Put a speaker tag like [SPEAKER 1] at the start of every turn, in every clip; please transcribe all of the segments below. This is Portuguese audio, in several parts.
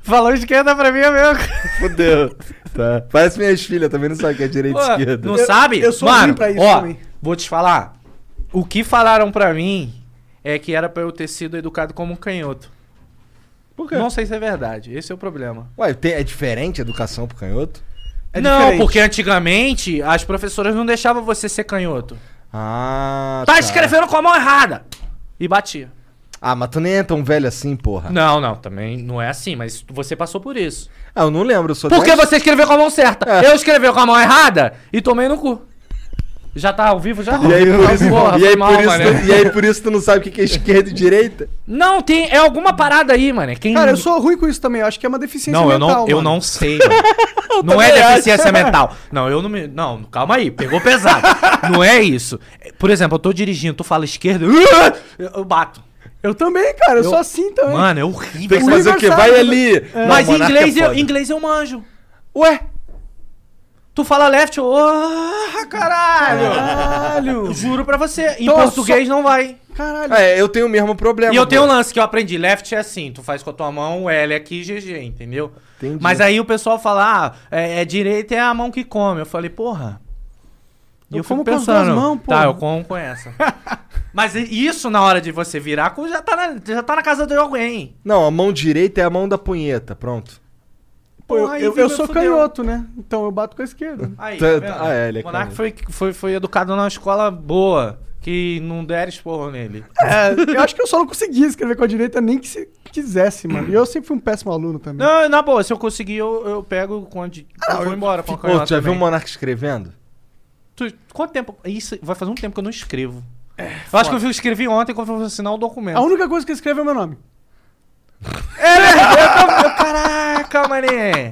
[SPEAKER 1] Falou esquerda pra mim é meu.
[SPEAKER 2] Fudeu. Tá. Parece minhas filhas, também não sabe o que é direita e
[SPEAKER 1] Pô,
[SPEAKER 2] esquerda.
[SPEAKER 1] Não sabe?
[SPEAKER 3] eu sou
[SPEAKER 1] Mano,
[SPEAKER 3] ruim pra isso
[SPEAKER 1] ó,
[SPEAKER 3] também.
[SPEAKER 1] vou te falar. O que falaram pra mim é que era pra eu ter sido educado como um canhoto.
[SPEAKER 2] Por quê?
[SPEAKER 1] Não sei se é verdade. Esse é o problema.
[SPEAKER 2] Ué, tem- é diferente a educação pro canhoto?
[SPEAKER 3] É
[SPEAKER 1] não,
[SPEAKER 3] diferente.
[SPEAKER 1] porque antigamente as professoras não deixavam você ser canhoto.
[SPEAKER 2] Ah.
[SPEAKER 1] Tá, escrevendo com a mão errada! E batia.
[SPEAKER 2] Ah, mas tu nem é tão velho assim, porra.
[SPEAKER 1] Não, não, também não é assim, mas você passou por isso.
[SPEAKER 2] Ah, eu não lembro, eu sou
[SPEAKER 1] Porque
[SPEAKER 2] dez-
[SPEAKER 1] você escreveu com a mão certa.
[SPEAKER 2] É.
[SPEAKER 1] Eu escrevi com a mão errada e tomei no cu. Já tá ao vivo? Já?
[SPEAKER 2] E aí, por isso,
[SPEAKER 1] Porra,
[SPEAKER 2] e,
[SPEAKER 1] foi
[SPEAKER 2] aí, por
[SPEAKER 1] mal,
[SPEAKER 2] isso
[SPEAKER 1] mané.
[SPEAKER 2] tu, e aí por isso tu não sabe o que que é esquerda e direita?
[SPEAKER 1] Não, tem. É alguma parada aí, mano. Quem...
[SPEAKER 3] Cara, eu sou ruim com isso também. Eu acho que é uma deficiência
[SPEAKER 1] Não, eu
[SPEAKER 3] mental.
[SPEAKER 1] não, eu
[SPEAKER 3] mano.
[SPEAKER 1] não sei. mano. não é deficiência mental. Não, eu não me. Não, calma aí, pegou pesado. não é isso. Por exemplo, eu tô dirigindo, tu fala esquerda, eu eu bato.
[SPEAKER 3] Eu também, cara. Eu, sou assim também.
[SPEAKER 1] Mano, é horrível.
[SPEAKER 2] Tem que
[SPEAKER 3] O
[SPEAKER 2] fazer o quê?
[SPEAKER 3] Igor
[SPEAKER 2] Vai
[SPEAKER 3] sabe.
[SPEAKER 2] ali. Não,
[SPEAKER 1] Mas em
[SPEAKER 2] monarca é
[SPEAKER 1] inglês, eu,
[SPEAKER 2] foda.
[SPEAKER 1] em inglês eu manjo.
[SPEAKER 2] Ué?
[SPEAKER 1] Tu fala left, eu. Ah,
[SPEAKER 2] Ah,
[SPEAKER 1] caralho!
[SPEAKER 3] Caralho.
[SPEAKER 1] Eu juro pra você, em
[SPEAKER 3] Então,
[SPEAKER 1] português não vai.
[SPEAKER 3] Caralho.
[SPEAKER 2] Ah, É, eu tenho o mesmo problema.
[SPEAKER 1] E eu tenho um
[SPEAKER 2] pô.
[SPEAKER 1] lance que eu aprendi. Left é assim, tu faz com a tua mão o L é aqui e GG, entendeu?
[SPEAKER 2] Entendi.
[SPEAKER 1] Mas aí o pessoal fala, ah, é, é direita é a mão que come. Eu falei, porra. E eu,
[SPEAKER 3] Eu
[SPEAKER 1] fico
[SPEAKER 3] como com as duas
[SPEAKER 1] pensando,
[SPEAKER 3] mãos,
[SPEAKER 1] tá,
[SPEAKER 3] porra."
[SPEAKER 1] eu como com essa. Mas i- isso na hora de você virar, com- já tá na, já tá na casa de alguém.
[SPEAKER 2] Não, a mão direita é a mão da punheta, pronto.
[SPEAKER 3] Pô, eu,
[SPEAKER 1] Porra, aí
[SPEAKER 3] eu- eu
[SPEAKER 1] virou,
[SPEAKER 3] sou
[SPEAKER 1] fudeu.
[SPEAKER 3] canhoto, né? Então eu bato com a esquerda.
[SPEAKER 1] Aí,
[SPEAKER 2] Tá-
[SPEAKER 1] tá vendo?
[SPEAKER 2] ah, é, ele é
[SPEAKER 1] o Monark
[SPEAKER 2] canhoto.
[SPEAKER 1] foi, foi, foi educado numa escola boa, que não deram esporro nele.
[SPEAKER 3] É, eu acho que eu só não conseguia escrever com a direita nem que se quisesse, mano. E eu sempre fui um péssimo aluno também.
[SPEAKER 1] Não, na boa, se eu conseguir, eu, eu pego quando
[SPEAKER 2] Ah,
[SPEAKER 1] eu vou embora pra uma
[SPEAKER 2] Ô, tu já viu
[SPEAKER 1] também.
[SPEAKER 2] o Monarca escrevendo?
[SPEAKER 1] Tu- quanto tempo? Isso vai fazer um tempo que eu não escrevo. eu acho que eu escrevi ontem quando eu fui assinar o documento.
[SPEAKER 3] É, A única coisa que eu escrevo é meu nome.
[SPEAKER 1] Caraca, mané!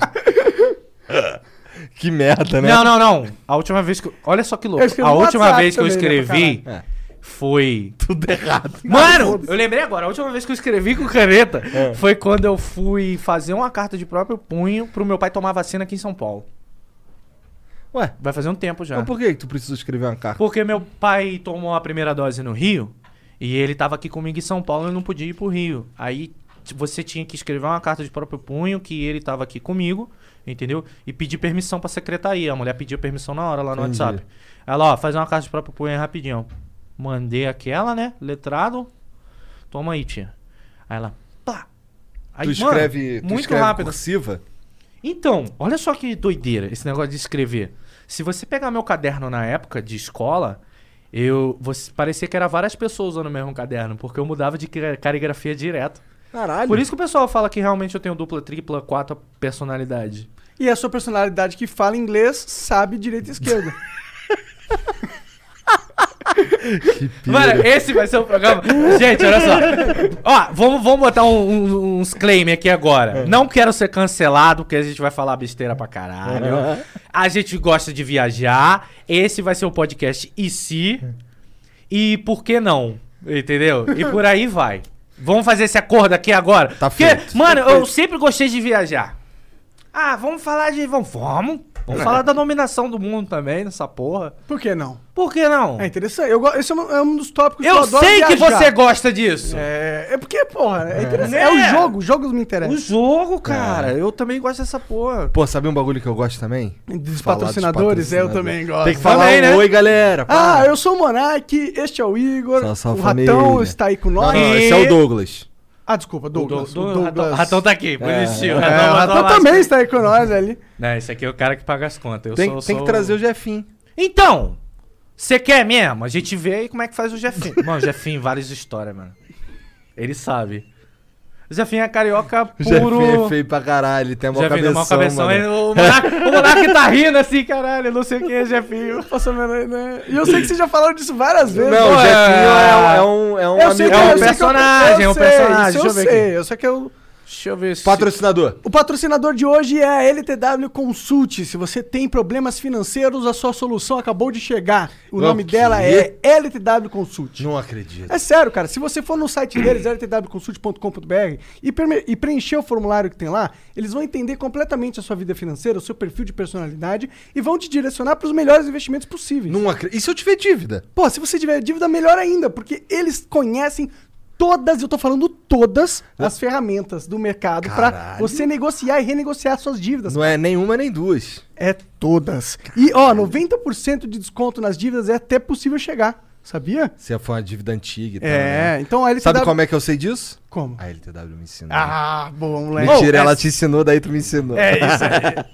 [SPEAKER 2] Que merda, né?
[SPEAKER 1] Não, não, não. A última vez que. eu- Olha só que louco.
[SPEAKER 3] Eu escrevi
[SPEAKER 1] A
[SPEAKER 3] no
[SPEAKER 1] última
[SPEAKER 3] WhatsApp
[SPEAKER 1] vez que eu
[SPEAKER 3] também, né, pra
[SPEAKER 1] escrevi
[SPEAKER 2] caralho.
[SPEAKER 1] foi.
[SPEAKER 2] Tudo errado.
[SPEAKER 1] Mano! Eu lembrei agora. A última vez que eu escrevi com caneta
[SPEAKER 3] É.
[SPEAKER 1] foi quando eu fui fazer uma carta de próprio punho pro meu pai tomar vacina aqui em São Paulo.
[SPEAKER 2] Ué,
[SPEAKER 1] Vai fazer um tempo já.
[SPEAKER 2] mas por que que tu precisa escrever uma carta?
[SPEAKER 1] Porque meu pai tomou a primeira dose no Rio e ele tava aqui comigo em São Paulo e não podia ir pro Rio. Aí t- você tinha que escrever uma carta de próprio punho que ele tava aqui comigo, entendeu? E pedir permissão pra secretaria. A mulher pediu permissão na hora lá no
[SPEAKER 2] Entendi.
[SPEAKER 1] WhatsApp. Ela, ó, faz uma carta de próprio punho aí rapidinho. Mandei aquela, né? Letrado. Toma aí, tia. Aí ela, pá. Aí,
[SPEAKER 2] tu
[SPEAKER 1] mano,
[SPEAKER 2] escreve, tu
[SPEAKER 1] muito
[SPEAKER 2] escreve
[SPEAKER 1] rápido.
[SPEAKER 2] cursiva?
[SPEAKER 1] Então, olha só que doideira esse negócio de escrever. Se você pegar meu caderno na época de escola, eu você, parecia que era várias pessoas usando o mesmo caderno, porque eu mudava de cari- caligrafia direto.
[SPEAKER 2] Caralho.
[SPEAKER 1] Por isso que o pessoal fala que realmente eu tenho dupla, tripla, quatro personalidade.
[SPEAKER 3] E a sua personalidade que fala inglês sabe direita e esquerda.
[SPEAKER 2] que pira.
[SPEAKER 1] Mano, é- esse vai ser o programa. Gente, olha só. Ó, vamos, vamos botar um- um- uns claim aqui agora.
[SPEAKER 2] É.
[SPEAKER 1] Não quero ser cancelado, porque a gente vai falar besteira pra caralho. A gente gosta de viajar. Esse vai ser o podcast E se? E por que não? Entendeu? E por aí vai. Vamos fazer esse acordo aqui agora?
[SPEAKER 2] Tá
[SPEAKER 1] Porque,
[SPEAKER 2] feito.
[SPEAKER 1] mano, eu sempre gostei de viajar. Ah, vamos falar de. Vamos, vamos. Vamos
[SPEAKER 2] É.
[SPEAKER 1] falar da dominação do mundo também, nessa porra.
[SPEAKER 3] Por que não?
[SPEAKER 1] Por que não?
[SPEAKER 3] É interessante. Eu, go- esse é um, é um dos tópicos
[SPEAKER 1] Eu
[SPEAKER 3] adoro
[SPEAKER 1] sei que
[SPEAKER 3] viajar.
[SPEAKER 1] você gosta disso.
[SPEAKER 3] É, é porque, porra, é interessante.
[SPEAKER 1] Né?
[SPEAKER 3] É, o jogo, os jogos me
[SPEAKER 1] O
[SPEAKER 3] interessam.
[SPEAKER 1] jogo, cara.
[SPEAKER 4] É.
[SPEAKER 1] Eu também gosto dessa porra.
[SPEAKER 2] Pô, sabe um bagulho que eu gosto também?
[SPEAKER 3] Dos
[SPEAKER 2] Falar dos
[SPEAKER 3] patrocinadores, eu também
[SPEAKER 2] patrocinadores.
[SPEAKER 3] gosto.
[SPEAKER 2] Tem que falar
[SPEAKER 1] Também,
[SPEAKER 2] um
[SPEAKER 1] né?
[SPEAKER 2] oi, galera. pá.
[SPEAKER 3] Ah, eu sou o Monark, este é o Igor,
[SPEAKER 2] Salve, salve,
[SPEAKER 3] o
[SPEAKER 2] família.
[SPEAKER 3] Ratão está aí com
[SPEAKER 2] Não,
[SPEAKER 3] nós.
[SPEAKER 2] não, esse é Ah, o Douglas.
[SPEAKER 3] Ah, desculpa, Douglas.
[SPEAKER 4] o do,
[SPEAKER 3] o
[SPEAKER 4] do,
[SPEAKER 3] Douglas.
[SPEAKER 4] ratão, ratão tá aqui, por bonitinho.
[SPEAKER 3] É, o Ratão
[SPEAKER 4] Vasco.
[SPEAKER 3] também está aí com nós ali.
[SPEAKER 4] Não, esse aqui é o cara que paga as contas. Eu
[SPEAKER 2] Tem,
[SPEAKER 4] sou-
[SPEAKER 2] tem
[SPEAKER 4] sou-
[SPEAKER 2] que trazer o Jefim.
[SPEAKER 4] Então, você quer mesmo? A gente vê aí como é que faz o Jefinho. mano, o Jefinho, várias histórias, mano. Ele sabe. O Jefinho é carioca
[SPEAKER 2] O Jefim é
[SPEAKER 4] puro.
[SPEAKER 2] feio pra caralho, ele tem uma
[SPEAKER 4] Já vindo mal
[SPEAKER 2] cabeção,
[SPEAKER 4] cabeção.
[SPEAKER 2] mano.
[SPEAKER 4] ele- o, monarca, o monarca tá rindo assim, caralho. Não sei o que, Jefinho.
[SPEAKER 3] Faço a menor ideia. né, E eu sei que vocês já falaram disso várias vezes.
[SPEAKER 2] Não,
[SPEAKER 4] Pô,
[SPEAKER 2] o
[SPEAKER 4] é-
[SPEAKER 2] Jefinho é, é um, é um
[SPEAKER 3] eu sei que
[SPEAKER 4] é um
[SPEAKER 3] eu sei que eu-
[SPEAKER 4] personagem, é
[SPEAKER 3] eu
[SPEAKER 4] um
[SPEAKER 3] sei,
[SPEAKER 4] personagem.
[SPEAKER 3] isso
[SPEAKER 4] Deixa eu ver
[SPEAKER 3] eu
[SPEAKER 4] aqui.
[SPEAKER 3] sei, eu sei que eu...
[SPEAKER 4] Deixa eu ver se...
[SPEAKER 2] patrocinador.
[SPEAKER 3] O patrocinador de hoje é a LTW Consult. Se você tem problemas financeiros, a sua solução acabou de chegar. O
[SPEAKER 2] Não,
[SPEAKER 3] nome
[SPEAKER 2] que-
[SPEAKER 3] dela é LTW Consult.
[SPEAKER 2] Não acredito.
[SPEAKER 3] É sério, cara. Se você for no site deles, ltwconsult.com.br, e, perme- e preencher o formulário que tem lá, eles vão entender completamente a sua vida financeira, o seu perfil de personalidade e vão te direcionar para os melhores investimentos possíveis.
[SPEAKER 2] Não acredito. E se eu tiver dívida?
[SPEAKER 3] Pô, se você tiver dívida, melhor ainda, porque eles conhecem todas, eu tô falando todas, as ferramentas do mercado para
[SPEAKER 2] Caralho.
[SPEAKER 3] você negociar e renegociar suas dívidas.
[SPEAKER 2] Não é nenhuma nem duas.
[SPEAKER 3] É todas. E, ó, 90% de desconto nas dívidas é até possível chegar, sabia?
[SPEAKER 2] Se é for uma dívida antiga e tal,
[SPEAKER 3] É,
[SPEAKER 2] né?
[SPEAKER 3] então a LTW...
[SPEAKER 2] Sabe como é que eu sei disso?
[SPEAKER 3] Como?
[SPEAKER 2] A LTW me ensinou. né?
[SPEAKER 3] Ah, bom, moleque.
[SPEAKER 2] Mentira,
[SPEAKER 4] Oh,
[SPEAKER 2] ela
[SPEAKER 4] é-
[SPEAKER 2] te ensinou, daí tu me ensinou.
[SPEAKER 4] É isso aí.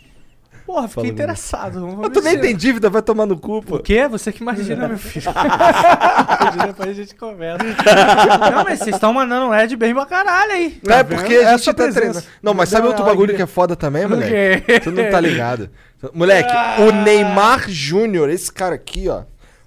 [SPEAKER 4] Porra,
[SPEAKER 2] Fala,
[SPEAKER 4] fiquei interessado. Vamos
[SPEAKER 2] Mas tu nem tem dívida, vai tomar no cu, pô.
[SPEAKER 4] O quê? Você que imagina, meu filho. Imagina, Depois a gente conversa. Não, mas vocês estão mandando um Ed bem pra caralho aí.
[SPEAKER 2] Não, é
[SPEAKER 3] vendo?
[SPEAKER 2] porque
[SPEAKER 3] É
[SPEAKER 2] a
[SPEAKER 3] a
[SPEAKER 2] gente
[SPEAKER 3] sua
[SPEAKER 2] tá
[SPEAKER 3] presença.
[SPEAKER 2] treinando. Não, mas sabe
[SPEAKER 3] Não,
[SPEAKER 2] outro
[SPEAKER 3] é uma
[SPEAKER 2] bagulho
[SPEAKER 3] alegria.
[SPEAKER 2] que é foda também, moleque?
[SPEAKER 4] quê?
[SPEAKER 2] Tu não tá ligado. Moleque, o Neymar Júnior, esse cara aqui, ó.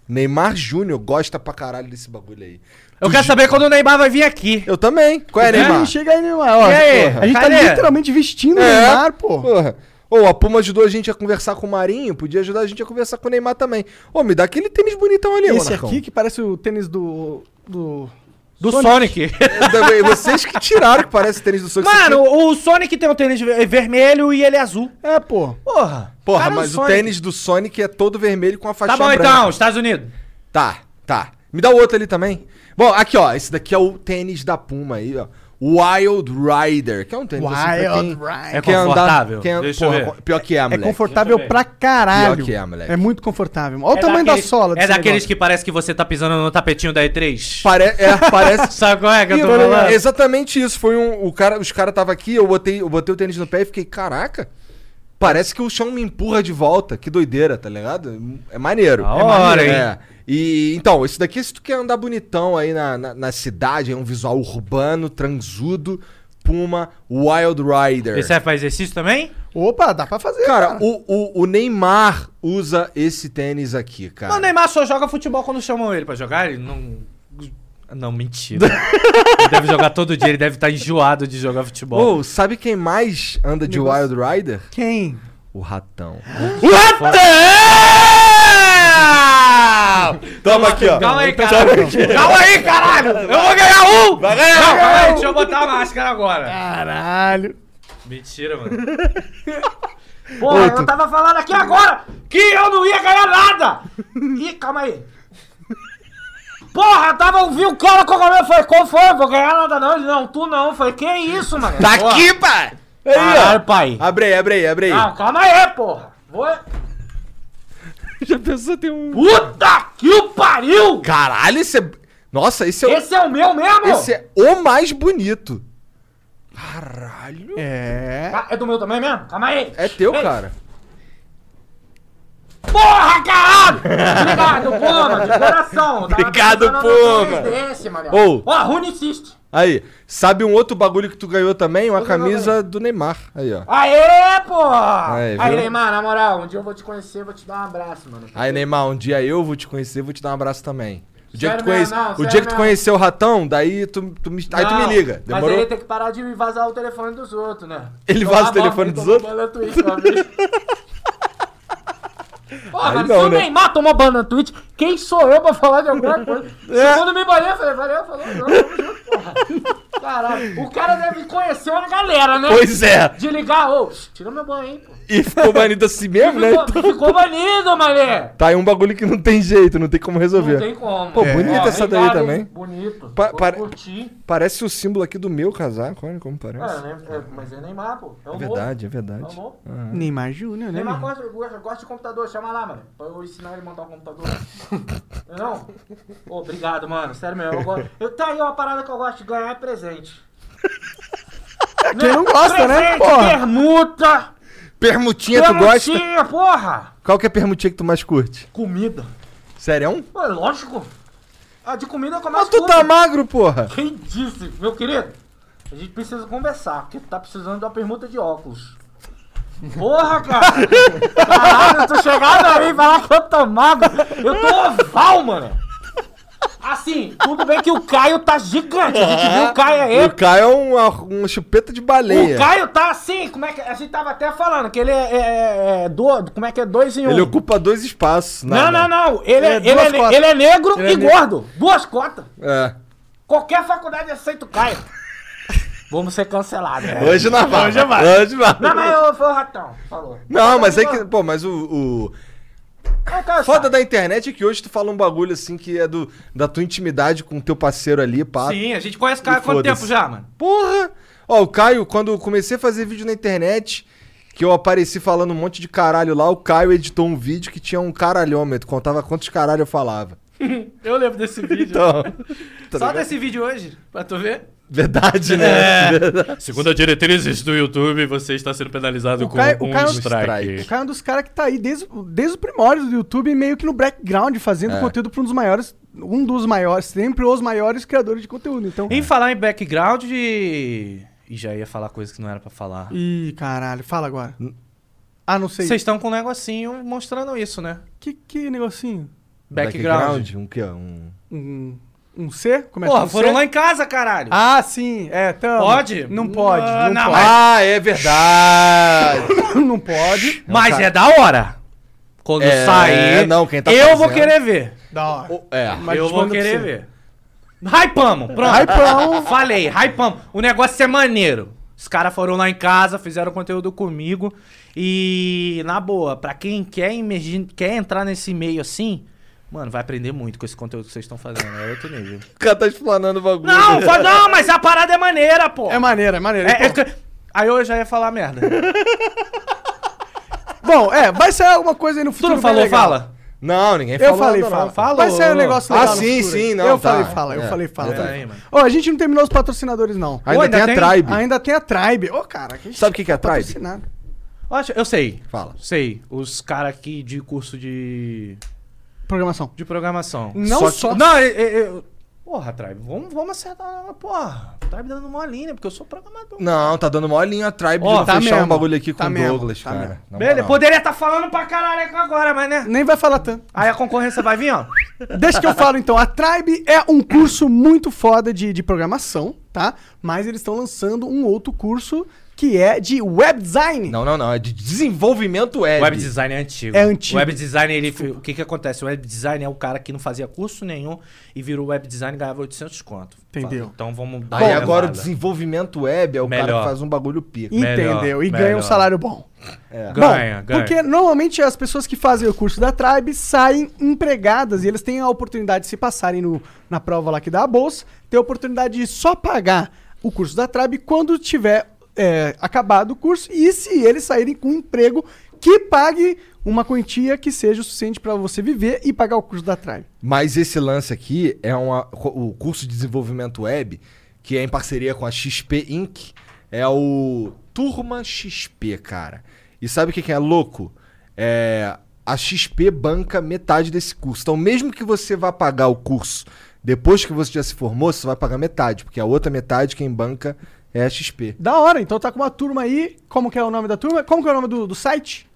[SPEAKER 2] Neymar Júnior gosta pra caralho desse bagulho aí.
[SPEAKER 4] Eu quero saber quando o Neymar vai vir aqui.
[SPEAKER 2] Eu também. Qual é, Neymar?
[SPEAKER 3] Neymar. Chega aí, Neymar. Ó,
[SPEAKER 4] E aí?
[SPEAKER 3] porra. A gente tá
[SPEAKER 4] Cadê?
[SPEAKER 3] literalmente vestindo o
[SPEAKER 2] É.
[SPEAKER 3] Neymar, pô.
[SPEAKER 2] Porra. Ô, a Puma ajudou a gente a conversar com o Marinho, podia ajudar a gente a conversar com o Neymar também. Ô, me dá aquele tênis bonitão ali,
[SPEAKER 3] Esse
[SPEAKER 2] Monarcão.
[SPEAKER 3] aqui que parece o tênis do. do.
[SPEAKER 4] Do Sonic.
[SPEAKER 2] Eu também- Vocês que tiraram que parece tênis do Sox.
[SPEAKER 4] Mano, o Sonic tem um tênis ver- vermelho e ele é azul.
[SPEAKER 3] É, pô.
[SPEAKER 4] Porra.
[SPEAKER 2] Porra,
[SPEAKER 1] é um
[SPEAKER 4] Cara,
[SPEAKER 2] mas o
[SPEAKER 4] Sonic-
[SPEAKER 2] tênis do Sonic é todo vermelho com a faixa
[SPEAKER 4] Tá bom
[SPEAKER 2] branca.
[SPEAKER 4] então, Estados Unidos.
[SPEAKER 2] Tá, tá. Me dá o outro ali também. Bom, aqui ó, esse daqui é o tênis da Puma aí, ó. Wild Rider, que é um tênis
[SPEAKER 3] Wild
[SPEAKER 2] pra
[SPEAKER 3] Rider.
[SPEAKER 2] quem
[SPEAKER 4] É
[SPEAKER 2] quer andar-
[SPEAKER 4] confortável?
[SPEAKER 2] quem-
[SPEAKER 4] Deixa eu
[SPEAKER 2] porra,
[SPEAKER 4] ver.
[SPEAKER 2] co- Pior que é,
[SPEAKER 3] É
[SPEAKER 2] moleque.
[SPEAKER 3] confortável pra caralho.
[SPEAKER 2] Pior que é, moleque.
[SPEAKER 3] É muito confortável. Olha o
[SPEAKER 4] É
[SPEAKER 3] tamanho
[SPEAKER 4] daqueles-
[SPEAKER 3] da sola
[SPEAKER 4] É daqueles que parece que você tá pisando no tapetinho da E3.
[SPEAKER 2] Pare- é, parece...
[SPEAKER 4] Sabe qual é que eu tô
[SPEAKER 2] Ih, mano,
[SPEAKER 4] falando?
[SPEAKER 2] Exatamente isso. Foi um. O cara, os caras estavam aqui, eu botei, eu botei o tênis no pé e fiquei, caraca, parece que o chão me empurra de volta. Que doideira, tá ligado? É maneiro.
[SPEAKER 4] Da
[SPEAKER 2] é
[SPEAKER 4] hora,
[SPEAKER 2] maneiro,
[SPEAKER 4] hein?
[SPEAKER 2] é. E então, isso daqui, se tu quer andar bonitão aí na, na, na cidade, é um visual urbano, transudo, Puma, Wild Rider.
[SPEAKER 4] Ele serve pra exercício também?
[SPEAKER 3] Opa, dá pra fazer.
[SPEAKER 2] Cara, o, o, o Neymar usa esse tênis aqui, cara.
[SPEAKER 4] Não, o Neymar só joga futebol quando chamam ele pra jogar. Ele não. Não, mentira. ele deve jogar todo dia, ele deve estar enjoado de jogar futebol.
[SPEAKER 2] Ô, sabe quem mais anda de Wild Rider?
[SPEAKER 3] Quem?
[SPEAKER 2] O ratão.
[SPEAKER 4] O ratão!
[SPEAKER 2] Toma aqui, ó.
[SPEAKER 4] É! Calma aí, caralho. Calma aí, caralho. Eu vou ganhar um! Vai ganhar não, calma aí, deixa eu botar a máscara agora.
[SPEAKER 3] Caralho.
[SPEAKER 4] Mentira, mano. Porra, eu tava falando aqui agora que eu não ia ganhar nada! Ih, calma aí. Porra, eu tava ouvindo o cara com a cabeça, foi, qual foi? Vou ganhar nada não, ele, não, tu não, foi, que isso, mano?
[SPEAKER 2] Tá
[SPEAKER 4] Porra.
[SPEAKER 2] aqui, pai! Aí, ó.
[SPEAKER 4] Caralho, pai.
[SPEAKER 2] Abre aí, abre aí, abre aí.
[SPEAKER 4] Não, calma aí, porra. Vou...
[SPEAKER 2] já pensou ter um.
[SPEAKER 4] Puta que o pariu!
[SPEAKER 2] Caralho, esse é. Nossa, esse é, o-
[SPEAKER 4] Esse é o meu mesmo?
[SPEAKER 2] esse é o mais bonito. Caralho.
[SPEAKER 3] É.
[SPEAKER 4] Ah, É do meu também mesmo? Calma aí.
[SPEAKER 2] É teu,
[SPEAKER 4] Ei,
[SPEAKER 2] cara.
[SPEAKER 4] Porra, caralho! Obrigado, Puma, de coração. Tava
[SPEAKER 2] Obrigado,
[SPEAKER 4] pensando no
[SPEAKER 2] Puma.
[SPEAKER 4] tênis um Desse, mano.
[SPEAKER 2] Ou.
[SPEAKER 4] Ó, Runicist.
[SPEAKER 2] Aí, sabe um outro bagulho que tu ganhou também? Uma
[SPEAKER 4] Eu ganhei,
[SPEAKER 2] camisa do Neymar. Aí, ó.
[SPEAKER 4] Aê, porra!
[SPEAKER 2] Aí,
[SPEAKER 4] Aí,
[SPEAKER 2] viu?
[SPEAKER 4] Neymar, na moral, um dia eu vou te conhecer, vou te dar um abraço, mano.
[SPEAKER 2] Aí, Neymar, um dia eu vou te conhecer, vou te dar um abraço também. O dia, que
[SPEAKER 4] Sério
[SPEAKER 2] tu, conhece...
[SPEAKER 4] mesmo, não,
[SPEAKER 2] o
[SPEAKER 4] sério
[SPEAKER 2] dia que tu
[SPEAKER 4] mesmo.
[SPEAKER 2] conhecer o ratão, daí tu, tu me... Aí tu me
[SPEAKER 4] Não,
[SPEAKER 2] liga.
[SPEAKER 4] Mas
[SPEAKER 2] Demorou?
[SPEAKER 4] ele tem que parar de vazar o telefone dos outros, né?
[SPEAKER 2] Ele
[SPEAKER 4] Eu
[SPEAKER 2] vaza o
[SPEAKER 4] abro,
[SPEAKER 2] telefone
[SPEAKER 4] eu
[SPEAKER 2] dos
[SPEAKER 4] tô
[SPEAKER 2] outros?
[SPEAKER 4] tomando Twitch uma vez. né? Porra,
[SPEAKER 2] Aí
[SPEAKER 4] mas
[SPEAKER 2] não,
[SPEAKER 4] se o
[SPEAKER 2] né?
[SPEAKER 4] Neymar tomou ban na Twitch, quem sou eu pra falar de alguma coisa?
[SPEAKER 2] É.
[SPEAKER 4] Segundo me banhei, eu falei, valeu, falou, não, tamo junto, porra. Caralho, o cara deve conhecer uma galera, né?
[SPEAKER 2] Pois é.
[SPEAKER 4] De ligar, ô, tira meu banho aí, pô.
[SPEAKER 2] E ficou banido assim mesmo, né?
[SPEAKER 4] Ficou, ficou banido, mané.
[SPEAKER 2] Tá aí um bagulho que não tem jeito, não tem como resolver.
[SPEAKER 4] Não tem como.
[SPEAKER 2] Pô, bonita essa daí
[SPEAKER 4] obrigado,
[SPEAKER 2] também.
[SPEAKER 4] hein? Bonito.
[SPEAKER 2] Pa-
[SPEAKER 4] Vou
[SPEAKER 2] pare-
[SPEAKER 4] curtir.
[SPEAKER 2] Parece o símbolo aqui do meu casaco, olha como parece.
[SPEAKER 4] É, né? É, mas é Neymar, pô. É, o
[SPEAKER 2] É
[SPEAKER 4] novo.
[SPEAKER 2] verdade, é
[SPEAKER 4] É o
[SPEAKER 2] verdade.
[SPEAKER 4] novo.
[SPEAKER 3] Neymar Júnior, né?
[SPEAKER 4] Neymar
[SPEAKER 3] meu?
[SPEAKER 4] gosta, gosta- gosta de computador, chama lá, mano. Pra eu ensinar ele a montar um computador. Eu não? Pô, obrigado, mano. Sério mesmo. Eu gosto. Eu, tá aí uma parada que eu gosto de ganhar é presente.
[SPEAKER 3] Quem não gosta, né?
[SPEAKER 1] Presente,
[SPEAKER 3] Porra.
[SPEAKER 1] Permuta!
[SPEAKER 2] Permutinha, tu gosta?
[SPEAKER 1] permutinha, porra!
[SPEAKER 2] Qual que é a permutinha que tu mais curte?
[SPEAKER 1] Comida.
[SPEAKER 2] Sério? é um?
[SPEAKER 1] Pô, é lógico. A de comida começa
[SPEAKER 2] Mas tu tá magro, porra.
[SPEAKER 1] Quem disse, meu querido? A gente precisa conversar, porque tu tá precisando de uma permuta de óculos. Porra, cara! Caralho, tu chegando aí e falar que eu tô magro. Eu tô oval, mano. Assim, tudo bem que o Caio tá gigante. A gente viu o Caio aí.
[SPEAKER 2] O Caio é uma, uma chupeta de
[SPEAKER 3] Uhum.
[SPEAKER 2] baleia.
[SPEAKER 1] O Caio tá assim, como é que. A gente tava até falando que ele é. é- é- é do- como é que é? Dois em um.
[SPEAKER 2] Ele ocupa dois espaços.
[SPEAKER 1] Não, não, não. Ele é,
[SPEAKER 3] É,
[SPEAKER 1] ele
[SPEAKER 3] duas
[SPEAKER 1] é, ne-
[SPEAKER 3] cotas.
[SPEAKER 1] ele é negro
[SPEAKER 3] Ele é
[SPEAKER 1] e
[SPEAKER 3] negro.
[SPEAKER 1] gordo. Duas cotas.
[SPEAKER 2] É.
[SPEAKER 1] Qualquer faculdade aceita o Caio. Vamos ser cancelados. né?
[SPEAKER 2] Hoje não vai. Hoje vai. Hoje vai.
[SPEAKER 1] Não, mas eu, foi o ratão. Falou.
[SPEAKER 2] Não, mas é que. Pô, mas o. o...
[SPEAKER 1] É, cara,
[SPEAKER 2] Foda
[SPEAKER 1] sabe?
[SPEAKER 2] da internet é que hoje tu fala um bagulho assim que é do, da tua intimidade com o teu parceiro ali, pá.
[SPEAKER 1] Sim, a gente conhece o
[SPEAKER 2] E
[SPEAKER 1] cara há quanto
[SPEAKER 2] foda-se.
[SPEAKER 1] tempo já, mano?
[SPEAKER 2] Porra! Ó, o Caio, quando eu comecei a fazer vídeo na internet, que eu apareci falando um monte de caralho lá, o Caio editou um vídeo que tinha um caralhômetro, contava quantos caralho eu falava.
[SPEAKER 5] Eu lembro desse vídeo.
[SPEAKER 2] Então. tá
[SPEAKER 5] Só
[SPEAKER 2] ligado?
[SPEAKER 5] desse vídeo hoje, pra tu ver.
[SPEAKER 2] Verdade, né? Verdade.
[SPEAKER 5] Segundo as diretrizes do YouTube, você está sendo penalizado
[SPEAKER 3] O Caio- o Caio- O cara é um dos caras que tá aí desde, desde o primórdio do YouTube, meio que no background,
[SPEAKER 1] É.
[SPEAKER 3] fazendo conteúdo pra um dos maiores, um dos maiores, sempre os maiores criadores de conteúdo. Então.
[SPEAKER 1] Em falar em background de. E já ia falar coisa que não era pra falar.
[SPEAKER 3] Ih, caralho, fala agora. Ah, não sei.
[SPEAKER 1] Vocês estão com um negocinho mostrando isso, né?
[SPEAKER 3] Que, que negocinho?
[SPEAKER 1] Background.
[SPEAKER 2] Um que Um.
[SPEAKER 3] Um, um C? Começa
[SPEAKER 1] Porra,
[SPEAKER 3] com
[SPEAKER 1] foram
[SPEAKER 3] C?
[SPEAKER 1] lá em casa, caralho.
[SPEAKER 3] Ah, sim, é, então.
[SPEAKER 1] Pode?
[SPEAKER 3] Não pode.
[SPEAKER 1] Ah,
[SPEAKER 3] Não,
[SPEAKER 1] não,
[SPEAKER 3] pode.
[SPEAKER 2] Ah, é verdade!
[SPEAKER 3] não pode.
[SPEAKER 1] Mas
[SPEAKER 2] cara.
[SPEAKER 1] é da hora. Quando
[SPEAKER 2] É,
[SPEAKER 1] sair,
[SPEAKER 2] não, quem tá
[SPEAKER 1] eu vou
[SPEAKER 2] fazendo-
[SPEAKER 1] querer ver.
[SPEAKER 3] Da hora.
[SPEAKER 2] O- é.
[SPEAKER 3] Mas
[SPEAKER 1] eu
[SPEAKER 3] te
[SPEAKER 1] vou
[SPEAKER 3] mando pra
[SPEAKER 1] querer
[SPEAKER 3] você.
[SPEAKER 1] ver. Hypamos, pronto.
[SPEAKER 3] Hypamos.
[SPEAKER 1] Falei, hypamos. O negócio é maneiro. Os caras foram lá em casa, fizeram conteúdo comigo. E, na boa, pra quem quer, imergir, quer entrar nesse meio assim, mano, vai aprender muito com esse conteúdo que vocês estão fazendo. É outro nível.
[SPEAKER 2] O cara tá explanando o bagulho.
[SPEAKER 1] Não, fa- não, mas a parada é maneira, pô.
[SPEAKER 3] É maneiro, é maneiro.
[SPEAKER 1] É- é
[SPEAKER 3] Então,
[SPEAKER 1] que- Aí eu já ia falar merda.
[SPEAKER 3] Bom, é, vai sair alguma coisa aí no
[SPEAKER 1] Tu
[SPEAKER 3] futuro.
[SPEAKER 1] não
[SPEAKER 3] bem
[SPEAKER 1] falou,
[SPEAKER 3] legal.
[SPEAKER 1] fala.
[SPEAKER 2] Não, ninguém
[SPEAKER 3] Eu
[SPEAKER 2] falou
[SPEAKER 3] falei,
[SPEAKER 2] nada,
[SPEAKER 3] fala,
[SPEAKER 2] não.
[SPEAKER 3] fala. Vai sair um negócio
[SPEAKER 2] Ah,
[SPEAKER 3] legal. no
[SPEAKER 2] sim,
[SPEAKER 3] futuro.
[SPEAKER 2] sim, não,
[SPEAKER 3] Eu
[SPEAKER 2] tá.
[SPEAKER 3] falei, fala, eu
[SPEAKER 2] É,
[SPEAKER 3] falei, fala.
[SPEAKER 2] é.
[SPEAKER 3] eu falei,
[SPEAKER 1] Aí,
[SPEAKER 3] fala.
[SPEAKER 1] mano.
[SPEAKER 3] Ó, a gente não terminou os patrocinadores, não.
[SPEAKER 2] Ainda,
[SPEAKER 1] Pô, ainda
[SPEAKER 2] tem,
[SPEAKER 1] tem?
[SPEAKER 2] a Tribe.
[SPEAKER 3] Ainda tem a Tribe. Ô, cara, que a gente
[SPEAKER 2] Sabe o que que é a Tribe?
[SPEAKER 3] patrocinado.
[SPEAKER 1] Eu acho- Eu sei.
[SPEAKER 2] Fala.
[SPEAKER 1] Sei. Os caras aqui de curso de.
[SPEAKER 3] Programação.
[SPEAKER 1] de programação.
[SPEAKER 3] Não
[SPEAKER 2] Só
[SPEAKER 3] só.
[SPEAKER 2] que-
[SPEAKER 1] Não, eu. eu- Porra, Tribe, vamos, vamos acertar. Porra, Tribe dando uma linha, porque eu sou programador.
[SPEAKER 2] Não, tá dando maior linha a Tribe
[SPEAKER 1] Ó,
[SPEAKER 2] de
[SPEAKER 3] tá
[SPEAKER 2] fechar um
[SPEAKER 3] mesmo,
[SPEAKER 2] bagulho aqui com
[SPEAKER 3] tá
[SPEAKER 2] o
[SPEAKER 3] mesmo,
[SPEAKER 2] Douglas,
[SPEAKER 3] tá
[SPEAKER 2] cara.
[SPEAKER 3] mesmo.
[SPEAKER 2] Na
[SPEAKER 1] Beleza,
[SPEAKER 2] moral.
[SPEAKER 1] poderia estar falando pra caralho agora, mas né?
[SPEAKER 3] Nem vai falar tanto.
[SPEAKER 1] Aí a concorrência vai vir, ó.
[SPEAKER 3] Deixa que eu falo então. A Tribe é um curso muito foda de, de programação, tá? Mas eles estão lançando um outro curso que é de web design.
[SPEAKER 2] Não, não, não. É de desenvolvimento web.
[SPEAKER 1] Web design é antigo.
[SPEAKER 3] É antigo.
[SPEAKER 1] Web design, ele, o que que acontece? O web design é o cara que não fazia curso nenhum e virou web design e ganhava 800 conto.
[SPEAKER 3] Entendeu.
[SPEAKER 1] então vamos dar
[SPEAKER 2] Aí
[SPEAKER 1] uma
[SPEAKER 2] agora o
[SPEAKER 1] elevada.
[SPEAKER 2] desenvolvimento web é o cara
[SPEAKER 1] Melhor.
[SPEAKER 2] que faz um bagulho pica.
[SPEAKER 3] Entendeu?
[SPEAKER 1] Melhor,
[SPEAKER 3] e ganha um
[SPEAKER 1] melhor.
[SPEAKER 3] salário bom.
[SPEAKER 1] Ganha,
[SPEAKER 3] Bom,
[SPEAKER 1] ganha.
[SPEAKER 3] Porque normalmente as pessoas que fazem o curso da Tribe saem empregadas e eles têm a oportunidade de se passarem no, na prova lá que dá a bolsa, ter a oportunidade de só pagar o curso da Tribe quando tiver é, acabado o curso e se eles saírem com um emprego que pague uma quantia que seja o suficiente para você viver e pagar o curso da Tribe.
[SPEAKER 2] Mas esse lance aqui é uma, o curso de desenvolvimento web, que é em parceria com a XP Inc., é o Turma XP, cara. E sabe o que, que é louco? É, a XP banca metade desse curso. Então, mesmo que você vá pagar o curso depois que você já se formou, você vai pagar metade, porque a outra metade quem banca é a XP.
[SPEAKER 3] Da hora, então tá com uma turma aí. Como que é o nome da turma? Como que é o nome do, do site?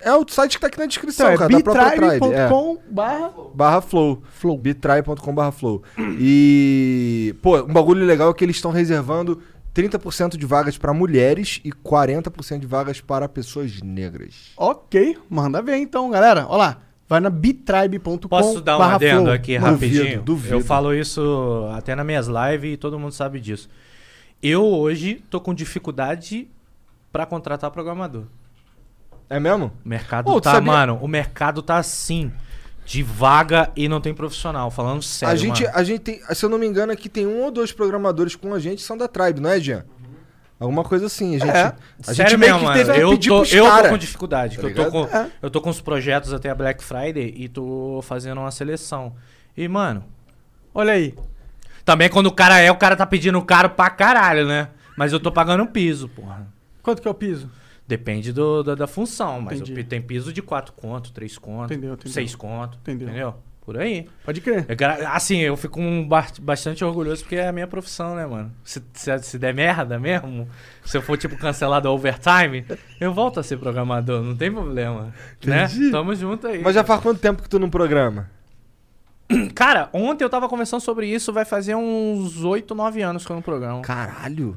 [SPEAKER 2] É o site que tá aqui na descrição,
[SPEAKER 3] Então, é
[SPEAKER 2] cara, da própria Tribe. é.
[SPEAKER 3] bitribe.com barra
[SPEAKER 2] barra flow. flow. bitrai.com barra flow. E, pô, um bagulho legal é que eles estão reservando 30% de vagas pra mulheres e 40% de vagas para pessoas negras.
[SPEAKER 3] Ok, manda ver então, galera. Olha lá, vai na bitribe.com.
[SPEAKER 1] Posso dar um
[SPEAKER 3] barra
[SPEAKER 1] adendo
[SPEAKER 3] flow.
[SPEAKER 1] aqui
[SPEAKER 2] Duvido,
[SPEAKER 1] rapidinho?
[SPEAKER 2] duvido.
[SPEAKER 1] Eu falo isso até nas minhas lives e todo mundo sabe disso. Eu hoje tô com dificuldade pra contratar programador.
[SPEAKER 2] É mesmo?
[SPEAKER 1] O mercado
[SPEAKER 2] Ô, tu
[SPEAKER 1] tá,
[SPEAKER 2] sabia-
[SPEAKER 1] mano, o mercado tá assim, de vaga e não tem profissional, falando sério,
[SPEAKER 2] a gente,
[SPEAKER 1] mano.
[SPEAKER 2] a gente tem, se eu não me engano, aqui tem um ou dois programadores com a gente que são da Tribe, não é, Jean? Alguma coisa assim. A gente,
[SPEAKER 3] É.
[SPEAKER 2] a gente
[SPEAKER 1] Sério mesmo, mano.
[SPEAKER 2] que
[SPEAKER 1] Eu
[SPEAKER 2] pedir
[SPEAKER 1] tô,
[SPEAKER 2] pros
[SPEAKER 1] eu tô
[SPEAKER 2] cara.
[SPEAKER 1] com dificuldade.
[SPEAKER 2] Tá
[SPEAKER 1] que eu, tô com,
[SPEAKER 2] ligado?
[SPEAKER 3] É.
[SPEAKER 1] eu tô com os projetos até a Black Friday e tô fazendo uma seleção. E, mano,
[SPEAKER 3] Olha aí.
[SPEAKER 1] Também quando o cara é, o cara tá pedindo caro pra caralho, né? Mas eu tô pagando um piso, porra.
[SPEAKER 3] Quanto que é o piso?
[SPEAKER 1] Depende do, da, da função, mas
[SPEAKER 3] Entendi.
[SPEAKER 1] eu pi- tem piso de 4 conto, 3 conto,
[SPEAKER 3] Entendeu, entendeu.
[SPEAKER 1] 6 conto,
[SPEAKER 3] Entendeu.
[SPEAKER 1] entendeu? Por aí.
[SPEAKER 3] Pode crer.
[SPEAKER 1] Eu, gra- assim, eu fico um ba- bastante orgulhoso porque é a minha profissão, né, mano? Se, se, se der merda mesmo, se eu for, tipo, cancelado a overtime, eu volto a ser programador, não tem problema. Né?
[SPEAKER 2] Entendi.
[SPEAKER 1] Tamo junto aí.
[SPEAKER 2] Mas já faz quanto tempo que tu não programa?
[SPEAKER 1] Cara, ontem eu tava conversando sobre isso, vai fazer uns 8, 9 anos que eu não programo.
[SPEAKER 2] Caralho.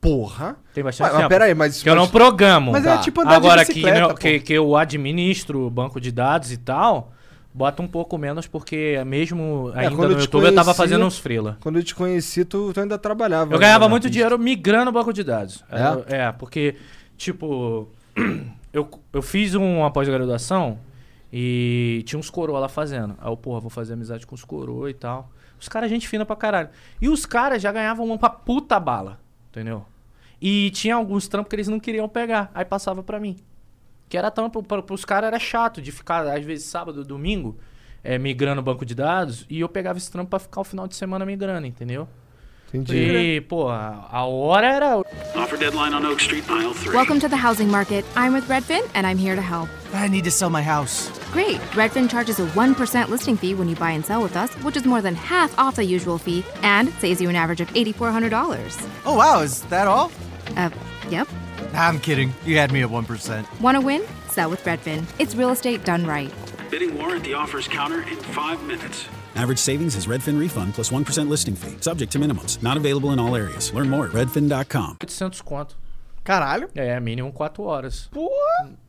[SPEAKER 2] Porra.
[SPEAKER 1] Tem
[SPEAKER 2] Ué,
[SPEAKER 1] bastante
[SPEAKER 2] mas
[SPEAKER 1] tempo.
[SPEAKER 2] peraí, mas...
[SPEAKER 1] é assim, Que eu não programo.
[SPEAKER 3] Mas é
[SPEAKER 2] Tá.
[SPEAKER 3] tipo andar
[SPEAKER 1] Agora
[SPEAKER 3] de
[SPEAKER 1] que,
[SPEAKER 3] bicicleta,
[SPEAKER 1] meu-
[SPEAKER 3] pô.
[SPEAKER 1] que, que eu administro o banco de dados e tal, bota um pouco menos, porque mesmo
[SPEAKER 2] É,
[SPEAKER 1] ainda
[SPEAKER 2] quando eu
[SPEAKER 1] no
[SPEAKER 2] te
[SPEAKER 1] YouTube eu tava
[SPEAKER 2] conheci-
[SPEAKER 1] fazendo uns freela.
[SPEAKER 2] Quando eu te conheci, tu, tu ainda trabalhava.
[SPEAKER 1] Eu ganhava
[SPEAKER 2] né, na
[SPEAKER 1] muito
[SPEAKER 2] pista.
[SPEAKER 1] dinheiro migrando o banco de dados.
[SPEAKER 2] É?
[SPEAKER 1] Eu- é porque, tipo, eu, eu fiz um, uma pós-graduação e tinha uns coroa lá fazendo. Aí eu, porra, vou fazer amizade com os coroa e tal. Os caras, gente fina pra caralho. E os caras já ganhavam uma pra puta bala, entendeu? E tinha alguns trampos que eles não queriam pegar. Aí passava pra mim. Que era trampo, pra, pros caras era chato de ficar, às vezes, sábado, domingo, eh, migrando o banco de dados. E eu pegava esse trampo pra ficar o final de semana migrando, entendeu?
[SPEAKER 2] Entendi.
[SPEAKER 3] né?
[SPEAKER 1] E, pô, a hora era.
[SPEAKER 6] Offer deadline on Oak Street, aisle three.
[SPEAKER 7] Welcome to the housing market. I'm with Redfin, and I'm here to help.
[SPEAKER 8] I need to sell my house.
[SPEAKER 7] Great! Redfin charges a 1% listing fee when you buy and sell with us, which is more than half off the usual fee and saves you an average of $8,400.
[SPEAKER 8] Oh, wow, is that all?
[SPEAKER 7] Uh, yep.
[SPEAKER 8] Nah, I'm kidding. You had me at 1%.
[SPEAKER 7] Want to win? Sell with Redfin. It's real estate done right.
[SPEAKER 6] Bidding war at the offers counter in five minutes.
[SPEAKER 9] Average savings is Redfin refund plus 1% listing fee. Subject to minimums. Not available in all areas. Learn more at redfin.com.
[SPEAKER 1] 800 conto.
[SPEAKER 3] Caralho.
[SPEAKER 1] É, mínimo 4 horas.
[SPEAKER 3] Pô.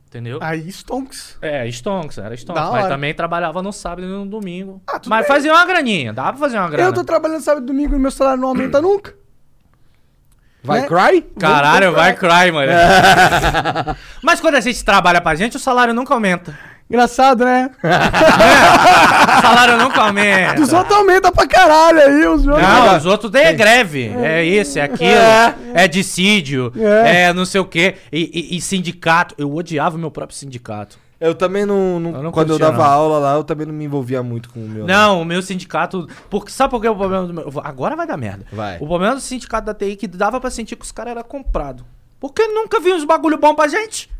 [SPEAKER 1] Entendeu?
[SPEAKER 3] Aí, Stonks.
[SPEAKER 1] É, Stonks, era Stonks.
[SPEAKER 3] Ah. Da
[SPEAKER 1] Mas
[SPEAKER 3] hora.
[SPEAKER 1] também trabalhava no sábado e no domingo.
[SPEAKER 3] Ah, tudo
[SPEAKER 1] mas
[SPEAKER 3] bem.
[SPEAKER 1] fazia uma graninha, dava pra fazer uma grana.
[SPEAKER 3] Eu tô trabalhando sábado e domingo e meu salário não aumenta nunca.
[SPEAKER 2] Vai
[SPEAKER 3] né?
[SPEAKER 2] cry?
[SPEAKER 1] Caralho, vai cry,
[SPEAKER 3] É.
[SPEAKER 1] mano. mas quando a gente trabalha pra gente, o salário nunca aumenta.
[SPEAKER 3] Engraçado, né?
[SPEAKER 1] O salário nunca aumenta.
[SPEAKER 3] Os outros né? aumentam pra caralho aí, os meus.
[SPEAKER 1] É. Não, os outros daí é greve. É isso, é aquilo. É, dissídio. É.
[SPEAKER 3] É.
[SPEAKER 1] não sei o quê. E, e- e sindicato. Eu odiava o meu próprio sindicato.
[SPEAKER 2] Eu também não... não-
[SPEAKER 1] Eu não
[SPEAKER 2] quando eu
[SPEAKER 1] curtia,
[SPEAKER 2] dava
[SPEAKER 1] não.
[SPEAKER 2] aula lá, eu também não me envolvia muito com o meu... né?
[SPEAKER 1] Não, o meu sindicato. Porque, sabe por que é o problema do meu. Agora vai dar merda.
[SPEAKER 2] Vai.
[SPEAKER 1] O problema do sindicato da TI é que dava pra sentir que os caras eram comprados. Porque nunca vi uns bagulho bom pra gente.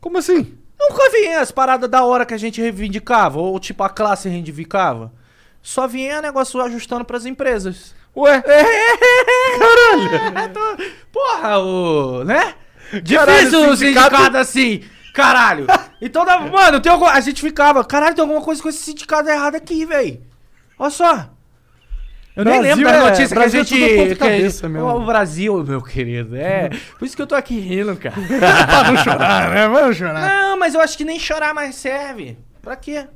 [SPEAKER 2] Como assim?
[SPEAKER 1] Nunca vi as paradas da hora que a gente reivindicava, ou tipo a classe reivindicava. Só vinha negócio ajustando pras empresas.
[SPEAKER 2] Ué?
[SPEAKER 1] É, tô- Porra, o. né? Difícil
[SPEAKER 2] Caralho,
[SPEAKER 1] o sindicato... assim, caralho. Então, dá-
[SPEAKER 3] É.
[SPEAKER 1] mano, tem alguma... a gente ficava, caralho, tem alguma coisa com esse sindicato errado aqui, velho. Olha só. Eu nem
[SPEAKER 3] Brasil
[SPEAKER 1] lembro das
[SPEAKER 3] é-
[SPEAKER 1] notícias que a
[SPEAKER 3] Brasil é
[SPEAKER 1] gente.
[SPEAKER 3] tudo ponta
[SPEAKER 1] que-
[SPEAKER 3] cabeça, meu.
[SPEAKER 1] o Brasil, meu querido. É. Por isso que eu tô aqui rindo, cara.
[SPEAKER 3] pra não chorar,
[SPEAKER 2] É,
[SPEAKER 3] né? Vamos chorar.
[SPEAKER 1] Não, mas eu acho que nem chorar mais serve. Pra quê?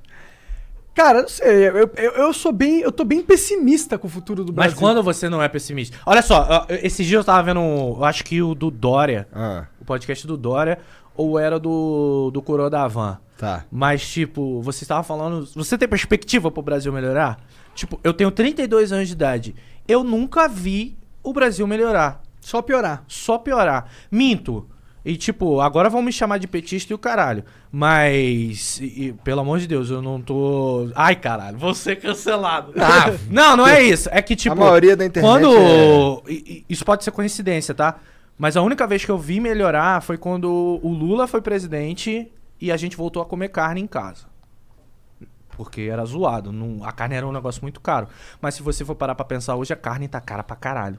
[SPEAKER 3] Cara, eu não sei. é Eu, eu, eu sou bem. Eu tô bem pessimista com o futuro do
[SPEAKER 1] Mas
[SPEAKER 3] Brasil.
[SPEAKER 1] quando você não é pessimista. Olha só, eu- eu- esses dias eu tava vendo. um- Eu acho que o do Dória.
[SPEAKER 2] Ah,
[SPEAKER 1] O podcast do Dória. Ou era do. Do Coroa da Van.
[SPEAKER 2] tá.
[SPEAKER 1] Mas, tipo, você estava falando. Você tem perspectiva pro Brasil melhorar? Tipo, eu tenho 32 anos de idade. Eu nunca vi o Brasil melhorar.
[SPEAKER 3] Só piorar.
[SPEAKER 1] Só piorar. Minto. E, tipo, agora vão me chamar de petista e o caralho. Mas, e- e, pelo amor de Deus, eu não tô. Ai, caralho, vou ser cancelado. não, não é isso. É que, tipo.
[SPEAKER 2] Ah. maioria da internet é-
[SPEAKER 1] Quando. e- e- Isso pode ser coincidência, tá? Mas a única vez que eu vi melhorar foi quando o Lula foi presidente e a gente voltou a comer carne em casa. Porque era zoado. não- a carne era um negócio muito caro. Mas se você for parar pra pensar hoje, a carne tá cara pra caralho.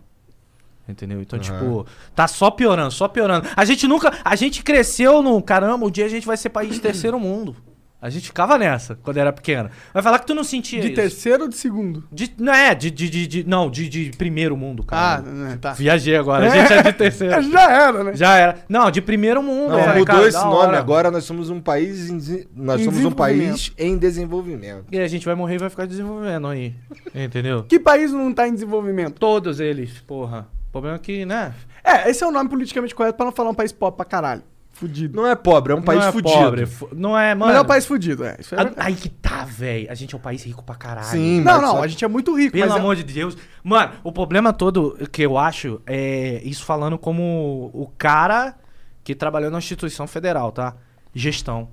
[SPEAKER 1] Entendeu? Então, tipo, tá só piorando, só piorando. A gente nunca. A gente cresceu no caramba, um dia a gente vai ser país de terceiro mundo. A gente ficava nessa quando era pequeno. Vai falar que tu não sentia
[SPEAKER 3] De
[SPEAKER 1] isso.
[SPEAKER 3] terceiro ou de segundo?
[SPEAKER 1] De- não é, de, de, de- de- não, de, de primeiro mundo, cara.
[SPEAKER 3] né,
[SPEAKER 2] Ah.
[SPEAKER 3] tá.
[SPEAKER 1] Viajei agora, a gente é de terceiro.
[SPEAKER 3] Já era, né?
[SPEAKER 1] Já era. Não, de primeiro mundo.
[SPEAKER 2] Não,
[SPEAKER 1] é,
[SPEAKER 2] mudou
[SPEAKER 1] cara,
[SPEAKER 2] esse
[SPEAKER 1] da
[SPEAKER 2] nome.
[SPEAKER 1] hora.
[SPEAKER 2] Agora nós somos um país em, desen- nós
[SPEAKER 3] Em
[SPEAKER 2] somos um país
[SPEAKER 3] desenvolvimento.
[SPEAKER 2] em desenvolvimento.
[SPEAKER 1] E a gente vai morrer e vai ficar desenvolvendo aí. Entendeu?
[SPEAKER 3] Que país não tá em desenvolvimento?
[SPEAKER 1] Todos eles, porra. O problema é que, né?
[SPEAKER 3] É, esse é o nome politicamente correto pra não falar um país pobre pra caralho. Fudido.
[SPEAKER 2] Não é pobre, é um país
[SPEAKER 1] não é
[SPEAKER 2] fudido.
[SPEAKER 1] pobre, fu- não é, mano.
[SPEAKER 3] Mas é um país fudido, é. Isso é
[SPEAKER 1] A-
[SPEAKER 3] verdade.
[SPEAKER 1] Aí que tá, velho. A gente é um país rico pra caralho.
[SPEAKER 2] Sim,
[SPEAKER 3] Não,
[SPEAKER 2] mas
[SPEAKER 3] não,
[SPEAKER 2] só-
[SPEAKER 3] a gente é muito rico,
[SPEAKER 1] Pelo
[SPEAKER 3] mas é-
[SPEAKER 1] amor de Deus. Mano, o problema todo que eu acho é isso falando como o cara que trabalhou na instituição federal, tá? Gestão.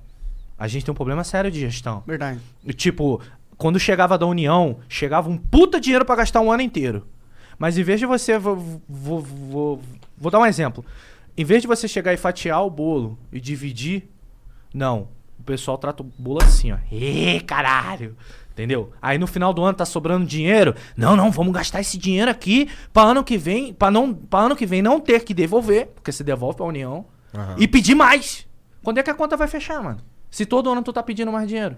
[SPEAKER 1] A gente tem um problema sério de gestão.
[SPEAKER 3] Verdade.
[SPEAKER 1] E, Tipo, Quando chegava da União, chegava um puta dinheiro pra gastar um ano inteiro. Mas em vez de você. Vou, vou, vou, vou dar um exemplo. Em vez de você chegar e fatiar o bolo e dividir, não. O pessoal trata o bolo assim, ó. Ê, caralho! Entendeu? Aí no final do ano tá sobrando dinheiro. Não, não, vamos gastar esse dinheiro aqui pra ano que vem, pra não, pra ano que vem não ter que devolver, porque se devolve pra União, e pedir mais. Quando é que a conta vai fechar, mano? Se todo ano tu tá pedindo mais dinheiro.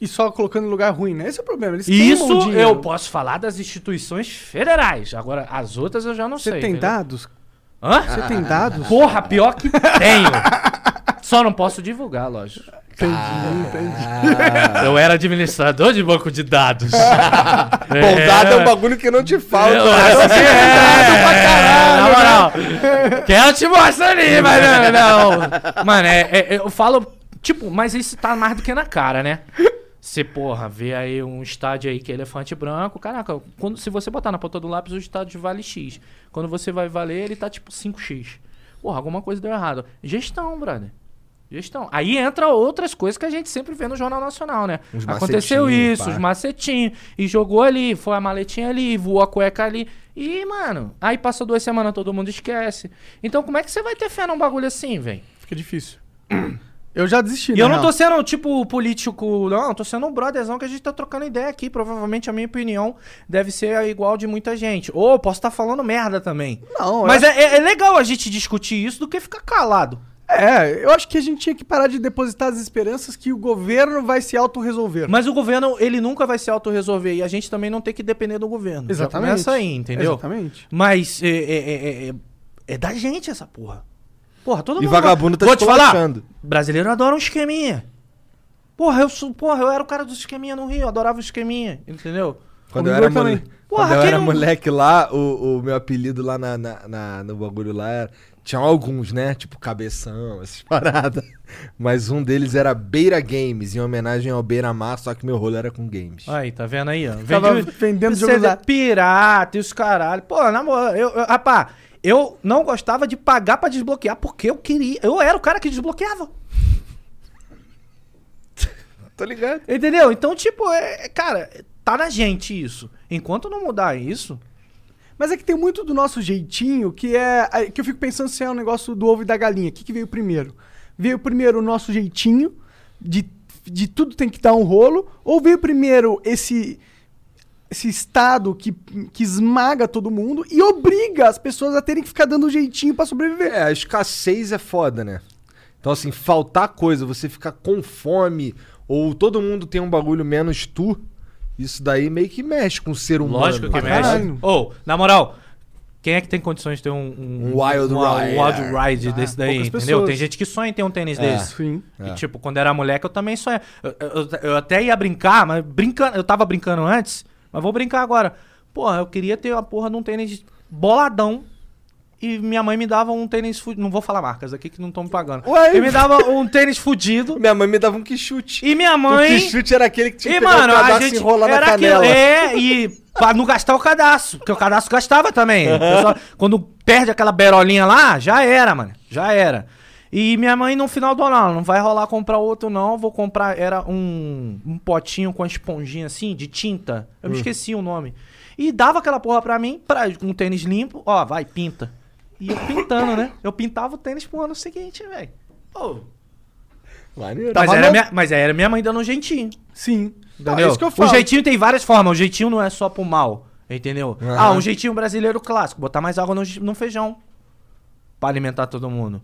[SPEAKER 3] E só colocando em lugar ruim, né? Esse é o problema. Eles queimam o
[SPEAKER 1] Isso
[SPEAKER 3] dinheiro.
[SPEAKER 1] eu posso falar das instituições federais. Agora, as outras eu já não
[SPEAKER 3] Você
[SPEAKER 1] sei.
[SPEAKER 3] tem
[SPEAKER 1] entendeu?
[SPEAKER 3] dados?
[SPEAKER 1] Hã?
[SPEAKER 3] Você tem dados?
[SPEAKER 1] Porra, pior que tenho. Só não posso divulgar, lógico.
[SPEAKER 3] Entendi, entendi.
[SPEAKER 10] Eu era administrador de banco de dados.
[SPEAKER 2] Bom, dado é um bagulho que não te falta.
[SPEAKER 10] Eu era-
[SPEAKER 1] assim, é. Na moral, é quero te mostrar ali, mas não, não. Mano, é- é- eu falo, tipo, mas isso tá mais do que na cara, né? Você, porra, vê aí um estádio aí que é elefante branco, caraca, quando, se você botar na ponta do lápis, o estádio vale X. Quando você vai valer, ele tá tipo 5X. Porra, alguma coisa deu errado. Gestão, brother. Gestão. Aí entra outras coisas que a gente sempre vê no Jornal Nacional, né?
[SPEAKER 2] Uns
[SPEAKER 1] Aconteceu
[SPEAKER 2] macetinhos,
[SPEAKER 1] isso,
[SPEAKER 2] pá.
[SPEAKER 1] os macetinhos. E jogou ali, foi a maletinha ali, voou a cueca ali. E, mano, aí passa duas semanas, todo mundo esquece. Então, como é que você vai ter fé num bagulho assim, velho?
[SPEAKER 3] Fica difícil. Eu já desisti,
[SPEAKER 1] E eu não tô sendo, tipo, político, não. Eu tô sendo um brotherzão que a gente tá trocando ideia aqui. Provavelmente a minha opinião deve ser a igual de muita gente. Ou eu posso estar falando merda também.
[SPEAKER 3] Não,
[SPEAKER 1] Mas é, é- é legal a gente discutir isso do que ficar calado.
[SPEAKER 3] É, eu acho que a gente tinha que parar de depositar as esperanças que o governo vai se autorresolver.
[SPEAKER 1] Mas o governo, ele nunca vai se autorresolver. E a gente também não tem que depender do governo. Já começa aí, entendeu?
[SPEAKER 3] Exatamente.
[SPEAKER 1] Mas é, é- é- é- é da gente essa porra. Porra, todo
[SPEAKER 2] E
[SPEAKER 1] mundo.
[SPEAKER 2] vagabundo tá
[SPEAKER 1] Vou
[SPEAKER 2] se
[SPEAKER 1] te falar.
[SPEAKER 2] colachando.
[SPEAKER 1] Brasileiro adora um esqueminha. Porra, eu sou, porra, eu era o cara dos esqueminha no Rio, eu adorava o esqueminha, entendeu?
[SPEAKER 2] Quando eu
[SPEAKER 3] Comigo
[SPEAKER 2] era,
[SPEAKER 3] eu também.
[SPEAKER 2] mole...
[SPEAKER 1] Porra,
[SPEAKER 2] Quando eu
[SPEAKER 1] quem
[SPEAKER 2] era
[SPEAKER 1] não-
[SPEAKER 2] moleque lá, o, o meu apelido lá na, na- na- no bagulho lá era... Tinha alguns, né? Tipo Cabeção, essas paradas. Mas um deles era Beira Games, em homenagem ao Beira Mar, só que meu rolo era com games.
[SPEAKER 1] Aí, tá vendo aí, ó. Vende,
[SPEAKER 3] Tava vendendo jogo
[SPEAKER 1] CD
[SPEAKER 3] usado.
[SPEAKER 1] pirata e os caralho. Pô, na moral, eu, eu, rapá, eu não gostava de pagar pra desbloquear porque eu queria. Eu era o cara que desbloqueava.
[SPEAKER 2] Tô ligado.
[SPEAKER 1] Entendeu? Então, tipo, é, é- cara, tá na gente isso. Enquanto não mudar isso,
[SPEAKER 3] Mas é que tem muito do nosso jeitinho que é. que eu fico pensando se é um negócio do ovo e da galinha. O que, que veio primeiro? Veio primeiro o nosso jeitinho de, de tudo tem que dar um rolo? Ou veio primeiro esse. Esse estado que, que esmaga todo mundo e obriga as pessoas a terem que ficar dando um jeitinho pra sobreviver.
[SPEAKER 2] É, a escassez é foda, né? Então, assim, faltar coisa, você ficar com fome, ou todo mundo tem um bagulho menos tu, isso daí meio que mexe com o ser humano.
[SPEAKER 1] lógico que
[SPEAKER 2] Pra
[SPEAKER 1] mexe.
[SPEAKER 3] caralho.
[SPEAKER 1] Ou, na moral, quem é que tem condições de ter um, um,
[SPEAKER 2] Um wild
[SPEAKER 1] um
[SPEAKER 2] ride. é.
[SPEAKER 1] wild ride desse daí,
[SPEAKER 3] poucas
[SPEAKER 1] entendeu?
[SPEAKER 3] pessoas.
[SPEAKER 1] Tem gente que sonha em ter um tênis desse.
[SPEAKER 3] Sim.
[SPEAKER 2] É.
[SPEAKER 1] E, tipo, quando era moleque, eu também sonhava. Eu, eu- eu até ia brincar, mas brincando, eu tava brincando antes, mas vou brincar agora. Porra, eu queria ter a porra de um tênis boladão. E minha mãe me dava um tênis fudido. Não vou falar marcas aqui que não estão me pagando.
[SPEAKER 2] Ué?
[SPEAKER 1] E me dava um tênis fudido.
[SPEAKER 2] Minha mãe me dava um que chute.
[SPEAKER 1] E minha
[SPEAKER 2] Então, O
[SPEAKER 1] mãe.
[SPEAKER 2] que chute era aquele que
[SPEAKER 1] E,
[SPEAKER 2] tinha que pegar
[SPEAKER 1] mano,
[SPEAKER 2] o
[SPEAKER 1] a
[SPEAKER 2] pedaço e
[SPEAKER 1] gente.
[SPEAKER 2] enrolar na
[SPEAKER 1] Era aquilo.
[SPEAKER 2] canela.
[SPEAKER 1] É, e pra não gastar o cadastro. Porque o cadastro gastava também. O pessoal, quando perde aquela berolinha lá, já era, mano. Já era. E minha mãe, no final do ano, "Ah, não vai rolar comprar outro, não. Vou comprar. Era um, um potinho com a esponjinha assim, de tinta. Eu me esqueci o nome. E dava aquela porra pra mim, pra, com o tênis limpo. Ó, vai, pinta. E eu pintando, né? Eu pintava o tênis pro ano seguinte, velho. Pô.
[SPEAKER 2] Maneiro.
[SPEAKER 1] Mas,
[SPEAKER 2] Tava
[SPEAKER 1] era
[SPEAKER 2] no-
[SPEAKER 1] minha- mas era minha mãe dando um jeitinho.
[SPEAKER 3] Sim.
[SPEAKER 1] Entendeu?
[SPEAKER 3] Então, isso que eu
[SPEAKER 1] O
[SPEAKER 3] falo.
[SPEAKER 1] jeitinho tem várias formas. O jeitinho não é só pro mal. Entendeu?
[SPEAKER 2] Aham.
[SPEAKER 1] Ah, um jeitinho brasileiro clássico. Botar mais água no, ge- no feijão. Pra alimentar todo mundo.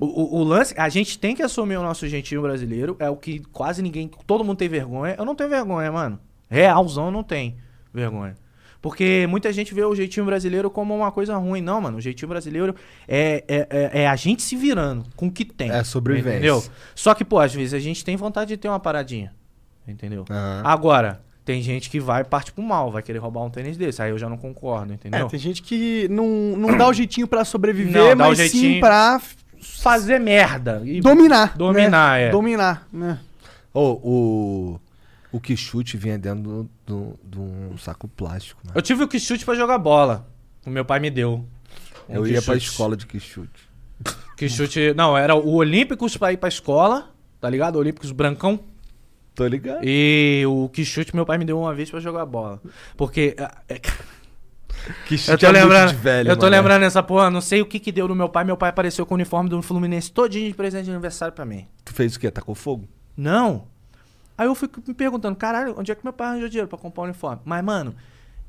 [SPEAKER 1] O, o- o lance... A gente tem que assumir o nosso jeitinho brasileiro. É o que quase ninguém... Todo mundo tem vergonha. Eu não tenho vergonha, mano. Realzão não tem vergonha. Porque muita gente vê o jeitinho brasileiro como uma coisa ruim. Não, mano. O jeitinho brasileiro é, é, é- é a gente se virando com o que tem.
[SPEAKER 2] É sobrevivência.
[SPEAKER 1] Entendeu? Só que, pô, às vezes a gente tem vontade de ter uma paradinha. Entendeu?
[SPEAKER 2] Aham.
[SPEAKER 1] Agora, tem gente que vai e parte pro mal, vai querer roubar um tênis desse. Aí eu já não concordo,
[SPEAKER 3] É,
[SPEAKER 1] entendeu?
[SPEAKER 3] tem gente que não, não dá o jeitinho pra
[SPEAKER 1] Não,
[SPEAKER 3] sobreviver,
[SPEAKER 1] dá o
[SPEAKER 3] mas sim
[SPEAKER 1] jeitinho.
[SPEAKER 3] pra f-
[SPEAKER 1] Fazer merda. E
[SPEAKER 3] dominar. né?
[SPEAKER 1] Dominar, é.
[SPEAKER 3] Dominar, né?
[SPEAKER 2] Ô, o... O que chute vinha dentro de um- de um saco plástico, mano.
[SPEAKER 1] Eu tive o que chute pra jogar bola. O meu pai me deu. Um
[SPEAKER 2] Eu ia pra
[SPEAKER 1] quichute.
[SPEAKER 2] escola de que chute.
[SPEAKER 1] Que chute. Não, era o Olímpicos pra ir pra escola, tá ligado? Olímpicos brancão.
[SPEAKER 2] Tô ligado.
[SPEAKER 1] E o que chute meu pai me deu uma vez pra jogar bola. Porque. ah, é,
[SPEAKER 2] Que
[SPEAKER 1] Eu
[SPEAKER 2] chute
[SPEAKER 1] tô
[SPEAKER 2] é muito
[SPEAKER 1] lembrando.
[SPEAKER 2] de velho,
[SPEAKER 1] eu tô
[SPEAKER 2] mané.
[SPEAKER 1] lembrando essa porra, não sei o que que deu no meu pai. Meu pai apareceu com o uniforme do Fluminense todinho de presente de aniversário pra mim.
[SPEAKER 2] Tu fez o quê? Tacou fogo?
[SPEAKER 1] Não. Aí eu fico me perguntando, caralho, onde é que meu pai arranjou dinheiro pra comprar o uniforme? Mas, mano,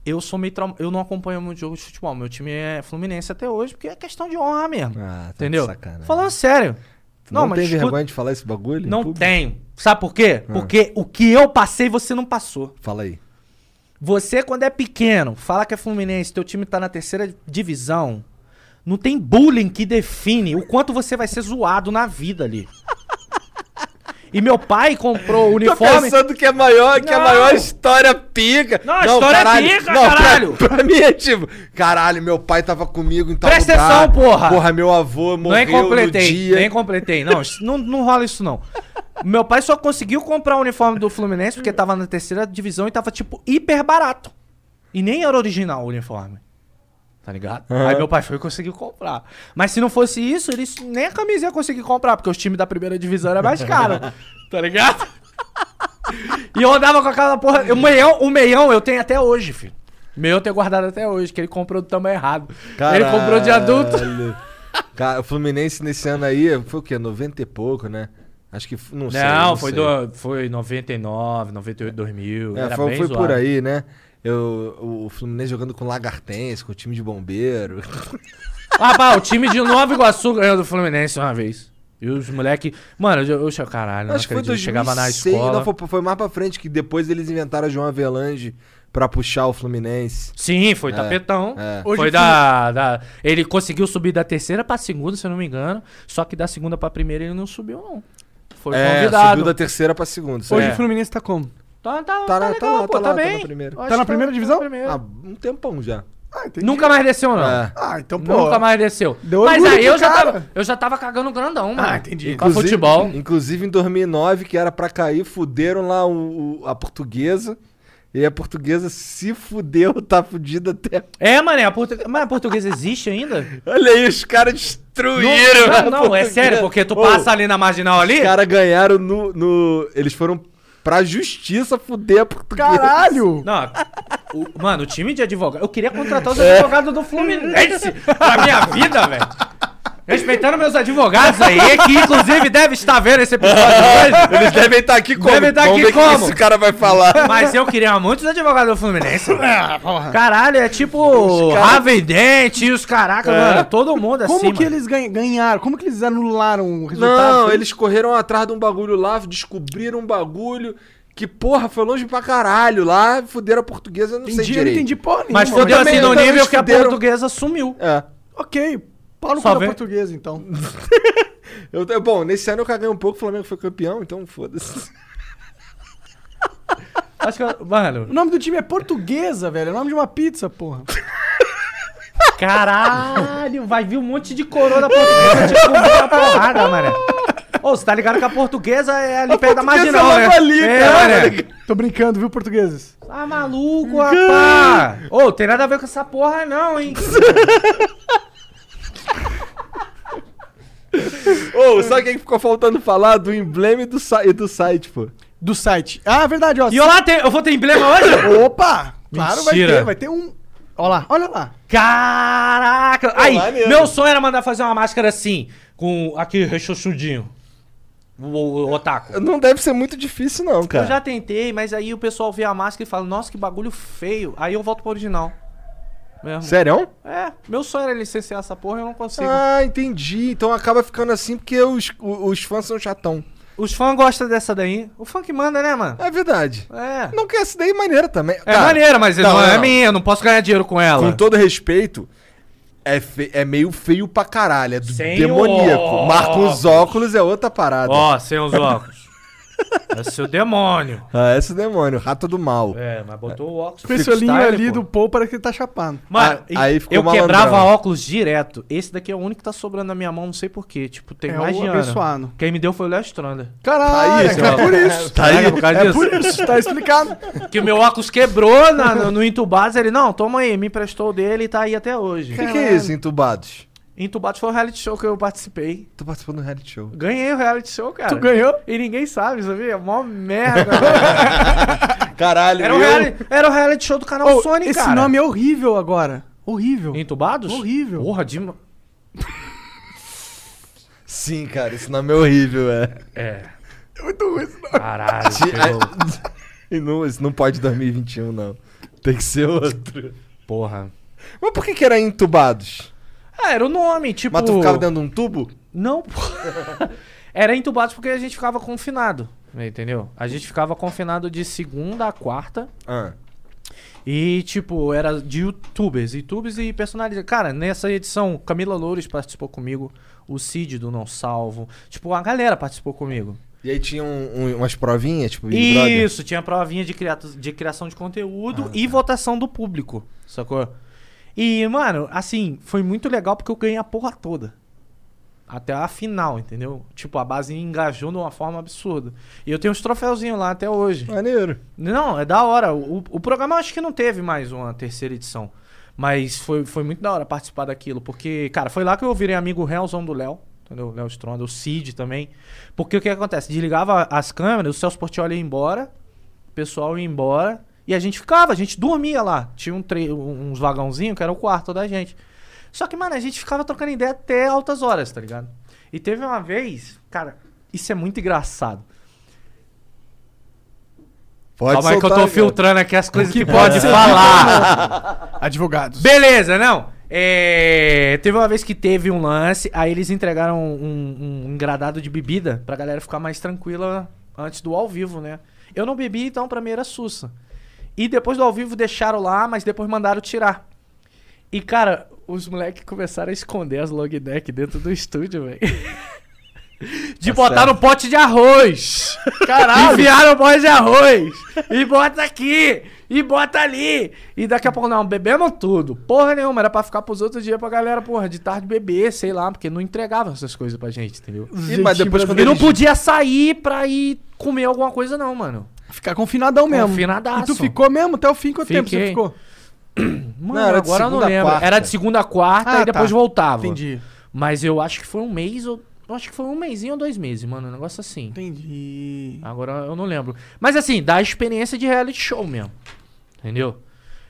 [SPEAKER 1] eu sou meio trauma... Eu não acompanho muito jogo de futebol. Meu time é Fluminense até hoje, porque é questão de honra mesmo.
[SPEAKER 2] Ah, tá de
[SPEAKER 1] entendeu?
[SPEAKER 2] sacanagem.
[SPEAKER 1] Falando sério.
[SPEAKER 2] Tu não, tem
[SPEAKER 1] escuta-
[SPEAKER 2] vergonha de falar esse bagulho? em
[SPEAKER 1] Não
[SPEAKER 2] público? Ah.
[SPEAKER 1] tenho. Sabe por quê? Porque o que eu passei, você não passou.
[SPEAKER 2] Fala aí.
[SPEAKER 1] Você, quando é pequeno, fala que é Fluminense, teu time tá na terceira divisão. Não tem bullying que define o quanto você vai ser zoado na vida ali. E meu pai comprou o uniforme.
[SPEAKER 2] que é maior, que
[SPEAKER 1] a maior
[SPEAKER 2] história pica.
[SPEAKER 1] Não, a história é pica,
[SPEAKER 2] pra-
[SPEAKER 1] caralho.
[SPEAKER 2] Pra, mim é tipo, caralho, meu pai tava comigo em tal
[SPEAKER 1] Presta
[SPEAKER 2] lugar.
[SPEAKER 1] atenção, porra.
[SPEAKER 2] Porra, meu avô morreu
[SPEAKER 1] Nem completei,
[SPEAKER 2] no dia.
[SPEAKER 1] nem completei. Não, isso- não, não rola isso não. Meu pai só conseguiu comprar o uniforme do Fluminense porque tava na terceira divisão e tava, tipo, hiper barato. E nem era original o uniforme. Tá ligado? Aí meu pai foi e conseguiu comprar. Mas se não fosse isso, ele s- nem a camisa ia conseguir comprar, porque os times da primeira divisão eram mais caros. tá ligado? E eu andava com aquela porra. O meião, o meião eu tenho até hoje, filho. Meu eu tenho guardado até hoje, que ele comprou do tamanho errado. Ele comprou de adulto.
[SPEAKER 2] Caralho. Cara, o Fluminense nesse ano aí foi o quê? 90 e pouco, né? Acho que f- não, sei.
[SPEAKER 1] Não, foi,
[SPEAKER 2] sei.
[SPEAKER 1] do, foi 99, 98, 2000.
[SPEAKER 2] É,
[SPEAKER 1] era
[SPEAKER 2] foi,
[SPEAKER 1] bem
[SPEAKER 2] foi por
[SPEAKER 1] zoado.
[SPEAKER 2] aí, né? Eu, o- o Fluminense jogando com Lagartense, com o time de bombeiro.
[SPEAKER 1] Ah, pá, o time de Nova Iguaçu ganhou do Fluminense uma vez. E os moleque... Mano, eu, eu, eu caralho, não
[SPEAKER 2] Acho que foi
[SPEAKER 1] acredito.
[SPEAKER 2] 2006,
[SPEAKER 1] Chegava na escola...
[SPEAKER 2] Não, foi, foi mais pra frente que depois eles inventaram João Avelange pra puxar o Fluminense.
[SPEAKER 1] Sim, foi tapetão.
[SPEAKER 2] é.
[SPEAKER 1] Foi
[SPEAKER 3] Hoje
[SPEAKER 1] da, da... Ele conseguiu subir da terceira pra segunda, se eu não me engano. Só que da segunda pra primeira ele não subiu, não. Foi convidado.
[SPEAKER 2] É, subiu da terceira pra segunda.
[SPEAKER 3] Hoje
[SPEAKER 2] certo?
[SPEAKER 3] o Fluminense tá como?
[SPEAKER 1] Tá, tá,
[SPEAKER 2] Tá
[SPEAKER 1] tá,
[SPEAKER 2] lá,
[SPEAKER 1] legal,
[SPEAKER 2] tá lá,
[SPEAKER 1] pô,
[SPEAKER 2] tá
[SPEAKER 1] tá,
[SPEAKER 2] lá, tá na
[SPEAKER 1] bem.
[SPEAKER 2] primeira.
[SPEAKER 1] Acho
[SPEAKER 3] Tá na
[SPEAKER 1] que
[SPEAKER 3] primeira divisão?
[SPEAKER 1] primeira.
[SPEAKER 2] Ah, um tempão já.
[SPEAKER 3] Ah, entendi.
[SPEAKER 1] Nunca mais desceu, não.
[SPEAKER 2] É.
[SPEAKER 3] Ah, então, pô.
[SPEAKER 1] Nunca mais desceu.
[SPEAKER 3] Deu
[SPEAKER 1] Mas
[SPEAKER 3] orgulho
[SPEAKER 1] aí
[SPEAKER 3] pro
[SPEAKER 1] eu já,
[SPEAKER 3] cara.
[SPEAKER 1] tava, eu já tava cagando grandão, mano.
[SPEAKER 3] Ah, entendi.
[SPEAKER 1] Pra futebol.
[SPEAKER 2] Inclusive em 2009, que era pra cair, fuderam lá o, o- a portuguesa. E a portuguesa se fudeu, tá fudida até.
[SPEAKER 1] É, mané, a portu... mas a portuguesa existe ainda?
[SPEAKER 2] Olha aí, os caras
[SPEAKER 1] Não,
[SPEAKER 2] destruíram. a
[SPEAKER 1] não, é
[SPEAKER 2] portuguesa.
[SPEAKER 1] sério, porque tu
[SPEAKER 2] Ô,
[SPEAKER 1] passa ali na marginal ali.
[SPEAKER 2] Os caras ganharam no, no- Eles foram pra justiça fuder a portuguesa.
[SPEAKER 3] Caralho!
[SPEAKER 1] Não, o- mano, o time de advogado. Eu queria contratar
[SPEAKER 3] É.
[SPEAKER 1] os advogados do Fluminense pra minha vida, velho. Respeitando meus advogados aí, que inclusive deve estar vendo esse episódio hoje.
[SPEAKER 2] Eles É. devem estar aqui como?
[SPEAKER 1] Devem tá
[SPEAKER 2] Vamos
[SPEAKER 1] aqui
[SPEAKER 2] ver o que
[SPEAKER 1] como?
[SPEAKER 2] esse cara vai falar.
[SPEAKER 1] Mas eu queria muitos advogados do Fluminense. Caralho, é tipo
[SPEAKER 2] caras-
[SPEAKER 1] Raven Dente e os caracas,
[SPEAKER 2] É.
[SPEAKER 1] mano. Todo mundo assim.
[SPEAKER 3] Como que
[SPEAKER 1] mano.
[SPEAKER 3] eles ganha- ganharam? Como que eles anularam o resultado?
[SPEAKER 2] Não,
[SPEAKER 3] Tá, Foi-
[SPEAKER 2] eles correram atrás de um bagulho lá, descobriram um bagulho que, porra, foi longe pra caralho lá, fuderam a portuguesa, eu não sei
[SPEAKER 3] Entendi, eu não
[SPEAKER 2] direito.
[SPEAKER 3] entendi porra nenhuma.
[SPEAKER 1] Mas fodeu
[SPEAKER 2] também-
[SPEAKER 1] assim no
[SPEAKER 2] também
[SPEAKER 1] nível que a
[SPEAKER 2] fuderam.
[SPEAKER 1] portuguesa sumiu.
[SPEAKER 2] É.
[SPEAKER 3] Ok, pau no
[SPEAKER 1] Só
[SPEAKER 3] cu da
[SPEAKER 1] vem-
[SPEAKER 3] portuguesa, então.
[SPEAKER 2] Eu, eu- bom, nesse ano eu caguei um pouco, o Flamengo foi campeão, então foda-se.
[SPEAKER 1] Acho que. eu- Mano.
[SPEAKER 3] O nome do time é portuguesa, velho. É o nome de uma pizza, porra.
[SPEAKER 1] Caralho, vai vir um monte de corona portuguesa te comer a porrada, mané. Ô, você tá ligado que a portuguesa é ali perto da
[SPEAKER 2] portuguesa
[SPEAKER 1] marginal,
[SPEAKER 2] é
[SPEAKER 1] né?
[SPEAKER 2] logo ali,
[SPEAKER 1] é,
[SPEAKER 2] cara.
[SPEAKER 1] mané.
[SPEAKER 3] Tô brincando, viu, portugueses?
[SPEAKER 1] Tá maluco, rapá? Ô, tem nada a ver com essa porra não, hein?
[SPEAKER 2] Ô, sabe quem ficou faltando falar? Do emblema e do, sa- e do tipo, site, pô.
[SPEAKER 3] Do site. Ah, verdade, ó.
[SPEAKER 1] E eu lá, tem, eu vou ter emblema hoje?
[SPEAKER 3] Opa! Claro, vai
[SPEAKER 1] Mentira.
[SPEAKER 3] ter, vai ter um. Olha lá, olha lá.
[SPEAKER 1] Caraca! Aí,
[SPEAKER 2] maneiro.
[SPEAKER 1] meu sonho era mandar fazer uma máscara assim, com aqui, rechuchudinho. O, o, o otaku.
[SPEAKER 2] Não deve ser muito difícil, não, cara.
[SPEAKER 1] Eu já tentei, mas aí o pessoal vê a máscara e fala, nossa, que bagulho feio. Aí eu volto pro original. Mesmo.
[SPEAKER 2] Sério?
[SPEAKER 1] É, meu sonho era licenciar essa porra e eu não consigo.
[SPEAKER 2] Ah, entendi. Então acaba ficando assim porque os, o- os fãs são chatão.
[SPEAKER 1] Os fãs gostam dessa daí. O fã que manda, né, mano?
[SPEAKER 2] É verdade.
[SPEAKER 1] É.
[SPEAKER 2] Não que essa daí é maneira também.
[SPEAKER 1] É maneira, mas não,
[SPEAKER 2] não,
[SPEAKER 1] é
[SPEAKER 2] não.
[SPEAKER 1] minha, eu não posso ganhar dinheiro com ela.
[SPEAKER 2] Com todo respeito, é, fe- é meio feio pra caralho. É do
[SPEAKER 1] Sem
[SPEAKER 2] demoníaco.
[SPEAKER 1] óculos.
[SPEAKER 2] Marca os óculos, é outra parada.
[SPEAKER 1] Ó, sem os óculos. é seu demônio.
[SPEAKER 2] Ah, esse demônio, rato do mal.
[SPEAKER 1] É, mas botou o óculos.
[SPEAKER 3] Com esse olhinho ali do Paul parece que ele tá chapado.
[SPEAKER 1] Mano,
[SPEAKER 2] Ah, aí ficou
[SPEAKER 1] eu
[SPEAKER 2] malandrão.
[SPEAKER 1] quebrava óculos direto. Esse daqui é o único que tá sobrando na minha mão, não sei porquê. Tipo, tem
[SPEAKER 3] É
[SPEAKER 1] mais
[SPEAKER 3] o
[SPEAKER 1] de ano.
[SPEAKER 3] abençoado.
[SPEAKER 1] Quem me deu foi o Léo Strander.
[SPEAKER 3] Caralho,
[SPEAKER 2] Tá aí,
[SPEAKER 3] é por isso.
[SPEAKER 2] Tá aí.
[SPEAKER 1] É por causa
[SPEAKER 3] É
[SPEAKER 1] disso.
[SPEAKER 3] por isso, tá explicado.
[SPEAKER 1] Que meu óculos quebrou na- no, no entubado. Ele, não, toma aí, me emprestou o dele e tá aí até hoje.
[SPEAKER 2] O que, que é isso, é entubados?
[SPEAKER 1] Entubados foi um reality show que eu participei.
[SPEAKER 2] Tô participando do reality show.
[SPEAKER 1] Ganhei o reality show, cara.
[SPEAKER 3] Tu ganhou?
[SPEAKER 1] E ninguém sabe, sabia? Mó merda. velho.
[SPEAKER 2] Caralho,
[SPEAKER 1] era, o
[SPEAKER 2] eu-
[SPEAKER 1] reality, era o reality show do canal
[SPEAKER 3] Ô,
[SPEAKER 1] um Sony,
[SPEAKER 3] esse
[SPEAKER 1] cara.
[SPEAKER 3] nome é horrível agora. Horrível.
[SPEAKER 1] Entubados?
[SPEAKER 3] Horrível.
[SPEAKER 1] Porra, Dima.
[SPEAKER 2] Sim, cara, esse nome é horrível, é.
[SPEAKER 1] É.
[SPEAKER 3] Muito ruim esse nome.
[SPEAKER 1] Caralho.
[SPEAKER 2] Ti-
[SPEAKER 1] pegou.
[SPEAKER 2] é- E não, isso não pode 2021, não. Tem que ser outro.
[SPEAKER 1] Porra.
[SPEAKER 2] Mas por que, que era entubados?
[SPEAKER 1] Ah, era o nome, tipo.
[SPEAKER 2] Mas tu ficava dentro de um tubo?
[SPEAKER 1] Não, pô. Era entubados porque a gente ficava confinado. Entendeu? A gente ficava confinado de segunda a quarta.
[SPEAKER 2] Ah.
[SPEAKER 1] E, tipo, era de youtubers, youtubers e personalidades. Cara, nessa edição, Camila Loures participou comigo, o Cid do Não Salvo. Tipo, a galera participou comigo.
[SPEAKER 2] E aí tinha um- um- umas provinhas, tipo, Big Brother? Ah, tá.
[SPEAKER 1] Isso, tinha provinha de, criatu- de criação de conteúdo e votação do público, sacou? E, mano, assim, foi muito legal porque eu ganhei a porra toda. Até a final, entendeu? Tipo, a base engajou de uma forma absurda. E eu tenho uns troféuzinhos lá até hoje.
[SPEAKER 2] Maneiro.
[SPEAKER 1] Não, é da hora. O, o programa eu acho que não teve mais uma terceira edição. Mas foi, foi muito da hora participar daquilo. Porque, cara, foi lá que eu virei amigo realzão do Léo. Entendeu? Léo Stronda, o Cid também. Porque o que acontece? Desligava as câmeras, o Celso Portioli ia embora, o pessoal ia embora. E a gente ficava, a gente dormia lá. Tinha um tre- um- uns vagãozinhos que era o quarto da gente. Só que, mano, a gente ficava trocando ideia até altas horas, tá ligado? E teve uma vez, cara, isso é muito engraçado.
[SPEAKER 2] Pode
[SPEAKER 4] Calma aí que eu tô
[SPEAKER 2] soltar, cara.
[SPEAKER 4] filtrando aqui as coisas que pode falar.
[SPEAKER 3] Advogados.
[SPEAKER 1] Beleza, não. É, teve uma vez que teve um lance, aí eles entregaram um, um engradado de bebida pra galera ficar mais tranquila antes do ao vivo, né? Eu não bebi, então pra mim era sussa. E depois do ao vivo deixaram lá, mas depois mandaram tirar. E cara, os moleques começaram a esconder as long neck dentro do estúdio, velho. De botar no pote de arroz. Caralho. Enfiaram o pote de arroz. E bota aqui. E bota ali. E daqui a pouco, não, bebemos tudo. Porra nenhuma. Era pra ficar pros outros dias pra galera, porra, de tarde beber, sei lá. Porque não entregava essas coisas pra gente, entendeu?
[SPEAKER 2] Ih, mas depois quando
[SPEAKER 1] E não
[SPEAKER 2] eles-
[SPEAKER 1] podia sair pra ir comer alguma coisa, não, mano.
[SPEAKER 3] Ficar confinadão mesmo.
[SPEAKER 1] Confinadaço.
[SPEAKER 3] E tu ficou mesmo? Até o fim, quanto tempo você
[SPEAKER 1] Fiquei.
[SPEAKER 3] ficou?
[SPEAKER 1] Mano,
[SPEAKER 2] era de
[SPEAKER 1] agora eu não
[SPEAKER 2] segunda a
[SPEAKER 1] lembro.
[SPEAKER 2] quarta.
[SPEAKER 1] Era de segunda a quarta
[SPEAKER 3] Ah,
[SPEAKER 1] e depois
[SPEAKER 3] tá.
[SPEAKER 1] voltava.
[SPEAKER 3] Entendi.
[SPEAKER 1] Mas eu acho que foi um mês ou. eu Acho que foi um mêsinho ou dois meses, mano. Um negócio assim.
[SPEAKER 3] Entendi.
[SPEAKER 1] Agora eu não lembro. Mas assim, dá a experiência de reality show mesmo. Entendeu?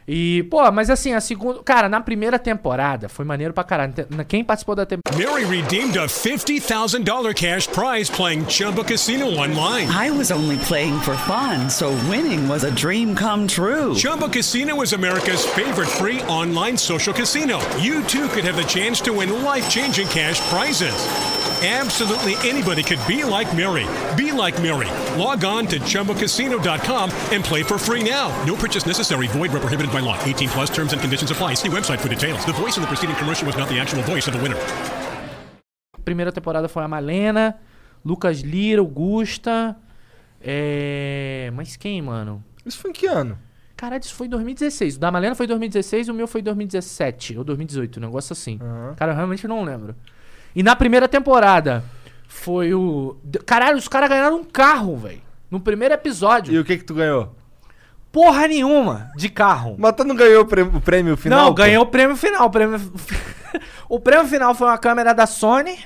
[SPEAKER 1] E, pô, mas assim, a segunda. Cara, na primeira temporada foi maneiro pra caralho. Te- na- Quem participou da temporada.
[SPEAKER 9] Mary redeemed a $50,000 cash prize playing Chumba Casino online.
[SPEAKER 11] I was only playing for fun, so winning was a dream come true.
[SPEAKER 9] Chumba Casino is America's favorite free online social casino. You too could have the chance to win life changing cash prizes. Absolutely anybody could be like Mary. Be like Mary. Log on to chumbacasino.com and play for free now. No purchase necessary. Void where prohibited by law. 18 plus terms and conditions apply. See website for details. The voice in the preceding commercial was not the actual voice of the winner.
[SPEAKER 1] A primeira temporada foi a Malena, Lucas Lira, Augusta. É. Mas quem, mano?
[SPEAKER 2] Isso foi em que ano?
[SPEAKER 1] Caralho, isso foi em 2016. O da Malena foi em 2016 e o meu foi em 2017 ou 2018, um negócio assim. Cara, eu realmente não lembro. E na primeira temporada foi o. de- Caralho, os caras ganharam um carro, velho. No primeiro episódio.
[SPEAKER 2] E o que que tu ganhou?
[SPEAKER 1] Porra nenhuma de carro.
[SPEAKER 2] Mas tu não ganhou o prêmio, o prêmio final?
[SPEAKER 1] não,
[SPEAKER 2] pô?
[SPEAKER 1] ganhou o prêmio final. O prêmio... o prêmio final foi uma câmera da Sony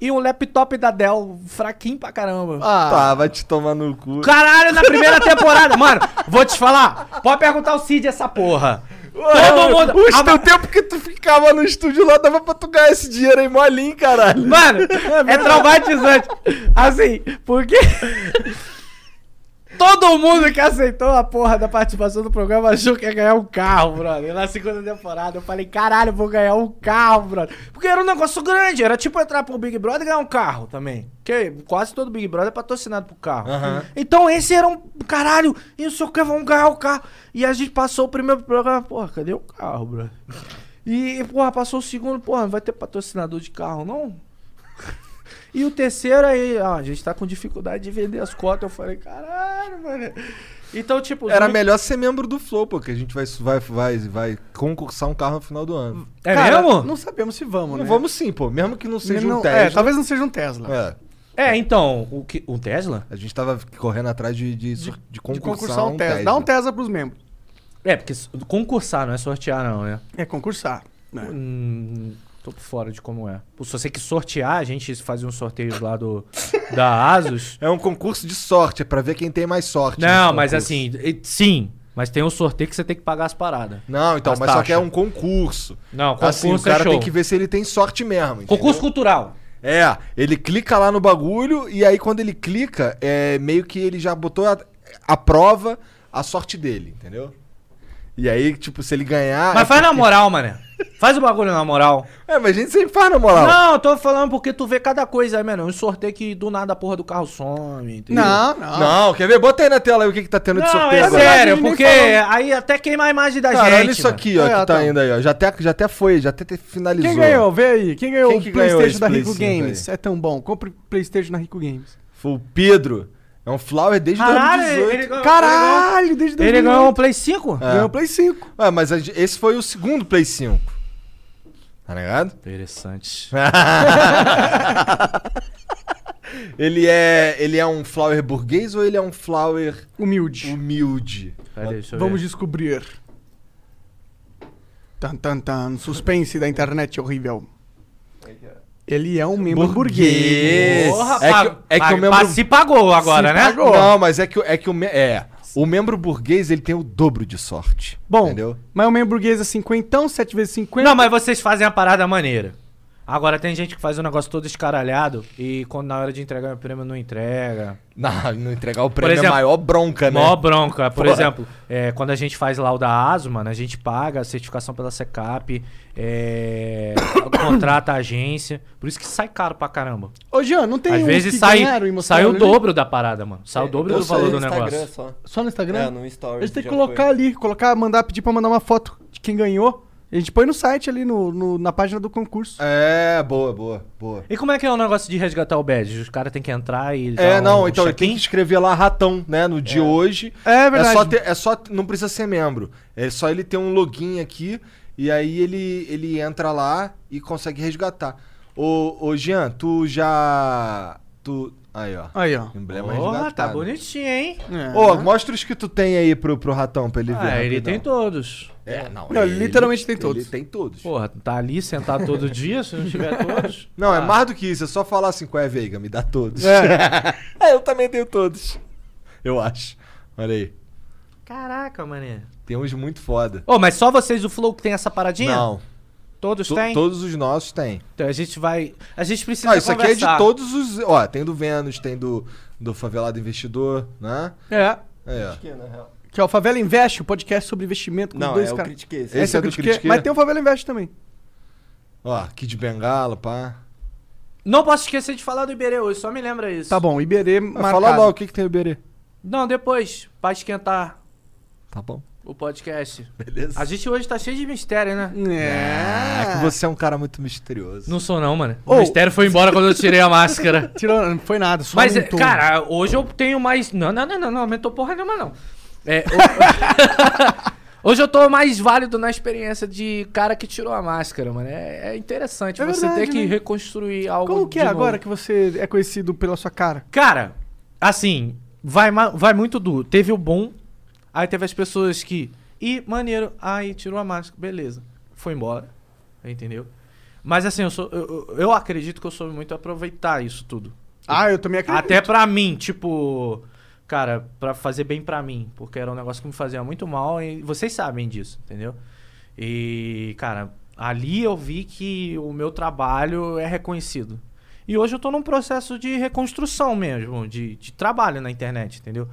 [SPEAKER 1] e um laptop da Dell, fraquinho pra caramba.
[SPEAKER 2] Tá, vai te tomar no cu.
[SPEAKER 1] Caralho, na primeira temporada. Mano, vou te falar. Pode perguntar ao Cid essa porra. Todo mundo.
[SPEAKER 2] Os
[SPEAKER 1] a-
[SPEAKER 2] teu tempo que tu ficava no estúdio lá dava pra tu ganhar esse dinheiro aí molinho, caralho.
[SPEAKER 1] Mano, é traumatizante. Assim, porque. Todo mundo que aceitou a porra da participação do programa achou que ia ganhar um carro, brother. Na segunda temporada eu falei, caralho, eu vou ganhar um carro, brother. Porque era um negócio grande, era tipo entrar pro Big Brother e ganhar um carro também. Porque quase todo Big Brother é patrocinado pro carro. Então esse era um caralho, e não sei o que, vamos ganhar o carro. E a gente passou o primeiro programa, porra, cadê o carro, brother? E, porra, passou o segundo, porra, não vai ter patrocinador de carro, não? E o terceiro aí, ó, a gente tá com dificuldade de vender as cotas. Eu falei, caralho, mano. Então, tipo. os
[SPEAKER 2] Era
[SPEAKER 1] mi-
[SPEAKER 2] melhor ser membro do Flow, pô, que a gente vai, vai, vai, vai concursar um carro no final do ano.
[SPEAKER 1] É
[SPEAKER 3] Cara,
[SPEAKER 1] mesmo?
[SPEAKER 3] Não sabemos se vamos, né?
[SPEAKER 2] Vamos sim, pô. Mesmo que não seja
[SPEAKER 3] Não-
[SPEAKER 2] um
[SPEAKER 3] É,
[SPEAKER 2] teste.
[SPEAKER 3] talvez não seja um Tesla.
[SPEAKER 2] É,
[SPEAKER 1] É, então, o, que, o Tesla?
[SPEAKER 2] a gente tava correndo atrás de, de, de,
[SPEAKER 3] De
[SPEAKER 2] concursar,
[SPEAKER 3] concursar um
[SPEAKER 2] um
[SPEAKER 3] Tesla.
[SPEAKER 2] teste.
[SPEAKER 3] Dá um Tesla pros membros.
[SPEAKER 1] É, porque s- concursar não é sortear, não, né?
[SPEAKER 3] É concursar. né?
[SPEAKER 1] Hum, Tô por fora de como é. Pô, Só sei que sortear, a gente fazia uns sorteios lá do da Asus.
[SPEAKER 2] É um concurso de sorte, é pra ver quem tem mais sorte.
[SPEAKER 1] Não,
[SPEAKER 2] nesse
[SPEAKER 1] mas
[SPEAKER 2] concurso.
[SPEAKER 1] assim, e- sim. Mas tem um sorteio que você tem que pagar as paradas.
[SPEAKER 2] Não, então,
[SPEAKER 1] as
[SPEAKER 2] mas só
[SPEAKER 1] taxas.
[SPEAKER 2] que é um concurso.
[SPEAKER 1] Não,
[SPEAKER 2] assim, o
[SPEAKER 1] concurso é
[SPEAKER 2] cara
[SPEAKER 1] show.
[SPEAKER 2] tem que ver se ele tem sorte mesmo. entendeu?
[SPEAKER 1] Concurso cultural.
[SPEAKER 2] É, ele clica lá no bagulho e aí quando ele clica, é meio que ele já botou a, a prova a sorte dele, entendeu? E aí, tipo, se ele ganhar.
[SPEAKER 1] Mas faz na moral, mané. Faz o bagulho na moral.
[SPEAKER 2] É, mas a gente sempre faz na moral.
[SPEAKER 1] Não, eu tô falando porque tu vê cada coisa aí, mano. Um sorteio que do nada a porra do carro some. entendeu?
[SPEAKER 3] Não, não.
[SPEAKER 2] Não, quer ver? Bota aí na tela aí o que, que tá tendo de
[SPEAKER 1] Não,
[SPEAKER 2] sorteio
[SPEAKER 1] é
[SPEAKER 2] agora.
[SPEAKER 1] sério,
[SPEAKER 3] ninguém
[SPEAKER 1] porque
[SPEAKER 3] falou.
[SPEAKER 1] aí até queima a imagem da
[SPEAKER 2] Cara,
[SPEAKER 1] gente.
[SPEAKER 2] olha isso
[SPEAKER 1] mano.
[SPEAKER 2] aqui, ó,
[SPEAKER 3] É,
[SPEAKER 2] que tá
[SPEAKER 3] tá.
[SPEAKER 2] indo aí, ó. Já até, já até foi, já até te- finalizou.
[SPEAKER 3] Quem ganhou? Vê aí. Quem ganhou
[SPEAKER 2] Quem
[SPEAKER 3] o
[SPEAKER 2] que ganhou
[SPEAKER 3] PlayStation
[SPEAKER 2] esse
[SPEAKER 3] da
[SPEAKER 2] Play
[SPEAKER 3] Rico
[SPEAKER 2] 5 aí?
[SPEAKER 3] Games? É tão bom. Compre PlayStation da Rico Games.
[SPEAKER 2] Foi o Pedro. É um flower desde
[SPEAKER 1] Caralho,
[SPEAKER 2] 2018.
[SPEAKER 1] ele ganhou.
[SPEAKER 3] Caralho, desde
[SPEAKER 1] Ele ganhou um
[SPEAKER 3] 2008.
[SPEAKER 1] Play 5?
[SPEAKER 2] É.
[SPEAKER 3] Ganhou o Play 5.
[SPEAKER 2] Ué, mas a gente- esse foi o segundo Play 5. Tá ligado?
[SPEAKER 1] Interessante.
[SPEAKER 2] Ele é, ele é um flower burguês ou ele é um flower
[SPEAKER 3] Humilde.
[SPEAKER 2] humilde?
[SPEAKER 1] Cadê? Deixa eu
[SPEAKER 3] Vamos
[SPEAKER 1] ver.
[SPEAKER 3] descobrir. Tan, tan, tan. Suspense da internet horrível. Ele é um membro burguês.
[SPEAKER 1] Porra,
[SPEAKER 2] É
[SPEAKER 1] pa-
[SPEAKER 2] que- é que
[SPEAKER 1] pa-
[SPEAKER 2] eu mesmo-
[SPEAKER 1] pa- se pagou agora,
[SPEAKER 3] Se
[SPEAKER 1] né?
[SPEAKER 3] pagou.
[SPEAKER 2] Não, mas é que, o- é que o, me- é, o membro burguês ele tem o dobro de sorte.
[SPEAKER 3] Bom,
[SPEAKER 2] entendeu?
[SPEAKER 3] mas o membro burguês é 50, 7 vezes 50.
[SPEAKER 1] Não, mas vocês fazem a parada maneira. Agora tem gente que faz o negócio todo escaralhado e quando na hora de entregar o prêmio não entrega.
[SPEAKER 2] Não, não entregar o prêmio é
[SPEAKER 1] exemplo,
[SPEAKER 2] a maior bronca, né?
[SPEAKER 1] Mó bronca. Por
[SPEAKER 2] Porra.
[SPEAKER 1] exemplo, é, quando a gente faz lá o da ASO, mano, a gente paga a certificação pela SECAP, é, contrata a agência. Por isso que sai caro pra caramba.
[SPEAKER 3] Ô, Jean, não tem
[SPEAKER 1] Às
[SPEAKER 3] uns
[SPEAKER 1] vezes
[SPEAKER 3] que
[SPEAKER 1] sai,
[SPEAKER 3] ganharam e
[SPEAKER 1] sai
[SPEAKER 3] mostraram
[SPEAKER 1] o
[SPEAKER 3] ali?
[SPEAKER 1] dobro da parada, mano.
[SPEAKER 2] É,
[SPEAKER 1] Sai o dobro do
[SPEAKER 12] Posta
[SPEAKER 1] valor
[SPEAKER 12] no
[SPEAKER 1] do
[SPEAKER 12] Instagram
[SPEAKER 1] negócio.
[SPEAKER 12] Só.
[SPEAKER 3] Só no Instagram?
[SPEAKER 12] É, no Stories.
[SPEAKER 3] A gente tem que
[SPEAKER 12] já
[SPEAKER 3] colocar
[SPEAKER 12] foi.
[SPEAKER 3] ali, colocar, mandar, pedir pra mandar uma foto de quem ganhou. A gente põe no site ali, no, no- na página do concurso.
[SPEAKER 2] É, boa, boa, boa.
[SPEAKER 1] E como é que é o negócio de resgatar o badge? Os caras têm que entrar e. dar
[SPEAKER 2] É,
[SPEAKER 1] um
[SPEAKER 2] não, então ele tem
[SPEAKER 1] check-in?
[SPEAKER 2] que escrever lá ratão, né? No dia hoje.
[SPEAKER 3] É verdade.
[SPEAKER 2] É só, ter- é só- não precisa ser membro. É só ele ter um login aqui e aí ele, ele entra lá e consegue resgatar. Ô, ô Jean, tu já. Tu. Aí, ó.
[SPEAKER 3] Aí, Ah. ó.
[SPEAKER 2] Emblema
[SPEAKER 1] Porra, tá
[SPEAKER 2] é resgatado.
[SPEAKER 1] bonitinho, hein?
[SPEAKER 3] É.
[SPEAKER 2] Ô, mostra os que tu tem aí pro, pro ratão pra ele ver.
[SPEAKER 1] Ah, ele
[SPEAKER 2] rapidão.
[SPEAKER 1] tem todos.
[SPEAKER 2] É, não.
[SPEAKER 3] Não, ele literalmente tem todos.
[SPEAKER 2] Ele tem todos.
[SPEAKER 1] Porra, tá ali sentado todo dia, se não tiver todos.
[SPEAKER 3] Ah.
[SPEAKER 2] Não, é mais do que isso. É só falar assim com a Veiga, me dá todos. é, eu também tenho todos. Eu acho. Olha aí.
[SPEAKER 1] Caraca, mané.
[SPEAKER 2] Tem uns muito foda.
[SPEAKER 1] Ô, mas só vocês do Flow que tem essa paradinha?
[SPEAKER 2] Não.
[SPEAKER 1] Todos
[SPEAKER 2] To-
[SPEAKER 1] têm?
[SPEAKER 2] Todos os nossos tem.
[SPEAKER 1] Então a gente vai. A gente precisa.
[SPEAKER 2] Ah, isso aqui é de
[SPEAKER 1] conversar.
[SPEAKER 2] todos os. Ó, tem do Vênus, tem do, do Favelado Investidor, né?
[SPEAKER 3] É.
[SPEAKER 2] Aí, ó.
[SPEAKER 12] Critiquei, na real.
[SPEAKER 3] Que é o Favela Investe, o podcast sobre investimento com
[SPEAKER 12] Não,
[SPEAKER 3] dois
[SPEAKER 12] é, eu
[SPEAKER 3] caras.
[SPEAKER 12] critiquei. esse.
[SPEAKER 2] Esse é do
[SPEAKER 3] critiquei,
[SPEAKER 2] Critique?
[SPEAKER 3] Mas tem o Favela Investe também.
[SPEAKER 2] Ó, Kid Bengala, pá.
[SPEAKER 1] Não posso esquecer de falar do Iberê hoje, só me lembra isso.
[SPEAKER 3] Tá bom, Iberê
[SPEAKER 2] Ah,
[SPEAKER 3] marcado.
[SPEAKER 2] Fala lá o que, que tem o Iberê.
[SPEAKER 1] Não, depois, pra esquentar
[SPEAKER 2] Tá bom.
[SPEAKER 1] o podcast.
[SPEAKER 2] Beleza.
[SPEAKER 1] A gente hoje tá cheio de mistério, né?
[SPEAKER 2] É que
[SPEAKER 3] É.
[SPEAKER 2] você é um cara muito misterioso.
[SPEAKER 1] Não sou não, mano.
[SPEAKER 3] Ô.
[SPEAKER 1] O mistério foi embora quando eu tirei a máscara.
[SPEAKER 3] Tirou, não foi nada, só um
[SPEAKER 1] Mas, é,
[SPEAKER 3] aumentou.
[SPEAKER 1] cara, hoje eu tenho mais. Não, não, não, não, não aumentou porra nenhuma, não. É, o- hoje eu tô mais válido na experiência de cara que tirou a máscara, mano. É, é interessante
[SPEAKER 3] É
[SPEAKER 1] você ter
[SPEAKER 3] verdade,
[SPEAKER 1] que
[SPEAKER 3] né?
[SPEAKER 1] reconstruir algo.
[SPEAKER 3] Como que é
[SPEAKER 1] de novo.
[SPEAKER 3] agora que você é conhecido pela sua cara?
[SPEAKER 1] Cara, assim, vai, ma- vai muito duro. Teve o bom, aí teve as pessoas que. Ih, maneiro, aí tirou a máscara, beleza. Foi embora, entendeu? Mas assim, eu, sou, eu, eu- eu acredito que eu soube muito aproveitar isso tudo.
[SPEAKER 3] Ah, eu também acredito.
[SPEAKER 1] Até pra mim, tipo. Cara, pra fazer bem pra mim, porque era um negócio que me fazia muito mal e vocês sabem disso, entendeu? E, cara, ali eu vi que o meu trabalho é reconhecido. E hoje eu tô num processo de reconstrução mesmo, de, de trabalho na internet, entendeu?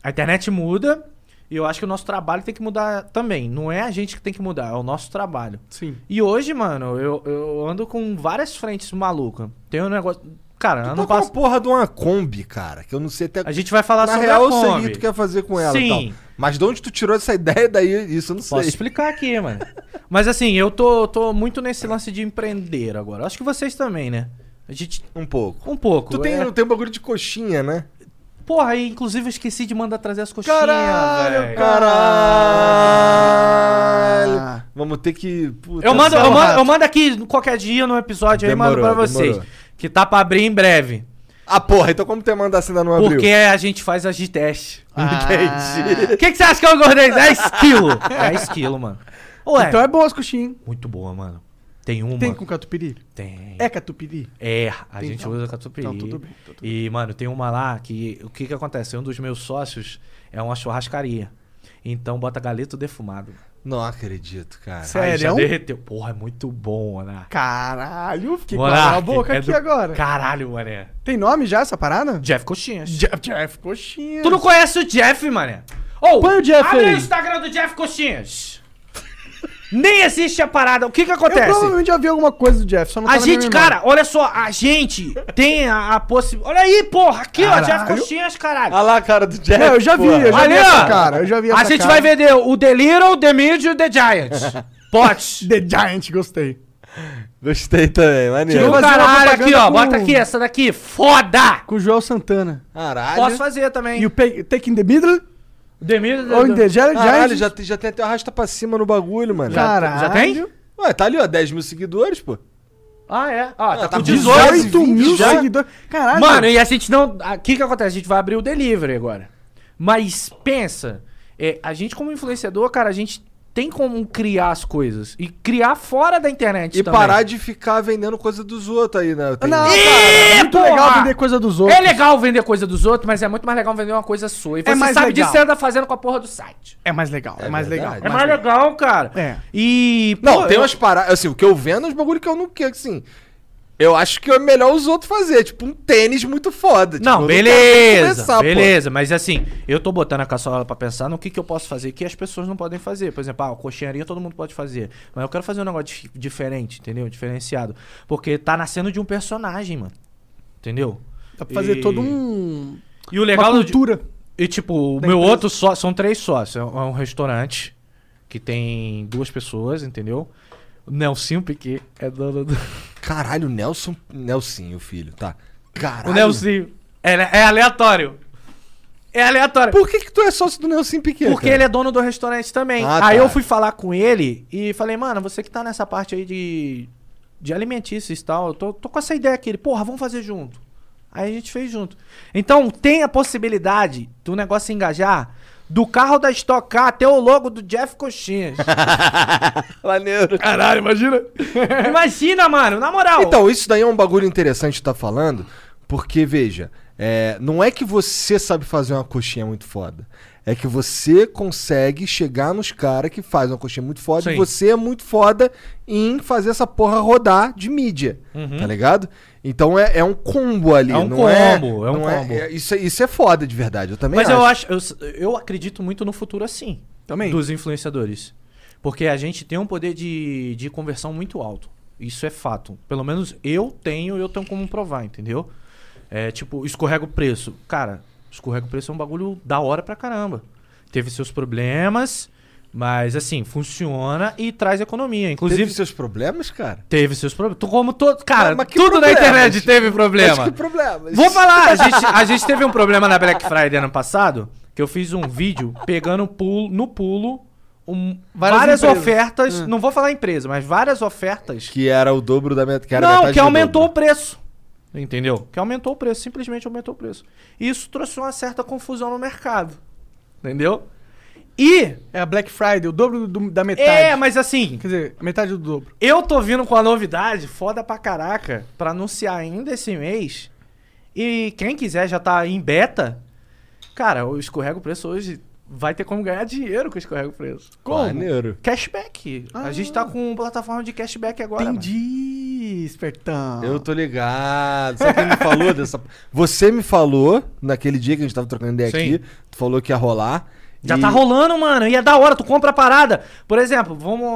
[SPEAKER 1] A internet muda e eu acho que o nosso trabalho tem que mudar também. Não é a gente que tem que mudar, é o nosso trabalho.
[SPEAKER 3] Sim.
[SPEAKER 1] E hoje, mano, eu, eu ando com várias frentes malucas. Tem um negócio. Cara,
[SPEAKER 2] Tu
[SPEAKER 1] ano
[SPEAKER 2] tá com a
[SPEAKER 1] passado.
[SPEAKER 2] porra de uma Kombi, cara, que eu não sei até...
[SPEAKER 1] A gente vai falar
[SPEAKER 2] Na
[SPEAKER 1] sobre
[SPEAKER 2] real,
[SPEAKER 1] a
[SPEAKER 2] eu sei o
[SPEAKER 1] Kombi.
[SPEAKER 2] que tu quer fazer com ela e
[SPEAKER 1] Sim.
[SPEAKER 2] tal. Mas de onde tu tirou essa ideia daí, isso eu não
[SPEAKER 1] Posso
[SPEAKER 2] sei.
[SPEAKER 1] explicar aqui, mano. Mas assim, eu tô, tô muito nesse lance de empreender agora. Acho que vocês também, né? A gente.
[SPEAKER 2] Um pouco.
[SPEAKER 1] Um pouco.
[SPEAKER 2] Tu tem,
[SPEAKER 1] é.
[SPEAKER 2] tem um bagulho de coxinha, né?
[SPEAKER 1] Porra, e inclusive eu esqueci de mandar trazer as coxinhas.
[SPEAKER 3] Caralho,
[SPEAKER 1] velho.
[SPEAKER 2] Caralho!
[SPEAKER 3] Ah.
[SPEAKER 2] Vamos ter que... puta,
[SPEAKER 1] Eu mando,
[SPEAKER 2] só-
[SPEAKER 1] eu, mando, eu mando aqui qualquer dia no episódio aí, mando
[SPEAKER 2] Demorou,
[SPEAKER 1] pra vocês.
[SPEAKER 2] demorou.
[SPEAKER 1] Que tá pra abrir em breve.
[SPEAKER 2] Ah, porra, então como tu ia mandar assim ainda não abriu?
[SPEAKER 1] Porque a gente faz as de teste.
[SPEAKER 2] Entendi.
[SPEAKER 3] Ah.
[SPEAKER 1] O que, que você acha que eu engordei? 10 quilos. 10 quilos, mano. Ué,
[SPEAKER 3] Então é bom as coxinhas, hein?
[SPEAKER 1] muito boa, mano. Tem uma.
[SPEAKER 3] Tem com catupiry?
[SPEAKER 1] Tem.
[SPEAKER 3] É catupiry?
[SPEAKER 1] É, a
[SPEAKER 3] Tem,
[SPEAKER 1] gente
[SPEAKER 3] então.
[SPEAKER 1] usa catupiry.
[SPEAKER 3] Então, tudo bem, então, tudo
[SPEAKER 1] E, mano, tem uma lá que. O que que acontece? Um dos meus sócios é uma churrascaria. Então bota galeto defumado.
[SPEAKER 2] Não acredito, cara.
[SPEAKER 1] Aí já
[SPEAKER 3] Sério? um
[SPEAKER 1] derreteu. Porra, é muito bom, Ana.
[SPEAKER 3] Caralho, fiquei com
[SPEAKER 1] Monark,
[SPEAKER 3] a boca
[SPEAKER 1] é
[SPEAKER 3] aqui
[SPEAKER 1] do-
[SPEAKER 3] agora.
[SPEAKER 1] Caralho, mané.
[SPEAKER 3] Tem nome já essa parada?
[SPEAKER 1] Jeff Coxinhas.
[SPEAKER 3] Jeff, Jeff Coxinha.
[SPEAKER 1] Tu não conhece o Jeff, mané? Ou,
[SPEAKER 3] Põe o Jeff
[SPEAKER 1] abre
[SPEAKER 3] aí.
[SPEAKER 1] o Instagram do Jeff Coxinhas. Nem existe a parada. O que que
[SPEAKER 3] Eu
[SPEAKER 1] acontece?
[SPEAKER 3] provavelmente já vi alguma coisa do Jeff, só não tá
[SPEAKER 1] A
[SPEAKER 3] na
[SPEAKER 1] gente,
[SPEAKER 3] minha memória.
[SPEAKER 1] cara, olha só, a gente tem a, possibilidade. Olha aí, porra, aqui, ó, Jeff
[SPEAKER 3] Caralho.
[SPEAKER 1] Coxinhas, caralho.
[SPEAKER 2] Olha lá a cara do Jeff.
[SPEAKER 3] Não, eu já vi, eu já vi
[SPEAKER 1] Ali,
[SPEAKER 3] essa
[SPEAKER 1] ó.
[SPEAKER 3] cara. Eu já vi
[SPEAKER 1] a
[SPEAKER 3] essa
[SPEAKER 1] gente
[SPEAKER 3] cara.
[SPEAKER 1] vai vender o The Little, The Medium e The Giant. Pote.
[SPEAKER 3] The Giant, gostei.
[SPEAKER 2] Gostei também,
[SPEAKER 1] E
[SPEAKER 2] maneiro.
[SPEAKER 3] Tirou-
[SPEAKER 1] o
[SPEAKER 3] fazer uma
[SPEAKER 1] caralho aqui, ó.
[SPEAKER 3] propaganda com-
[SPEAKER 1] Bota aqui, essa daqui. Foda!
[SPEAKER 3] Com o Joel Santana.
[SPEAKER 2] Caralho.
[SPEAKER 1] Posso fazer também.
[SPEAKER 3] E o Pe- Take in the Middle?
[SPEAKER 1] The Medium
[SPEAKER 3] Ou in the Giant?
[SPEAKER 2] Caralho, já, tem- já tem até o arrasta pra cima no bagulho, mano.
[SPEAKER 3] Caralho.
[SPEAKER 1] já tem?
[SPEAKER 2] Ué, tá ali, ó, 10 mil seguidores, pô.
[SPEAKER 1] Ah, é. Ó, tá,
[SPEAKER 2] tá
[SPEAKER 1] com
[SPEAKER 2] com
[SPEAKER 1] 18.
[SPEAKER 3] 18 mil
[SPEAKER 2] já?
[SPEAKER 3] seguidores. Caralho.
[SPEAKER 1] Mano, e a gente não. O que que acontece? A gente vai abrir o delivery agora. Mas pensa, é, a gente como influenciador, cara, a gente tem como criar as coisas. E criar fora da internet
[SPEAKER 2] E
[SPEAKER 1] também.
[SPEAKER 2] parar de ficar vendendo coisa dos outros aí, né? Eu tenho-
[SPEAKER 3] Não, cara,
[SPEAKER 1] Ih,
[SPEAKER 3] é muito
[SPEAKER 1] porra!
[SPEAKER 3] legal vender coisa dos outros. É
[SPEAKER 1] É legal vender coisa dos outros, mas é muito mais legal vender uma coisa sua. E você
[SPEAKER 3] mais
[SPEAKER 1] sabe
[SPEAKER 3] legal.
[SPEAKER 1] disso, você anda fazendo com a porra do site.
[SPEAKER 3] É mais legal, é, mais
[SPEAKER 2] verdade.
[SPEAKER 3] legal.
[SPEAKER 1] É mais legal, cara.
[SPEAKER 3] É.
[SPEAKER 1] E.
[SPEAKER 2] Não,
[SPEAKER 1] pô,
[SPEAKER 2] tem
[SPEAKER 1] eu-
[SPEAKER 2] umas paradas. Assim, o que eu vendo é uns bagulho que eu não quero, assim. Eu acho que é melhor os outros fazer. Tipo, um tênis muito foda. Tipo, eu
[SPEAKER 1] Não,
[SPEAKER 2] quero
[SPEAKER 1] beleza.
[SPEAKER 2] começar, pô.
[SPEAKER 1] beleza, mas assim, eu tô botando a caçola pra pensar no que, que eu posso fazer que as pessoas não podem fazer. Por exemplo, ah, coxinharia todo mundo pode fazer. Mas eu quero fazer um negócio dif- diferente, entendeu? Diferenciado. Porque tá nascendo de um personagem, mano. Entendeu?
[SPEAKER 3] Dá pra fazer
[SPEAKER 1] E-
[SPEAKER 3] todo um...
[SPEAKER 1] E o legal
[SPEAKER 3] uma
[SPEAKER 1] do-
[SPEAKER 3] cultura.
[SPEAKER 1] e tipo, o
[SPEAKER 3] Da
[SPEAKER 1] meu
[SPEAKER 3] empresa.
[SPEAKER 1] outro sócio, são três sócios. É um é um restaurante que tem duas pessoas, entendeu? O Nelsinho Piquet é dono do.
[SPEAKER 2] Caralho, Nelson. Nelson, o filho, tá. Caralho.
[SPEAKER 1] O Nelsinho. É, é aleatório. É aleatório.
[SPEAKER 2] Por que, que tu é sócio do Nelson Piquet?
[SPEAKER 1] Porque ele é dono do restaurante também.
[SPEAKER 2] Ah,
[SPEAKER 1] aí
[SPEAKER 2] tá.
[SPEAKER 1] eu fui falar com ele e falei, mano, você que tá nessa parte aí de, de alimentícios e tal, eu tô, tô com essa ideia aqui. Ele, porra, vamos fazer junto. Aí a gente fez junto. Então tem a possibilidade do negócio engajar do carro da Stock Car até o logo do Jeff Coxinhas.
[SPEAKER 2] Maneiro.
[SPEAKER 1] Caralho, imagina. imagina, mano, na moral.
[SPEAKER 2] Então, isso daí é um bagulho interessante que tá falando, porque, veja, é, não é que você sabe fazer uma coxinha muito foda. É que você consegue chegar nos caras que fazem uma coxinha muito foda e
[SPEAKER 1] Sim.
[SPEAKER 2] você é muito foda em fazer essa porra rodar de mídia. Tá ligado? Então é, é um combo ali.
[SPEAKER 1] Uhum. É um
[SPEAKER 2] não é,
[SPEAKER 1] combo, é um
[SPEAKER 2] não
[SPEAKER 1] combo.
[SPEAKER 2] isso, é- isso é foda de verdade, eu também
[SPEAKER 1] Mas
[SPEAKER 2] acho.
[SPEAKER 1] eu acho, eu, s- eu acredito muito no futuro assim.
[SPEAKER 3] Também.
[SPEAKER 1] Dos influenciadores. Porque a gente tem um poder de, de conversão muito alto. Isso é fato. Pelo menos eu tenho, eu tenho como provar, entendeu? É tipo, escorrega o preço. Cara, escorrega o preço é um bagulho da hora pra caramba. Teve seus problemas, mas assim, funciona e traz economia. Inclusive,
[SPEAKER 2] Teve
[SPEAKER 1] teve,
[SPEAKER 2] seus problemas, cara?
[SPEAKER 1] seus problemas. Tu- Como todo. Cara,
[SPEAKER 2] Ah, mas que
[SPEAKER 1] tudo na
[SPEAKER 2] problemas?
[SPEAKER 1] internet teve problema.
[SPEAKER 2] Mas que problemas?
[SPEAKER 1] Vou falar, a gente, a gente teve um problema na Black Friday ano passado, que eu fiz um vídeo pegando pulo, no pulo um- várias,
[SPEAKER 3] Várias empresas.
[SPEAKER 1] ofertas, não vou falar empresa, mas várias ofertas.
[SPEAKER 2] Que tá era o dobro da minha. Que era
[SPEAKER 1] não,
[SPEAKER 2] metade
[SPEAKER 1] que
[SPEAKER 2] do
[SPEAKER 1] aumentou o
[SPEAKER 2] dobro.
[SPEAKER 1] preço. Entendeu? Que aumentou o preço, simplesmente aumentou o preço. E Isso trouxe uma certa confusão no mercado. Entendeu? E.
[SPEAKER 3] É a Black Friday, o dobro do- da metade.
[SPEAKER 1] É, mas assim,
[SPEAKER 3] Quer dizer, a metade do dobro.
[SPEAKER 1] eu tô vindo com a novidade foda pra caraca pra anunciar ainda esse mês. E quem quiser já tá em beta. Cara, o Escorrega o Preço hoje vai ter como ganhar dinheiro com o Escorrega o Preço.
[SPEAKER 2] Maneiro.
[SPEAKER 1] Cashback. a gente tá com plataforma de cashback agora. mano.
[SPEAKER 3] Entendi, espertão.
[SPEAKER 2] Eu tô ligado. Sabe quem me falou dessa. Você me falou naquele dia que a gente tava trocando ideia
[SPEAKER 1] Sim.
[SPEAKER 2] aqui. Tu falou que ia rolar.
[SPEAKER 1] Já
[SPEAKER 2] e-
[SPEAKER 1] tá rolando, mano. E é da hora, tu compra a parada. Por exemplo, vamos.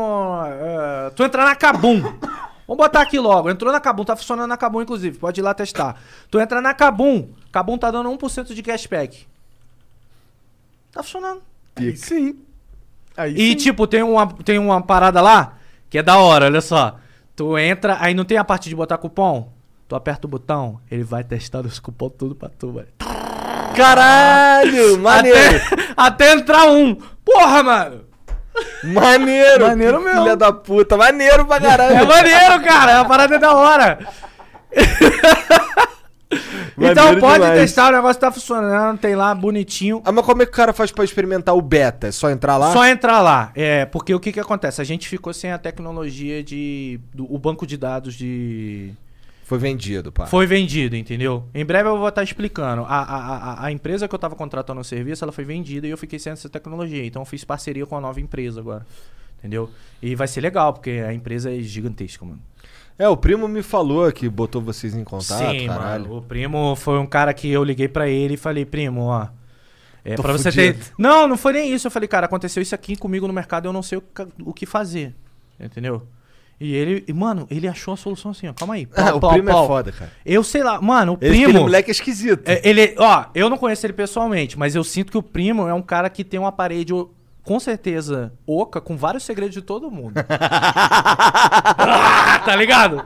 [SPEAKER 1] eh, tu entrar na Kabum. Vamos botar aqui logo. Entrou na Kabum, tá funcionando na Kabum, inclusive. Pode ir lá testar. Tu entra na Kabum. Kabum tá dando 1% de cashback. Tá funcionando.
[SPEAKER 3] Aí sim. Aí
[SPEAKER 1] E
[SPEAKER 3] sim.
[SPEAKER 1] tipo, tem uma, tem uma parada lá que é da hora, olha só. Tu entra, aí não tem a parte de botar cupom? Tu aperta o botão, ele vai testando os cupom tudo pra tu, velho.
[SPEAKER 2] Caralho! Maneiro!
[SPEAKER 1] Até, até entrar um. Porra, mano!
[SPEAKER 2] Maneiro!
[SPEAKER 3] Maneiro
[SPEAKER 2] que
[SPEAKER 3] mesmo.
[SPEAKER 2] Filha da puta! Maneiro pra
[SPEAKER 1] É
[SPEAKER 2] caralho!
[SPEAKER 1] maneiro, cara. A parada é da hora. Então
[SPEAKER 13] Maneiro
[SPEAKER 1] pode
[SPEAKER 13] demais.
[SPEAKER 1] testar, o negócio tá funcionando, tem lá bonitinho.
[SPEAKER 2] Ah, mas como é que o cara faz pra experimentar o beta? É só entrar lá?
[SPEAKER 1] Só entrar lá. É, porque o que que acontece? A gente ficou sem a tecnologia de. do- o banco de dados de.
[SPEAKER 2] Foi vendido, pá.
[SPEAKER 1] Foi vendido, entendeu? Em breve eu vou estar explicando. A, a, a- a empresa que eu tava contratando o serviço, ela foi vendida e eu fiquei sem essa tecnologia. Então eu fiz parceria com a nova empresa agora. Entendeu? E vai ser legal, porque a empresa é gigantesca, mano.
[SPEAKER 2] É, o primo me falou que botou vocês em contato,
[SPEAKER 1] Sim,
[SPEAKER 2] caralho.
[SPEAKER 1] mano. O primo foi um cara que eu liguei pra ele e falei, primo, ó. É,
[SPEAKER 2] Tô
[SPEAKER 1] pra você ter.
[SPEAKER 2] fudido.
[SPEAKER 1] Não, não foi nem isso. Eu falei, cara, aconteceu isso aqui comigo no mercado, eu não sei o ca- o que fazer. Entendeu? E ele, e, mano, ele achou a solução assim, ó. Calma aí.
[SPEAKER 2] Ah,
[SPEAKER 1] pau,
[SPEAKER 2] o
[SPEAKER 1] pau,
[SPEAKER 2] primo
[SPEAKER 1] pau.
[SPEAKER 2] é foda, cara.
[SPEAKER 1] Eu sei lá, mano, o
[SPEAKER 2] Esse
[SPEAKER 1] primo.
[SPEAKER 2] moleque é esquisito.
[SPEAKER 1] É, ele, ó, eu não conheço ele pessoalmente, mas eu sinto que o primo é um cara que tem uma parede o- com certeza oca com vários segredos de todo mundo. Ah, tá ligado?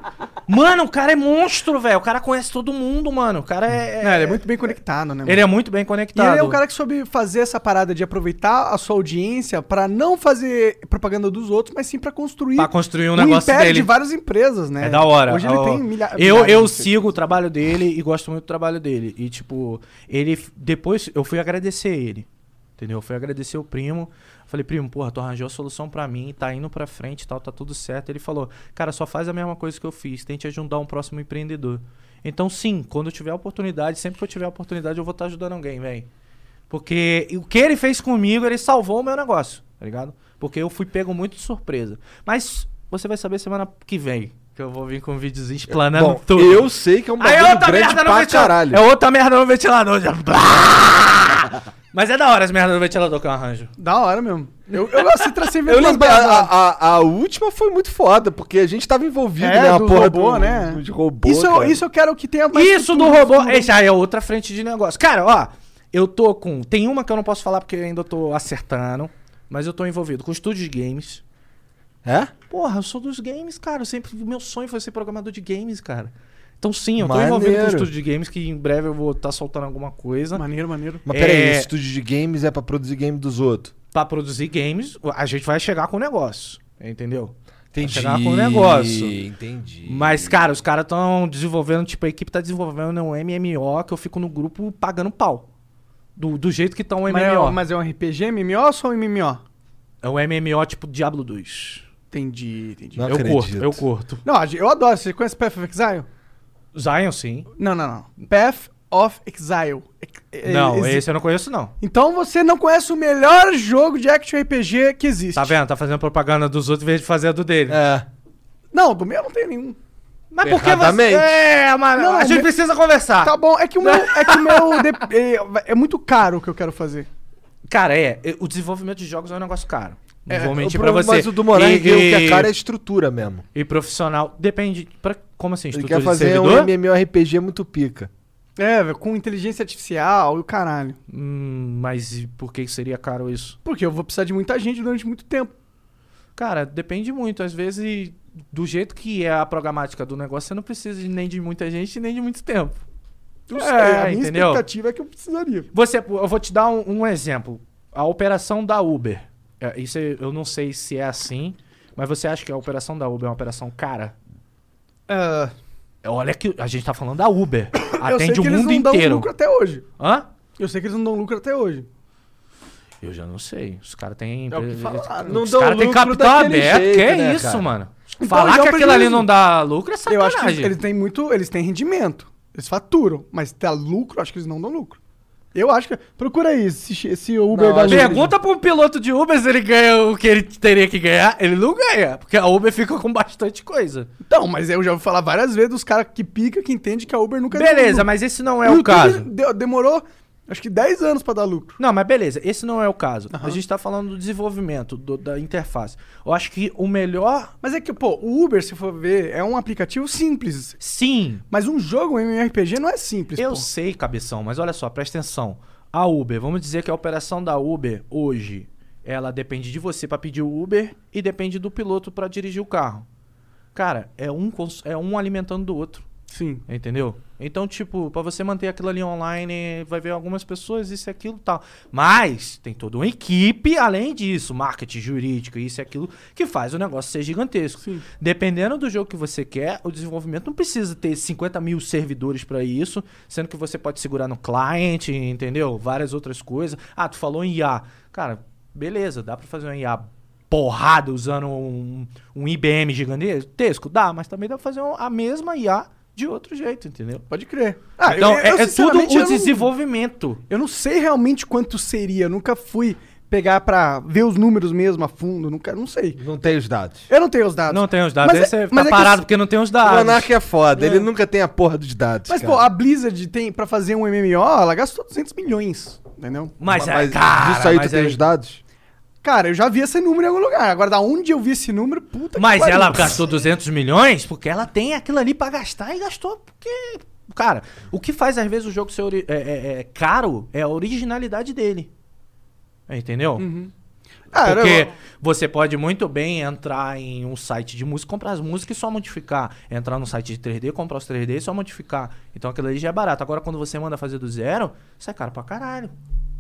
[SPEAKER 1] Mano, o cara é monstro, velho. O cara conhece todo mundo, mano. O cara é,
[SPEAKER 3] Não, ele é muito bem conectado, né? mano?
[SPEAKER 1] ele é muito bem
[SPEAKER 3] E
[SPEAKER 1] conectado.
[SPEAKER 3] ele é o cara que soube fazer essa parada de aproveitar a sua audiência pra não fazer propaganda dos outros, mas sim pra construir
[SPEAKER 1] pra construir um
[SPEAKER 3] o
[SPEAKER 1] negócio
[SPEAKER 3] império
[SPEAKER 1] dele.
[SPEAKER 3] de várias empresas, né?
[SPEAKER 1] É da hora.
[SPEAKER 3] Hoje ele
[SPEAKER 1] Ó,
[SPEAKER 3] tem milha-
[SPEAKER 1] Eu,
[SPEAKER 3] milhares
[SPEAKER 1] eu
[SPEAKER 3] de-
[SPEAKER 1] sigo o trabalho dele e gosto muito do trabalho dele. E, tipo, ele. f- Depois eu fui agradecer ele. Entendeu? Eu fui agradecer o primo. Falei, primo, porra, tu arranjou a solução pra mim, tá indo pra frente e tal, tá tudo certo. Ele falou, cara, só faz a mesma coisa que eu fiz, tente ajudar um próximo empreendedor. Então, sim, quando eu tiver a oportunidade, sempre que eu tiver a oportunidade, eu vou estar ajudando alguém, velho. Porque o que ele fez comigo, ele salvou o meu negócio, tá ligado? Porque eu fui pego muito de surpresa. Mas você vai saber semana que vem, que eu vou vir com um videozinho explanando
[SPEAKER 2] Bom,
[SPEAKER 1] tudo.
[SPEAKER 2] eu sei que é um
[SPEAKER 1] Aí é
[SPEAKER 2] bagulho
[SPEAKER 1] outra
[SPEAKER 2] grande
[SPEAKER 1] merda no
[SPEAKER 2] pra
[SPEAKER 1] ventilador.
[SPEAKER 2] caralho.
[SPEAKER 1] É outra merda no ventilador. já- Mas é da hora as merdas no ventilador que eu arranjo.
[SPEAKER 3] Da hora mesmo. Eu, eu assim, tracei
[SPEAKER 2] Eu
[SPEAKER 3] umas
[SPEAKER 2] lembro, a,
[SPEAKER 3] belas lá.
[SPEAKER 2] a- a última foi muito foda, porque a gente tava envolvido,
[SPEAKER 3] É,
[SPEAKER 2] né? A
[SPEAKER 3] do
[SPEAKER 2] porra
[SPEAKER 3] robô,
[SPEAKER 2] do-
[SPEAKER 3] né?
[SPEAKER 2] do- De robô,
[SPEAKER 3] isso, eu,
[SPEAKER 2] cara.
[SPEAKER 3] isso eu quero que tenha mais.
[SPEAKER 1] Isso do
[SPEAKER 3] futuro,
[SPEAKER 1] robô.
[SPEAKER 3] futuro.
[SPEAKER 1] Esse aí é outra frente de negócio. Cara, ó, eu tô com. Tem uma que eu não posso falar porque eu ainda tô acertando. Mas eu tô envolvido com estúdios de games.
[SPEAKER 2] É?
[SPEAKER 1] Porra, eu sou dos games, cara. Eu sempre, meu sonho foi ser programador de games, cara. Então sim, eu tô
[SPEAKER 2] Maneiro.
[SPEAKER 1] envolvido com o estúdio de games, que em breve eu vou estar soltando alguma coisa.
[SPEAKER 3] Maneiro, maneiro.
[SPEAKER 2] Mas peraí,
[SPEAKER 1] É.
[SPEAKER 2] esse estúdio de games é pra produzir game dos outros.
[SPEAKER 1] Pra produzir games, a gente vai chegar com o negócio. Entendeu?
[SPEAKER 2] Entendi.
[SPEAKER 1] chegar com o negócio.
[SPEAKER 2] Entendi.
[SPEAKER 1] Mas, cara, os caras estão desenvolvendo, tipo, a equipe tá desenvolvendo um MMO que eu fico no grupo pagando pau. Do, do jeito que tá um MMO.
[SPEAKER 3] Mas é, mas é um RPG, MMO ou só um MMO?
[SPEAKER 1] É um MMO tipo Diablo 2.
[SPEAKER 3] Entendi, entendi.
[SPEAKER 2] Não
[SPEAKER 1] eu
[SPEAKER 2] acredito.
[SPEAKER 1] curto, eu curto.
[SPEAKER 3] Não, eu adoro. Você conhece Path of Exile?
[SPEAKER 1] Zion, sim.
[SPEAKER 3] Não, não, não. Path of Exile. Ex-
[SPEAKER 1] não,
[SPEAKER 3] exi-
[SPEAKER 1] esse eu não conheço, não.
[SPEAKER 3] Então você não conhece o melhor jogo de action RPG que existe.
[SPEAKER 1] Tá vendo? Tá fazendo propaganda dos outros em vez de fazer a do dele.
[SPEAKER 2] É.
[SPEAKER 3] Não, do meu não tem nenhum.
[SPEAKER 1] Mas por que você...
[SPEAKER 2] Erradamente.
[SPEAKER 1] É, mas
[SPEAKER 3] Não,
[SPEAKER 1] a gente
[SPEAKER 3] me-
[SPEAKER 1] precisa conversar.
[SPEAKER 3] Tá bom, é que o meu. É que o meu. de- é, é muito caro o que eu quero fazer.
[SPEAKER 1] Cara, é, é, o desenvolvimento de jogos é um negócio caro. Não
[SPEAKER 2] É,
[SPEAKER 1] vou mentir
[SPEAKER 2] o
[SPEAKER 1] pra
[SPEAKER 2] problema-
[SPEAKER 1] você.
[SPEAKER 2] Mas o do Moraes,
[SPEAKER 1] e,
[SPEAKER 2] o que é cara é a
[SPEAKER 1] e-
[SPEAKER 2] estrutura mesmo.
[SPEAKER 1] e profissional. Depende. Pra, como assim?
[SPEAKER 2] Ele
[SPEAKER 1] Estrutura
[SPEAKER 2] quer
[SPEAKER 1] de
[SPEAKER 2] fazer um
[SPEAKER 1] servidor?
[SPEAKER 2] MMORPG muito pica.
[SPEAKER 3] É, velho, com inteligência artificial e o caralho.
[SPEAKER 1] Hum, mas e por que seria caro isso?
[SPEAKER 3] Porque eu vou precisar de muita gente durante muito tempo.
[SPEAKER 1] Cara, depende muito. Às vezes, do jeito que é a programática do negócio, você não precisa de- nem de muita gente nem de muito tempo.
[SPEAKER 3] Não
[SPEAKER 1] É,
[SPEAKER 3] a minha
[SPEAKER 1] entendeu?
[SPEAKER 3] expectativa é que eu precisaria.
[SPEAKER 1] Você, eu vou te dar um, um exemplo. A operação da Uber. É, isso é- eu não sei se é assim, mas você acha que a operação da Uber é uma operação cara?
[SPEAKER 3] Ah,
[SPEAKER 1] Olha que a gente tá falando da Uber.
[SPEAKER 3] eu sei
[SPEAKER 1] Atende o
[SPEAKER 3] que eles
[SPEAKER 1] mundo
[SPEAKER 3] não dão
[SPEAKER 1] inteiro.
[SPEAKER 3] lucro até hoje.
[SPEAKER 1] Hã?
[SPEAKER 3] Eu sei que eles não dão lucro até hoje.
[SPEAKER 1] Eu já não sei. Os caras têm.
[SPEAKER 3] É o que falaram.
[SPEAKER 2] Não
[SPEAKER 1] Os
[SPEAKER 2] dão
[SPEAKER 1] caras têm
[SPEAKER 2] lucro
[SPEAKER 1] capital
[SPEAKER 2] daquele
[SPEAKER 1] aberto.
[SPEAKER 2] jeito,
[SPEAKER 1] que é
[SPEAKER 2] né,
[SPEAKER 1] isso,
[SPEAKER 2] cara?
[SPEAKER 1] mano?
[SPEAKER 3] Então,
[SPEAKER 1] Falar
[SPEAKER 3] já
[SPEAKER 1] que
[SPEAKER 3] é um
[SPEAKER 1] aquilo ali
[SPEAKER 3] prejuízo.
[SPEAKER 1] não dá lucro é
[SPEAKER 3] Eu
[SPEAKER 1] sacanagem.
[SPEAKER 3] acho que eles têm muito. Eles têm rendimento. Eles faturam. Mas dá lucro, eu acho que eles não dão lucco. Eu acho que. Procura aí esse, esse Uber
[SPEAKER 2] Não,
[SPEAKER 3] da
[SPEAKER 2] acho
[SPEAKER 3] Uber.
[SPEAKER 1] Pergunta pra um piloto de Uber se ele ganha o que ele teria que ganhar. Ele não ganha, porque a Uber fica com bastante coisa.
[SPEAKER 3] Então, mas eu já ouvi falar várias vezes dos caras que pica que entende que a Uber nunca
[SPEAKER 1] Beleza,
[SPEAKER 3] deu lucro.
[SPEAKER 1] mas esse não é
[SPEAKER 3] O
[SPEAKER 1] o
[SPEAKER 3] YouTube
[SPEAKER 1] caso.
[SPEAKER 3] de- demorou acho que 10 anos pra dar lucro.
[SPEAKER 1] Não, mas beleza, esse não é o caso. A gente tá falando do desenvolvimento, do- da interface. Eu acho que o melhor.
[SPEAKER 3] Mas é que, pô, o Uber, se for ver, é um aplicativo simples.
[SPEAKER 1] Sim,
[SPEAKER 3] Mas um jogo, um MMORPG, não é simples,
[SPEAKER 1] Eu
[SPEAKER 3] pô.
[SPEAKER 1] sei, cabeção, mas olha só, presta atenção. A Uber, vamos dizer que a operação da Uber hoje, ela depende de você pra pedir o Uber e depende do piloto pra dirigir o carro. Cara, é um, cons- é um alimentando do outro.
[SPEAKER 3] Sim.
[SPEAKER 1] Entendeu? Então, tipo, pra você manter aquilo ali online, vai ver algumas pessoas, isso e aquilo e tal. Mas tem toda uma equipe, além disso, marketing jurídico, isso e aquilo, que faz o negócio ser gigantesco. Dependendo do jogo que você quer, o desenvolvimento não precisa ter 50 mil servidores pra isso, sendo que você pode segurar no client, entendeu? Várias outras coisas. Ah, tu falou em IA. Cara, beleza, dá pra fazer um IA porrada usando um, um IBM gigantesco? Dá, mas também dá pra fazer um- a mesma IA de outro jeito, entendeu?
[SPEAKER 3] Pode crer. Ah,
[SPEAKER 1] então,
[SPEAKER 3] eu- eu,
[SPEAKER 1] é- é, tudo
[SPEAKER 3] sinceramente,
[SPEAKER 1] o
[SPEAKER 3] eu não-
[SPEAKER 1] desenvolvimento.
[SPEAKER 3] Eu não sei realmente quanto seria. Eu nunca fui pegar pra ver os números mesmo a fundo. Nunca, não sei.
[SPEAKER 2] Não tem os dados.
[SPEAKER 3] Eu não tenho os dados.
[SPEAKER 1] Não tem os dados. Aí
[SPEAKER 3] é-
[SPEAKER 1] você
[SPEAKER 3] mas
[SPEAKER 1] tá
[SPEAKER 3] é que
[SPEAKER 1] parado
[SPEAKER 3] eu-
[SPEAKER 1] porque não tem os
[SPEAKER 2] O
[SPEAKER 1] dados.
[SPEAKER 2] Monark é foda, ele nunca tem a porra dos dados.
[SPEAKER 3] Mas,
[SPEAKER 2] cara.
[SPEAKER 3] pô, a Blizzard tem pra fazer um MMO, ela gastou 200 milhões, entendeu?
[SPEAKER 1] Mas, é,
[SPEAKER 2] Mas
[SPEAKER 1] cara,
[SPEAKER 2] disso aí
[SPEAKER 1] mas
[SPEAKER 2] tu tem
[SPEAKER 1] é-
[SPEAKER 2] os dados?
[SPEAKER 3] Cara, eu já vi esse número em algum lugar. Agora, da onde eu vi esse número, puta
[SPEAKER 1] Mas
[SPEAKER 3] pariu.
[SPEAKER 1] ela gastou 200 milhões porque ela tem aquilo ali pra gastar e gastou porque... Cara, o que faz às vezes o jogo ser ori- é, é- é caro é a originalidade dele. Entendeu?
[SPEAKER 3] Ah, era-
[SPEAKER 1] Porque você pode muito bem entrar em um site de música, comprar as músicas e só modificar. Entrar num site de 3D, comprar os 3D e só modificar. Então aquilo ali já é barato. Agora, quando você manda fazer do zero, sai caro pra caralho.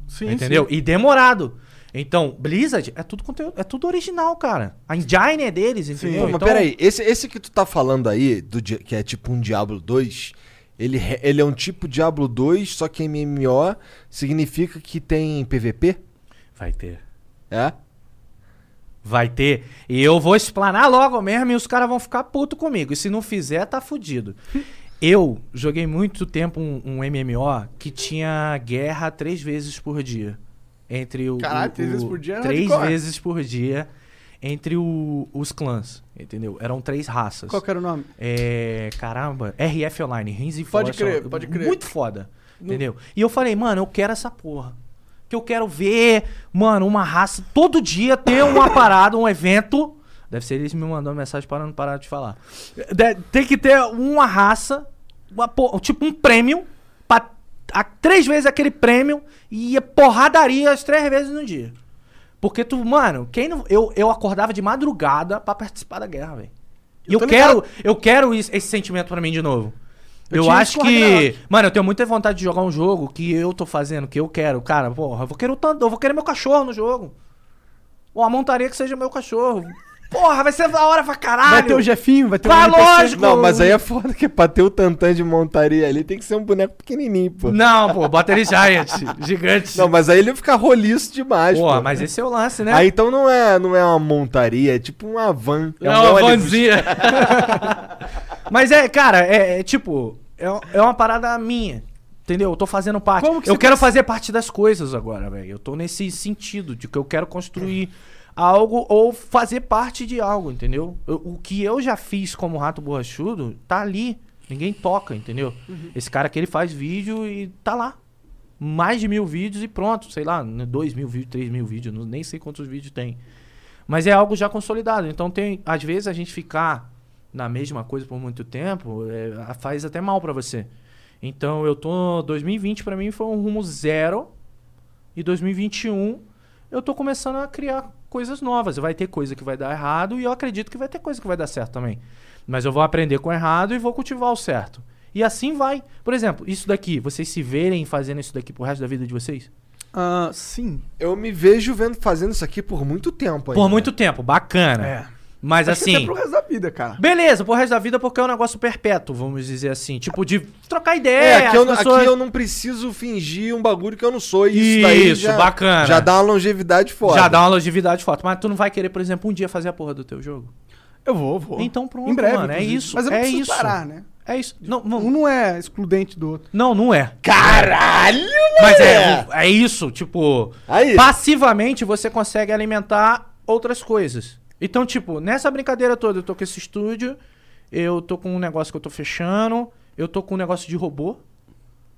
[SPEAKER 3] Sim,
[SPEAKER 1] entendeu? E demorado. Então, Blizzard é tudo conteúdo, é tudo original, cara. A engine é deles, entendeu?
[SPEAKER 2] Pô, mas
[SPEAKER 1] então,
[SPEAKER 2] peraí, esse, esse que tu tá falando aí, do, di- que é tipo um Diablo 2, ele, re- ele é um tipo Diablo 2, só que MMO significa que tem PVP?
[SPEAKER 1] Vai ter.
[SPEAKER 2] É?
[SPEAKER 1] Vai ter. E eu vou explanar logo mesmo e os caras vão ficar puto comigo. E se não fizer, tá fudido. Eu joguei muito tempo um, um MMO que tinha guerra três vezes por dia. Entre o.
[SPEAKER 3] Caralho,
[SPEAKER 1] o-
[SPEAKER 3] três
[SPEAKER 1] o-
[SPEAKER 3] vezes por dia era
[SPEAKER 1] Três
[SPEAKER 3] hardcore.
[SPEAKER 1] vezes por dia entre o- os clãs, entendeu? Eram três raças.
[SPEAKER 3] Qual que era o nome?
[SPEAKER 1] É. Caramba, RF Online, Rins e
[SPEAKER 3] Pode
[SPEAKER 1] Force,
[SPEAKER 3] crer, pode crer.
[SPEAKER 1] Muito foda. Entendeu? E eu falei, mano, eu quero essa porra. Que eu quero ver, mano, uma raça todo dia ter uma parada, um evento. Deve ser eles me mandando mensagem para não parar de falar. De- tem que ter uma raça, uma por- tipo um prêmio, pra, a- três vezes aquele prêmio e é porradaria as três vezes no dia. Porque tu, mano, quem não. Eu, eu acordava de madrugada pra participar da guerra, velho. E eu,
[SPEAKER 3] tô
[SPEAKER 1] quero, eu quero isso- esse sentimento pra mim de novo.
[SPEAKER 3] Eu
[SPEAKER 1] Eu,
[SPEAKER 3] tinha
[SPEAKER 1] acho
[SPEAKER 3] isso com
[SPEAKER 1] que.
[SPEAKER 3] Ragnarok.
[SPEAKER 1] Mano, eu tenho muita vontade de jogar um jogo que eu tô fazendo, que eu quero. Cara, porra, eu vou querer o tanto. Eu vou querer meu cachorro no jogo. Ou a montaria que seja meu cachorro. Porra, vai ser da hora pra caralho.
[SPEAKER 3] Vai ter o Jefinho, vai ter
[SPEAKER 1] Vai,
[SPEAKER 3] o NPC.
[SPEAKER 1] Tá lógico.
[SPEAKER 2] Não, mas aí é foda que pra ter o tantan de montaria ali tem que ser um boneco pequenininho, pô. Não,
[SPEAKER 1] Não, pô, bota ele Giant. gigante.
[SPEAKER 2] mas aí ele fica roliço demais,
[SPEAKER 1] porra,
[SPEAKER 2] pô.
[SPEAKER 1] mas esse é o lance, né?
[SPEAKER 2] Aí então não é, não é uma montaria, é tipo uma van.
[SPEAKER 1] É
[SPEAKER 2] um
[SPEAKER 1] uma
[SPEAKER 2] ônibus.
[SPEAKER 1] vanzinha. Mas é, cara, é, é tipo, é, um- é uma parada minha. Entendeu? Eu tô fazendo parte.
[SPEAKER 3] Como que
[SPEAKER 1] eu
[SPEAKER 3] você tá
[SPEAKER 1] quero fazer parte das coisas agora, velho. Eu tô nesse sentido de que eu quero construir algo ou fazer parte de algo, entendeu? Eu- o que eu já fiz como rato borrachudo tá ali. Ninguém toca, entendeu?
[SPEAKER 3] Uhum.
[SPEAKER 1] Esse cara aqui, ele faz vídeo e tá lá. Mais de mil vídeos e pronto. Sei lá, né, dois mil vídeos, três mil vídeos. não- Nem sei quantos vídeos tem. Mas é algo já consolidado. Então tem, às vezes a gente ficar na mesma coisa por muito tempo é, faz até mal pra você. Então eu tô 2020 pra mim foi um rumo zero e 2021 eu tô começando a criar coisas novas. Vai ter coisa que vai dar errado e eu acredito que vai ter coisa que vai dar certo também. Mas eu vou aprender com o errado e vou cultivar o certo. E assim vai. Por exemplo, isso daqui, vocês se verem fazendo isso daqui pro resto da vida de vocês?
[SPEAKER 3] Ah, sim.
[SPEAKER 2] Eu me vejo vendo fazendo isso aqui por muito tempo ainda.
[SPEAKER 1] Por muito tempo, bacana. Mas
[SPEAKER 3] é. Acho que até
[SPEAKER 1] assim,
[SPEAKER 3] pro resto da vida, cara.
[SPEAKER 1] Beleza, pro resto da vida, porque é um negócio perpétuo, vamos dizer assim. Tipo, de trocar ideia.
[SPEAKER 2] É, aqui eu,
[SPEAKER 1] as
[SPEAKER 2] aqui
[SPEAKER 1] pessoas-
[SPEAKER 2] eu não preciso fingir um bagulho que eu não sou. E
[SPEAKER 1] Isso,
[SPEAKER 2] isso daí já,
[SPEAKER 1] bacana.
[SPEAKER 2] já dá uma longevidade foda.
[SPEAKER 1] Já dá uma longevidade forte. Mas tu não vai querer, por exemplo, um dia fazer a porra do teu jogo.
[SPEAKER 3] Eu vou, vou.
[SPEAKER 1] Então pronto,
[SPEAKER 3] Em breve,
[SPEAKER 1] mano, é
[SPEAKER 3] inclusive.
[SPEAKER 1] isso,
[SPEAKER 3] Mas eu não
[SPEAKER 1] é
[SPEAKER 3] preciso
[SPEAKER 1] isso.
[SPEAKER 3] parar, né?
[SPEAKER 1] É isso. Não,
[SPEAKER 3] Um
[SPEAKER 1] não,
[SPEAKER 3] não é excludente do outro.
[SPEAKER 1] não, não é.
[SPEAKER 2] Caralho, É
[SPEAKER 1] Mas
[SPEAKER 2] moleque!
[SPEAKER 1] é, é isso, tipo,
[SPEAKER 2] Aí.
[SPEAKER 1] passivamente você consegue alimentar outras coisas. Então, tipo, nessa brincadeira toda, eu tô com esse estúdio, eu tô com um negócio que eu tô fechando, eu tô com um negócio de robô.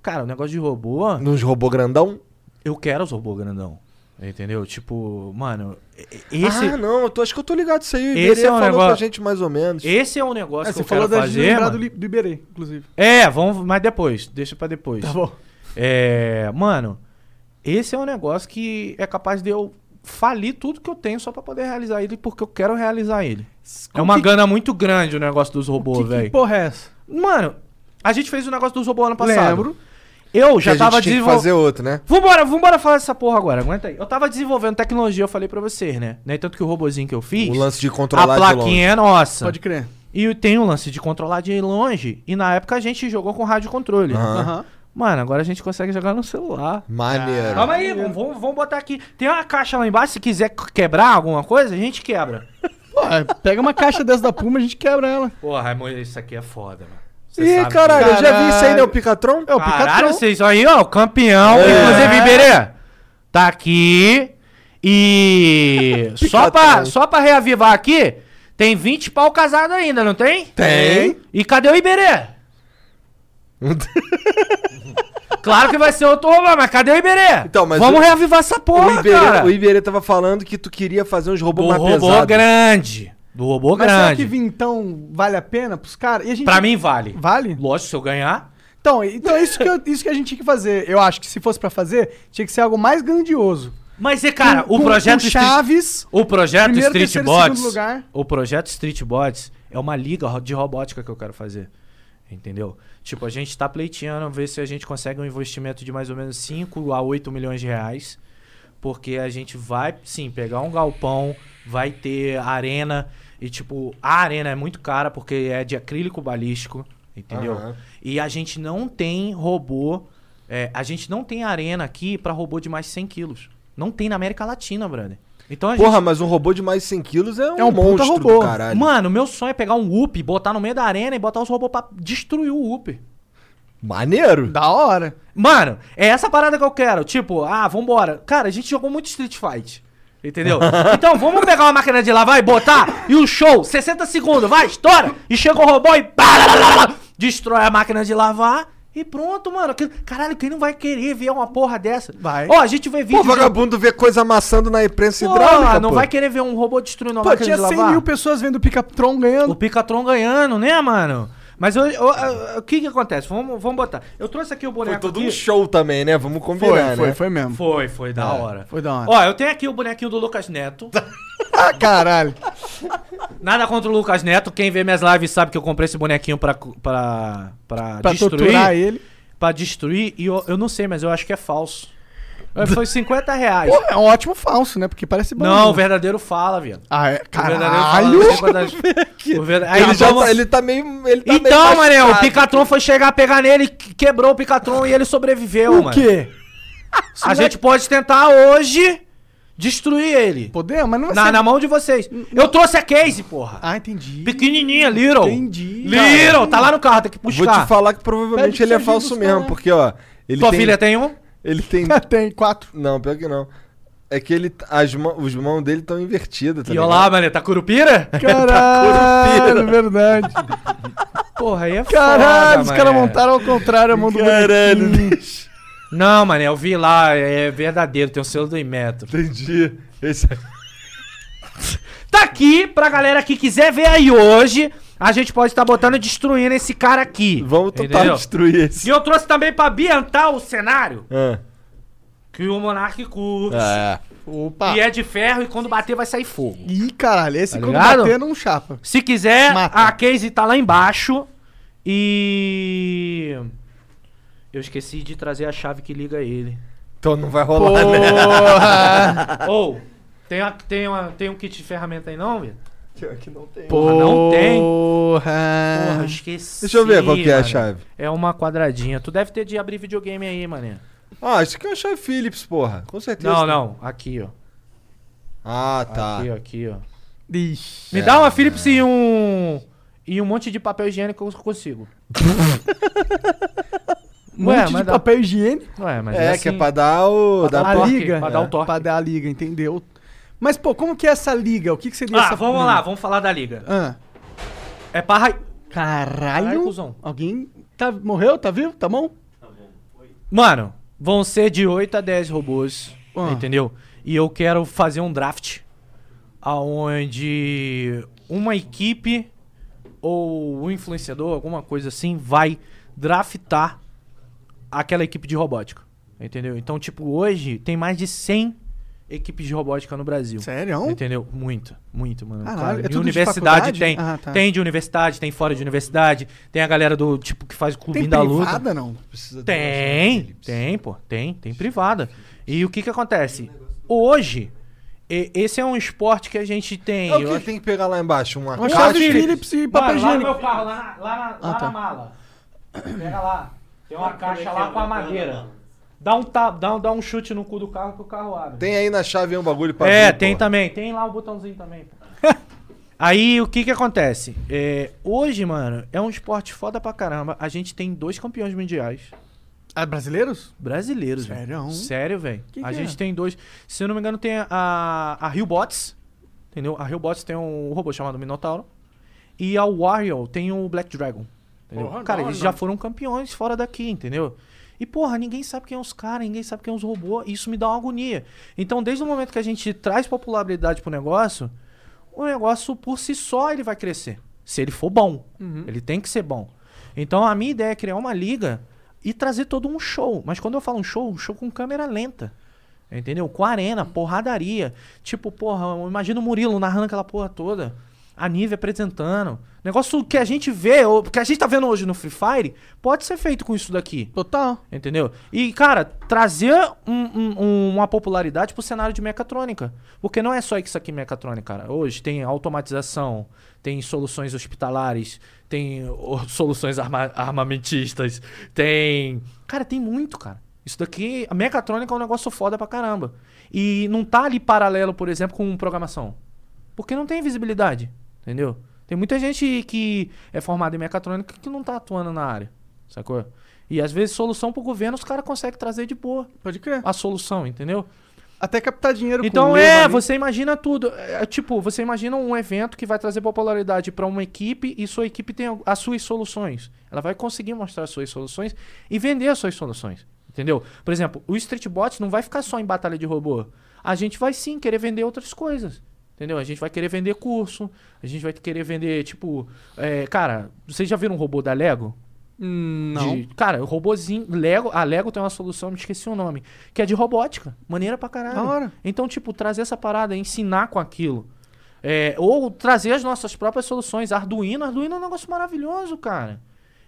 [SPEAKER 1] Cara, o negócio de robô.
[SPEAKER 2] Nos robô grandão?
[SPEAKER 1] Eu quero os robôs grandão. Entendeu? Tipo, mano, e- e- esse,
[SPEAKER 2] Ah, não, eu tô- acho que eu tô ligado isso aí. O
[SPEAKER 1] Esse é
[SPEAKER 2] Iberê
[SPEAKER 1] um
[SPEAKER 2] falou pra
[SPEAKER 1] negócio-
[SPEAKER 2] gente mais ou menos.
[SPEAKER 1] esse é um negócio
[SPEAKER 3] É,
[SPEAKER 1] que eu quero
[SPEAKER 3] de
[SPEAKER 1] fazer.
[SPEAKER 3] lembrar do,
[SPEAKER 1] mano.
[SPEAKER 3] Li- do Iberê, inclusive.
[SPEAKER 1] É, vamos, mas depois, deixa pra depois.
[SPEAKER 3] Tá bom.
[SPEAKER 1] É, mano, esse é um negócio que é capaz de eu falir tudo que eu tenho só pra poder realizar ele, porque eu quero realizar ele. é uma
[SPEAKER 3] que-
[SPEAKER 1] gana muito grande o negócio dos
[SPEAKER 3] Que,
[SPEAKER 1] robôs,
[SPEAKER 3] que
[SPEAKER 1] velho.
[SPEAKER 3] porra é essa?
[SPEAKER 1] Mano, A gente fez o negócio dos robôs ano passado. Eu já
[SPEAKER 2] Já
[SPEAKER 1] tava
[SPEAKER 2] a gente tinha que fazer
[SPEAKER 1] desenvolvendo.
[SPEAKER 2] outro, né?
[SPEAKER 1] Vambora, vambora falar essa porra agora, aguenta aí. Eu tava desenvolvendo tecnologia, eu falei pra vocês, né? né? Tanto que o robozinho que eu fiz.
[SPEAKER 2] O lance de controlar
[SPEAKER 1] A
[SPEAKER 2] de
[SPEAKER 1] plaquinha é nossa.
[SPEAKER 3] Pode crer.
[SPEAKER 1] E tem o lance de controlar de longe. E na época a gente jogou com rádio controle.
[SPEAKER 3] Aham.
[SPEAKER 1] Mano, agora a gente consegue jogar no celular.
[SPEAKER 2] Maneiro.
[SPEAKER 1] Calma aí, vamos, vamos- vamos botar aqui. Tem uma caixa lá embaixo, se quiser quebrar alguma coisa, a gente quebra.
[SPEAKER 3] Pô, é, pega uma caixa dessa da Puma, a gente quebra ela.
[SPEAKER 1] Porra, Raimundo, isso aqui é foda, mano. Cê
[SPEAKER 2] Ih,
[SPEAKER 1] sabe que-
[SPEAKER 2] caralho, eu já vi isso aí, né? O
[SPEAKER 3] Caralho.
[SPEAKER 2] Picatron?
[SPEAKER 3] É o
[SPEAKER 1] Caralho,
[SPEAKER 3] Picatron.
[SPEAKER 1] vocês aí, ó, o campeão.
[SPEAKER 2] É.
[SPEAKER 1] Inclusive, Iberê, tá aqui. E só pra, só pra reavivar aqui, tem 20 pau casado ainda, não tem?
[SPEAKER 2] Tem.
[SPEAKER 1] E cadê o Iberê? claro que vai ser outro robô, mas cadê o Iberê?
[SPEAKER 2] Então, mas
[SPEAKER 1] Vamos
[SPEAKER 2] o-
[SPEAKER 1] reavivar essa porra,
[SPEAKER 2] o, Iberê,
[SPEAKER 1] cara.
[SPEAKER 2] o Iberê é tava falando que tu queria fazer uns robôs
[SPEAKER 1] Do
[SPEAKER 2] mais
[SPEAKER 1] robô
[SPEAKER 2] pesados.
[SPEAKER 1] grande. Do robô
[SPEAKER 3] Mas será
[SPEAKER 1] grande.
[SPEAKER 3] que vintão vale a pena pros caras? E a gente-
[SPEAKER 1] Pra mim vale.
[SPEAKER 3] Vale?
[SPEAKER 1] Lógico, se eu ganhar.
[SPEAKER 3] Então, então é isso que, eu- isso que a gente tinha que fazer. Eu acho que se fosse pra fazer, tinha que ser algo mais grandioso.
[SPEAKER 1] Mas, e, cara,
[SPEAKER 3] Com-
[SPEAKER 1] o
[SPEAKER 2] um
[SPEAKER 3] com-
[SPEAKER 1] projeto
[SPEAKER 3] com
[SPEAKER 1] Street-
[SPEAKER 3] Chaves.
[SPEAKER 1] O projeto
[SPEAKER 3] Primeiro,
[SPEAKER 1] Street
[SPEAKER 3] terceiro,
[SPEAKER 1] Bots.
[SPEAKER 3] segundo lugar.
[SPEAKER 1] O projeto Street Bots é uma liga ro- de robótica que eu quero fazer. Entendeu? Tipo, a gente tá pleiteando, ver se a gente consegue um investimento de mais ou menos 5 a 8 milhões de reais. Porque a gente vai, sim, pegar um galpão, vai ter arena. E, tipo, a arena é muito cara porque é de acrílico balístico. Entendeu?
[SPEAKER 2] Aham.
[SPEAKER 1] E a gente não tem robô. é, a gente não tem arena aqui pra robô de mais 100 quilos. Não tem na América Latina, brother. Então a gente
[SPEAKER 2] Porra, mas um robô de mais 100 quilos é um,
[SPEAKER 3] É um puta
[SPEAKER 2] monstro do
[SPEAKER 3] robô.
[SPEAKER 2] caralho.
[SPEAKER 1] Mano, meu sonho é pegar um UP, botar no meio da arena e botar os robôs pra destruir o UP.
[SPEAKER 2] Maneiro.
[SPEAKER 3] Da hora.
[SPEAKER 1] Mano, é essa parada que eu quero. Tipo, ah, vambora. Cara, a gente jogou muito Street Fight. Entendeu? Então vamos pegar uma máquina de lavar e botar. E o show, 60 segundos, vai, estoura. E chega o robô e. pá, lá, lá, lá, lá, Destrói a máquina de lavar. E pronto, mano. Que- Caralho, quem não vai querer ver uma porra dessa?
[SPEAKER 3] Vai.
[SPEAKER 1] Ó, a gente vê vídeo.
[SPEAKER 2] Pô,
[SPEAKER 1] de-
[SPEAKER 2] vagabundo vê coisa amassando na imprensa hidráulica,
[SPEAKER 1] Porra, não
[SPEAKER 2] pô.
[SPEAKER 1] vai querer ver um robô destruindo uma
[SPEAKER 3] Pô,
[SPEAKER 1] máquina
[SPEAKER 3] tinha
[SPEAKER 1] de lavar.
[SPEAKER 3] 100 mil pessoas vendo o Picatron
[SPEAKER 1] O
[SPEAKER 3] ganhando.
[SPEAKER 1] Picatron ganhando, né, mano? Mas eu- eu- eu- o que que acontece? Vamos, vamos botar. Eu trouxe aqui o boneco
[SPEAKER 2] Foi todo
[SPEAKER 1] aqui.
[SPEAKER 2] um show também, né? Vamos combinar, né?
[SPEAKER 3] mesmo.
[SPEAKER 1] Foi, foi da hora.
[SPEAKER 3] É, foi da hora.
[SPEAKER 1] Ó, eu tenho aqui o bonequinho do Lucas Neto.
[SPEAKER 3] Ah, caralho.
[SPEAKER 1] Nada contra o Lucas Neto. Quem vê minhas lives sabe que eu comprei esse bonequinho pra, cu- pra, pra,
[SPEAKER 3] pra
[SPEAKER 1] destruir.
[SPEAKER 3] torturar ele.
[SPEAKER 1] Pra destruir. E eu, eu não sei, mas eu acho que é falso. É, Foi 50 reais.
[SPEAKER 3] Pô, é um ótimo falso, né? Porque parece bom.
[SPEAKER 1] não, o
[SPEAKER 3] velho.
[SPEAKER 1] verdadeiro fala, viado.
[SPEAKER 3] Ah, é,
[SPEAKER 1] O verdadeiro é fala, não sei
[SPEAKER 3] caralho.
[SPEAKER 1] quantas- o verda- Aí
[SPEAKER 2] Ele,
[SPEAKER 1] ele
[SPEAKER 2] já
[SPEAKER 1] toma-
[SPEAKER 2] tá, ele tá meio. Ele tá
[SPEAKER 1] Então,
[SPEAKER 2] meio
[SPEAKER 1] mané, o
[SPEAKER 2] machucado.
[SPEAKER 1] Picatron foi chegar, pegar nele, que- quebrou o Picatron e ele sobreviveu,
[SPEAKER 3] O
[SPEAKER 1] mano.
[SPEAKER 3] quê? é-
[SPEAKER 1] A gente pode tentar hoje destruir ele.
[SPEAKER 3] Podemos, mas não vai
[SPEAKER 1] Na,
[SPEAKER 3] ser...
[SPEAKER 1] na mão de vocês. Eu trouxe a case, porra.
[SPEAKER 3] Ah, entendi.
[SPEAKER 1] Pequenininha, Little.
[SPEAKER 3] Entendi,
[SPEAKER 1] Little, tá lá no carro, tem que
[SPEAKER 2] Vou
[SPEAKER 1] buscar.
[SPEAKER 2] te falar que provavelmente
[SPEAKER 3] Pede
[SPEAKER 2] ele é
[SPEAKER 3] pra gente
[SPEAKER 2] falso
[SPEAKER 3] buscar,
[SPEAKER 2] mesmo,
[SPEAKER 3] né?
[SPEAKER 2] porque, ó. Ele
[SPEAKER 1] Tua
[SPEAKER 2] tem, Tá
[SPEAKER 1] filha tem um?
[SPEAKER 2] Ele tem.
[SPEAKER 3] Tem quatro.
[SPEAKER 2] Não, pior que não. É que ele. As mãos, os mãos dele estão invertidas, tá
[SPEAKER 1] e olá, mané, tá curupira?
[SPEAKER 3] Caralho, verdade.
[SPEAKER 1] Porra, aí é
[SPEAKER 3] Caralho, os
[SPEAKER 1] mané.
[SPEAKER 3] caras montaram ao contrário é um a mão do
[SPEAKER 2] Caralho,
[SPEAKER 3] bonequinho.
[SPEAKER 1] Não, mané, eu vi lá, é verdadeiro, tem o selo do Inmetro.
[SPEAKER 2] Entendi. Esse... é-
[SPEAKER 1] Tá aqui pra galera que quiser ver aí hoje. A gente pode estar botando e destruindo esse cara aqui.
[SPEAKER 2] Vamos tentar
[SPEAKER 1] entendeu?
[SPEAKER 2] destruir
[SPEAKER 1] E
[SPEAKER 2] esse.
[SPEAKER 1] eu trouxe também pra ambientar o cenário
[SPEAKER 2] Ah.
[SPEAKER 1] que o Monark curte.
[SPEAKER 2] Ah.
[SPEAKER 3] Opa.
[SPEAKER 1] E é de ferro e quando bater vai sair fogo.
[SPEAKER 3] Ih, caralho, esse
[SPEAKER 1] Tá
[SPEAKER 3] quando
[SPEAKER 1] ligado?
[SPEAKER 3] bater não chapa.
[SPEAKER 1] Se quiser,
[SPEAKER 3] Mata.
[SPEAKER 1] a case tá lá embaixo. E. Eu esqueci de trazer a chave que liga ele.
[SPEAKER 2] Então não vai rolar, né?
[SPEAKER 1] Ou, tem, a- tem, uma- tem um kit de ferramenta aí não, Vitor?
[SPEAKER 3] Porra,
[SPEAKER 1] não tem. Porra,
[SPEAKER 3] Porra.
[SPEAKER 1] esqueci.
[SPEAKER 2] Deixa eu ver qual que é a
[SPEAKER 1] mano.
[SPEAKER 2] chave.
[SPEAKER 1] É uma quadradinha. Tu deve ter de abrir videogame aí, mané.
[SPEAKER 2] Ah, isso aqui é uma chave Phillips, porra. Com certeza.
[SPEAKER 1] Não, não. Aqui, ó.
[SPEAKER 2] Ah, É. tá.
[SPEAKER 1] Aqui, ó, aqui, ó.
[SPEAKER 3] Ixi.
[SPEAKER 1] Me dá uma Philips e um. E um monte de papel higiênico eu consigo.
[SPEAKER 3] Um
[SPEAKER 1] Ué,
[SPEAKER 3] monte
[SPEAKER 1] mas
[SPEAKER 3] de
[SPEAKER 1] dá-
[SPEAKER 3] papel higiênico
[SPEAKER 1] Ué, mas assim,
[SPEAKER 2] É, que é pra dar o.
[SPEAKER 1] Pra
[SPEAKER 2] dar
[SPEAKER 1] dar
[SPEAKER 3] a
[SPEAKER 1] o
[SPEAKER 2] porra.
[SPEAKER 1] torque, É.
[SPEAKER 3] liga.
[SPEAKER 1] pra dar o torque.
[SPEAKER 3] Pra dar a liga, entendeu? Mas, pô, como que é essa liga? O que, que seria
[SPEAKER 1] Ah,
[SPEAKER 3] essa
[SPEAKER 1] vamos
[SPEAKER 3] porra?
[SPEAKER 1] lá, vamos falar da liga.
[SPEAKER 3] Ah,
[SPEAKER 1] É pra raio. Caralho,
[SPEAKER 3] caralho.
[SPEAKER 1] cuzão.
[SPEAKER 3] Alguém tá, morreu? Tá vivo? Tá bom?
[SPEAKER 1] Mano, vão ser de 8 a 10 robôs,
[SPEAKER 3] Ah.
[SPEAKER 1] entendeu? E eu quero fazer um draft aonde uma equipe ou um influenciador, alguma coisa assim, vai draftar aquela equipe de robótica, entendeu? Então, tipo, hoje tem mais de 100 equipes de robótica no Brasil.
[SPEAKER 3] Sério?
[SPEAKER 1] Entendeu? Muito, muito, mano.
[SPEAKER 3] Caralho,
[SPEAKER 1] cara.
[SPEAKER 3] é
[SPEAKER 1] E
[SPEAKER 3] tudo de
[SPEAKER 1] universidade
[SPEAKER 3] faculdade?
[SPEAKER 1] tem.
[SPEAKER 3] Ah, tá.
[SPEAKER 1] Tem de universidade, tem fora de universidade, tem a galera do tipo que faz o
[SPEAKER 3] Tem
[SPEAKER 1] clubinho da luta.
[SPEAKER 3] privada, não?
[SPEAKER 2] Precisa ter uma
[SPEAKER 1] Tem,
[SPEAKER 2] ajuda, Felipe.
[SPEAKER 1] tem, pô, tem, tem privada. E o que que acontece? Hoje, e- esse é um esporte que a gente tem.
[SPEAKER 2] É o
[SPEAKER 1] eu
[SPEAKER 2] que
[SPEAKER 1] acho-
[SPEAKER 2] tem que pegar lá embaixo, um
[SPEAKER 3] Uma
[SPEAKER 2] acaso.
[SPEAKER 3] chave
[SPEAKER 1] Philips.
[SPEAKER 3] Philips e papel
[SPEAKER 1] Mano, lá no
[SPEAKER 3] higiênico.
[SPEAKER 1] meu carro, lá, na- lá na, lá
[SPEAKER 3] Ah,
[SPEAKER 1] na
[SPEAKER 3] tá.
[SPEAKER 1] mala. Pega lá. Tem uma caixa lá com a madeira. Dá um, ta- dá, um- dá um chute no cu do carro que o carro abre.
[SPEAKER 2] Tem aí na chave um bagulho pra
[SPEAKER 1] é,
[SPEAKER 2] abrir,
[SPEAKER 1] tem
[SPEAKER 2] pô.
[SPEAKER 1] também. Tem lá o botãozinho também. pô. Aí o que que acontece? É, hoje, mano, é um esporte foda pra caramba. A gente tem dois campeões mundiais
[SPEAKER 3] Ah, brasileiros?
[SPEAKER 1] brasileiros, velho.
[SPEAKER 3] Sério?
[SPEAKER 1] Sério, velho.
[SPEAKER 3] Que
[SPEAKER 1] A
[SPEAKER 3] que
[SPEAKER 1] gente
[SPEAKER 3] é?
[SPEAKER 1] tem dois. Se eu não me engano, tem a, a Hillbots. Entendeu? A Hillbots tem um robô chamado Minotauro. E a Wario tem o Black Dragon. Entendeu?
[SPEAKER 3] Porra,
[SPEAKER 1] cara,
[SPEAKER 3] da
[SPEAKER 1] eles já
[SPEAKER 3] hora.
[SPEAKER 1] foram campeões fora daqui, entendeu? E, porra, ninguém sabe quem é os caras, ninguém sabe quem é os robôs. Isso me dá uma agonia. Então, desde o momento que a gente traz popularidade pro negócio, o negócio por si só ele vai crescer. Se ele for bom. Ele tem que ser bom. Então a minha ideia é criar uma liga e trazer todo um show. Mas quando eu falo um show, um show com câmera lenta. Entendeu? Com arena, porradaria. Tipo, porra, imagina o Murilo narrando aquela porra toda. A Nive apresentando. Negócio que a gente vê, ou que a gente tá vendo hoje no Free Fire, pode ser feito com isso daqui.
[SPEAKER 3] Total.
[SPEAKER 1] Entendeu? E, cara, trazer um- um- um- uma popularidade pro cenário de mecatrônica. Porque não é só isso aqui mecatrônica, cara. Hoje tem automatização, tem soluções hospitalares, tem oh, soluções arma- armamentistas, tem. Cara, tem muito, cara. Isso daqui, a mecatrônica é um negócio foda pra caramba. E não tá ali paralelo, por exemplo, com programação. Porque não tem visibilidade, entendeu? Tem muita gente que é formada em mecatrônica que não tá atuando na área, sacou? E às vezes solução pro governo os caras conseguem trazer de boa
[SPEAKER 3] Pode crer.
[SPEAKER 1] a solução, entendeu?
[SPEAKER 3] Até captar dinheiro
[SPEAKER 1] Então
[SPEAKER 3] com né?
[SPEAKER 1] é,
[SPEAKER 3] ali.
[SPEAKER 1] você imagina tudo. É, tipo, você imagina um evento que vai trazer popularidade pra uma equipe e sua equipe tem as suas soluções. Ela vai conseguir mostrar as suas soluções e vender as suas soluções. Entendeu? Por exemplo, o Street Bots não vai ficar só em batalha de robô. A gente vai sim querer vender outras coisas. Entendeu? A gente vai querer vender curso, a gente vai querer vender, tipo. é, cara, vocês já viram um robô da Lego?
[SPEAKER 3] Hum, Não.
[SPEAKER 1] De- cara, o robôzinho. Lego, a Lego tem uma solução, me esqueci o nome. Que é de robótica. Maneira pra caralho.
[SPEAKER 3] Da hora.
[SPEAKER 1] Então, tipo, trazer essa parada, ensinar com aquilo. É, ou trazer as nossas próprias soluções. Arduino, Arduino é um negócio maravilhoso, cara.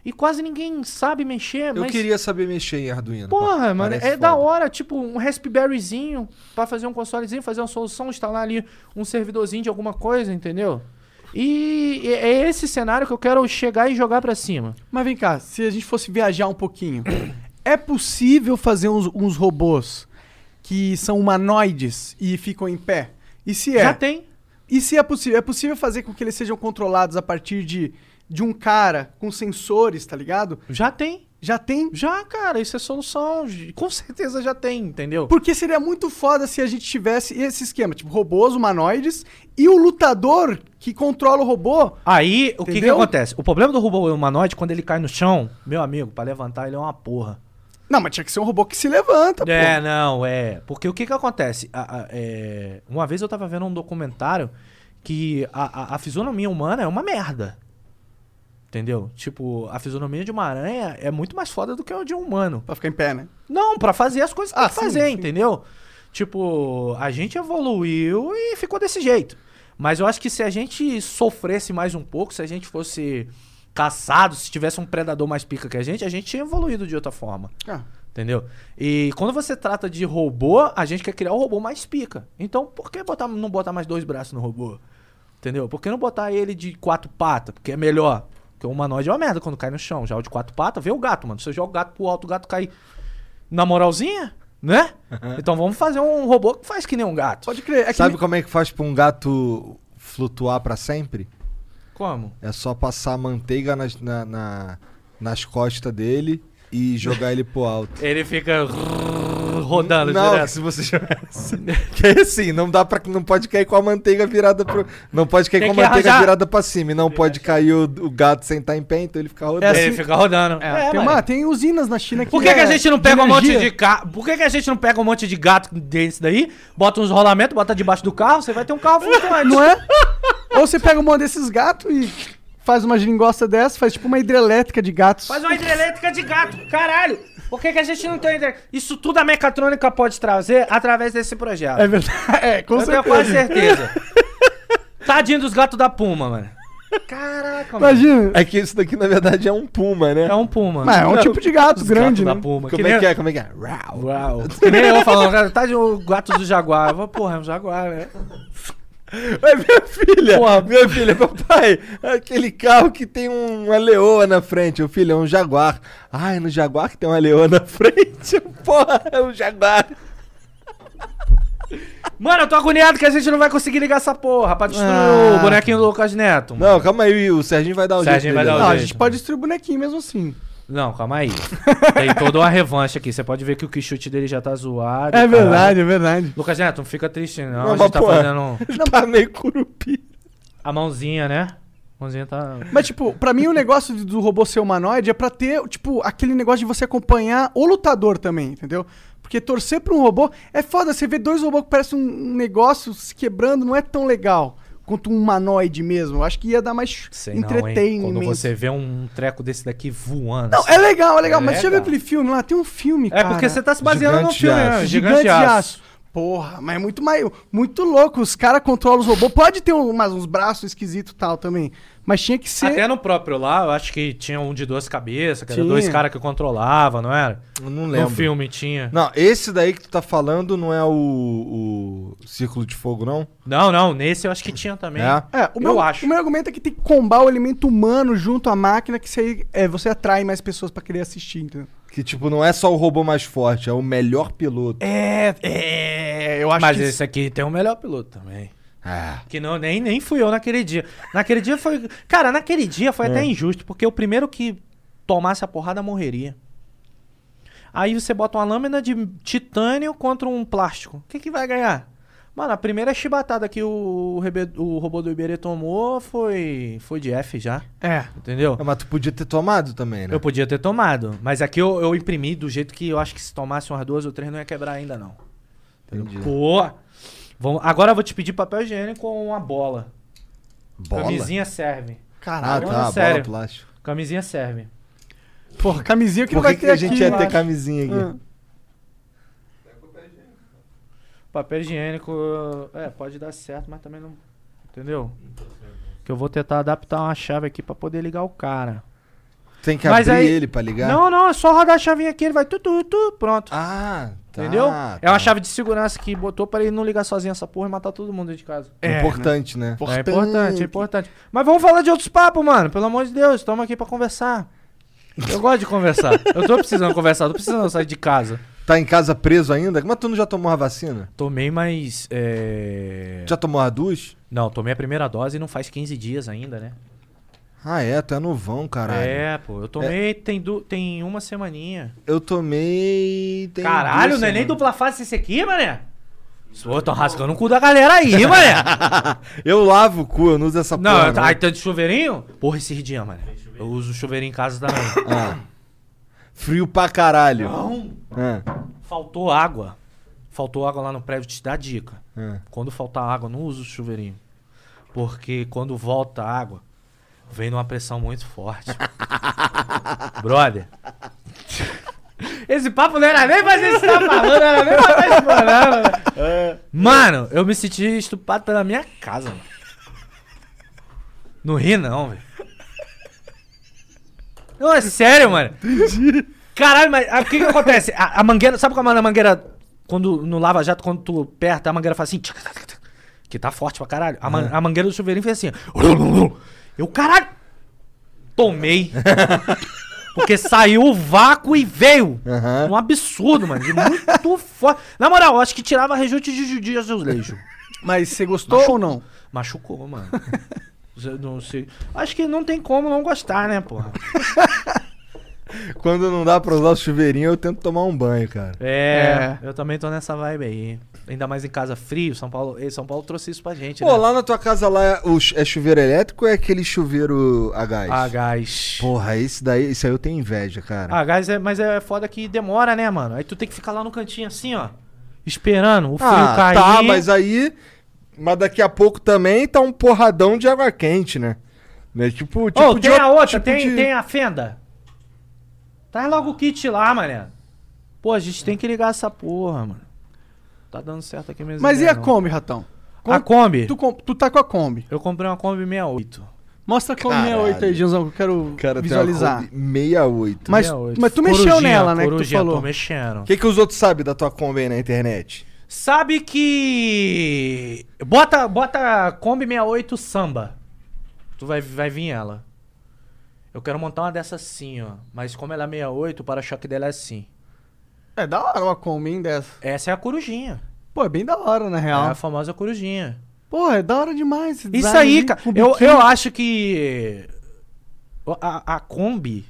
[SPEAKER 1] E quase ninguém sabe mexer,
[SPEAKER 2] Eu
[SPEAKER 1] mas.
[SPEAKER 2] queria saber mexer em Arduino.
[SPEAKER 1] Porra,
[SPEAKER 2] pa-
[SPEAKER 1] mano,
[SPEAKER 2] parece
[SPEAKER 1] é da
[SPEAKER 2] foda.
[SPEAKER 1] hora, tipo, um Raspberryzinho pra fazer um consolezinho, fazer uma solução, instalar ali um servidorzinho de alguma coisa, entendeu? E é esse cenário que eu quero chegar e jogar pra cima.
[SPEAKER 3] Mas vem cá, se a gente fosse viajar um pouquinho, é possível fazer uns, uns robôs que são humanoides e ficam em pé? E se é?
[SPEAKER 1] Já tem.
[SPEAKER 3] E se é possível? É possível fazer com que eles sejam controlados a partir de, de um cara com sensores, tá ligado?
[SPEAKER 1] Já tem.
[SPEAKER 3] Já tem.
[SPEAKER 1] Já, cara, isso é solução. j- Com certeza já tem, entendeu?
[SPEAKER 3] Porque seria muito foda se a gente tivesse esse esquema, tipo, robôs humanoides e o lutador que controla o robô.
[SPEAKER 1] Aí, o que, que
[SPEAKER 3] Entendeu?
[SPEAKER 1] acontece? O problema do robô humanoide, quando ele cai no chão, meu amigo, pra levantar ele é uma porra.
[SPEAKER 3] Não, mas tinha que ser um robô que se levanta,
[SPEAKER 1] É,
[SPEAKER 3] pô.
[SPEAKER 1] não, é. Porque o que que acontece? A- a- é, Uma vez eu tava vendo um documentário que a, a- a fisionomia humana é uma merda. Entendeu? Tipo, a fisionomia de uma aranha é muito mais foda do que a de um humano.
[SPEAKER 3] Pra ficar em pé, né?
[SPEAKER 1] Não, pra fazer as coisas que
[SPEAKER 3] Ah,
[SPEAKER 1] tem que
[SPEAKER 3] sim,
[SPEAKER 1] fazer,
[SPEAKER 3] sim.
[SPEAKER 1] entendeu? Tipo, a gente evoluiu e ficou desse jeito. Mas eu acho que se a gente sofresse mais um pouco, se a gente fosse caçado, se tivesse um predador mais pica que a gente, a gente tinha evoluído de outra forma.
[SPEAKER 3] Ah,
[SPEAKER 1] Entendeu? E quando você trata de robô, a gente quer criar o robô mais pica. Então, por que botar, não botar mais dois braços no robô? Entendeu? Por que não botar ele de quatro patas? Porque é melhor. Porque o humanoide é uma merda quando cai no chão. Já o de quatro patas, vê o gato, mano. Você joga o gato pro alto, o gato cai na moralzinha, né? Então vamos fazer um robô que faz que nem um gato.
[SPEAKER 3] pode crer. É que
[SPEAKER 2] Sabe
[SPEAKER 3] me-
[SPEAKER 2] como é que faz pra um gato flutuar pra sempre?
[SPEAKER 1] Como?
[SPEAKER 2] É só passar manteiga nas, na- na- nas costas dele e jogar ele pro alto.
[SPEAKER 1] Ele fica rodando
[SPEAKER 2] não,
[SPEAKER 1] direto.
[SPEAKER 2] se você jogar assim. Que é assim, não dá para não pode cair com a manteiga virada pro, não pode cair
[SPEAKER 1] Tem
[SPEAKER 2] com
[SPEAKER 1] que
[SPEAKER 2] a manteiga
[SPEAKER 1] arranjar.
[SPEAKER 2] virada pra cima, e não pode cair o, o gato sem estar em pé, então ele
[SPEAKER 1] É
[SPEAKER 2] fica rodando.
[SPEAKER 3] assim,
[SPEAKER 1] Ele fica rodando. É,
[SPEAKER 3] tem,
[SPEAKER 1] mano.
[SPEAKER 3] uma- tem usinas na China que.
[SPEAKER 1] Por que, que a gente não
[SPEAKER 3] É, de
[SPEAKER 1] pega um monte
[SPEAKER 3] energia?
[SPEAKER 1] de carro? Por que, que a gente não pega um monte de gato desse daí, bota uns rolamentos, bota debaixo do carro, você vai ter um carro flutuante.
[SPEAKER 3] Não é? Ou você pega um monte desses gatos e faz uma geringosta dessa, faz tipo uma hidrelétrica de gatos.
[SPEAKER 1] Faz uma hidrelétrica de gato, caralho. Por que, que a gente não tem entre- Isso tudo a mecatrônica pode trazer através desse projeto.
[SPEAKER 3] É verdade. É, com
[SPEAKER 1] Eu tenho
[SPEAKER 3] certeza.
[SPEAKER 1] quase certeza. Tadinho dos gatos da Puma, mano. Caraca, mano.
[SPEAKER 3] Imagina.
[SPEAKER 2] É que isso daqui, na verdade, é um puma, né?
[SPEAKER 1] É um Puma.
[SPEAKER 3] Mas é um
[SPEAKER 2] Não,
[SPEAKER 3] tipo de gato grande,
[SPEAKER 1] gato
[SPEAKER 3] né?
[SPEAKER 1] da Puma.
[SPEAKER 2] Como
[SPEAKER 1] nem-
[SPEAKER 2] é que é? Como é que é? Rau.
[SPEAKER 1] Uau. Que nem eu falando, tadinho o gato do jaguar. Eu falo, porra, é um jaguar, né?
[SPEAKER 2] Mas minha filha, minha filha, papai, aquele carro que tem um- uma leoa na frente, o filho é um jaguar. Ai, no jaguar que tem uma leoa na frente, porra, é um jaguar.
[SPEAKER 1] Mano, eu tô agoniado que a gente não vai conseguir ligar essa porra pra destruir
[SPEAKER 2] Ah.
[SPEAKER 1] o bonequinho do Lucas Neto. mano.
[SPEAKER 2] Não, calma aí, o Serginho vai dar o
[SPEAKER 1] Serginho vai
[SPEAKER 2] dele,
[SPEAKER 1] dar
[SPEAKER 2] né?
[SPEAKER 3] Não, a
[SPEAKER 1] jeito.
[SPEAKER 3] gente pode destruir bonequinho mesmo assim.
[SPEAKER 1] Não, calma aí. Tem toda uma revanche aqui. Você pode ver que o quichute dele já tá zoado.
[SPEAKER 3] É
[SPEAKER 1] caralho.
[SPEAKER 3] verdade, é verdade.
[SPEAKER 1] Lucas Neto, não fica triste, não.
[SPEAKER 2] Não,
[SPEAKER 1] a
[SPEAKER 2] mas,
[SPEAKER 1] gente tá
[SPEAKER 2] pô,
[SPEAKER 1] fazendo
[SPEAKER 2] Ele tá meio curupi.
[SPEAKER 1] a mãozinha, né? A mãozinha tá.
[SPEAKER 3] Mas, tipo, pra mim o negócio de- do robô ser humanoide é pra ter, tipo, aquele negócio de você acompanhar o lutador também, entendeu? Porque torcer pra um robô é foda. Você vê dois robôs que parecem um um negócio se quebrando, não é tão legal quanto um humanoide mesmo. Eu acho que ia dar mais
[SPEAKER 1] Sei não, hein?
[SPEAKER 3] entretenimento.
[SPEAKER 1] Quando você vê um treco desse daqui voando.
[SPEAKER 3] Não,
[SPEAKER 1] assim.
[SPEAKER 3] é legal, é legal. mas você já viu
[SPEAKER 1] legal.
[SPEAKER 3] aquele filme lá? Tem um filme,
[SPEAKER 1] é
[SPEAKER 3] cara.
[SPEAKER 1] porque você tá se baseando
[SPEAKER 2] Gigante
[SPEAKER 1] no filme,
[SPEAKER 2] de aço.
[SPEAKER 1] né?
[SPEAKER 3] Gigante, de aço. Porra, mas é muito, mais, muito louco. Os caras controlam os robôs. Pode ter um- umas- uns braços esquisitos e tal também. Mas tinha que ser.
[SPEAKER 1] Até no próprio lá, Ah, eu acho que tinha um de duas cabeças, que era
[SPEAKER 3] Tinha.
[SPEAKER 1] dois caras que controlava, não era?
[SPEAKER 2] Eu não
[SPEAKER 1] No filme tinha.
[SPEAKER 2] Não, esse daí que tu tá falando não é o, o Círculo de Fogo, não?
[SPEAKER 1] Não, não, nesse eu acho que tinha também.
[SPEAKER 2] É?
[SPEAKER 3] É, o
[SPEAKER 1] Eu
[SPEAKER 3] meu,
[SPEAKER 1] acho.
[SPEAKER 3] o meu argumento é que tem que combar o elemento humano junto à máquina, que isso aí, é, você atrai mais pessoas pra querer assistir, entendeu?
[SPEAKER 2] Que, tipo, não é só o robô mais forte, é o melhor piloto.
[SPEAKER 1] É, é, eu acho Mas esse aqui tem o melhor piloto também.
[SPEAKER 2] Ah,
[SPEAKER 1] Que não, nem, nem fui eu naquele dia. Naquele dia foi. Cara, naquele dia foi até injusto, porque o primeiro que tomasse a porrada morreria. Aí você bota uma lâmina de titânio contra um plástico. O que, que vai ganhar? Mano, a primeira chibatada que o, rebe- o robô do Iberê tomou foi. Foi de F já.
[SPEAKER 3] É.
[SPEAKER 1] Entendeu?
[SPEAKER 2] mas tu podia ter tomado também, né?
[SPEAKER 1] Eu podia ter tomado, mas aqui eu, eu imprimi do jeito que eu acho que se tomasse umas duas ou três não ia quebrar ainda não.
[SPEAKER 2] Entendi.
[SPEAKER 1] Boa! Vamos, agora eu vou te pedir papel higiênico ou uma bola.
[SPEAKER 2] Bola?
[SPEAKER 1] Camisinha serve.
[SPEAKER 2] Ah,
[SPEAKER 3] Caralho.
[SPEAKER 2] tá, bola
[SPEAKER 1] sério.
[SPEAKER 2] plástico.
[SPEAKER 1] Camisinha serve.
[SPEAKER 3] Porra, camisinha que
[SPEAKER 2] Por
[SPEAKER 3] não vai
[SPEAKER 2] que, que
[SPEAKER 3] ter
[SPEAKER 2] a
[SPEAKER 3] aqui,
[SPEAKER 2] gente é ia
[SPEAKER 3] eu
[SPEAKER 2] ter
[SPEAKER 3] acho.
[SPEAKER 2] camisinha
[SPEAKER 1] Ah.
[SPEAKER 2] aqui?
[SPEAKER 1] Papel higiênico, é, pode dar certo, mas também não. Entendeu? Que eu vou tentar adaptar uma chave aqui pra poder ligar o cara.
[SPEAKER 2] Tem que
[SPEAKER 1] Mas
[SPEAKER 2] abrir
[SPEAKER 1] aí-
[SPEAKER 2] ele pra ligar?
[SPEAKER 1] Não, não, é só rodar a chavinha aqui, ele vai tu, tu, tu, pronto.
[SPEAKER 2] Ah, tá.
[SPEAKER 1] entendeu?
[SPEAKER 2] Tá.
[SPEAKER 1] É uma chave de segurança que botou pra ele não ligar sozinho essa porra e matar todo mundo dentro de casa.
[SPEAKER 2] É, Importante, né?
[SPEAKER 1] É importante, é importante. Mas vamos falar de outros papos, mano. Pelo amor de Deus, estamos aqui pra conversar. Eu gosto de conversar. Eu tô precisando conversar, tô precisando sair de casa.
[SPEAKER 2] Tá em casa preso ainda? Mas tu não já tomou a vacina?
[SPEAKER 1] Tomei mais. é,
[SPEAKER 2] Já tomou a duas?
[SPEAKER 1] Não, tomei a primeira dose e não faz 15 dias ainda, né?
[SPEAKER 2] Ah, é, tu é novão, caralho.
[SPEAKER 1] É, pô. Eu tomei tem, du... tem uma semaninha.
[SPEAKER 2] Eu tomei. tem
[SPEAKER 1] Caralho,
[SPEAKER 2] duas
[SPEAKER 1] não é nem
[SPEAKER 2] semanas.
[SPEAKER 1] dupla face esse aqui, mané? Pô, tão rasgando o cu da galera aí, mané.
[SPEAKER 2] Eu lavo o cu, eu não uso essa
[SPEAKER 1] Não, tá
[SPEAKER 2] porra. né?
[SPEAKER 1] eu- ai, tanto de chuveirinho? Porra, esse dia, mané. Eu uso chuveirinho em casa também.
[SPEAKER 2] Ah. Frio pra caralho.
[SPEAKER 1] Não.
[SPEAKER 2] Ah,
[SPEAKER 1] Faltou água. Faltou água lá no prédio, te dá dica.
[SPEAKER 2] É.
[SPEAKER 1] Quando faltar água, não usa o chuveirinho. Porque quando volta a água, vem numa pressão muito forte. Brother. Esse papo não era nem pra gente estar falando, era nem pra gente falar, mano. Mano, eu me senti estupado pela minha casa, mano. Não ri não, velho. Não, é sério, mano. Caralho, mas ah, o que que acontece? A, a mangueira, sabe como a mangueira, quando no Lava Jato, quando tu aperta, a mangueira faz assim, tchac, tchac, tchac, que tá forte pra caralho. A, man- a mangueira do chuveirinho fez assim, ó. eu, caralho, tomei. Porque saiu o vácuo e veio.
[SPEAKER 2] Aham.
[SPEAKER 1] Um absurdo, mano. de Muito forte. Na moral, eu acho que tirava rejunte de judia seus leijos.
[SPEAKER 3] Mas você gostou ou não?
[SPEAKER 1] Machucou, mano. Eu Não sei. Acho que não tem como não gostar, né, porra?
[SPEAKER 2] Quando não dá pra usar o chuveirinho, eu tento tomar um banho, cara.
[SPEAKER 1] É, eu também tô nessa vibe aí. Ainda mais em casa frio, São Paulo, eh, São Paulo trouxe isso pra gente,
[SPEAKER 2] Pô,
[SPEAKER 1] né?
[SPEAKER 2] lá na tua casa lá é, o chu- é chuveiro elétrico ou é aquele chuveiro a gás?
[SPEAKER 1] A Ah, gás.
[SPEAKER 2] Porra, esse daí, isso aí eu tenho inveja, cara.
[SPEAKER 1] A gás é, mas é foda que demora, né, mano? Aí tu tem que ficar lá no cantinho assim, ó, esperando o frio
[SPEAKER 2] Ah,
[SPEAKER 1] cair.
[SPEAKER 2] tá,
[SPEAKER 3] é
[SPEAKER 2] mas aí. Mas daqui a pouco também tá um porradão de água quente, né? Né,
[SPEAKER 3] um
[SPEAKER 2] Tipo, tipo
[SPEAKER 1] Ô,
[SPEAKER 2] de
[SPEAKER 1] tem a
[SPEAKER 2] o-
[SPEAKER 1] outra,
[SPEAKER 2] tipo
[SPEAKER 1] tem,
[SPEAKER 2] de-
[SPEAKER 1] tem a fenda. Traz logo o kit lá, mané. Pô, a gente tem que ligar essa porra, mano. Tá dando certo aqui mesmo. né,
[SPEAKER 2] né,
[SPEAKER 3] Mas e a Kombi, Ratão?
[SPEAKER 1] A Kombi?
[SPEAKER 3] Tu, com- tu tá com a Kombi.
[SPEAKER 1] Eu comprei uma Kombi 68.
[SPEAKER 3] Mostra a Kombi
[SPEAKER 2] Caralho.
[SPEAKER 3] 68 aí, Janzão, que eu quero
[SPEAKER 2] Cara,
[SPEAKER 3] visualizar.
[SPEAKER 2] tem uma Kombi 68.
[SPEAKER 3] Mas,
[SPEAKER 1] 68.
[SPEAKER 3] mas tu mexeu
[SPEAKER 1] Corujinha,
[SPEAKER 3] nela, né?
[SPEAKER 1] corujinha,
[SPEAKER 3] que tu
[SPEAKER 1] Tô
[SPEAKER 3] falou.
[SPEAKER 1] mexendo.
[SPEAKER 2] O que, que os outros sabem da tua Kombi aí na internet?
[SPEAKER 1] Sabe que. Bota, bota Kombi 68 samba. Tu vai, vai vir ela. Eu quero montar uma dessa assim, ó. Mas como ela é 68, o para-choque dela é assim.
[SPEAKER 3] É da hora uma Kombi, hein, dessa.
[SPEAKER 1] Essa é a corujinha.
[SPEAKER 3] Pô, é bem da hora, na
[SPEAKER 1] É
[SPEAKER 3] real.
[SPEAKER 1] a famosa corujinha.
[SPEAKER 3] Porra, é da hora demais. esse
[SPEAKER 1] Isso
[SPEAKER 3] design
[SPEAKER 1] aí,
[SPEAKER 3] aí,
[SPEAKER 1] cara.
[SPEAKER 3] com
[SPEAKER 1] Eu,
[SPEAKER 3] biquíni.
[SPEAKER 1] eu acho que. A, a Kombi.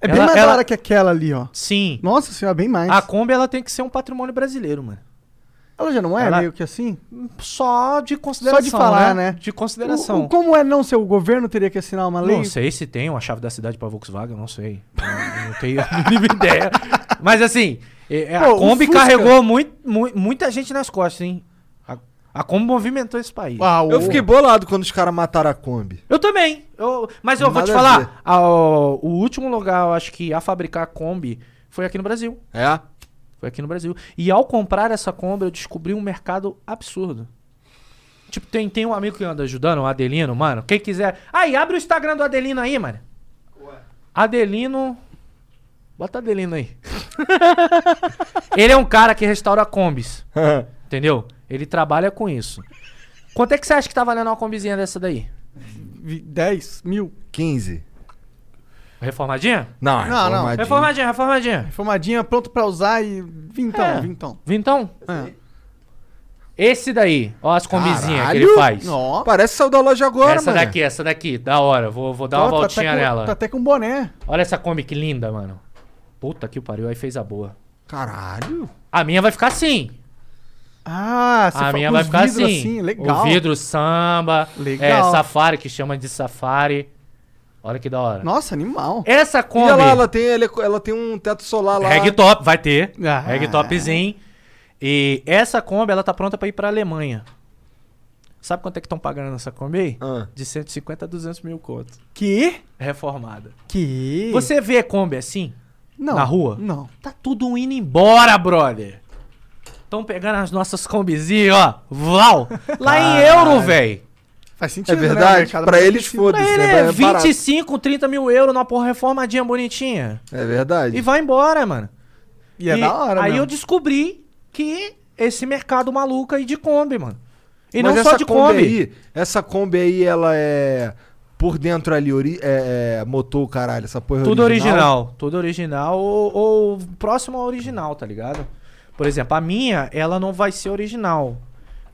[SPEAKER 3] É bem
[SPEAKER 1] ela-
[SPEAKER 3] mais da
[SPEAKER 1] ela-
[SPEAKER 3] hora que aquela ali, ó.
[SPEAKER 1] Sim.
[SPEAKER 3] Nossa senhora, bem mais.
[SPEAKER 1] A Kombi ela tem que ser um patrimônio brasileiro, mano.
[SPEAKER 3] Ela já não é
[SPEAKER 1] ela-
[SPEAKER 3] meio que assim?
[SPEAKER 1] Só de consideração.
[SPEAKER 3] Só de falar, né?
[SPEAKER 1] De consideração.
[SPEAKER 3] O- o- como é não ser o governo teria que assinar uma lei?
[SPEAKER 1] Não sei se tem uma chave da cidade pra Volkswagen, não sei. Não, não tenho a mínima ideia. Mas assim, é- é, a
[SPEAKER 3] Pô, o
[SPEAKER 1] Kombi
[SPEAKER 3] Fusca-
[SPEAKER 1] carregou mui- mui- muita gente nas costas, hein? A, a Kombi movimentou esse país.
[SPEAKER 3] Ah, o-
[SPEAKER 2] Eu fiquei bolado quando os caras mataram a Kombi.
[SPEAKER 1] Eu também. Eu, mas eu vou
[SPEAKER 2] Nada
[SPEAKER 1] te
[SPEAKER 2] a
[SPEAKER 1] falar, a- o o último lugar, eu acho que a fabricar Kombi foi aqui no Brasil.
[SPEAKER 2] É?
[SPEAKER 1] Foi aqui no Brasil. E ao comprar essa Kombi, eu descobri um mercado absurdo. Tipo, tem, tem um amigo que anda ajudando, o Adelino, mano. Quem quiser. Aí, abre o Instagram do Adelino aí, mano. Adelino. Bota Adelino aí. Ele é um cara que restaura Kombis. entendeu? Ele trabalha com isso. Quanto é que você acha que tá valendo uma combizinha dessa daí?
[SPEAKER 3] vi- 10 mil.
[SPEAKER 2] 15.
[SPEAKER 1] Reformadinha?
[SPEAKER 2] Não, é
[SPEAKER 3] Não, não.
[SPEAKER 2] reformadinho.
[SPEAKER 1] Reformadinha, reformadinha.
[SPEAKER 3] Informadinha, pronto pra usar e vintão,
[SPEAKER 1] É.
[SPEAKER 3] vintão.
[SPEAKER 1] Vintão?
[SPEAKER 3] É.
[SPEAKER 1] Esse daí. Ó as combizinhas que ele
[SPEAKER 2] Caralho!
[SPEAKER 1] faz.
[SPEAKER 3] Ó,
[SPEAKER 2] Parece que saiu da loja agora,
[SPEAKER 1] essa
[SPEAKER 2] mano.
[SPEAKER 1] daqui, essa daqui, da hora. Vou, vou dar uma
[SPEAKER 3] ó, tá
[SPEAKER 1] voltinha
[SPEAKER 3] até com-
[SPEAKER 1] nela.
[SPEAKER 3] Tá até com boné.
[SPEAKER 1] Olha essa Kombi que linda, mano. Puta que pariu, aí fez a boa.
[SPEAKER 2] Caralho.
[SPEAKER 1] A minha vai ficar assim.
[SPEAKER 3] Ah, você
[SPEAKER 1] a
[SPEAKER 3] fa-
[SPEAKER 1] minha
[SPEAKER 3] com
[SPEAKER 1] vai
[SPEAKER 3] os
[SPEAKER 1] ficar assim.
[SPEAKER 3] vidros Legal.
[SPEAKER 1] O vidro samba.
[SPEAKER 3] Legal.
[SPEAKER 1] É, safari, que chama de safari. Olha que da hora.
[SPEAKER 3] Nossa, animal.
[SPEAKER 1] Essa
[SPEAKER 2] E
[SPEAKER 1] é Kombi.
[SPEAKER 2] ela, ela, tem, ele- ela tem um teto solar lá.
[SPEAKER 1] Regtop, vai ter.
[SPEAKER 3] Ah.
[SPEAKER 1] Regtopzinho. E essa Kombi, ela tá pronta pra ir pra Alemanha. Sabe quanto é que estão pagando nessa Kombi aí?
[SPEAKER 2] Ah.
[SPEAKER 1] De 150 a 200 mil conto.
[SPEAKER 3] Que?
[SPEAKER 1] Reformada.
[SPEAKER 3] Que?
[SPEAKER 1] Você vê Kombi assim?
[SPEAKER 3] não,
[SPEAKER 1] na rua?
[SPEAKER 3] Não.
[SPEAKER 1] Tá tudo indo embora, brother. Tão pegando as nossas combizinhas, ó. Vlau. Lá em euro, velho.
[SPEAKER 3] Faz sentido.
[SPEAKER 2] É
[SPEAKER 3] né,
[SPEAKER 2] verdade.
[SPEAKER 3] mercado
[SPEAKER 2] pra
[SPEAKER 3] mais
[SPEAKER 2] eles,
[SPEAKER 3] aquecido.
[SPEAKER 1] Pra
[SPEAKER 2] foda-se.
[SPEAKER 1] ele
[SPEAKER 2] né?
[SPEAKER 1] é
[SPEAKER 2] É barato.
[SPEAKER 1] 25, 30 mil euros numa porra reformadinha bonitinha.
[SPEAKER 2] É verdade.
[SPEAKER 1] E vai embora, mano.
[SPEAKER 3] E é da hora,
[SPEAKER 1] Aí
[SPEAKER 3] mesmo.
[SPEAKER 1] eu descobri que esse mercado maluco aí de Kombi, mano. E
[SPEAKER 2] Mas
[SPEAKER 1] não só
[SPEAKER 2] essa
[SPEAKER 1] de Kombi.
[SPEAKER 2] aí, essa Kombi aí, ela é. Por dentro ali, ori- é, é, motor, caralho. Essa porra é
[SPEAKER 1] Tudo original. Tudo original ou, ou próximo ao original, tá ligado? Por exemplo, a minha, ela não vai ser original.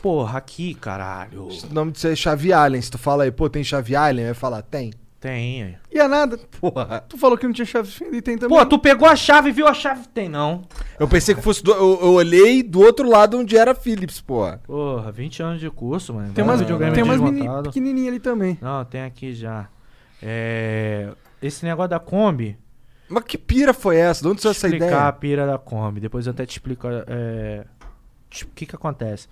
[SPEAKER 1] Porra, aqui, caralho.
[SPEAKER 2] O nome disso é chave Allen. Se tu fala aí, pô, tem chave Allen? Vai falar, tem.
[SPEAKER 1] Tem aí.
[SPEAKER 3] E é nada.
[SPEAKER 2] Porra.
[SPEAKER 3] Tu falou que não tinha chave de fenda e tem também.
[SPEAKER 1] Pô, tu pegou a chave e viu a chave? Tem não.
[SPEAKER 2] Eu pensei que fosse. do- eu, eu olhei do outro lado onde era Philips, porra.
[SPEAKER 1] Porra, 20 anos de curso, mano.
[SPEAKER 3] Tem
[SPEAKER 1] Vai,
[SPEAKER 3] umas,
[SPEAKER 1] videogame
[SPEAKER 3] tem umas mini,
[SPEAKER 1] desmontado.
[SPEAKER 3] pequenininhas ali também.
[SPEAKER 1] Não, tem aqui já. É... Esse negócio da Kombi.
[SPEAKER 2] Mas que pira foi essa? De onde saiu essa
[SPEAKER 1] explicar a
[SPEAKER 2] ideia?
[SPEAKER 1] pira da Kombi. Depois eu até te explico é, tipo, o que que acontece.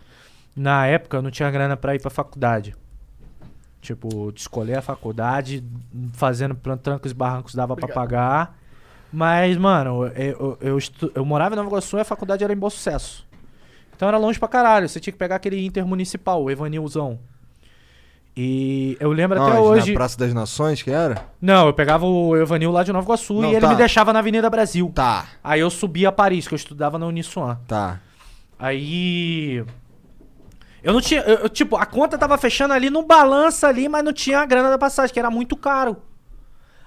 [SPEAKER 1] Na época eu não tinha grana pra ir pra faculdade. Tipo, de escolher a faculdade, fazendo plan- trancos e barrancos dava pra pagar. Mas, mano, eu, eu, eu estu- eu morava em Nova Iguaçu e a faculdade era em Bom Sucesso. Então era longe pra caralho. Você tinha que pegar aquele intermunicipal, o Evanilzão. E eu lembro até
[SPEAKER 2] Não,
[SPEAKER 1] hoje.
[SPEAKER 2] Na Praça das Nações, que era?
[SPEAKER 1] Não, eu pegava o Evanil lá de Nova Iguaçu
[SPEAKER 2] Não,
[SPEAKER 1] e ele
[SPEAKER 2] tá.
[SPEAKER 1] me deixava na Avenida Brasil.
[SPEAKER 2] Tá,
[SPEAKER 1] Aí eu subi a Paris, que eu estudava na Uniswan.
[SPEAKER 2] tá.
[SPEAKER 1] Aí. Eu não tinha. eu- eu, tipo, a conta tava fechando ali no balanço ali, mas não tinha a grana da passagem, que era muito caro.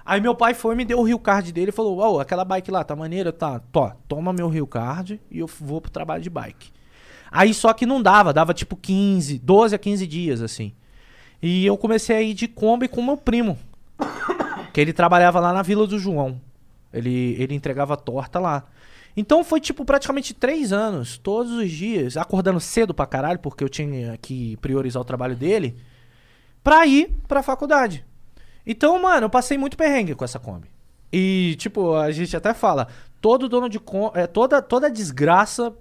[SPEAKER 1] Aí meu pai foi, me deu o Rio Card dele e falou: Uau, aquela bike lá, tá maneira? Tá, tó, toma meu Rio Card e eu vou pro trabalho de bike. Aí só que não dava, dava tipo 15, 12 a 15 dias, assim. E eu comecei a ir de Kombi com meu primo. Que ele trabalhava lá na Vila do João. Ele, ele entregava torta lá. Então foi tipo praticamente três anos, todos os dias, acordando cedo pra caralho, porque eu tinha que priorizar o trabalho dele, pra ir pra faculdade. Então, mano, eu passei muito perrengue com essa Kombi. E, tipo, a gente até fala, todo dono de Kombi, é, toda, toda desgraça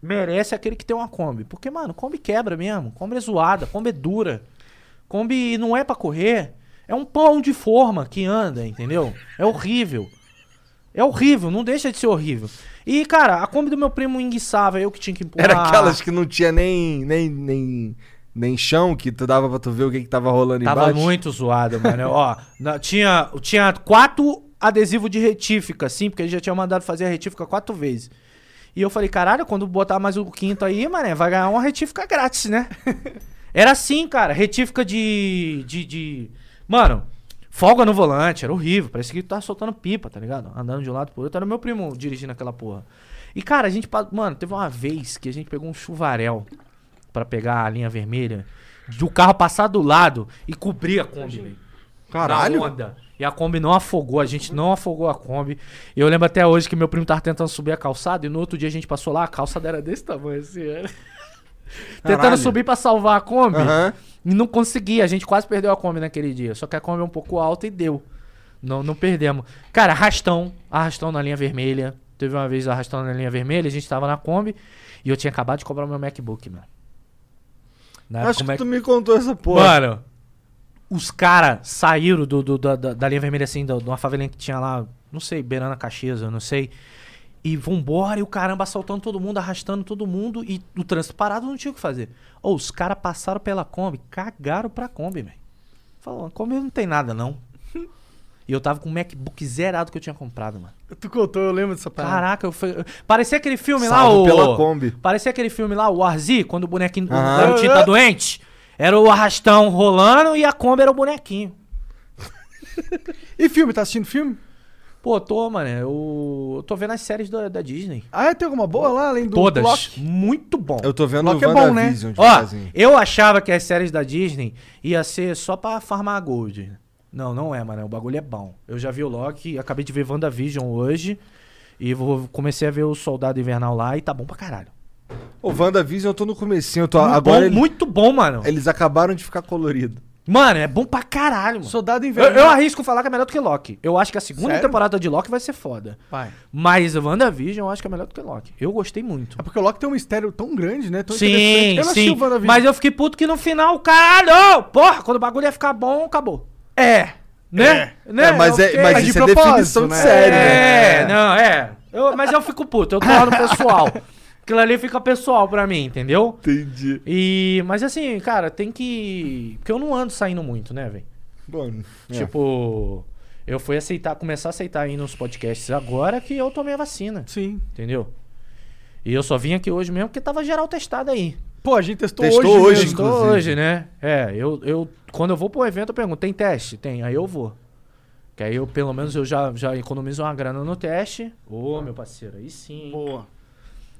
[SPEAKER 1] merece aquele que tem uma Kombi. Porque, mano, Kombi quebra mesmo, Kombi é zoada, Kombi é dura. Kombi não é pra correr, é um pão de forma que anda, entendeu? É horrível. É horrível, não deixa de ser horrível. E, cara, a Kombi do meu primo enguiçava, eu que tinha que empurrar.
[SPEAKER 2] Era
[SPEAKER 1] Ah.
[SPEAKER 2] aquelas que não tinha nem, nem, nem, nem chão que tu dava pra tu ver o que, que tava rolando
[SPEAKER 1] Tava
[SPEAKER 2] embaixo.
[SPEAKER 1] muito zoado, mano. Ó, na- tinha, tinha quatro adesivos de retífica, assim, porque ele já tinha mandado fazer a retífica quatro vezes. E eu falei, caralho, quando botar mais o quinto aí, mané, vai ganhar uma retífica grátis, né? era assim, cara, retífica de, de, de- Mano, folga no volante, era horrível. Parecia que tava soltando pipa, tá ligado? Andando de um lado pro outro. Era meu primo dirigindo aquela porra. E, cara, a gente. pa- Mano, teve uma vez que a gente pegou um chuvarel pra pegar a linha vermelha, de o carro passar do lado e cobrir a Kombi. velho.
[SPEAKER 2] Caralho.
[SPEAKER 1] Na onda. E a Kombi não afogou, a gente não afogou a Kombi. E eu lembro até hoje que meu primo tava tentando subir a calçada e no outro dia a gente passou lá, a calçada era desse tamanho assim, era.
[SPEAKER 2] Caralho.
[SPEAKER 1] tentando subir pra salvar a Kombi.
[SPEAKER 2] Aham.
[SPEAKER 1] E não conseguia, a gente quase perdeu a Kombi naquele dia. Só que a Kombi é um pouco alta e deu. Não, não perdemos. Cara, arrastão. Arrastão na linha vermelha. Teve uma vez arrastão na linha vermelha, a gente tava na Kombi e eu tinha acabado de comprar meu MacBook, mano. Na época,
[SPEAKER 2] Acho
[SPEAKER 1] o
[SPEAKER 2] que
[SPEAKER 1] Mac-
[SPEAKER 2] tu me contou essa porra.
[SPEAKER 1] é Mano, os caras saíram do, do- da, da- da linha vermelha, assim, da- de uma favelinha que tinha lá, não sei, Beirana Caxias, eu não sei. E vambora, e o caramba assaltando todo mundo, arrastando todo mundo, e o trânsito parado não tinha o que fazer. Ou os caras passaram pela Kombi, cagaram pra Kombi, velho. Falou, a Kombi não tem nada, não. E eu tava com o MacBook zerado que eu tinha comprado, mano.
[SPEAKER 3] Tu contou, eu lembro dessa parada.
[SPEAKER 1] Caraca, eu fui... parecia aquele filme lá,
[SPEAKER 2] Salvo
[SPEAKER 1] o...
[SPEAKER 2] pela Kombi.
[SPEAKER 1] Parecia aquele filme lá, o Arzi, quando o bonequinho, o
[SPEAKER 2] Aham.
[SPEAKER 1] garotinho tá doente. Era o arrastão rolando e a Kombi era o bonequinho.
[SPEAKER 3] E filme, tá assistindo filme?
[SPEAKER 1] Pô, tô, mano, eu, eu tô vendo as séries da, da Disney.
[SPEAKER 3] Ah, é, tem alguma boa lá, além do
[SPEAKER 1] Todas.
[SPEAKER 3] Loki?
[SPEAKER 1] Muito bom.
[SPEAKER 2] Eu tô vendo o
[SPEAKER 3] Loki é bom, né?
[SPEAKER 2] WandaVision
[SPEAKER 1] Ó,
[SPEAKER 2] devagarzinho.
[SPEAKER 1] eu achava que as séries da Disney ia ser só pra farmar a gold. Não, não é, mano. O bagulho é bom. Eu já vi o Loki, acabei de ver WandaVision hoje. E vou, comecei a ver o Soldado Invernal lá e tá bom pra caralho.
[SPEAKER 2] O WandaVision eu tô no comecinho, eu tô
[SPEAKER 1] Muito
[SPEAKER 2] agora
[SPEAKER 1] bom,
[SPEAKER 2] ele-
[SPEAKER 1] Muito bom, mano.
[SPEAKER 2] eles acabaram de ficar colorido.
[SPEAKER 1] Mano, é bom pra caralho, mano.
[SPEAKER 3] Soldado
[SPEAKER 1] Eu,
[SPEAKER 3] Invernal.
[SPEAKER 1] eu arrisco falar que é melhor do que Loki. Eu acho que a segunda
[SPEAKER 3] Sério?
[SPEAKER 1] temporada de Loki vai ser foda.
[SPEAKER 3] Vai.
[SPEAKER 1] Mas WandaVision eu acho que é melhor do que Loki. Eu gostei muito.
[SPEAKER 3] É porque o Loki tem um mistério tão grande, né? Tão
[SPEAKER 1] Sim,
[SPEAKER 3] interessante. Eu não assisti
[SPEAKER 1] sim.
[SPEAKER 3] o WandaVision.
[SPEAKER 1] Mas eu fiquei puto que no final, caralho! Porra, quando o bagulho ia ficar bom, acabou. É. Né? Né?
[SPEAKER 2] É, mas,
[SPEAKER 1] Eu
[SPEAKER 2] é,
[SPEAKER 1] fiquei-
[SPEAKER 2] mas
[SPEAKER 3] Mas de
[SPEAKER 2] isso é
[SPEAKER 3] propósito,
[SPEAKER 2] definição de
[SPEAKER 3] né?
[SPEAKER 2] série, né?
[SPEAKER 1] É, não, é. Eu- mas eu fico puto, eu tô lá no pessoal. Aquilo ali fica pessoal pra mim, entendeu?
[SPEAKER 2] Entendi.
[SPEAKER 1] E. Mas assim, cara, tem que. Porque eu não ando saindo muito, né, velho?
[SPEAKER 2] Bom, é.
[SPEAKER 1] Tipo, eu fui aceitar, começar a aceitar aí nos podcasts agora que eu tomei a vacina,
[SPEAKER 3] Sim.
[SPEAKER 1] entendeu? E eu só vim aqui hoje mesmo porque tava geral testado aí.
[SPEAKER 3] Pô, a gente testou,
[SPEAKER 2] Testou
[SPEAKER 3] hoje.
[SPEAKER 2] hoje,
[SPEAKER 3] mesmo.
[SPEAKER 1] Tô
[SPEAKER 2] Inclusive.
[SPEAKER 1] hoje, né? É, eu, eu quando eu vou pro evento eu pergunto, tem teste? Tem, aí eu vou. Que aí eu, pelo menos, eu já, já economizo uma grana no teste. Ô, meu parceiro, aí sim.
[SPEAKER 3] Boa.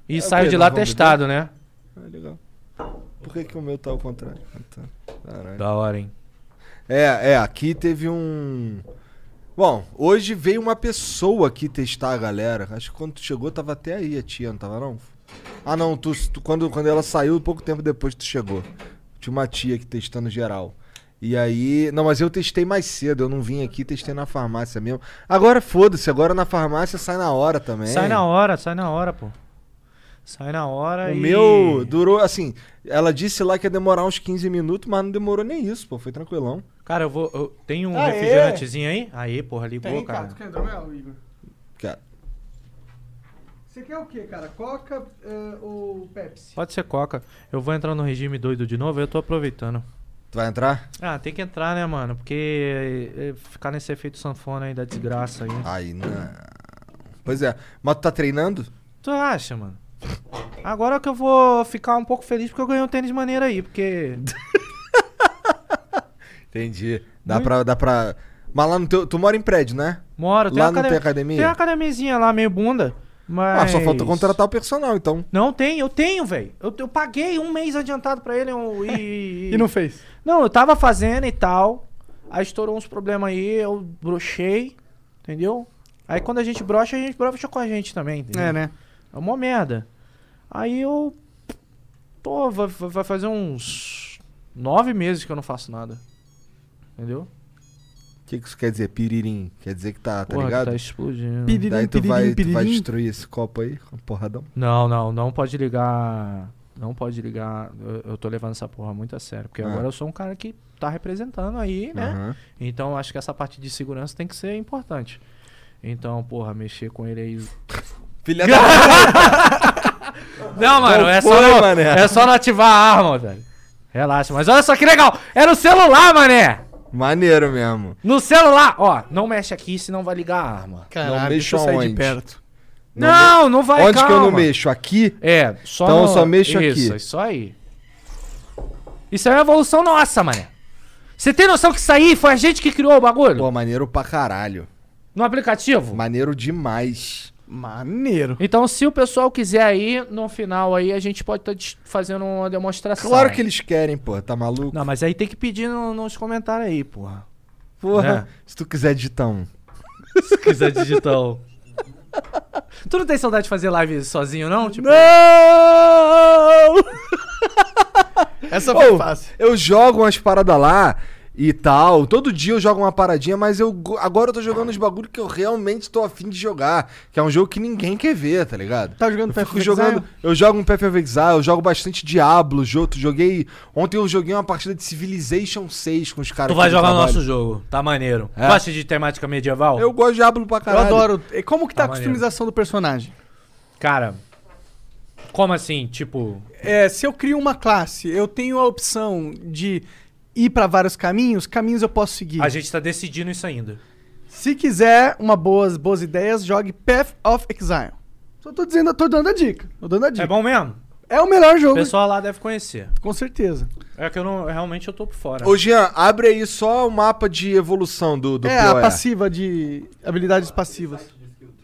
[SPEAKER 1] E
[SPEAKER 2] É o
[SPEAKER 1] saio
[SPEAKER 2] quê?
[SPEAKER 1] de
[SPEAKER 2] Nós
[SPEAKER 1] lá
[SPEAKER 2] vamos
[SPEAKER 1] testado, né?
[SPEAKER 2] Ah, legal. Por que, que o meu tá ao contrário? Ah, tá. Caralho.
[SPEAKER 1] Da hora, hein?
[SPEAKER 2] É, é, aqui teve um. Bom, hoje veio uma pessoa aqui testar a galera. Acho que quando tu chegou tava até aí a tia, não tava não? Ah não, tu, tu- quando, quando ela saiu, pouco tempo depois tu chegou. Tinha uma tia aqui testando geral. E aí. Não, mas eu testei mais cedo, eu não vim aqui, testei na farmácia mesmo. Agora foda-se, agora na farmácia sai na hora também.
[SPEAKER 1] Sai na hora, sai na hora, pô. Sai na hora
[SPEAKER 2] O
[SPEAKER 1] e...
[SPEAKER 2] meu durou, assim, ela disse lá que ia demorar uns 15 minutos, mas não demorou nem isso, pô, foi tranquilão.
[SPEAKER 1] Cara, eu vou... eu- Tem um
[SPEAKER 3] Aê!
[SPEAKER 1] refrigerantezinho aí? Aí, porra, ligou,
[SPEAKER 3] Tem, cara.
[SPEAKER 1] cara.
[SPEAKER 3] Tu quer hidromel, Igor?
[SPEAKER 2] Cara,
[SPEAKER 3] Você quer o quê, cara? Coca eh, ou Pepsi?
[SPEAKER 1] Pode ser coca. Eu vou entrar no regime doido de novo, eu tô aproveitando.
[SPEAKER 2] tu vai entrar?
[SPEAKER 1] Ah, tem que entrar, né, mano? Porque é, é, ficar nesse efeito sanfona aí da desgraça aí.
[SPEAKER 2] Aí, não. Pois é. Mas tu tá treinando?
[SPEAKER 1] Tu acha, mano? Agora que eu vou ficar um pouco feliz porque eu ganhei um tênis maneiro aí, porque.
[SPEAKER 2] Entendi. Dá pra, dá pra. Mas lá no teu. Tu mora em prédio, né?
[SPEAKER 1] Moro,
[SPEAKER 2] Lá
[SPEAKER 1] uma
[SPEAKER 2] não
[SPEAKER 1] academ-
[SPEAKER 2] tem academia?
[SPEAKER 1] Tem uma academiazinha lá, meio bunda. Mas.
[SPEAKER 2] Ah, só falta contratar o personal, então.
[SPEAKER 1] Não tem, eu tenho, velho. Eu, eu paguei um mês adiantado pra ele um- e.
[SPEAKER 3] E não fez?
[SPEAKER 1] Não, eu tava fazendo e tal. Aí estourou uns problemas aí, eu brochei, entendeu? Aí quando a gente brocha, a gente brocha com a gente também, entendeu?
[SPEAKER 3] É, né?
[SPEAKER 1] É uma merda. Aí eu. Pô, vai, vai vai fazer uns. Nove meses que eu não faço nada. Entendeu?
[SPEAKER 2] O que, que isso quer dizer? Piririm. Quer dizer que tá, tá
[SPEAKER 1] Porra, que
[SPEAKER 2] ligado?
[SPEAKER 1] tá explodindo.
[SPEAKER 2] Daí tu vai, tu vai destruir esse copo aí, com um porradão.
[SPEAKER 1] Não, não, não pode ligar. Não pode ligar. Eu, eu tô levando essa porra muito a sério. Porque
[SPEAKER 2] Ah.
[SPEAKER 1] agora eu sou um cara que tá representando aí, né?
[SPEAKER 2] Aham.
[SPEAKER 1] Então acho que essa parte de segurança tem que ser importante. Então, porra, mexer com ele aí.
[SPEAKER 2] Filha da.
[SPEAKER 1] Não, mano, é só,
[SPEAKER 2] foi,
[SPEAKER 1] não,
[SPEAKER 2] mané?
[SPEAKER 1] é só não ativar a arma, velho. Relaxa, mas olha só que legal! Era o celular, mané!
[SPEAKER 2] Maneiro mesmo.
[SPEAKER 1] No celular! Ó, não mexe aqui, senão vai ligar a arma.
[SPEAKER 2] Não
[SPEAKER 3] Caralho,
[SPEAKER 2] mexo
[SPEAKER 3] deixa eu sair
[SPEAKER 2] aonde?
[SPEAKER 3] de perto.
[SPEAKER 1] Não, não vai,
[SPEAKER 2] Onde que eu não
[SPEAKER 1] calma.
[SPEAKER 2] mexo? Aqui?
[SPEAKER 1] É, só
[SPEAKER 2] Então eu só mexo
[SPEAKER 1] isso,
[SPEAKER 2] aqui.
[SPEAKER 1] Isso aí. Isso é uma evolução nossa, mané. Você tem noção que isso aí foi a gente que criou o bagulho?
[SPEAKER 2] Pô, maneiro pra caralho.
[SPEAKER 1] No aplicativo?
[SPEAKER 2] Maneiro demais.
[SPEAKER 3] Maneiro.
[SPEAKER 1] Então, se o pessoal quiser aí, no final aí, a gente pode estar fazendo uma demonstração.
[SPEAKER 2] Claro que eles querem, pô. Tá maluco?
[SPEAKER 1] Não, mas aí tem que pedir no- nos comentários aí, porra. Né?
[SPEAKER 2] Porra. Se tu quiser digitar um.
[SPEAKER 1] Se quiser digital. tu não tem saudade de fazer live sozinho, não? Tipo,
[SPEAKER 3] Essa foi
[SPEAKER 2] Ô,
[SPEAKER 3] fácil.
[SPEAKER 2] eu jogo umas paradas lá e tal. Todo dia eu jogo uma paradinha, mas eu go- agora eu tô jogando os bagulho que eu realmente tô afim de jogar. Que é um jogo que ninguém quer ver, tá ligado?
[SPEAKER 3] Tá jogando
[SPEAKER 2] eu
[SPEAKER 3] Path
[SPEAKER 2] fico
[SPEAKER 3] of
[SPEAKER 2] jogando,
[SPEAKER 3] Exile?
[SPEAKER 2] Eu jogo um Path of Exile, eu jogo bastante Diablo, jogo, joguei... Ontem eu joguei uma partida de Civilization 6 com os caras
[SPEAKER 4] Tu vai
[SPEAKER 2] aqui do
[SPEAKER 4] jogar o
[SPEAKER 2] trabalho.
[SPEAKER 4] nosso jogo. Tá maneiro.
[SPEAKER 2] É.
[SPEAKER 4] Gosta de temática medieval?
[SPEAKER 2] Eu gosto de Diablo pra
[SPEAKER 3] Eu
[SPEAKER 2] caralho.
[SPEAKER 3] adoro. E Como que tá a
[SPEAKER 4] Tá
[SPEAKER 3] customização do personagem?
[SPEAKER 4] Cara. Como assim? Tipo.
[SPEAKER 3] É, se eu crio uma classe, eu tenho a opção de ir pra vários caminhos, caminhos eu posso seguir.
[SPEAKER 4] A gente tá decidindo isso ainda.
[SPEAKER 3] Se quiser uma boas, boas ideias, jogue Path of Exile. Só tô dizendo, tô dando a dica. Tô dando a dica.
[SPEAKER 4] É bom mesmo?
[SPEAKER 3] É o melhor
[SPEAKER 4] O
[SPEAKER 3] jogo,
[SPEAKER 4] pessoal lá deve conhecer.
[SPEAKER 3] com certeza.
[SPEAKER 4] É que eu não. Realmente eu tô por fora.
[SPEAKER 2] Ô, Jean, abre aí só o mapa de evolução do, do
[SPEAKER 3] é a
[SPEAKER 2] PoE.
[SPEAKER 3] passiva de habilidades passivas.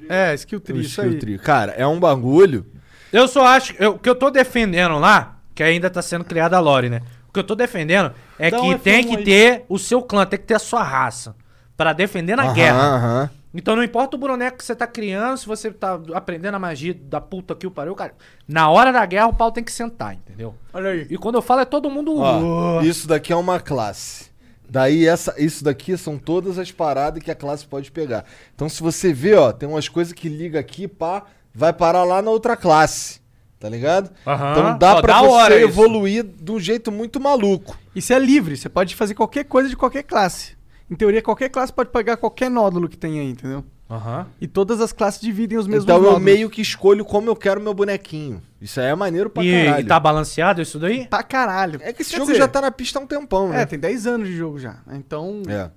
[SPEAKER 3] É, skill
[SPEAKER 2] Do
[SPEAKER 3] tree, isso
[SPEAKER 2] skill
[SPEAKER 3] aí.
[SPEAKER 2] tree. Cara, é um bagulho...
[SPEAKER 4] Eu só acho. eu- O que eu tô defendendo lá, que ainda tá sendo criada a Lore, né? O que eu tô defendendo é
[SPEAKER 3] Dá um
[SPEAKER 4] que
[SPEAKER 3] F1
[SPEAKER 4] tem que
[SPEAKER 3] aí.
[SPEAKER 4] ter o seu clã, tem que ter a sua raça. Pra defender na
[SPEAKER 2] Aham,
[SPEAKER 4] guerra.
[SPEAKER 2] aham.
[SPEAKER 4] Então não importa o boneco que você tá criando, se você tá aprendendo a magia da puta que o pariu, cara. Na hora da guerra o pau tem que sentar, entendeu?
[SPEAKER 3] Olha aí.
[SPEAKER 4] E quando eu falo é todo mundo.
[SPEAKER 2] Ó, isso daqui é uma classe. Daí essa, isso daqui são todas as paradas que a classe pode pegar. Então se você vê, ó, tem umas coisas que liga aqui, pá, vai parar lá na outra classe. Tá ligado?
[SPEAKER 4] Aham.
[SPEAKER 2] Então dá
[SPEAKER 4] Ó,
[SPEAKER 2] pra
[SPEAKER 4] da hora
[SPEAKER 2] você
[SPEAKER 4] isso.
[SPEAKER 2] evoluir de um jeito muito maluco.
[SPEAKER 3] Isso é livre, você pode fazer qualquer coisa de qualquer classe. Em teoria, qualquer classe pode pegar qualquer nódulo que tem aí, entendeu?
[SPEAKER 4] Aham.
[SPEAKER 3] E todas as classes dividem os mesmos
[SPEAKER 2] então eu
[SPEAKER 3] nódulos.
[SPEAKER 2] meio que escolho como eu quero meu bonequinho. Isso aí é maneiro pra
[SPEAKER 4] E,
[SPEAKER 2] caralho.
[SPEAKER 4] e tá balanceado isso daí?
[SPEAKER 3] Pra caralho.
[SPEAKER 2] É que esse
[SPEAKER 3] Quer
[SPEAKER 2] jogo
[SPEAKER 3] dizer,
[SPEAKER 2] já tá na pista há um tempão, né?
[SPEAKER 3] É, tem 10 anos de jogo já. Então,
[SPEAKER 2] É.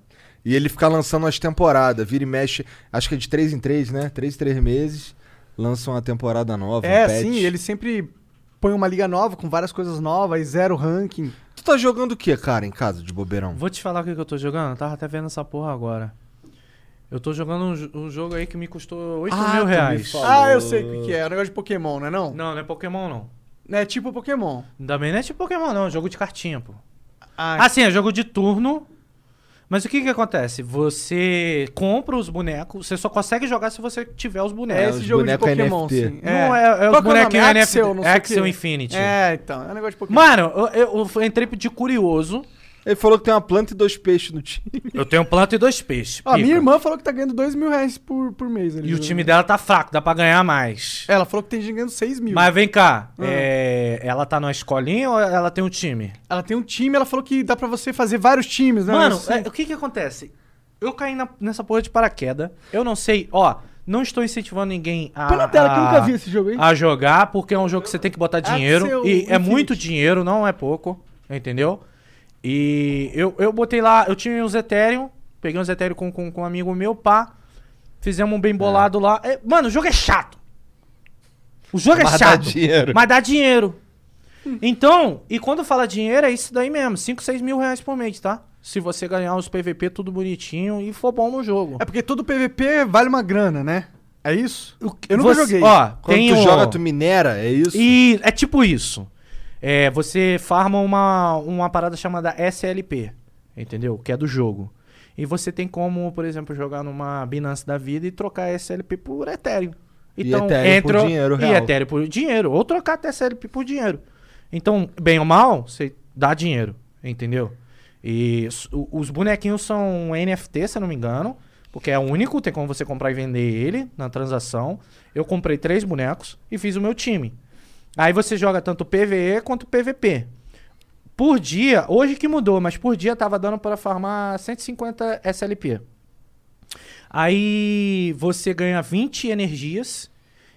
[SPEAKER 2] E ele fica lançando as temporadas, vira e mexe, acho que é de 3 em 3, né? 3 em 3 meses, lança uma temporada nova. um
[SPEAKER 3] É,
[SPEAKER 2] patch.
[SPEAKER 3] sim, ele sempre põe uma liga nova com várias coisas novas, zero ranking.
[SPEAKER 2] Tu tá jogando o que, cara, em casa de bobeirão?
[SPEAKER 1] Vou te falar o que, que eu tô jogando? Eu tava até vendo essa porra agora. Eu tô jogando um, jo- um jogo aí que me custou 8 mil reais.
[SPEAKER 3] Ah, eu sei o que, que é. É um negócio de Pokémon, não é não?
[SPEAKER 1] Não, não é Pokémon, não.
[SPEAKER 3] É tipo Pokémon.
[SPEAKER 1] Também não é tipo Pokémon, não. É jogo de cartinha, pô.
[SPEAKER 3] Ah,
[SPEAKER 1] Ah, sim, é jogo de turno. Mas o que que acontece? Você compra os bonecos, você só consegue jogar se você tiver os
[SPEAKER 3] é,
[SPEAKER 1] bonecos.
[SPEAKER 2] os
[SPEAKER 3] esse jogo de
[SPEAKER 2] boneco
[SPEAKER 3] Pokémon,
[SPEAKER 2] NFT.
[SPEAKER 3] sim.
[SPEAKER 1] Não, é- é os
[SPEAKER 3] Qual que o
[SPEAKER 1] bonequinhos
[SPEAKER 3] nome?
[SPEAKER 1] NFT,
[SPEAKER 3] Axel, não sei o
[SPEAKER 1] Axel
[SPEAKER 3] quê.
[SPEAKER 1] Infinity.
[SPEAKER 3] É, então, é um negócio de Pokémon.
[SPEAKER 1] Mano, eu, eu- eu entrei de curioso.
[SPEAKER 2] Ele falou que tem uma planta e dois peixes no time.
[SPEAKER 1] Eu tenho um planta e dois peixes.
[SPEAKER 3] Ó, minha
[SPEAKER 1] pica.
[SPEAKER 3] irmã falou que tá ganhando 2 mil reais por, por mês. ali
[SPEAKER 1] E o
[SPEAKER 3] jogando.
[SPEAKER 1] time dela tá fraco, dá pra ganhar mais.
[SPEAKER 3] Ela falou que tem gente ganhando 6 mil.
[SPEAKER 1] Mas vem cá,
[SPEAKER 3] Ah.
[SPEAKER 1] é, ela tá numa escolinha ou ela tem um time?
[SPEAKER 3] Ela tem um time, ela falou que dá pra você fazer vários times, né?
[SPEAKER 1] Mano,
[SPEAKER 3] Assim.
[SPEAKER 1] é, o que que acontece? Eu caí na- nessa porra de paraquedas. Eu não sei, ó, não estou incentivando ninguém a.
[SPEAKER 3] Põe na tela que eu nunca
[SPEAKER 1] a-
[SPEAKER 3] vi esse jogo, hein?
[SPEAKER 1] a jogar, porque é um jogo que você tem que botar dinheiro.
[SPEAKER 3] seu
[SPEAKER 1] e é
[SPEAKER 3] Infinity.
[SPEAKER 1] muito dinheiro, não é pouco, entendeu? E eu, eu botei lá, eu tinha uns Ethereum, peguei uns Ethereum com, com, com um amigo meu, pá. Fizemos um bem bolado lá. É, mano, o jogo é chato. O jogo é
[SPEAKER 2] Mas dá
[SPEAKER 1] chato.
[SPEAKER 2] dinheiro.
[SPEAKER 1] Mas dá dinheiro. Então, e quando fala dinheiro, é isso daí mesmo. 5, 6 mil reais por mês, tá? Se você ganhar os PVP tudo bonitinho e for bom no jogo.
[SPEAKER 3] É porque todo PVP vale uma grana, né? É isso? Eu nunca
[SPEAKER 1] não
[SPEAKER 3] joguei.
[SPEAKER 1] Ó,
[SPEAKER 2] Quando
[SPEAKER 1] tem
[SPEAKER 2] tu
[SPEAKER 1] um-
[SPEAKER 2] joga, tu minera, é isso?
[SPEAKER 1] E é tipo isso. É, você farma uma, uma parada chamada SLP, entendeu? Que é do jogo. E você tem como, por exemplo, jogar numa Binance da vida e trocar SLP por Ethereum.
[SPEAKER 2] E
[SPEAKER 1] Então,
[SPEAKER 2] Ethereum por
[SPEAKER 1] entra-
[SPEAKER 2] dinheiro
[SPEAKER 1] E
[SPEAKER 2] real.
[SPEAKER 1] Ethereum por dinheiro. Ou trocar até SLP por dinheiro. Então, bem ou mal, você dá dinheiro, entendeu? E s- o- os bonequinhos são NFT, se eu não me engano. Porque é único, tem como você comprar e vender ele na transação. Eu comprei três bonecos e fiz o meu time. Aí você joga tanto PVE quanto PVP. Por dia, hoje que mudou, mas por dia tava dando para farmar 150 SLP. Aí você ganha 20 energias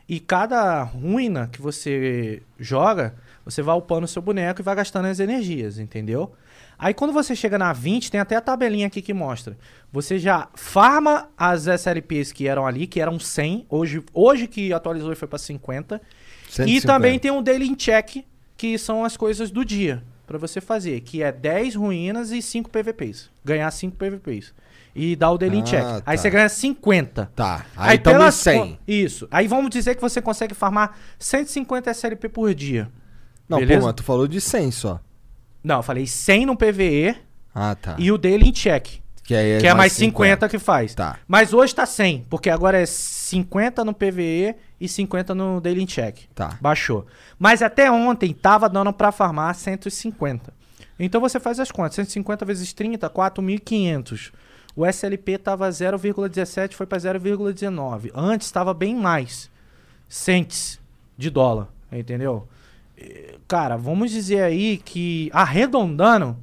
[SPEAKER 1] e cada ruína que você joga, você vai upando o seu boneco e vai gastando as energias, entendeu? Aí quando você chega na 20, tem até a tabelinha aqui que mostra. Você já farma as SLPs que eram ali, que eram 100, hoje, hoje que atualizou e foi pra 50. E
[SPEAKER 2] 150.
[SPEAKER 1] também tem um daily check, que são as coisas do dia pra você fazer, que é 10 ruínas e 5 PVPs. Ganhar 5 PVPs. E dar o daily
[SPEAKER 2] Ah,
[SPEAKER 1] check. Aí
[SPEAKER 2] tá.
[SPEAKER 1] você ganha 50.
[SPEAKER 2] Tá. Aí tamo em
[SPEAKER 1] É pelas
[SPEAKER 2] 100.
[SPEAKER 1] co- Isso. Aí vamos dizer que você consegue farmar 150 SLP por dia.
[SPEAKER 2] Não,
[SPEAKER 1] Beleza?
[SPEAKER 2] pô, mas tu falou de 100 só.
[SPEAKER 1] Não, eu falei 100 no PVE
[SPEAKER 2] Ah, tá.
[SPEAKER 1] e o daily check.
[SPEAKER 2] que, aí
[SPEAKER 1] que é mais 50, que faz.
[SPEAKER 2] Tá.
[SPEAKER 1] Mas hoje tá 100, porque agora é 50 no PVE e 50 no Daily Check.
[SPEAKER 2] Tá.
[SPEAKER 1] Baixou. Mas até ontem tava dando pra farmar 150. Então você faz as contas. 150 vezes 30, 4.500. O SLP tava 0,17, foi pra 0,19. Antes tava bem mais. Cents de dólar, entendeu? Eh, Cara, vamos dizer aí que arredondando,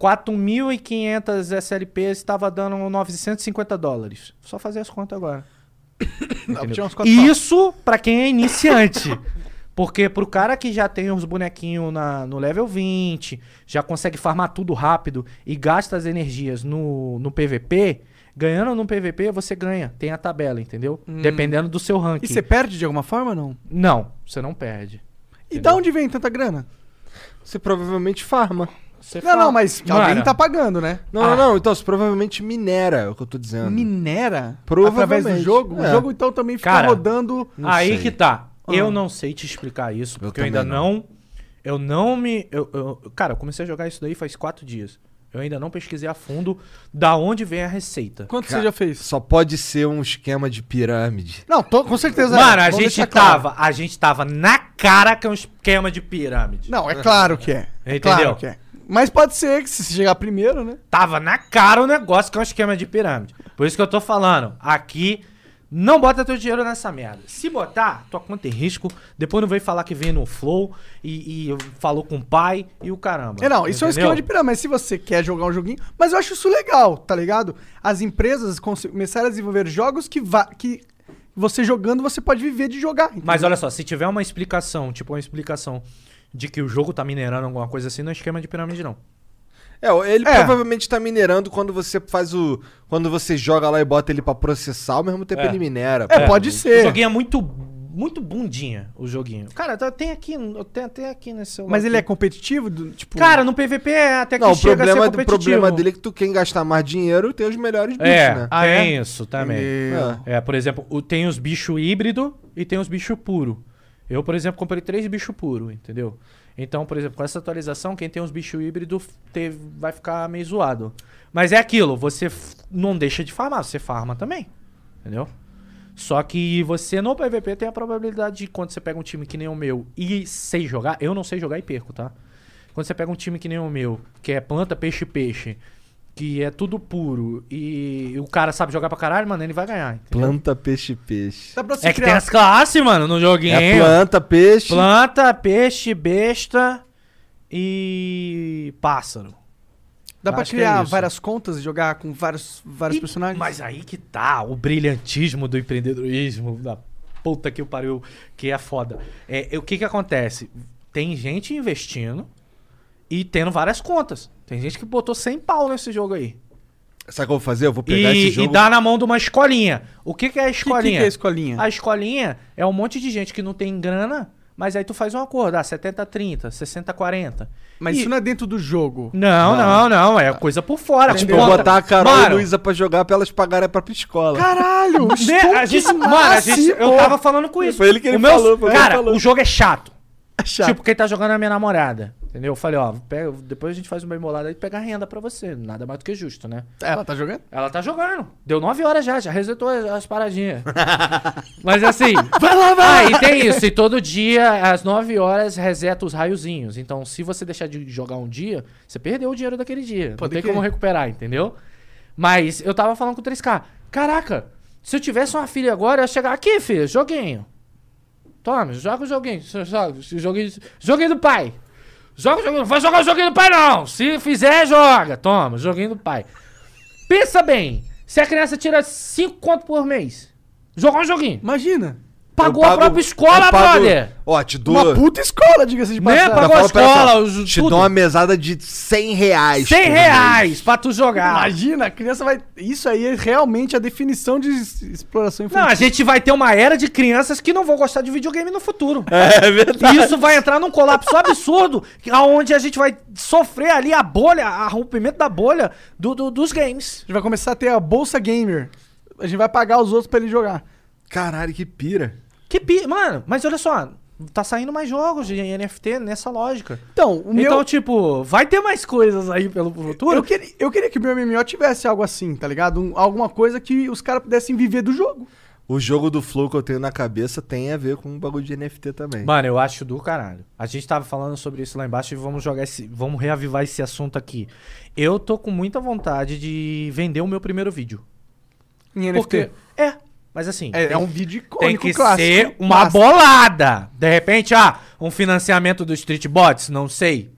[SPEAKER 1] 4.500 SLPs estava dando 950 dólares. Só fazer as contas agora.
[SPEAKER 3] Tinha uns quatro pau.
[SPEAKER 1] Isso pra quem é iniciante. Porque pro cara que já tem uns bonequinhos na- no level 20, já consegue farmar tudo rápido e gasta as energias no, no PVP, ganhando no PVP você ganha. Tem a tabela, entendeu? Dependendo do seu ranking.
[SPEAKER 3] Hum. E você perde de alguma forma ou não?
[SPEAKER 1] Não, você não perde.
[SPEAKER 3] E da onde vem tanta grana?
[SPEAKER 2] Você provavelmente farma.
[SPEAKER 1] Você
[SPEAKER 3] Não, não, mas alguém
[SPEAKER 1] Mano.
[SPEAKER 3] tá pagando, né?
[SPEAKER 2] Não, não, não. Então, você provavelmente minera, é o que eu tô dizendo.
[SPEAKER 3] Minera através
[SPEAKER 2] Provavelmente.
[SPEAKER 3] do jogo.
[SPEAKER 2] É.
[SPEAKER 3] O jogo então também fica
[SPEAKER 1] Cara,
[SPEAKER 3] rodando.
[SPEAKER 2] Não
[SPEAKER 1] Aí
[SPEAKER 2] sei. Ah.
[SPEAKER 1] que tá. Eu não sei te explicar isso, porque eu,
[SPEAKER 2] também
[SPEAKER 1] ainda não. Eu não me. eu- eu- cara, eu comecei a jogar isso daí faz quatro dias. Eu ainda não pesquisei a fundo da onde vem a receita.
[SPEAKER 3] Quanto
[SPEAKER 2] Cara,
[SPEAKER 3] você já fez?
[SPEAKER 2] Só pode ser um esquema de pirâmide.
[SPEAKER 3] Não, tô, com certeza. é.
[SPEAKER 1] Mano, a
[SPEAKER 3] Vamos
[SPEAKER 1] gente
[SPEAKER 3] deixar claro.
[SPEAKER 1] tava. A gente tava na cara que é um esquema de pirâmide.
[SPEAKER 3] Não, é claro que é. É
[SPEAKER 1] Entendeu?
[SPEAKER 3] Claro que é. Mas pode ser que se chegar primeiro, né?
[SPEAKER 1] Tava na cara o negócio que é um esquema de pirâmide. Por isso que eu tô falando. Aqui, não bota teu dinheiro nessa merda. Se botar, tua conta tem risco. Depois não vem falar que veio no Flow e, e falou com o pai e o caramba.
[SPEAKER 3] É, não, isso é um esquema de
[SPEAKER 1] pirâmide.
[SPEAKER 3] pirâmide. Mas se você quer jogar um joguinho. Mas eu acho isso legal, tá ligado? As empresas conse- começaram a desenvolver jogos que, va que você jogando você pode viver de jogar. entendeu?
[SPEAKER 1] Mas olha só, se tiver uma explicação, tipo uma explicação de que o jogo tá minerando alguma coisa assim, não é esquema de pirâmide, não.
[SPEAKER 2] É, ele
[SPEAKER 3] É.
[SPEAKER 2] provavelmente tá minerando quando você faz o. Quando você joga lá e bota ele pra processar, ao mesmo tempo
[SPEAKER 1] É.
[SPEAKER 2] ele minera.
[SPEAKER 3] É, pode
[SPEAKER 1] O
[SPEAKER 3] ser.
[SPEAKER 1] joguinho é muito, muito bundinha, o joguinho. Cara, tá- tem aqui, tem até aqui nesse celular.
[SPEAKER 3] Mas ele é
[SPEAKER 1] aqui.
[SPEAKER 3] competitivo? do- tipo,
[SPEAKER 1] Cara, no PVP é até que
[SPEAKER 2] Não, o
[SPEAKER 1] chega a
[SPEAKER 2] problema,
[SPEAKER 1] ser
[SPEAKER 2] o
[SPEAKER 1] competitivo.
[SPEAKER 2] problema dele é que tu quem gastar mais dinheiro tem os melhores bichos,
[SPEAKER 1] É,
[SPEAKER 2] né?
[SPEAKER 1] ah, tem isso também.
[SPEAKER 2] É.
[SPEAKER 1] É, por exemplo, o- tem os bichos híbrido e tem os bichos puro. Eu, por exemplo, comprei três bichos puro, entendeu? Então, por exemplo, com essa atualização, quem tem os bichos híbrido te- vai ficar meio zoado. Mas é aquilo, você f- não deixa de farmar, você farma também, entendeu? Só que você no PVP tem a probabilidade de quando você pega um time que nem o meu e sei jogar, eu não sei jogar e perco, tá? Quando você pega um time que nem o meu, que é planta, peixe, peixe, que é tudo puro e o cara sabe jogar pra caralho, mano, ele vai ganhar. entendeu?
[SPEAKER 2] Planta, peixe, peixe.
[SPEAKER 3] Dá pra você
[SPEAKER 1] É que tem
[SPEAKER 3] criar.
[SPEAKER 1] as classes, mano, no joguinho.
[SPEAKER 2] É planta, peixe.
[SPEAKER 1] Planta, peixe, besta e pássaro.
[SPEAKER 3] Dá pra
[SPEAKER 1] Acho que é
[SPEAKER 3] criar
[SPEAKER 1] isso.
[SPEAKER 3] várias contas e jogar com vários, vários
[SPEAKER 1] E-
[SPEAKER 3] personagens?
[SPEAKER 1] Mas aí que tá o brilhantismo do empreendedorismo, da puta que o pariu, que é foda. É, o que que acontece? Tem gente investindo e tendo várias contas. Tem gente que botou 100 pau nesse jogo aí.
[SPEAKER 2] Sabe o que eu vou fazer? Eu vou
[SPEAKER 1] E,
[SPEAKER 2] pegar esse
[SPEAKER 1] e
[SPEAKER 2] jogo.
[SPEAKER 1] dá na mão de uma escolinha. O que que é a
[SPEAKER 3] que, que, que
[SPEAKER 1] escolinha?
[SPEAKER 3] é a escolinha?
[SPEAKER 1] A escolinha é um monte de gente que não tem grana, mas aí tu faz um acordo, ah, 70-30, 60-40.
[SPEAKER 3] Mas
[SPEAKER 1] e-
[SPEAKER 3] isso não é dentro do jogo.
[SPEAKER 1] Não, não, não, é coisa por fora.
[SPEAKER 2] Tipo,
[SPEAKER 1] conta.
[SPEAKER 2] eu botar a Carol
[SPEAKER 1] Mano,
[SPEAKER 2] e a Luísa pra jogar pra elas pagarem a própria escola.
[SPEAKER 3] Caralho!
[SPEAKER 1] né, a gente, mano, a gente, eu tava falando com isso.
[SPEAKER 2] Foi ele que ele
[SPEAKER 1] o meu,
[SPEAKER 2] falou, foi ele que
[SPEAKER 1] Cara,
[SPEAKER 2] falou.
[SPEAKER 1] o jogo é chato.
[SPEAKER 3] Chato.
[SPEAKER 1] Tipo, quem tá jogando é a minha namorada. Entendeu? Eu falei, ó, pega- depois a gente faz uma embolada e pega a renda pra você. Nada mais do que justo, né?
[SPEAKER 3] Ela tá jogando?
[SPEAKER 1] Ela tá jogando. Deu 9 horas já, já resetou as, as paradinhas. Mas assim. Vai lá, vai! e tem isso. E todo dia, às 9 horas, reseta os raiozinhos. Então, se você deixar de jogar um dia, você perdeu o dinheiro daquele dia.
[SPEAKER 3] Pode
[SPEAKER 1] não tem
[SPEAKER 3] crer.
[SPEAKER 1] como recuperar, entendeu? Mas eu tava falando com o 3K. Caraca, se eu tivesse uma filha agora, eu ia chegar aqui, filho, joguinho. Toma, joga o joguinho. jo- Joga, joguinho, joguinho do pai. Joga o joguinho. Não vai jogar o joguinho do pai, não. Se fizer, joga. Toma, joguinho do pai. Pensa bem. Se a criança tira 5 conto por mês, jogar um joguinho.
[SPEAKER 3] Imagina.
[SPEAKER 1] Pagou
[SPEAKER 2] Eu
[SPEAKER 1] a
[SPEAKER 2] pago-
[SPEAKER 1] própria escola,
[SPEAKER 2] eu pago-
[SPEAKER 1] brother.
[SPEAKER 2] Ó, te dou.
[SPEAKER 3] Uma puta escola, diga-se de
[SPEAKER 1] Né,
[SPEAKER 3] passagem.
[SPEAKER 1] pagou a
[SPEAKER 2] Fala, pera
[SPEAKER 1] escola,
[SPEAKER 2] só,
[SPEAKER 1] os-
[SPEAKER 2] Te
[SPEAKER 1] tudo.
[SPEAKER 2] dou uma mesada de 100 reais.
[SPEAKER 1] 100
[SPEAKER 2] por mês.
[SPEAKER 1] reais pra tu jogar.
[SPEAKER 3] Imagina, a criança vai. Isso aí é realmente a definição de es- exploração
[SPEAKER 1] Não, é-
[SPEAKER 3] infantil.
[SPEAKER 1] a gente vai ter uma era de crianças que não vão gostar de videogame no futuro.
[SPEAKER 2] É verdade.
[SPEAKER 1] E isso vai entrar num colapso absurdo, onde a gente vai sofrer ali a bolha, a rompimento da bolha do- do- dos games.
[SPEAKER 3] A gente vai começar a ter a bolsa gamer. A gente vai pagar os outros pra ele jogar.
[SPEAKER 2] Caralho, que pira.
[SPEAKER 1] Que pi... Mano, mas olha só, tá saindo mais jogos de NFT nessa lógica.
[SPEAKER 3] Então, o
[SPEAKER 1] Então,
[SPEAKER 3] meu.
[SPEAKER 1] tipo, vai ter mais coisas aí pelo futuro.
[SPEAKER 3] Eu queria, eu queria que o meu MMO tivesse algo assim, tá ligado? Um- alguma coisa que os caras pudessem viver do jogo.
[SPEAKER 2] O jogo do Flow que eu tenho na cabeça tem a ver com um bagulho de NFT também.
[SPEAKER 1] Mano, eu acho do caralho. A gente tava falando sobre isso lá embaixo e vamos jogar esse. Vamos reavivar esse assunto aqui. Eu tô com muita vontade de vender o meu primeiro vídeo.
[SPEAKER 3] Em
[SPEAKER 1] Porque.
[SPEAKER 3] NFT.
[SPEAKER 1] É, mas assim.
[SPEAKER 3] É, é um vídeo icônico,
[SPEAKER 1] Tem que
[SPEAKER 3] clássico. um
[SPEAKER 1] ser uma
[SPEAKER 3] clássico.
[SPEAKER 1] bolada. De repente, ah, um financiamento do Street Bots, não sei.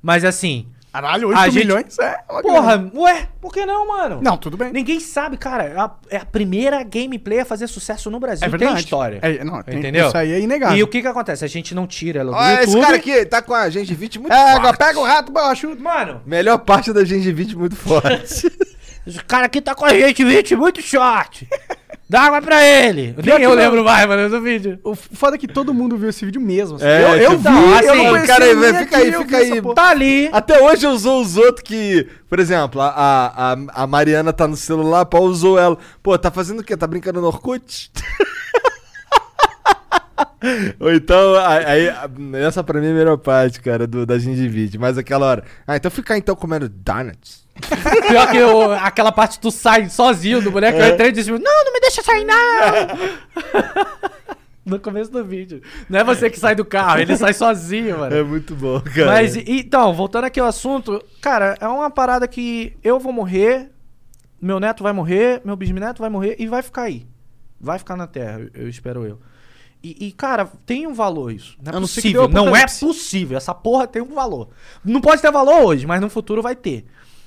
[SPEAKER 1] Mas assim,
[SPEAKER 3] Caralho,
[SPEAKER 1] A
[SPEAKER 3] 8
[SPEAKER 1] gente-
[SPEAKER 3] milhões é. uma grana.
[SPEAKER 1] porra, ué, por que não, mano?
[SPEAKER 3] Não, tudo bem.
[SPEAKER 1] Ninguém sabe, cara. É a, é a primeira gameplay a fazer sucesso no Brasil.
[SPEAKER 3] É verdade.
[SPEAKER 1] Tem história.
[SPEAKER 3] É, não, tem-
[SPEAKER 1] entendeu?
[SPEAKER 3] isso aí é inegável.
[SPEAKER 1] E o que que acontece? A gente não tira ela do
[SPEAKER 2] Olha esse
[SPEAKER 1] YouTube.
[SPEAKER 2] cara aqui, tá com a gengivite muito
[SPEAKER 3] É,
[SPEAKER 2] forte.
[SPEAKER 3] agora pega o rato, baixo.
[SPEAKER 1] Mano,
[SPEAKER 2] Melhor parte da gengivite muito forte.
[SPEAKER 1] esse cara aqui tá com a gente, gente, muito short. Dá água pra ele.
[SPEAKER 3] Pior
[SPEAKER 1] Nem eu
[SPEAKER 3] que não.
[SPEAKER 1] lembro mais, mano, do vídeo.
[SPEAKER 3] O f- foda é que todo mundo viu esse vídeo mesmo. assim.
[SPEAKER 2] É,
[SPEAKER 3] eu, eu
[SPEAKER 2] tipo,
[SPEAKER 3] vi,
[SPEAKER 1] não,
[SPEAKER 3] eu
[SPEAKER 1] assim,
[SPEAKER 3] não conhecia
[SPEAKER 2] cara,
[SPEAKER 3] ninguém
[SPEAKER 2] fica aí,
[SPEAKER 3] eu vi
[SPEAKER 2] fica
[SPEAKER 3] essa
[SPEAKER 2] aí.
[SPEAKER 3] porra.
[SPEAKER 1] Tá ali.
[SPEAKER 2] Até hoje eu usou os outros que. Por exemplo, a, a, a Mariana tá no celular, pô, usou ela. Pô, tá fazendo o quê? Tá brincando no Orkut? Ou então, a- aí, a- essa pra mim é a melhor parte, cara, do, da gengivite. Mas aquela hora. Ah, então ficar então comendo donuts.
[SPEAKER 1] Pior que eu- aquela parte tu sai sozinho do boneco,
[SPEAKER 2] É.
[SPEAKER 1] eu entrei e disse, não, não me deixa sair, não! no começo do vídeo. Não é você que sai do carro, ele sai sozinho, mano.
[SPEAKER 2] É muito bom, cara.
[SPEAKER 1] Mas, então, voltando aqui ao assunto, cara, é uma parada que eu vou morrer, meu neto vai morrer, meu bisneto vai morrer e vai ficar aí. Vai ficar na Terra, eu- eu espero eu. E, e, cara, tem um valor isso. Não é
[SPEAKER 3] A não ser que dê
[SPEAKER 1] possível. Não é
[SPEAKER 3] apocalipse.
[SPEAKER 1] possível. Essa porra tem um valor. Não pode ter valor hoje, mas no futuro vai ter.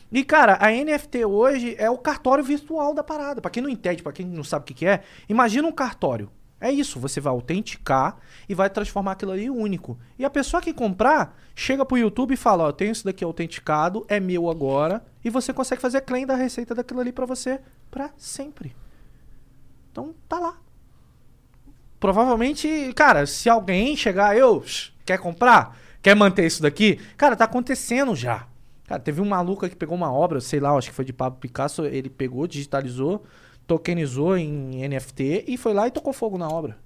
[SPEAKER 1] E, cara, a NFT hoje é o cartório virtual da parada. Pra quem não entende, pra quem não sabe o que, que é, imagina um cartório. É isso, você vai autenticar e vai transformar aquilo ali em único. E a pessoa que comprar, chega pro YouTube e fala, ó, eu tenho isso daqui autenticado, é meu agora, e você consegue fazer claim da receita daquilo ali pra você pra sempre. Então, tá lá. Provavelmente, cara, se alguém chegar, eu, shh, quer comprar? Quer manter isso daqui? Cara, tá acontecendo já. Cara, teve um maluco aí que pegou uma obra, sei lá, acho que foi de Pablo Picasso, ele pegou, digitalizou, tokenizou em NFT e foi lá e tocou fogo na obra.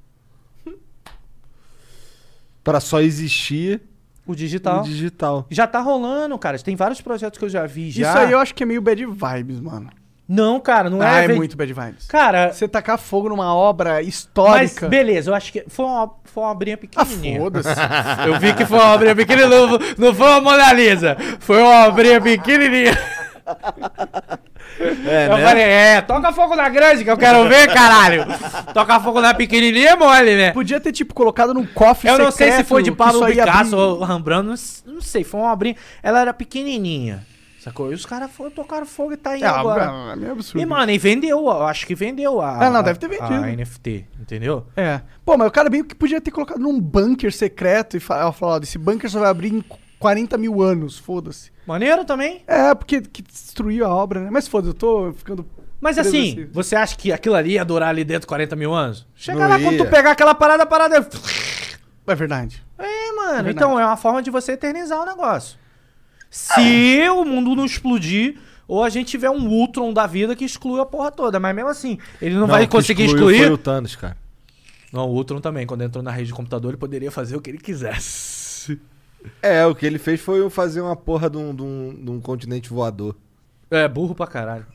[SPEAKER 2] Pra só existir
[SPEAKER 1] O digital.
[SPEAKER 2] o digital.
[SPEAKER 1] Já tá rolando, cara. Tem vários projetos que eu já vi já.
[SPEAKER 3] Isso aí eu acho que é meio bad vibes, mano.
[SPEAKER 1] Não, cara, não
[SPEAKER 3] ah,
[SPEAKER 1] é.
[SPEAKER 3] é
[SPEAKER 1] ve-
[SPEAKER 3] muito bad vibes.
[SPEAKER 1] Cara,
[SPEAKER 3] Você tacar fogo numa obra
[SPEAKER 1] mas
[SPEAKER 3] histórica.
[SPEAKER 1] beleza, eu acho que foi uma, foi uma obrinha
[SPEAKER 3] ah,
[SPEAKER 1] pequenininha.
[SPEAKER 3] foda-se.
[SPEAKER 1] Eu vi que foi uma obrinha pequenininha, não, não foi uma Mona Lisa. Foi uma obrinha pequenininha.
[SPEAKER 2] É,
[SPEAKER 1] eu falei, é, toca fogo na grande que eu quero ver, caralho. Toca fogo na pequenininha é mole, né?
[SPEAKER 3] Podia ter, tipo, colocado num cofre
[SPEAKER 1] Eu não sei se
[SPEAKER 3] secreto
[SPEAKER 1] foi de
[SPEAKER 3] que é
[SPEAKER 1] Pablo
[SPEAKER 3] isso é ia
[SPEAKER 1] Picasso
[SPEAKER 3] abrir.
[SPEAKER 1] ou Rembrandt, não, s- não sei, foi uma obrinha. Ela era pequenininha, sacou? E os caras foram- tocaram fogo e tá aí
[SPEAKER 3] É,
[SPEAKER 1] agora.
[SPEAKER 3] é meio absurdo.
[SPEAKER 1] E, mano, e vendeu, eu acho que vendeu a...
[SPEAKER 3] Ah, não, deve ter vendido.
[SPEAKER 1] A NFT, entendeu?
[SPEAKER 3] É. Pô, mas o cara bem que podia ter colocado num bunker secreto e fa- falado, esse bunker só vai abrir em 40 mil anos, foda-se.
[SPEAKER 1] Maneiro também.
[SPEAKER 3] É, porque que destruiu a obra, né? Mas foda, eu tô ficando...
[SPEAKER 1] Mas
[SPEAKER 3] preso
[SPEAKER 1] assim,
[SPEAKER 3] nesse-
[SPEAKER 1] você acha que aquilo ali ia durar ali dentro 40 mil anos? Chega
[SPEAKER 2] Não
[SPEAKER 1] lá, quando
[SPEAKER 2] ia.
[SPEAKER 1] tu pegar aquela parada, a parada...
[SPEAKER 3] É verdade.
[SPEAKER 1] É, mano. então é uma forma de você eternizar o negócio.
[SPEAKER 2] É.
[SPEAKER 1] Se o mundo não explodir, ou a gente tiver um Ultron da vida que exclui a porra toda. Mas mesmo assim, ele não, vai
[SPEAKER 2] que
[SPEAKER 1] conseguir
[SPEAKER 2] excluiu
[SPEAKER 1] excluir.
[SPEAKER 2] Foi o Thanos, cara.
[SPEAKER 1] Não, o Ultron também, quando entrou na rede de computador, ele poderia fazer o que ele quisesse.
[SPEAKER 2] É, o que ele fez foi eu fazer uma porra de um, de um- de um continente voador.
[SPEAKER 1] É, burro pra caralho.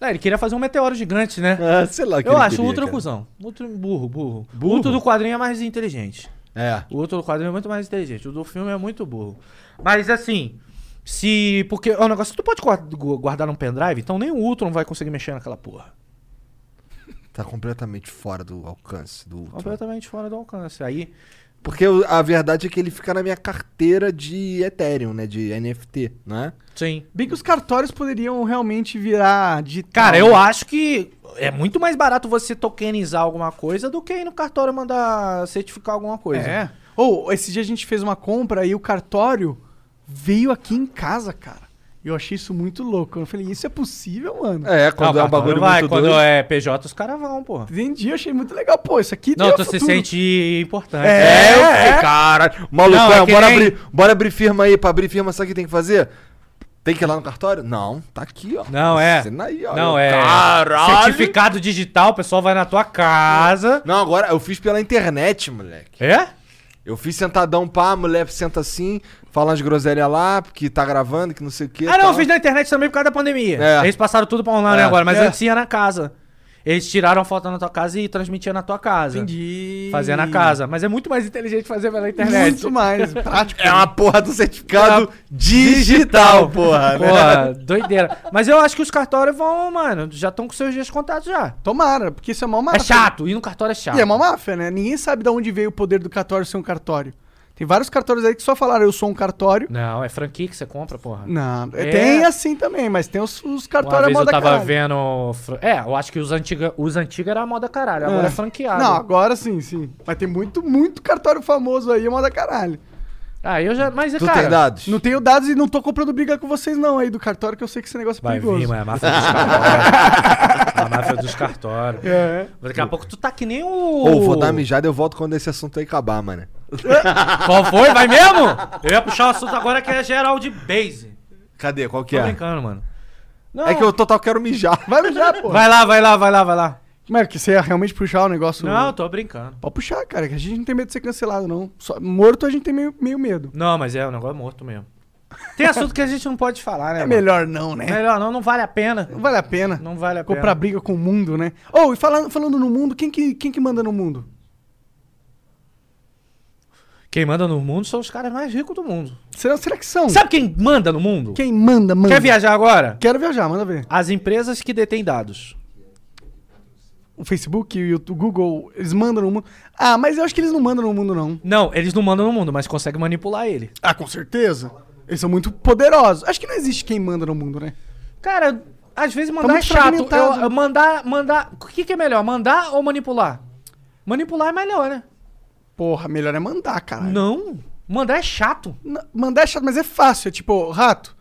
[SPEAKER 1] É, ele queria fazer um meteoro gigante, né?
[SPEAKER 2] Ah, sei lá o que
[SPEAKER 1] Eu
[SPEAKER 2] ele
[SPEAKER 1] acho o
[SPEAKER 2] queria,
[SPEAKER 1] Ultron
[SPEAKER 2] cara.
[SPEAKER 1] cuzão. Ultron burro, burro.
[SPEAKER 2] Burro?
[SPEAKER 1] O Ultron do quadrinho é mais inteligente.
[SPEAKER 2] É.
[SPEAKER 1] O outro do quadrinho é muito mais inteligente. O do filme é muito burro. Mas assim, se. Porque é um negócio que tu pode guar- gu- guardar num pendrive, então nem o Ultron vai conseguir mexer naquela porra.
[SPEAKER 2] Tá completamente fora do alcance do Ultron.
[SPEAKER 1] Completamente fora do alcance. Aí
[SPEAKER 2] Porque o- a verdade é que ele fica na minha carteira de Ethereum, né? De NFT, né?
[SPEAKER 1] Sim.
[SPEAKER 3] Bem que os cartórios poderiam realmente virar digital.
[SPEAKER 1] Cara, eu acho que é muito mais barato você tokenizar alguma coisa do que ir no cartório mandar certificar alguma coisa.
[SPEAKER 3] É. Ou esse dia a gente fez uma compra e o cartório veio aqui em casa, cara. E eu achei isso muito louco. Eu falei, isso é possível, mano?
[SPEAKER 2] É,
[SPEAKER 1] Não,
[SPEAKER 2] quando é um
[SPEAKER 1] cartório
[SPEAKER 2] bagulho
[SPEAKER 1] vai,
[SPEAKER 2] muito
[SPEAKER 1] quando
[SPEAKER 2] doido.
[SPEAKER 1] é PJ, os caras vão, porra.
[SPEAKER 3] Entendi, eu achei muito legal. Pô, isso aqui
[SPEAKER 1] Não,
[SPEAKER 3] tem
[SPEAKER 1] tu
[SPEAKER 3] um
[SPEAKER 1] se
[SPEAKER 3] futuro.
[SPEAKER 1] sente importante.
[SPEAKER 2] É, eu fiquei, caralho. Malucão,
[SPEAKER 1] Não, é que
[SPEAKER 2] bora,
[SPEAKER 1] nem-
[SPEAKER 2] abrir, bora abrir firma aí. Pra abrir firma, sabe o que tem que fazer? Tem que ir lá no cartório? Não, tá aqui, ó.
[SPEAKER 1] Não, é.
[SPEAKER 2] Assina aí, ó.
[SPEAKER 1] Não,
[SPEAKER 2] Eu,
[SPEAKER 1] é.
[SPEAKER 2] Caralho.
[SPEAKER 1] Certificado digital, o pessoal vai na tua casa.
[SPEAKER 2] Não, agora eu fiz pela internet, moleque.
[SPEAKER 1] É?
[SPEAKER 2] Eu fiz sentadão, pá, a mulher senta assim, fala umas groselhas lá, que tá gravando, que não sei o que.
[SPEAKER 1] Ah, não, eu fiz na internet também por causa da pandemia.
[SPEAKER 2] É.
[SPEAKER 1] Eles passaram tudo pra online
[SPEAKER 2] É.
[SPEAKER 1] agora, mas
[SPEAKER 2] É.
[SPEAKER 1] antes ia na casa. Eles tiraram foto na tua casa e transmitiam na tua casa.
[SPEAKER 3] Entendi.
[SPEAKER 1] Fazia na casa. Mas é muito mais inteligente fazer pela internet.
[SPEAKER 3] Muito mais. Prático.
[SPEAKER 2] É uma porra do certificado É digital, porra, né?
[SPEAKER 1] Porra, doideira. Mas eu acho que os cartórios vão, mano, já estão com seus dias contados já.
[SPEAKER 3] Tomara, porque isso é uma
[SPEAKER 1] É
[SPEAKER 3] máfia.
[SPEAKER 1] chato, ir no cartório é chato.
[SPEAKER 3] E é uma máfia, né? Ninguém sabe de onde veio o poder do cartório ser um cartório. Tem vários cartórios aí que só falaram eu sou um cartório.
[SPEAKER 1] Não, é franquia que você compra, porra.
[SPEAKER 3] Não,
[SPEAKER 1] É.
[SPEAKER 3] tem assim também, mas tem os, os
[SPEAKER 1] Uma
[SPEAKER 3] cartórios é
[SPEAKER 1] vez eu
[SPEAKER 3] moda
[SPEAKER 1] tava
[SPEAKER 3] caralho.
[SPEAKER 1] vendo. fr- É, eu acho que os antigos os antiga era moda caralho, agora é, franqueado.
[SPEAKER 3] Não, agora sim, sim. Mas tem muito, muito cartório famoso aí, é moda caralho.
[SPEAKER 1] Ah, eu já. Mas,
[SPEAKER 2] Tu
[SPEAKER 1] cara.
[SPEAKER 2] tem dados?
[SPEAKER 3] Não tenho dados e não tô comprando briga com vocês não aí do cartório, que eu sei que esse negócio é
[SPEAKER 1] Vai
[SPEAKER 3] perigoso.
[SPEAKER 1] vir, mas é a máfia dos cartórios. a máfia dos cartórios.
[SPEAKER 3] É.
[SPEAKER 1] Daqui a pouco tu tá que nem o.
[SPEAKER 2] Ou vou dar uma mijada, eu volto quando esse assunto aí acabar, mano.
[SPEAKER 1] Qual foi? Vai mesmo? Eu ia puxar o assunto agora que é geral de base.
[SPEAKER 2] Cadê? Qual que
[SPEAKER 1] Tô
[SPEAKER 2] é?
[SPEAKER 1] brincando, mano. Não.
[SPEAKER 2] É que eu total quero mijar.
[SPEAKER 3] Vai mijar, pô.
[SPEAKER 1] Vai lá, vai lá, vai lá, vai lá.
[SPEAKER 3] Mas que você ia realmente puxar o negócio...
[SPEAKER 1] Não, eu tô brincando.
[SPEAKER 3] Pode puxar, cara, que a gente não tem medo de ser cancelado, não. Só- morto a gente tem meio, meio medo.
[SPEAKER 1] Não, mas é, o negócio é morto mesmo. Tem assunto que a gente não pode falar, né?
[SPEAKER 3] É
[SPEAKER 1] mano?
[SPEAKER 3] melhor não, né?
[SPEAKER 1] Melhor não, não vale a pena.
[SPEAKER 3] Não vale a pena.
[SPEAKER 1] Não vale a
[SPEAKER 3] Comprar
[SPEAKER 1] pena.
[SPEAKER 3] briga com o mundo, né? Ou, e falando, falando no mundo, quem que, quem que manda no mundo?
[SPEAKER 1] Quem manda no mundo são os caras mais ricos do mundo.
[SPEAKER 3] Será, será que são?
[SPEAKER 1] Sabe quem manda no mundo?
[SPEAKER 3] Hum. Quem manda, manda?
[SPEAKER 1] Quer viajar agora?
[SPEAKER 3] Quero viajar, manda ver.
[SPEAKER 1] As empresas que detêm dados.
[SPEAKER 3] O Facebook e o YouTube, o Google, eles mandam no mundo. Ah, mas eu acho que eles não mandam no mundo, não.
[SPEAKER 1] Não, eles não mandam no mundo, mas conseguem manipular ele.
[SPEAKER 3] Ah, com certeza. Eles são muito poderosos. Acho que não existe quem manda no mundo, né?
[SPEAKER 1] Cara, às vezes mandar é
[SPEAKER 3] Tá muito
[SPEAKER 1] chato.
[SPEAKER 3] fragmentado.
[SPEAKER 1] Eu- eu mandar, mandar. O que, que é melhor? Mandar ou manipular? Manipular é melhor, né?
[SPEAKER 3] Porra, melhor é mandar, cara.
[SPEAKER 1] Não. Mandar é chato.
[SPEAKER 3] Mandar é chato, mas é fácil. É tipo, rato,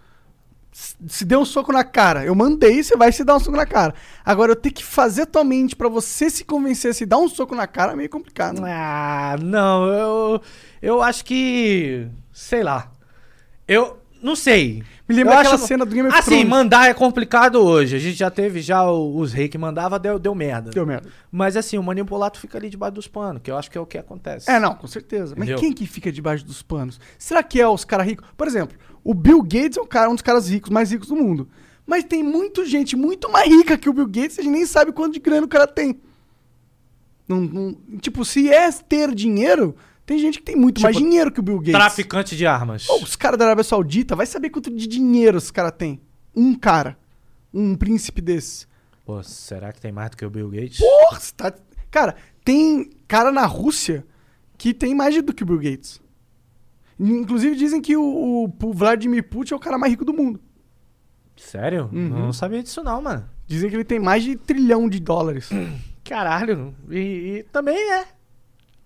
[SPEAKER 3] s- se deu um soco na cara. Eu mandei, você vai se dar um soco na cara. Agora, eu ter que fazer tua mente pra você se convencer a se dar um soco na cara é meio complicado. né?
[SPEAKER 1] Ah, não, eu. Eu acho que. Sei lá. Eu. Não sei.
[SPEAKER 3] Me lembra
[SPEAKER 1] eu
[SPEAKER 3] aquela cena do Game of
[SPEAKER 1] assim,
[SPEAKER 3] Thrones.
[SPEAKER 1] mandar é complicado hoje. A gente já teve já o- os reis que mandava, deu, deu merda.
[SPEAKER 3] Deu merda.
[SPEAKER 1] Mas assim, o manipulado fica ali debaixo dos panos, que eu acho que é o que acontece.
[SPEAKER 3] É, não, com certeza. Mas
[SPEAKER 1] Entendeu?
[SPEAKER 3] quem que fica debaixo dos panos? Será que é os caras ricos? Por exemplo, o Bill Gates é um, cara, um dos caras ricos, mais ricos do mundo. Mas tem muita gente muito mais rica que o Bill Gates, a gente nem sabe quanto de grana o cara tem. Não- não- tipo, se é ter dinheiro, tem gente que tem muito mais dinheiro que o Bill Gates.
[SPEAKER 1] Traficante de armas.
[SPEAKER 3] Ou os caras da Arábia Saudita, vai saber quanto de dinheiro esse cara tem. Um cara. Um príncipe desse.
[SPEAKER 1] Pô, será que tem mais do que o Bill Gates?
[SPEAKER 3] Porra, você tá... Cara, tem cara na Rússia que tem mais do que o Bill Gates. Inclusive dizem que o, o Vladimir Putin é o cara mais rico do mundo.
[SPEAKER 1] Sério? Não sabia disso não, mano.
[SPEAKER 3] Dizem que ele tem mais de trilhão de dólares.
[SPEAKER 1] Caralho. E, e também é.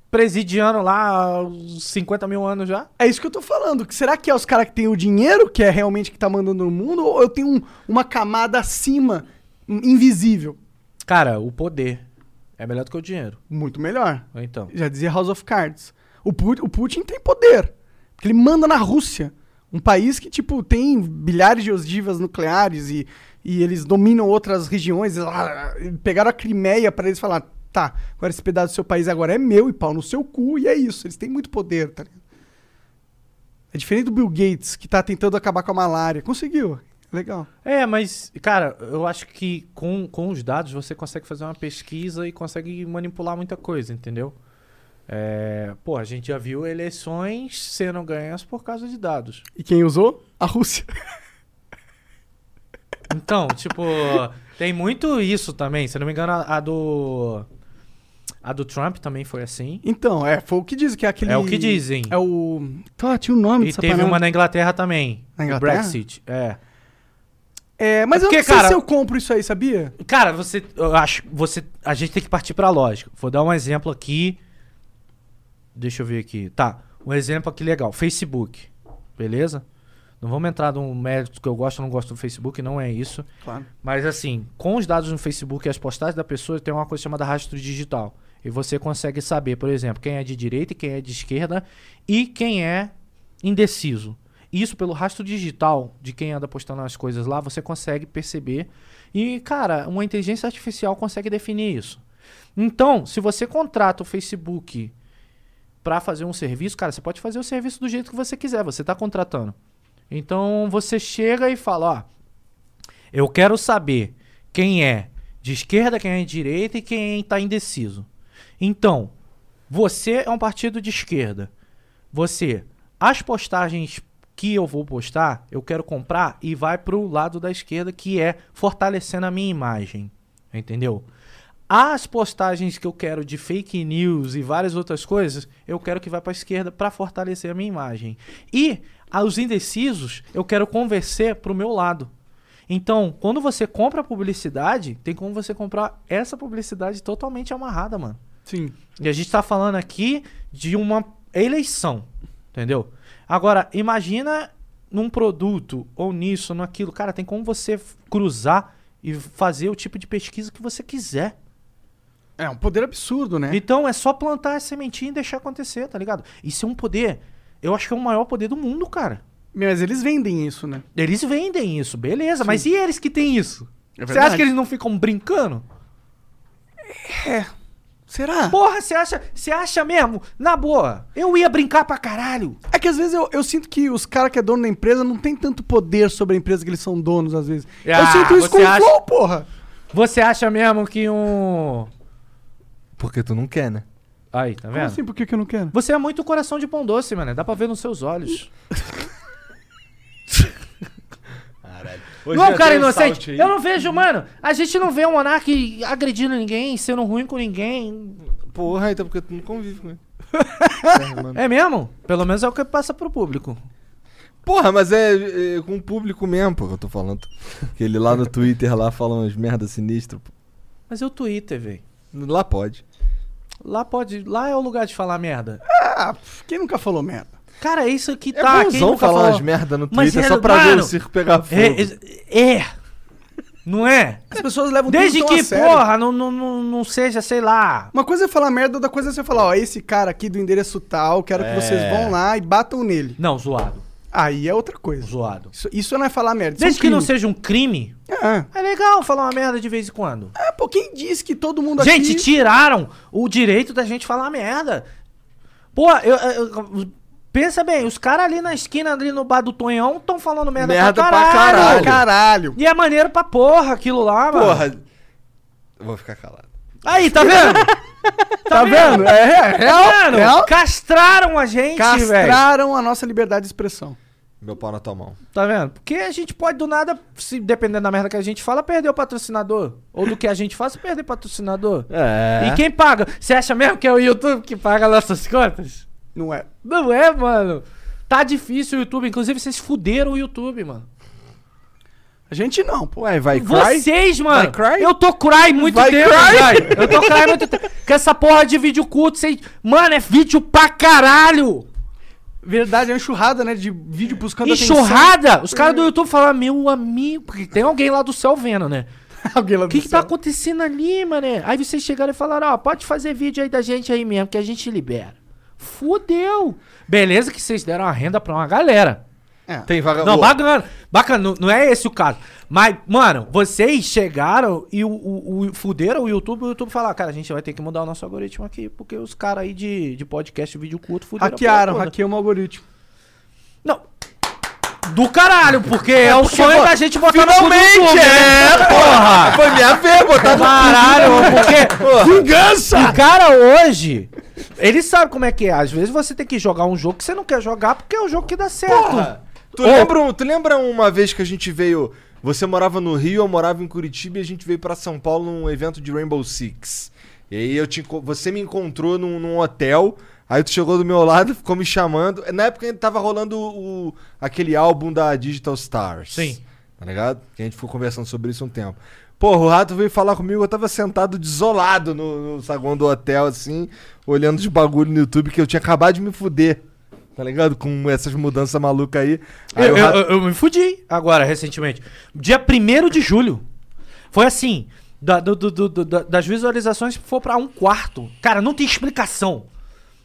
[SPEAKER 1] Presidiano lá há uns 50 mil anos já.
[SPEAKER 3] É isso que eu tô falando. que Será que é os caras que têm o dinheiro que é realmente que tá mandando no mundo? Ou eu tenho um- uma camada acima, um, invisível?
[SPEAKER 1] Cara, o poder é melhor do que o dinheiro.
[SPEAKER 3] Muito melhor.
[SPEAKER 1] Então.
[SPEAKER 3] Já dizia House of Cards. O Putin, o Putin tem poder. Porque ele manda na Rússia. Um país que, tipo, tem bilhares de ogivas nucleares e, e eles dominam outras regiões. E lá, e pegaram a Crimeia para eles falar: tá, agora esse pedaço do seu país agora é meu e pau no seu cu. E é isso. Eles têm muito poder, tá ligado? É diferente do Bill Gates, que tá tentando acabar com a malária. Conseguiu. Legal.
[SPEAKER 1] É, mas, cara, eu acho que com, com os dados você consegue fazer uma pesquisa e consegue manipular muita coisa, entendeu? É, pô, a gente já viu eleições sendo ganhas por causa de dados.
[SPEAKER 3] E quem usou? A Rússia.
[SPEAKER 1] Então, tipo, tem muito isso também. Se eu não me engano, a, a do. A do Trump também foi assim.
[SPEAKER 3] Então, é, foi o que dizem, que é aquele...
[SPEAKER 1] É o que dizem.
[SPEAKER 3] É o... Tá, tinha o nome
[SPEAKER 1] E
[SPEAKER 3] dessa
[SPEAKER 1] teve um
[SPEAKER 3] parada.
[SPEAKER 1] uma na Inglaterra também.
[SPEAKER 3] Na
[SPEAKER 1] o
[SPEAKER 3] Inglaterra?
[SPEAKER 1] Brexit. É.
[SPEAKER 3] É, mas eu
[SPEAKER 1] Porque,
[SPEAKER 3] não sei
[SPEAKER 1] cara-
[SPEAKER 3] se eu compro isso aí, sabia?
[SPEAKER 1] Cara, você. Eu acho. Você, a gente tem que partir pra lógica. Vou dar um exemplo aqui. Deixa eu ver aqui. Tá. Um exemplo aqui legal. Facebook. Beleza? Não vamos entrar num mérito que eu gosto ou não gosto do Facebook, não é isso.
[SPEAKER 3] Claro.
[SPEAKER 1] Mas assim, com os dados no Facebook e as postagens da pessoa, tem uma coisa chamada rastro digital. E você consegue saber, por exemplo, quem é de direita e quem é de esquerda e quem é indeciso. Isso pelo rastro digital de quem anda postando as coisas lá, você consegue perceber. E, cara, uma inteligência artificial consegue definir isso. Então, se você contrata o Facebook para fazer um serviço, cara, você pode fazer o serviço do jeito que você quiser, você tá contratando. Então, você chega e fala, ó, eu quero saber quem é de esquerda, quem é de direita e quem está indeciso. Então, você é um partido de esquerda. Você, as postagens que eu vou postar, eu quero comprar e vai para o lado da esquerda, que é fortalecendo a minha imagem. Entendeu? As postagens que eu quero de fake news e várias outras coisas, eu quero que vá para a esquerda para fortalecer a minha imagem. E aos indecisos, eu quero convencer para o meu lado. Então, quando você compra publicidade, tem como você comprar essa publicidade totalmente amarrada, mano.
[SPEAKER 3] Sim.
[SPEAKER 1] E a gente tá falando aqui de uma eleição, entendeu? Agora, imagina num produto ou nisso, naquilo. Cara, tem como você f- cruzar e fazer o tipo de pesquisa que você quiser.
[SPEAKER 3] É um poder absurdo, né?
[SPEAKER 1] Então é só plantar a sementinha e deixar acontecer, tá ligado? Isso é um poder. Eu acho que é o maior poder do mundo, cara.
[SPEAKER 3] Mas eles vendem isso, né?
[SPEAKER 1] Eles vendem isso, beleza, mas e eles que têm isso? Você
[SPEAKER 3] verdade.
[SPEAKER 1] acha que eles não ficam brincando?
[SPEAKER 3] Será?
[SPEAKER 1] Porra, você acha, você acha mesmo? Na boa, eu ia brincar pra caralho.
[SPEAKER 3] É que às vezes eu, eu sinto que os caras que é dono da empresa não tem tanto poder sobre a empresa que eles são donos, às vezes. eu
[SPEAKER 1] Ah,
[SPEAKER 3] sinto isso com
[SPEAKER 1] você
[SPEAKER 3] o
[SPEAKER 1] acha- É.
[SPEAKER 3] Flow, porra!
[SPEAKER 1] Você acha mesmo que um.
[SPEAKER 2] Porque tu não quer, né?
[SPEAKER 1] Aí, tá
[SPEAKER 3] Como
[SPEAKER 1] vendo?
[SPEAKER 3] assim? Por que, que eu não quero?
[SPEAKER 1] Você é muito coração de pão doce, mano. Dá pra ver nos seus olhos. não é um cara inocente. Eu não vejo, mano. A gente não vê um monarque agredindo ninguém, sendo ruim com ninguém.
[SPEAKER 2] Porra, então porque tu não convive com ele.
[SPEAKER 1] É mesmo? Pelo menos é o que passa pro público.
[SPEAKER 2] Porra, mas é, é com o público mesmo, pô, que eu tô falando. Que ele lá no Twitter lá fala umas merda sinistra. pô.
[SPEAKER 1] Mas é o Twitter, velho.
[SPEAKER 2] Lá pode.
[SPEAKER 1] Lá pode. Lá é o lugar de falar merda.
[SPEAKER 3] Ah, pff, quem nunca falou merda?
[SPEAKER 1] Cara, é isso que
[SPEAKER 2] É
[SPEAKER 1] tá. quem
[SPEAKER 2] bonzão
[SPEAKER 1] nunca
[SPEAKER 2] falar
[SPEAKER 1] falou?
[SPEAKER 2] umas merda no
[SPEAKER 1] Mas
[SPEAKER 2] Twitter
[SPEAKER 1] é,
[SPEAKER 2] só pra ver
[SPEAKER 1] mano,
[SPEAKER 2] o circo pegar fogo.
[SPEAKER 1] É, é, é. Não é?
[SPEAKER 3] As pessoas levam tudo
[SPEAKER 1] Desde
[SPEAKER 3] tão a
[SPEAKER 1] que,
[SPEAKER 3] sério.
[SPEAKER 1] porra, não, não, não, não seja, sei lá.
[SPEAKER 3] Uma coisa é falar merda, outra coisa é você falar, ó, esse cara aqui do endereço tal, quero
[SPEAKER 1] É.
[SPEAKER 3] que vocês vão lá e batam nele.
[SPEAKER 1] Não, zoado.
[SPEAKER 3] Aí é outra coisa.
[SPEAKER 1] Zoado.
[SPEAKER 3] Isso, isso não é falar merda. isso é um
[SPEAKER 1] Desde que não
[SPEAKER 3] crime.
[SPEAKER 1] seja um crime,
[SPEAKER 3] Ah,
[SPEAKER 1] é legal falar uma merda de vez em quando.
[SPEAKER 3] ah, pô, quem diz que todo mundo
[SPEAKER 1] Gente,
[SPEAKER 3] aqui...
[SPEAKER 1] tiraram o direito da gente falar merda. Pô, eu. eu- eu- Pensa bem, os caras ali na esquina, ali no bar do Tonhão, estão falando merda,
[SPEAKER 2] Merda
[SPEAKER 1] pra
[SPEAKER 2] pra
[SPEAKER 1] caralho.
[SPEAKER 3] Ah,
[SPEAKER 2] caralho.
[SPEAKER 3] caralho.
[SPEAKER 1] E é maneiro pra porra aquilo lá, mano.
[SPEAKER 2] Porra. Eu vou ficar calado.
[SPEAKER 1] Aí, tá vendo?
[SPEAKER 3] Tá vendo? É, é real,
[SPEAKER 1] Mano,
[SPEAKER 3] real.
[SPEAKER 1] castraram a gente, velho.
[SPEAKER 3] Castraram a nossa liberdade de expressão.
[SPEAKER 2] Meu pau na tua mão.
[SPEAKER 1] Tá vendo? Porque a gente pode do nada, se dependendo da merda que a gente fala, perder o patrocinador. Ou do que a gente faz, perder patrocinador.
[SPEAKER 2] É.
[SPEAKER 1] E quem paga? Você acha mesmo que é o YouTube que paga nossas contas?
[SPEAKER 3] Não é.
[SPEAKER 1] Não é, mano. Tá difícil o YouTube. Inclusive, vocês fuderam o YouTube, mano.
[SPEAKER 3] A gente não, pô.
[SPEAKER 2] Ué, vai cry?
[SPEAKER 1] Vocês, mano.
[SPEAKER 2] Vai cry?
[SPEAKER 1] Eu tô cry muito
[SPEAKER 2] Vai
[SPEAKER 1] tempo,
[SPEAKER 2] cry?
[SPEAKER 1] velho. Eu tô cry muito tempo. Com essa porra de vídeo culto, vocês... Mano, é vídeo pra caralho.
[SPEAKER 3] Verdade, é uma enxurrada, né? De vídeo buscando
[SPEAKER 1] Enxurrada. Os
[SPEAKER 3] É.
[SPEAKER 1] caras do YouTube falam, meu amigo... Porque tem alguém lá do céu vendo, né?
[SPEAKER 3] atenção. Alguém lá
[SPEAKER 1] O
[SPEAKER 3] do
[SPEAKER 1] que, que tá
[SPEAKER 3] céu.
[SPEAKER 1] acontecendo ali, mané? Aí vocês chegaram e falaram, ó, pode fazer vídeo aí da gente aí mesmo, que a gente libera. Fudeu! Beleza que vocês deram a renda pra uma galera.
[SPEAKER 3] É.
[SPEAKER 2] Tem vaga...
[SPEAKER 1] Não,
[SPEAKER 2] Ô,
[SPEAKER 1] bacana, bacana, não, não é esse o caso. Mas, mano, vocês chegaram e o, o, o- fuderam o YouTube, o YouTube falar, cara, a gente vai ter que mudar o nosso algoritmo aqui, porque os caras aí de, de podcast, vídeo curto, fuderam. a
[SPEAKER 3] Hackearam,
[SPEAKER 1] porra toda."
[SPEAKER 3] hackearam o algoritmo.
[SPEAKER 1] Não. Do caralho, porque é, o sonho
[SPEAKER 2] pô,
[SPEAKER 1] da gente botar no cu do
[SPEAKER 2] Finalmente!
[SPEAKER 1] YouTube, né?
[SPEAKER 2] É, porra! Foi minha vez botar no
[SPEAKER 1] Caralho, porque
[SPEAKER 2] Vingança!
[SPEAKER 1] O cara hoje, ele sabe como é que é. Às vezes você tem que jogar um jogo que você não quer jogar porque é o jogo que dá certo.
[SPEAKER 2] Tu, lembra, um- tu lembra uma vez que a gente veio. Você morava no Rio, eu morava em Curitiba e a gente veio pra São Paulo num evento de Rainbow Six. E aí eu te, enco- você me encontrou num, num hotel, aí tu chegou do meu lado, ficou me chamando. Na época ainda tava rolando o, aquele álbum da Digital Stars.
[SPEAKER 1] Sim.
[SPEAKER 2] Tá ligado? Que a gente ficou conversando sobre isso um tempo. Porra, o rato veio falar comigo, eu tava sentado desolado no, no saguão do hotel, assim, olhando os bagulho no YouTube que eu tinha acabado de me fuder. Tá ligado? Com essas mudanças malucas aí. Aí
[SPEAKER 1] Eu,
[SPEAKER 2] o rato-
[SPEAKER 1] eu- eu me fudi agora, recentemente. Dia 1 de julho. Foi assim: da- do- do- do- do- da- das visualizações foi pra um quarto. Cara, não tem explicação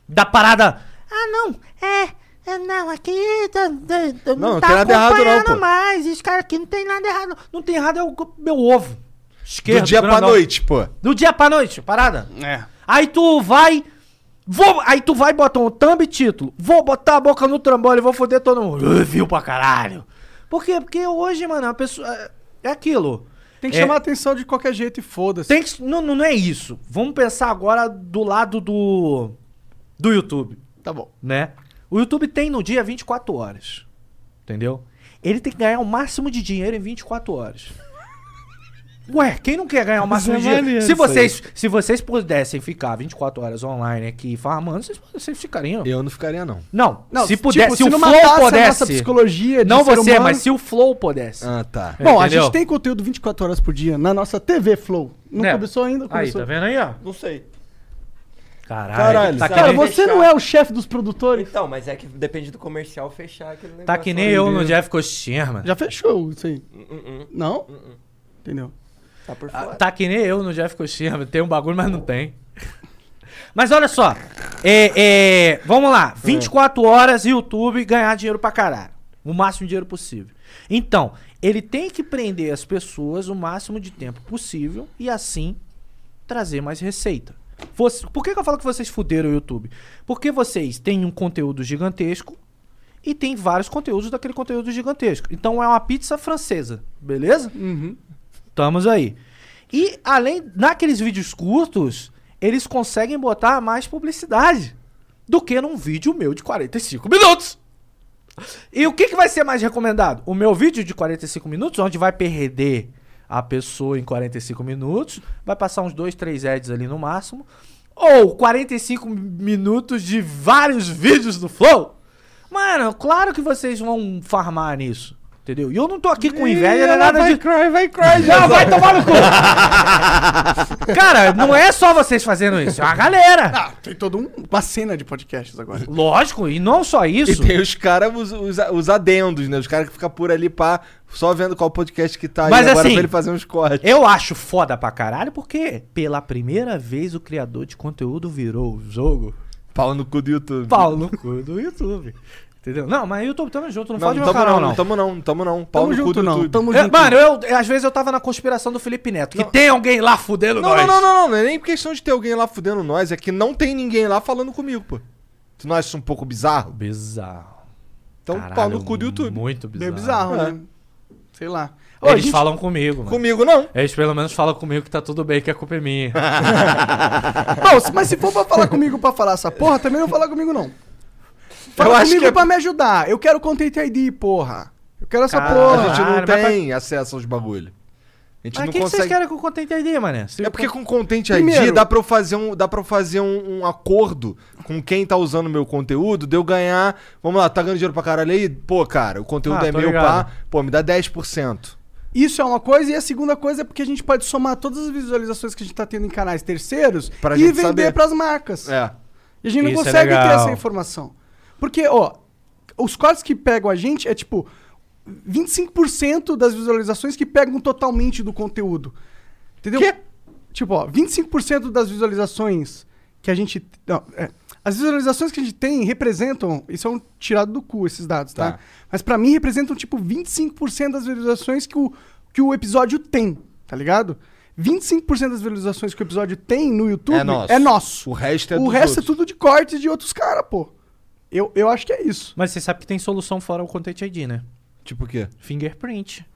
[SPEAKER 1] da parada. Ah, não, é. é, Não, aqui tá- tá- tá-
[SPEAKER 2] Não, não tem nada errado não,
[SPEAKER 1] acompanhando
[SPEAKER 2] pô.
[SPEAKER 1] mais. Esse cara aqui não tem nada errado. Não tem errado é o meu ovo. Esquerdo.
[SPEAKER 2] Do dia pra
[SPEAKER 1] grandão.
[SPEAKER 2] noite, pô.
[SPEAKER 1] Do dia pra noite, parada.
[SPEAKER 14] É.
[SPEAKER 1] Aí tu vai. Vou, aí tu vai botar um thumb e título. Vou botar a boca no trambolho e vou foder todo mundo. Ah, Viu pra caralho. Por quê? Porque hoje, mano, a pessoa. é- É aquilo.
[SPEAKER 3] Tem que
[SPEAKER 1] É.
[SPEAKER 3] chamar a atenção de qualquer jeito e foda-se.
[SPEAKER 1] Tem que. Não, não não é isso. Vamos pensar agora do lado do. Do YouTube,
[SPEAKER 3] Tá bom.
[SPEAKER 1] né? O YouTube tem no dia 24 horas. Entendeu? Ele tem que ganhar o máximo de dinheiro em 24 horas. Ué, quem não quer ganhar o máximo
[SPEAKER 14] é
[SPEAKER 1] de dinheiro?
[SPEAKER 14] maneiro
[SPEAKER 1] Se
[SPEAKER 14] isso aí.
[SPEAKER 1] vocês, se vocês pudessem ficar 24 horas online aqui farmando, vocês, vocês ficariam.
[SPEAKER 2] Eu não ficaria, não.
[SPEAKER 1] Não,
[SPEAKER 3] Não,
[SPEAKER 1] se
[SPEAKER 3] tipo,
[SPEAKER 1] pudesse, se,
[SPEAKER 3] se
[SPEAKER 1] o
[SPEAKER 3] não
[SPEAKER 1] Flow
[SPEAKER 3] matasse a
[SPEAKER 1] pudesse.
[SPEAKER 3] nossa psicologia de
[SPEAKER 1] não
[SPEAKER 3] ser
[SPEAKER 1] você,
[SPEAKER 3] humano.
[SPEAKER 1] mas se o Flow pudesse.
[SPEAKER 2] Ah, tá.
[SPEAKER 3] é Bom, a
[SPEAKER 1] Entendeu?
[SPEAKER 3] gente tem conteúdo 24 horas por dia na nossa TV Flow. Não
[SPEAKER 1] É.
[SPEAKER 3] começou ainda?
[SPEAKER 1] Aí,
[SPEAKER 3] Começou.
[SPEAKER 1] tá vendo aí, ó?
[SPEAKER 4] Não sei.
[SPEAKER 1] Caralho,
[SPEAKER 4] Caralho,
[SPEAKER 1] tá,
[SPEAKER 4] sabe?
[SPEAKER 1] que
[SPEAKER 3] Cara,
[SPEAKER 1] nem,
[SPEAKER 3] você não é o chefe dos produtores?
[SPEAKER 4] Então, mas é que depende do comercial fechar aquele negócio. né?
[SPEAKER 1] tá que nem
[SPEAKER 3] é
[SPEAKER 4] lá.
[SPEAKER 1] eu no Jeff Costier, mano.
[SPEAKER 3] Já fechou isso aí.
[SPEAKER 1] Hum,
[SPEAKER 4] Uh-uh,
[SPEAKER 3] Não? Entendeu?
[SPEAKER 4] Tá por
[SPEAKER 1] Ah,
[SPEAKER 4] fora.
[SPEAKER 1] Tá que nem eu no Jeff Costier, mano. tem um bagulho, mas não tem. Mas olha só, é, é, vamos lá, 24 horas YouTube ganhar dinheiro pra caralho. O máximo de dinheiro possível. Então, ele tem que prender as pessoas o máximo de tempo possível e assim trazer mais receita. Você- por que, que eu falo que vocês fuderam o YouTube? Porque vocês têm um conteúdo gigantesco e tem vários conteúdos daquele conteúdo gigantesco. Então é uma pizza francesa, beleza? Estamos aí. E além, naqueles vídeos curtos, eles conseguem botar mais publicidade do que num vídeo meu de 45 minutos. E o que, que vai ser mais recomendado? O meu vídeo de 45 minutos, onde vai perder a pessoa em 45 minutos, vai passar uns 2, 3 ads ali no máximo, ou 45 minutos de vários vídeos do Flow? Mano, claro que vocês vão farmar nisso, entendeu? E eu não tô aqui com inveja, não é nada de...
[SPEAKER 14] cry, vai cry.
[SPEAKER 1] Não, vai tomar no cu! Cara, não é só vocês fazendo isso, é uma galera.
[SPEAKER 3] Ah, tem toda um- uma cena de podcasts agora.
[SPEAKER 1] Lógico, e não só
[SPEAKER 2] E
[SPEAKER 1] isso.
[SPEAKER 2] tem os caras, os, os, os adendos, né? Os caras que ficam por ali, pá, só vendo qual podcast que tá
[SPEAKER 1] Mas
[SPEAKER 2] aí agora
[SPEAKER 1] assim,
[SPEAKER 2] pra ele fazer uns cortes.
[SPEAKER 1] Eu acho foda pra caralho, porque pela primeira vez o criador de conteúdo virou o jogo
[SPEAKER 2] Pau no cu do YouTube.
[SPEAKER 1] pau no cu do YouTube. Entendeu? Não, mas YouTube tamo junto, não,
[SPEAKER 2] Não,
[SPEAKER 1] fala de
[SPEAKER 2] não
[SPEAKER 1] meu
[SPEAKER 2] tamo
[SPEAKER 1] canal,
[SPEAKER 2] não,
[SPEAKER 1] não.
[SPEAKER 2] não tamo não, não tamo não. Pau
[SPEAKER 3] tamo
[SPEAKER 2] no cu
[SPEAKER 3] junto,
[SPEAKER 2] do
[SPEAKER 3] não.
[SPEAKER 2] YouTube.
[SPEAKER 3] Tamo
[SPEAKER 1] É,
[SPEAKER 3] junto.
[SPEAKER 1] mano, eu, eu- às vezes eu tava na conspiração do Felipe Neto, que tem alguém lá fudendo
[SPEAKER 2] Não,
[SPEAKER 1] nós.
[SPEAKER 2] não, não, não, não, não é nem questão de ter alguém lá fudendo nós, é que não tem ninguém lá falando comigo, pô. Tu não acha isso um pouco bizarro?
[SPEAKER 1] Bizarro.
[SPEAKER 2] Então,
[SPEAKER 1] Caralho,
[SPEAKER 2] pau no cu do YouTube.
[SPEAKER 1] Muito bizarro.
[SPEAKER 3] Meio bizarro,
[SPEAKER 2] É.
[SPEAKER 3] né? Sei lá. Ô,
[SPEAKER 1] Eles
[SPEAKER 3] a gente-
[SPEAKER 1] falam comigo, mano.
[SPEAKER 2] Comigo não.
[SPEAKER 1] Eles pelo menos falam comigo que tá tudo bem, que a culpa é minha.
[SPEAKER 3] Não, se- mas se for pra falar comigo pra falar essa porra, também não fala comigo, não. Fala
[SPEAKER 2] acho
[SPEAKER 3] comigo
[SPEAKER 2] que é-
[SPEAKER 3] pra me ajudar. Eu quero Content ID, porra. Eu quero essa
[SPEAKER 1] Cara,
[SPEAKER 2] A
[SPEAKER 3] porra.
[SPEAKER 2] gente
[SPEAKER 1] Caralho,
[SPEAKER 2] não
[SPEAKER 1] mas
[SPEAKER 2] tem acesso aos bagulho. A gente
[SPEAKER 1] Mas o que,
[SPEAKER 2] não
[SPEAKER 1] que vocês
[SPEAKER 2] consegue.
[SPEAKER 1] querem que o Content ID, mané? Se
[SPEAKER 2] É
[SPEAKER 1] o
[SPEAKER 2] porque
[SPEAKER 1] con-
[SPEAKER 2] com Content ID
[SPEAKER 3] Primeiro-
[SPEAKER 2] dá pra eu fazer, um, dá pra eu fazer um, um acordo com quem tá usando meu conteúdo, de eu ganhar. Vamos lá, tá ganhando dinheiro pra caralho aí? Pô, cara, o conteúdo
[SPEAKER 1] Ah,
[SPEAKER 2] é
[SPEAKER 1] tô
[SPEAKER 2] meu,
[SPEAKER 1] ligado.
[SPEAKER 2] pá. Pô, me dá 10%.
[SPEAKER 3] Isso é uma coisa, e a segunda coisa é porque a gente pode somar todas as visualizações que a gente tá tendo em canais terceiros
[SPEAKER 2] Pra
[SPEAKER 3] e
[SPEAKER 2] gente
[SPEAKER 3] vender
[SPEAKER 2] saber.
[SPEAKER 3] pras marcas.
[SPEAKER 2] É.
[SPEAKER 3] E a gente não
[SPEAKER 1] Isso é
[SPEAKER 3] consegue ter
[SPEAKER 1] legal.
[SPEAKER 3] essa informação. Porque, ó, os cortes que pegam a gente é tipo 25% das visualizações que pegam totalmente do conteúdo. Entendeu?
[SPEAKER 2] Quê?
[SPEAKER 3] Tipo, ó, 25% das visualizações que a gente. Não, é, as visualizações que a gente tem representam. Isso é um tirado do cu, esses dados, tá?
[SPEAKER 2] Tá.
[SPEAKER 3] Mas pra mim representam, tipo, 25% das visualizações que o, que o episódio tem, tá ligado? 25% das visualizações que o episódio tem no YouTube
[SPEAKER 2] É nosso.
[SPEAKER 3] É nosso
[SPEAKER 2] O resto é
[SPEAKER 3] o
[SPEAKER 2] dos
[SPEAKER 3] resto é
[SPEAKER 2] outros.
[SPEAKER 3] tudo de cortes de outros caras, pô. Eu, eu acho que é isso.
[SPEAKER 1] Mas você sabe que tem solução fora o Content ID, né?
[SPEAKER 2] Tipo o quê?
[SPEAKER 1] Fingerprint.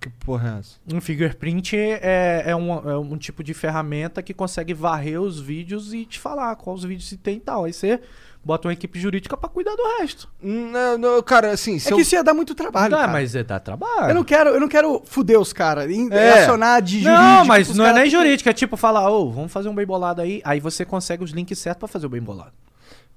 [SPEAKER 2] Que porra é essa?
[SPEAKER 1] Um fingerprint é, é, um, é um tipo de ferramenta que consegue varrer os vídeos e te falar quais vídeos se tem e tal. Aí você bota uma equipe jurídica pra cuidar do resto.
[SPEAKER 2] Não, não, cara, assim,
[SPEAKER 3] É
[SPEAKER 2] se
[SPEAKER 3] que
[SPEAKER 2] eu...
[SPEAKER 3] isso ia dar muito trabalho.
[SPEAKER 1] Não,
[SPEAKER 3] cara.
[SPEAKER 1] mas é dar trabalho.
[SPEAKER 3] Eu não quero, eu não quero fuder os caras, em-
[SPEAKER 2] É.
[SPEAKER 3] acionar de jurídico.
[SPEAKER 1] Não, mas
[SPEAKER 3] os
[SPEAKER 1] não
[SPEAKER 3] caras-
[SPEAKER 1] é nem jurídica. É tipo falar, ô, vamos fazer um bem bolado aí. Aí você consegue os links certos pra fazer o bem bolado.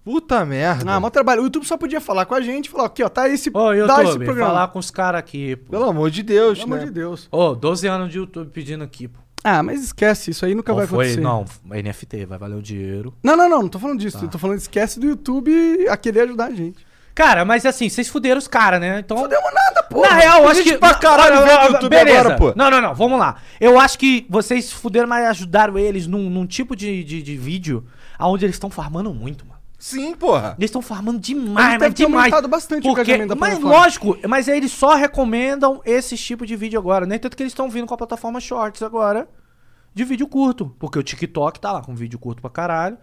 [SPEAKER 2] Puta merda.
[SPEAKER 3] Ah, mó trabalho. O YouTube só podia falar com a gente, falar, aqui, ó, tá esse,
[SPEAKER 1] Ô,
[SPEAKER 3] dá esse
[SPEAKER 1] YouTube,
[SPEAKER 3] programa.
[SPEAKER 1] falar com os caras aqui, pô.
[SPEAKER 2] Pelo amor de Deus,
[SPEAKER 3] Pelo amor
[SPEAKER 2] né?
[SPEAKER 3] de Deus.
[SPEAKER 1] Ô, 12 anos de YouTube pedindo aqui, pô.
[SPEAKER 3] Ah, mas esquece, isso aí nunca
[SPEAKER 1] Ou
[SPEAKER 3] vai
[SPEAKER 1] foi,
[SPEAKER 3] acontecer.
[SPEAKER 1] não, Tá. NFT, vai valer o dinheiro.
[SPEAKER 3] não, não, não, não tô falando disso. Eu tô falando esquece do YouTube a querer ajudar a gente.
[SPEAKER 1] Cara, mas assim, vocês fuderam os caras, né? Então.
[SPEAKER 3] Fudemos nada, pô.
[SPEAKER 1] Na real, eu acho
[SPEAKER 2] gente
[SPEAKER 1] que.
[SPEAKER 2] pra caralho
[SPEAKER 1] Não, não,
[SPEAKER 2] vendo
[SPEAKER 1] não,
[SPEAKER 2] YouTube
[SPEAKER 1] beleza.
[SPEAKER 2] agora, pô.
[SPEAKER 1] Não, não, não, vamos lá. Eu acho que vocês fuderam, mas ajudaram eles num, num tipo de, de, de vídeo onde eles estão farmando muito, mano.
[SPEAKER 2] Sim, porra.
[SPEAKER 1] Eles estão farmando
[SPEAKER 3] Eles
[SPEAKER 1] demais,
[SPEAKER 3] devem
[SPEAKER 1] mas
[SPEAKER 3] ter
[SPEAKER 1] demais.
[SPEAKER 3] aumentado bastante o
[SPEAKER 1] porque,
[SPEAKER 3] engajamento da
[SPEAKER 1] Mas
[SPEAKER 3] plataforma.
[SPEAKER 1] lógico, mas eles só recomendam esse tipo de vídeo agora. Nem tanto que eles estão vindo com a plataforma Shorts agora de vídeo curto. Porque o TikTok tá lá com vídeo curto pra caralho.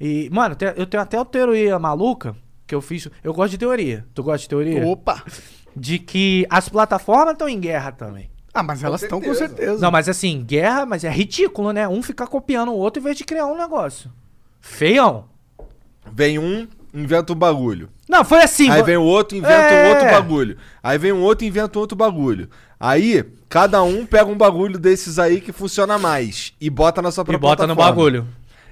[SPEAKER 1] E, mano, te- eu tenho até uma teoria maluca que eu fiz. Eu gosto de teoria. Tu gosta de teoria?
[SPEAKER 3] Opa!
[SPEAKER 1] De que as plataformas estão em guerra também.
[SPEAKER 3] Ah, mas elas estão com certeza.
[SPEAKER 1] Não, mas assim, guerra, mas é ridículo, né? Um ficar copiando o outro em vez de criar um negócio. Feião.
[SPEAKER 2] Vem um, inventa um bagulho.
[SPEAKER 1] Não, foi assim.
[SPEAKER 2] Aí
[SPEAKER 1] vo-
[SPEAKER 2] vem o outro, inventa um
[SPEAKER 1] É.
[SPEAKER 2] outro bagulho. Aí vem um outro, inventa um outro bagulho. Aí, cada um pega um bagulho desses aí que funciona mais e bota na sua
[SPEAKER 1] E
[SPEAKER 2] própria
[SPEAKER 1] bota no
[SPEAKER 2] plataforma.
[SPEAKER 1] bagulho.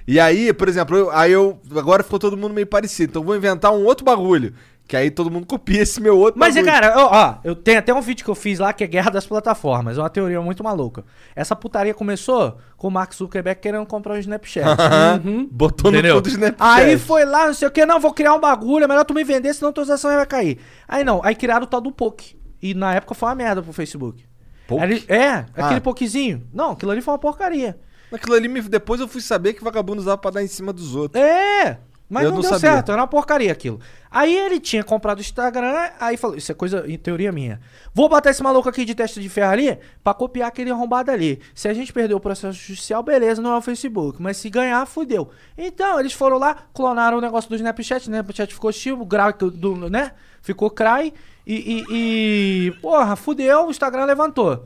[SPEAKER 2] E aí, por exemplo, eu- aí eu. Agora ficou todo mundo meio parecido. Então eu vou inventar um outro bagulho. Que aí todo mundo copia esse meu outro
[SPEAKER 1] Mas, é,
[SPEAKER 2] bagulho.
[SPEAKER 1] cara, ó, ó, eu tenho até um vídeo que eu fiz lá que é Guerra das Plataformas. É uma teoria muito maluca. Essa putaria começou com o Mark Zuckerberg querendo comprar o Snapchat.
[SPEAKER 2] Aham. Botou
[SPEAKER 1] Entendeu?
[SPEAKER 2] no fundo do Snapchat.
[SPEAKER 1] Aí foi lá, não sei o que, não, vou criar um bagulho, é melhor tu me vender, senão tua transação vai cair. Aí não, aí criaram o tal do Poke. E na época foi uma merda pro Facebook.
[SPEAKER 2] Poke?
[SPEAKER 1] Aí ele- é,
[SPEAKER 2] Ah.
[SPEAKER 1] aquele Pokezinho. Não, aquilo ali foi uma porcaria.
[SPEAKER 2] Aquilo ali, me- depois eu fui saber que vagabundo usava pra dar em cima dos outros.
[SPEAKER 1] É, mas
[SPEAKER 2] Eu
[SPEAKER 1] não,
[SPEAKER 2] não
[SPEAKER 1] deu
[SPEAKER 2] sabia.
[SPEAKER 1] certo, era uma porcaria aquilo. Aí ele tinha comprado o Instagram, aí falou, isso é coisa, em teoria minha. Vou botar esse maluco aqui de teste de ferro ali pra copiar aquele arrombado ali. Se a gente perder o processo judicial, beleza, não é o Facebook. Mas se ganhar, fudeu. Então, eles foram lá, clonaram o negócio do Snapchat, né? O Snapchat ficou chivo, o grau que- do, né? Ficou cry e, e- e, porra, fudeu, o Instagram levantou.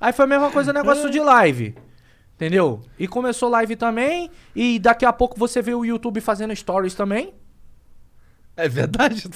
[SPEAKER 1] Aí foi a mesma coisa o negócio de live. Entendeu? E começou live também. E daqui a pouco você vê o YouTube fazendo stories também.
[SPEAKER 2] É verdade.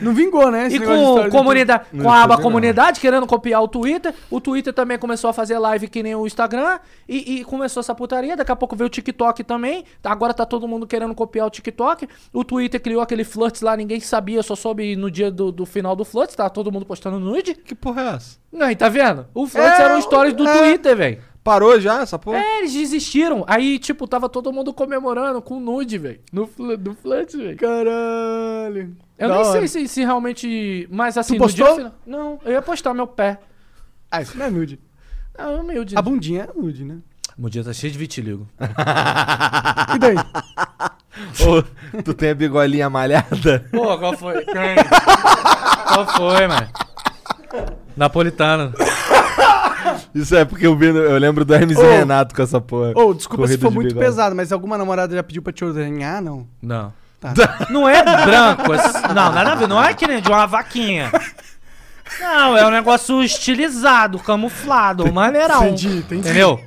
[SPEAKER 3] Não vingou, né? esse
[SPEAKER 1] E
[SPEAKER 3] negócio de história
[SPEAKER 1] com,
[SPEAKER 3] do
[SPEAKER 1] comunidade,
[SPEAKER 2] Não
[SPEAKER 1] com a aba
[SPEAKER 3] né?
[SPEAKER 2] entendi nada.
[SPEAKER 1] comunidade, querendo copiar o Twitter. O Twitter também começou a fazer live que nem o Instagram. E, e começou essa putaria. Daqui a pouco veio o TikTok também. Agora tá todo mundo querendo copiar o TikTok. O Twitter criou aquele flirts lá, ninguém sabia, só soube no dia do, do final do flirts. Tá todo mundo postando nude.
[SPEAKER 2] que porra é essa?
[SPEAKER 1] Aí, tá vendo? O flirts
[SPEAKER 2] É,
[SPEAKER 1] eram stories do
[SPEAKER 2] é.
[SPEAKER 1] Twitter, velho.
[SPEAKER 2] Parou já essa porra?
[SPEAKER 1] É, eles desistiram. Aí, tipo, tava todo mundo comemorando com nude, velho. No, fl- no flat, velho.
[SPEAKER 3] Caralho.
[SPEAKER 1] Eu
[SPEAKER 3] Da
[SPEAKER 1] nem
[SPEAKER 3] hora.
[SPEAKER 1] sei se, se realmente. Mas assim,
[SPEAKER 3] Tu
[SPEAKER 1] no dia
[SPEAKER 3] postou?
[SPEAKER 1] final- Não, eu ia postar meu pé.
[SPEAKER 3] Ah, isso não é nude.
[SPEAKER 1] Ah, eu humilde.
[SPEAKER 3] A bundinha é nude, né?
[SPEAKER 1] Meu dia tá cheio de vitiligo. Ah.
[SPEAKER 3] E daí?
[SPEAKER 2] Ô, tu tem a bigolinha malhada?
[SPEAKER 1] Pô, qual foi? Tem. qual foi, mano? Napolitano.
[SPEAKER 2] Isso é porque eu, vi no- eu lembro do Hermes e
[SPEAKER 3] Ô.
[SPEAKER 2] Renato com essa porra.
[SPEAKER 3] Ô, desculpa se
[SPEAKER 2] Corrida
[SPEAKER 3] for
[SPEAKER 2] de
[SPEAKER 3] muito
[SPEAKER 2] bigode.
[SPEAKER 3] pesado, mas alguma namorada já pediu pra te ordenhar? Não.
[SPEAKER 1] Não.
[SPEAKER 3] Tá.
[SPEAKER 1] Não é branco. assim- Não, nada a ver. Não é que nem de uma vaquinha. Não, é um negócio estilizado, camuflado, maneirão.
[SPEAKER 3] Entendi, entendi.
[SPEAKER 1] Entendeu?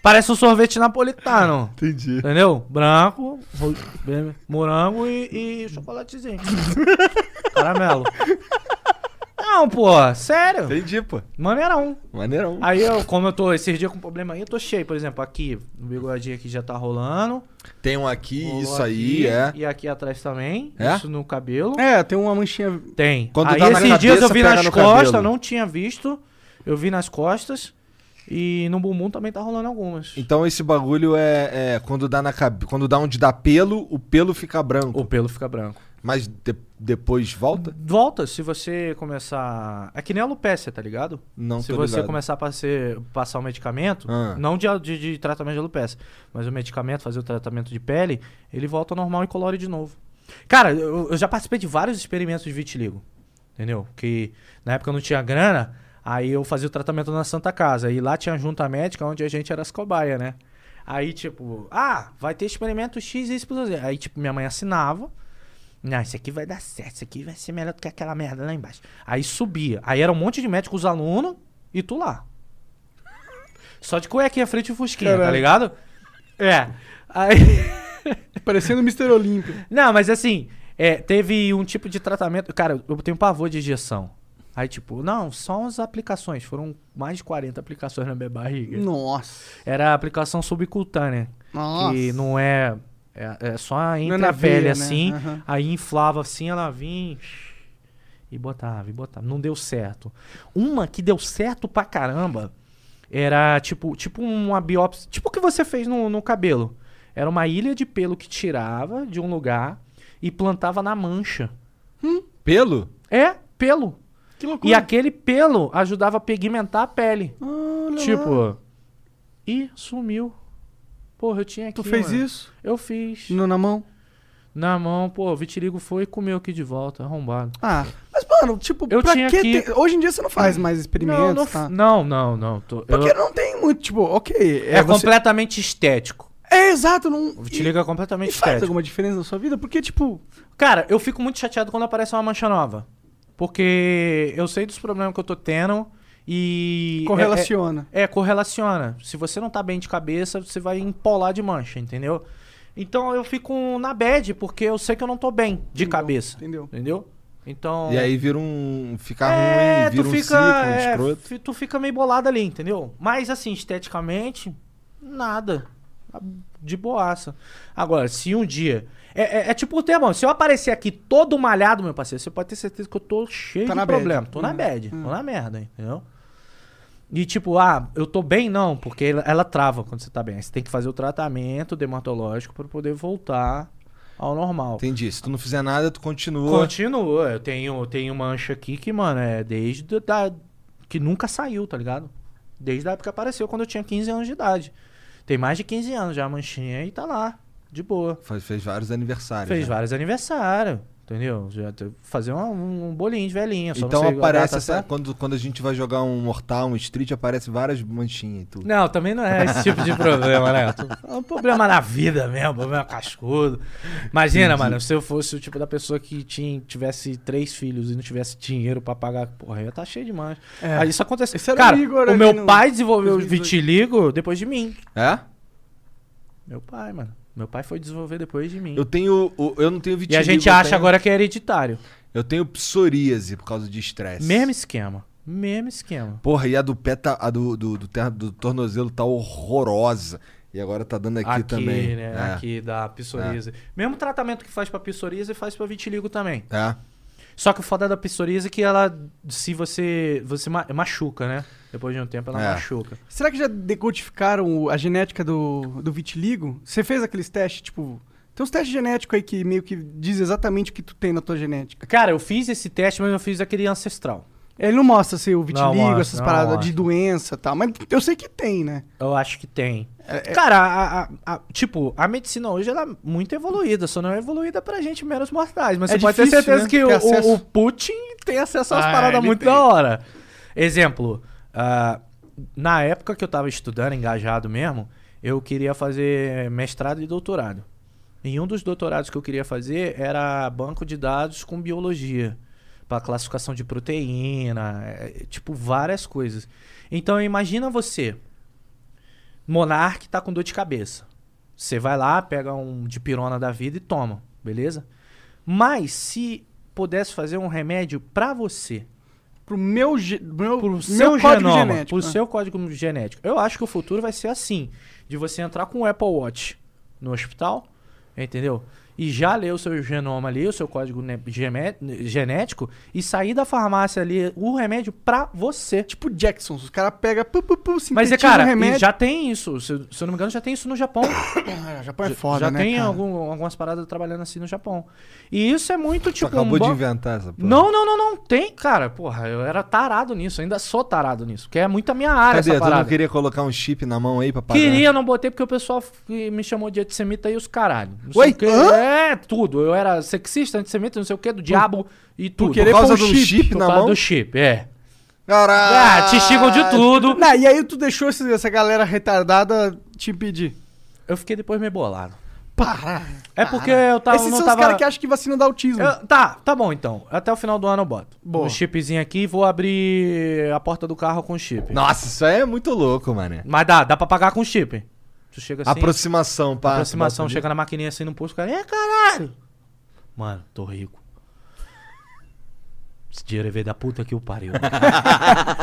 [SPEAKER 1] Parece um sorvete napolitano.
[SPEAKER 2] Entendi.
[SPEAKER 1] Entendeu? Branco, ro- bem- morango e, e chocolatezinho. Caramelo. Não, pô, sério.
[SPEAKER 2] Entendi, pô.
[SPEAKER 1] Maneirão.
[SPEAKER 2] Maneirão.
[SPEAKER 1] Aí eu, como eu tô esses dias com problema aí, eu tô cheio, por exemplo, aqui, o bigodinho aqui já tá rolando.
[SPEAKER 2] Tem um aqui,
[SPEAKER 1] Rolou
[SPEAKER 2] isso
[SPEAKER 1] aqui,
[SPEAKER 2] aí, é.
[SPEAKER 1] E aqui atrás também.
[SPEAKER 2] É?
[SPEAKER 1] Isso no cabelo.
[SPEAKER 3] É, tem uma manchinha.
[SPEAKER 1] Tem.
[SPEAKER 2] Quando
[SPEAKER 1] Aí
[SPEAKER 2] dá na
[SPEAKER 1] esses dias
[SPEAKER 2] cabeça,
[SPEAKER 1] eu vi
[SPEAKER 2] pega
[SPEAKER 1] nas
[SPEAKER 2] no
[SPEAKER 1] costas,
[SPEAKER 2] cabelo.
[SPEAKER 1] eu não tinha visto. Eu vi nas costas. E no bumbum também tá rolando algumas.
[SPEAKER 2] Então esse bagulho é, é quando dá na cabe... quando dá onde dá pelo, o pelo fica branco.
[SPEAKER 1] O pelo fica branco.
[SPEAKER 2] Mas de- depois volta?
[SPEAKER 1] Volta, se você começar. É que nem a alopécia, tá ligado?
[SPEAKER 2] Não,
[SPEAKER 1] Se
[SPEAKER 2] tô
[SPEAKER 1] você
[SPEAKER 2] ligado.
[SPEAKER 1] começar a passe- passar o medicamento,
[SPEAKER 2] Ah.
[SPEAKER 1] não de, de- de tratamento de alopécia, mas o medicamento, fazer o tratamento de pele, ele volta ao normal e colore de novo. Cara, eu, eu já participei de vários experimentos de vitiligo. Entendeu? Que na época eu não tinha grana, aí eu fazia o tratamento na Santa Casa. E lá tinha a junta médica onde a gente era as cobaia, né? Aí, tipo, ah, vai ter experimento X e Y. Aí, tipo, minha mãe assinava. Não, isso aqui vai dar certo, isso aqui vai ser melhor do que aquela merda lá embaixo. Aí subia. Aí era um monte de médicos aluno e tu lá. Só de cuequinha à frente e fusquinha, tá
[SPEAKER 3] Caralho.
[SPEAKER 1] ligado? É. Aí.
[SPEAKER 3] Parecendo o Mr. Olímpio.
[SPEAKER 1] Não, mas assim, é, teve um tipo de tratamento. Cara, eu tenho pavor de injeção. Aí, tipo, não, só as aplicações. Foram mais de 40 aplicações na minha
[SPEAKER 3] Hum.
[SPEAKER 1] barriga.
[SPEAKER 3] Nossa.
[SPEAKER 1] Era a aplicação subcutânea.
[SPEAKER 3] Nossa.
[SPEAKER 1] Que não é. É, é só entre
[SPEAKER 3] na
[SPEAKER 1] a pele,
[SPEAKER 3] veia, né?
[SPEAKER 1] assim.
[SPEAKER 3] Aham.
[SPEAKER 1] Aí inflava assim, ela vinha. e- E botava, e botava. Não deu certo. Uma que deu certo pra caramba era tipo, tipo uma biópsia. Tipo o que você fez no, no cabelo. Era uma ilha de pelo que tirava de um lugar e plantava na mancha.
[SPEAKER 2] Pelo?
[SPEAKER 1] É, pelo.
[SPEAKER 3] Que loucura.
[SPEAKER 1] E aquele pelo ajudava a pigmentar a pele.
[SPEAKER 3] Olha lá.
[SPEAKER 1] tipo. E sumiu. Porra, eu tinha aqui.
[SPEAKER 3] Tu fez
[SPEAKER 1] mano.
[SPEAKER 3] isso?
[SPEAKER 1] Eu fiz.
[SPEAKER 3] No, na mão?
[SPEAKER 1] Na mão, pô, o vitiligo foi e comeu aqui de volta, arrombado.
[SPEAKER 3] Ah. Mas, mano, tipo,
[SPEAKER 1] Eu
[SPEAKER 3] pra
[SPEAKER 1] tinha
[SPEAKER 3] que.
[SPEAKER 1] que-
[SPEAKER 3] ter- Hoje em dia você não faz mais
[SPEAKER 1] Não,
[SPEAKER 3] experimentos,
[SPEAKER 1] não,
[SPEAKER 3] tá?
[SPEAKER 1] f- não, não, não. tô- eu-
[SPEAKER 3] Porque não tem muito, tipo, ok.
[SPEAKER 1] é
[SPEAKER 3] você-
[SPEAKER 1] completamente estético.
[SPEAKER 3] É, exato, não.
[SPEAKER 1] O vitiligo é
[SPEAKER 3] e, e
[SPEAKER 1] completamente
[SPEAKER 3] faz
[SPEAKER 1] estético.
[SPEAKER 3] alguma diferença na sua vida? Porque, tipo,
[SPEAKER 1] Cara, eu fico muito chateado quando aparece uma mancha nova. Porque eu sei dos problemas que eu tô tendo e. é-
[SPEAKER 3] correlaciona.
[SPEAKER 1] É, correlaciona. Se você não tá bem de cabeça, você vai empolar de mancha, entendeu? Então eu fico na bad, porque eu sei que eu não tô bem de
[SPEAKER 3] Entendeu,
[SPEAKER 1] cabeça.
[SPEAKER 3] entendeu.
[SPEAKER 1] Entendeu? Então.
[SPEAKER 2] E aí vira um. Ficar ruim, vira
[SPEAKER 1] tu
[SPEAKER 2] um
[SPEAKER 1] fica,
[SPEAKER 2] ciclo
[SPEAKER 1] é,
[SPEAKER 2] escroto.
[SPEAKER 1] fi- tu fica meio bolado ali, entendeu? Mas assim, esteticamente, nada. De boaça. Agora, se um dia. É, é- é tipo o termo, se eu aparecer aqui todo malhado, meu parceiro, você pode ter certeza que eu tô cheio
[SPEAKER 3] Tá
[SPEAKER 1] de
[SPEAKER 3] na bad.
[SPEAKER 1] problema. Tô na
[SPEAKER 3] Hum,
[SPEAKER 1] bad, tô na merda, entendeu? E tipo, ah, eu tô bem não, porque ela, ela trava quando você tá bem. Aí Você tem que fazer o tratamento dermatológico pra poder voltar ao normal.
[SPEAKER 2] Entendi. Se tu não fizer nada, tu continua.
[SPEAKER 1] Continua. Eu tenho, eu tenho mancha aqui que, mano, é desde da, que nunca saiu, tá ligado? Desde a época que apareceu, quando eu tinha 15 anos de idade. Tem mais de 15 anos já a manchinha e tá lá, de boa.
[SPEAKER 2] Faz- Fez vários aniversários.
[SPEAKER 1] Fez
[SPEAKER 2] né?
[SPEAKER 1] vários aniversários, entendeu? Já te- fazer um, um bolinho de velhinha. Só
[SPEAKER 2] Então
[SPEAKER 1] não sei tá a
[SPEAKER 2] aparece
[SPEAKER 1] data
[SPEAKER 2] essa.
[SPEAKER 1] certa.
[SPEAKER 2] Quando, quando a gente vai jogar um Mortal, um Street, aparece várias manchinhas e tudo.
[SPEAKER 1] Não, também não é esse tipo de problema, né? É um problema na vida mesmo, um problema cascudo. Imagina, mano, se eu fosse o tipo da pessoa que tinha, tivesse três filhos e não tivesse dinheiro pra pagar, porra, eu ia tá cheio de mancha.
[SPEAKER 3] É.
[SPEAKER 1] Aí isso aconteceu.
[SPEAKER 3] Esse era
[SPEAKER 1] Cara,
[SPEAKER 3] o Igor
[SPEAKER 1] o
[SPEAKER 3] ali
[SPEAKER 1] meu
[SPEAKER 3] no-
[SPEAKER 1] pai desenvolveu o
[SPEAKER 3] 2018.
[SPEAKER 1] vitiligo depois de mim.
[SPEAKER 2] É?
[SPEAKER 1] Meu pai, mano. Meu pai foi desenvolver depois de mim.
[SPEAKER 2] Eu tenho. o- Eu não tenho
[SPEAKER 1] e
[SPEAKER 2] vitiligo.
[SPEAKER 1] a gente
[SPEAKER 2] eu
[SPEAKER 1] acha
[SPEAKER 2] tenho-
[SPEAKER 1] agora que é hereditário.
[SPEAKER 2] Eu tenho psoríase por causa de
[SPEAKER 3] É.
[SPEAKER 2] estresse.
[SPEAKER 1] Mesmo esquema. Mesmo esquema.
[SPEAKER 2] Porra, e a do pé tá. A do, do, do, terra- do tornozelo tá horrorosa. E agora tá dando aqui, também.
[SPEAKER 1] né?
[SPEAKER 2] É.
[SPEAKER 1] Aqui da
[SPEAKER 3] É.
[SPEAKER 1] psoríase. Mesmo tratamento que faz pra psoríase faz pra vitiligo também.
[SPEAKER 2] É.
[SPEAKER 1] Só que o foda da psoríase é que ela, se você, você ma- machuca, né? Depois de um tempo ela
[SPEAKER 2] É.
[SPEAKER 1] machuca.
[SPEAKER 3] Será que já decodificaram o- a genética do, do vitiligo? Você fez aqueles testes, tipo. Tem uns testes genéticos aí que meio que diz exatamente o que tu tem na tua genética.
[SPEAKER 1] Cara, eu fiz esse teste, mas eu fiz aquele ancestral.
[SPEAKER 3] Ele não mostra se o vitiligo,
[SPEAKER 1] mostra,
[SPEAKER 3] essas
[SPEAKER 1] não
[SPEAKER 3] paradas
[SPEAKER 1] mostra.
[SPEAKER 3] de doença e tal, mas eu sei que tem, né?
[SPEAKER 1] Eu acho que tem.
[SPEAKER 3] É,
[SPEAKER 1] Cara, a, a- a- tipo, a medicina hoje ela é muito evoluída, só não é evoluída pra gente meros mortais. Mas
[SPEAKER 3] É
[SPEAKER 1] você pode ter
[SPEAKER 3] difícil,
[SPEAKER 1] certeza
[SPEAKER 3] né?
[SPEAKER 1] que
[SPEAKER 3] Ter acesso.
[SPEAKER 1] o, o Putin tem acesso às
[SPEAKER 3] Ah,
[SPEAKER 1] paradas
[SPEAKER 3] ele
[SPEAKER 1] muito
[SPEAKER 3] tem.
[SPEAKER 1] da hora. Exemplo, ah, na época que eu tava estudando, engajado mesmo, eu queria fazer mestrado e doutorado. E um dos doutorados que eu queria fazer era banco de dados com biologia, para classificação de proteína, é, tipo várias coisas. Então imagina você, monarque tá com dor de cabeça. Você vai lá, pega um de pirona da vida e toma, beleza? Mas se pudesse fazer um remédio para você,
[SPEAKER 3] Pro meu, ge- meu,
[SPEAKER 1] pro
[SPEAKER 3] meu
[SPEAKER 1] seu
[SPEAKER 3] código
[SPEAKER 1] genoma,
[SPEAKER 3] genético.
[SPEAKER 1] pro
[SPEAKER 3] né?
[SPEAKER 1] seu código genético. Eu acho que o futuro vai ser assim, de você entrar com o Apple Watch no hospital, entendeu? E já ler o seu genoma ali, o seu código ne- gemé- genético e sair da farmácia ali o remédio pra você.
[SPEAKER 3] Tipo Jackson, os caras pegam. Pu, pu, pu,
[SPEAKER 1] Mas é,
[SPEAKER 3] sintetiza
[SPEAKER 1] cara,
[SPEAKER 3] um
[SPEAKER 1] e
[SPEAKER 3] remédio.
[SPEAKER 1] já tem isso, se, se eu não me engano, já tem isso no Japão.
[SPEAKER 3] Ah, Japão é foda,
[SPEAKER 1] já
[SPEAKER 3] né?
[SPEAKER 1] tem
[SPEAKER 3] cara?
[SPEAKER 1] algum- algumas paradas trabalhando assim no Japão. E isso é muito
[SPEAKER 2] Tu
[SPEAKER 1] tipo
[SPEAKER 2] acabou
[SPEAKER 1] um
[SPEAKER 2] de
[SPEAKER 1] ban-
[SPEAKER 2] inventar essa porra.
[SPEAKER 1] Não, não, não, não tem, cara. Porra, eu era tarado nisso, ainda sou tarado nisso, porque é muito a minha área essa
[SPEAKER 2] Cadê? Tu não
[SPEAKER 1] parada.
[SPEAKER 2] queria colocar um chip na mão aí pra pagar?
[SPEAKER 1] Queria, não botei porque o pessoal f- me chamou de antissemita e os caralho. Não sei
[SPEAKER 2] Oi?
[SPEAKER 1] o quê.
[SPEAKER 2] Hã?
[SPEAKER 1] É, tudo. Eu era sexista, antissemita, não sei o que, do diabo e tudo.
[SPEAKER 2] Por
[SPEAKER 3] querer
[SPEAKER 2] causa
[SPEAKER 3] pôr um
[SPEAKER 2] do chip,
[SPEAKER 3] chip,
[SPEAKER 1] Por
[SPEAKER 2] na
[SPEAKER 1] causa
[SPEAKER 2] mão?
[SPEAKER 1] do chip, é.
[SPEAKER 2] Caralho!
[SPEAKER 1] Ah, te xingam de tudo.
[SPEAKER 3] Não, e aí tu deixou esse- essa galera retardada te impedir.
[SPEAKER 1] Eu fiquei depois meio bolado.
[SPEAKER 3] Para!
[SPEAKER 1] É porque eu tava,
[SPEAKER 3] Esses
[SPEAKER 1] não
[SPEAKER 3] são
[SPEAKER 1] tava...
[SPEAKER 3] os caras que acham que vacina dá autismo.
[SPEAKER 1] Eu- tá, tá bom então. Até o final do ano eu boto.
[SPEAKER 3] Boa.
[SPEAKER 1] Um chipzinho aqui e vou abrir a porta do carro com chip.
[SPEAKER 2] Nossa, isso aí é muito louco, mané.
[SPEAKER 1] Mas dá, dá pra pagar com chip. Tu chega assim,
[SPEAKER 2] aproximação, pá.
[SPEAKER 1] aproximação, chega na maquininha assim no posto, o cara, é caralho. Mano, tô rico. Esse dinheiro veio da puta que o pariu.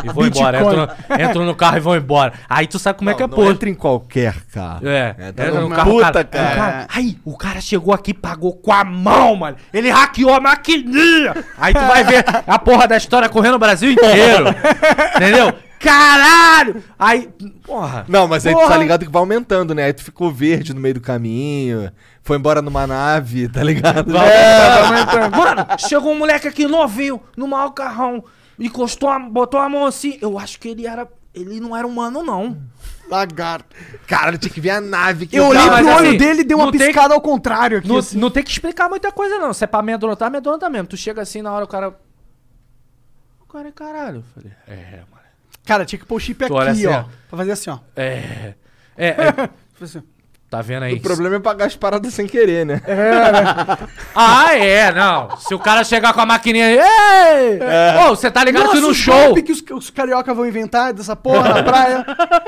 [SPEAKER 1] e vou embora. Entro, entro no carro e vou embora. Aí tu sabe como é que é
[SPEAKER 2] Não
[SPEAKER 1] posto.
[SPEAKER 2] entra em qualquer carro.
[SPEAKER 1] É,
[SPEAKER 2] É, tá
[SPEAKER 1] entra no
[SPEAKER 2] uma
[SPEAKER 1] carro, o
[SPEAKER 2] puta,
[SPEAKER 1] o
[SPEAKER 2] É, cara.
[SPEAKER 1] Aí, o cara chegou aqui e pagou com a mão, mano. Ele hackeou a maquininha. Aí tu vai ver a porra da história correndo o Brasil inteiro. entendeu? Caralho! Aí, porra.
[SPEAKER 2] Não, mas aí tu tá
[SPEAKER 1] Porra.
[SPEAKER 2] ligado que vai aumentando, né? Aí tu ficou verde no meio do caminho, foi embora numa nave, tá ligado?
[SPEAKER 1] É. tá Mano, chegou um moleque aqui novinho, no maior carrão, encostou, a, botou a mão assim. Eu acho que ele era. Ele não era humano, não.
[SPEAKER 3] Lagarto.
[SPEAKER 2] Cara, tinha que ver a nave que
[SPEAKER 3] Eu olhei
[SPEAKER 1] Não, mas
[SPEAKER 3] pro olho
[SPEAKER 1] assim,
[SPEAKER 3] dele e dei uma
[SPEAKER 1] não tem-
[SPEAKER 3] piscada ao contrário aqui.
[SPEAKER 1] Não,
[SPEAKER 3] assim.
[SPEAKER 1] não tem que explicar muita coisa, não. Se é pra amedrontar, amedronta mesmo. Tu chega assim na hora, o cara. O cara é caralho. Eu falei, é, mano.
[SPEAKER 3] Cara, tinha que pôr o chip aqui,
[SPEAKER 1] olha assim,
[SPEAKER 3] ó.
[SPEAKER 1] ó.
[SPEAKER 3] Pra fazer assim, ó.
[SPEAKER 1] É. É, é.
[SPEAKER 3] Fazer assim.
[SPEAKER 1] Tá vendo
[SPEAKER 2] O
[SPEAKER 1] aí?
[SPEAKER 2] problema é pagar as paradas sem querer, né?
[SPEAKER 1] Ah, é, não. Se o cara chegar com a maquininha aí. Ei! Ô, você tá ligado que
[SPEAKER 3] Nossa,
[SPEAKER 1] no
[SPEAKER 3] os
[SPEAKER 1] show.
[SPEAKER 3] golpe que os, os carioca vão inventar dessa porra na praia.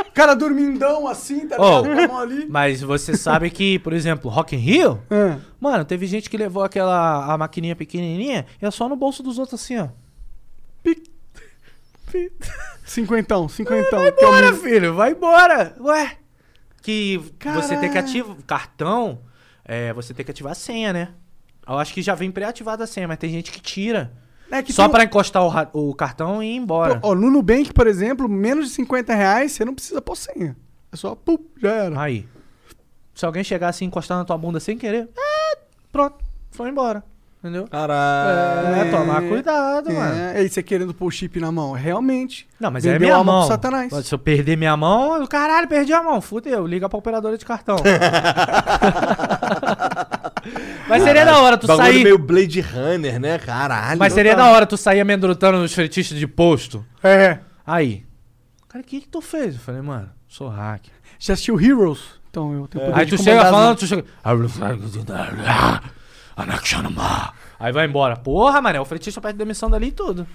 [SPEAKER 3] O cara dormindão assim, tá
[SPEAKER 1] Ô,
[SPEAKER 3] ligado? Com a mão ali.
[SPEAKER 1] mas você sabe que, por exemplo, Rock in Rio,
[SPEAKER 3] Ah.
[SPEAKER 1] mano, teve gente que levou aquela a maquininha pequenininha e é só no bolso dos outros assim, ó.
[SPEAKER 3] Cinquentão, cinquentão. que é o
[SPEAKER 1] Bora,
[SPEAKER 3] mínimo.
[SPEAKER 1] filho, vai embora. Ué. Que você tem que
[SPEAKER 3] Caralho.
[SPEAKER 1] ativar cartão, é, você tem que ativar a senha, né? Eu acho que já vem pré-ativada a senha, mas tem gente que tira.
[SPEAKER 3] É que
[SPEAKER 1] só
[SPEAKER 3] tem um-
[SPEAKER 1] pra encostar o, ra- o cartão e ir embora.
[SPEAKER 3] Ó, no Nubank, por exemplo, menos de 50 reais, você não precisa pôr senha. É só, pum, já era.
[SPEAKER 1] Aí. Se alguém chegar assim, encostar na tua bunda sem querer, é, pronto, foi embora. Entendeu?
[SPEAKER 2] Caralho.
[SPEAKER 1] É, tomar cuidado, mano.
[SPEAKER 3] É, aí você querendo pôr o chip na mão. Realmente.
[SPEAKER 1] Não, mas aí é
[SPEAKER 3] Vendeu
[SPEAKER 1] minha
[SPEAKER 3] alma
[SPEAKER 1] mão.
[SPEAKER 3] pro Satanás.
[SPEAKER 1] Se eu perder minha mão, eu, caralho, perdi a mão. Fudeu, liga pra operadora de cartão. mas seria da hora tu
[SPEAKER 2] Bagulho
[SPEAKER 1] sair.
[SPEAKER 2] meio Blade Runner, né? Caralho.
[SPEAKER 1] Mas seria da hora tu sair amedrontando os fretistas de posto.
[SPEAKER 3] É.
[SPEAKER 1] Aí. Cara, o que, que tu fez? Eu falei, mano, sou hacker.
[SPEAKER 3] Já assistiu Heroes? Então eu tenho poder
[SPEAKER 1] É. Aí
[SPEAKER 3] de
[SPEAKER 1] tu chega
[SPEAKER 3] comandar as
[SPEAKER 1] falando,
[SPEAKER 3] mãos.
[SPEAKER 1] tu chega. tá-" Aí vai embora. Porra, mané, o fretista pede demissão dali e tudo.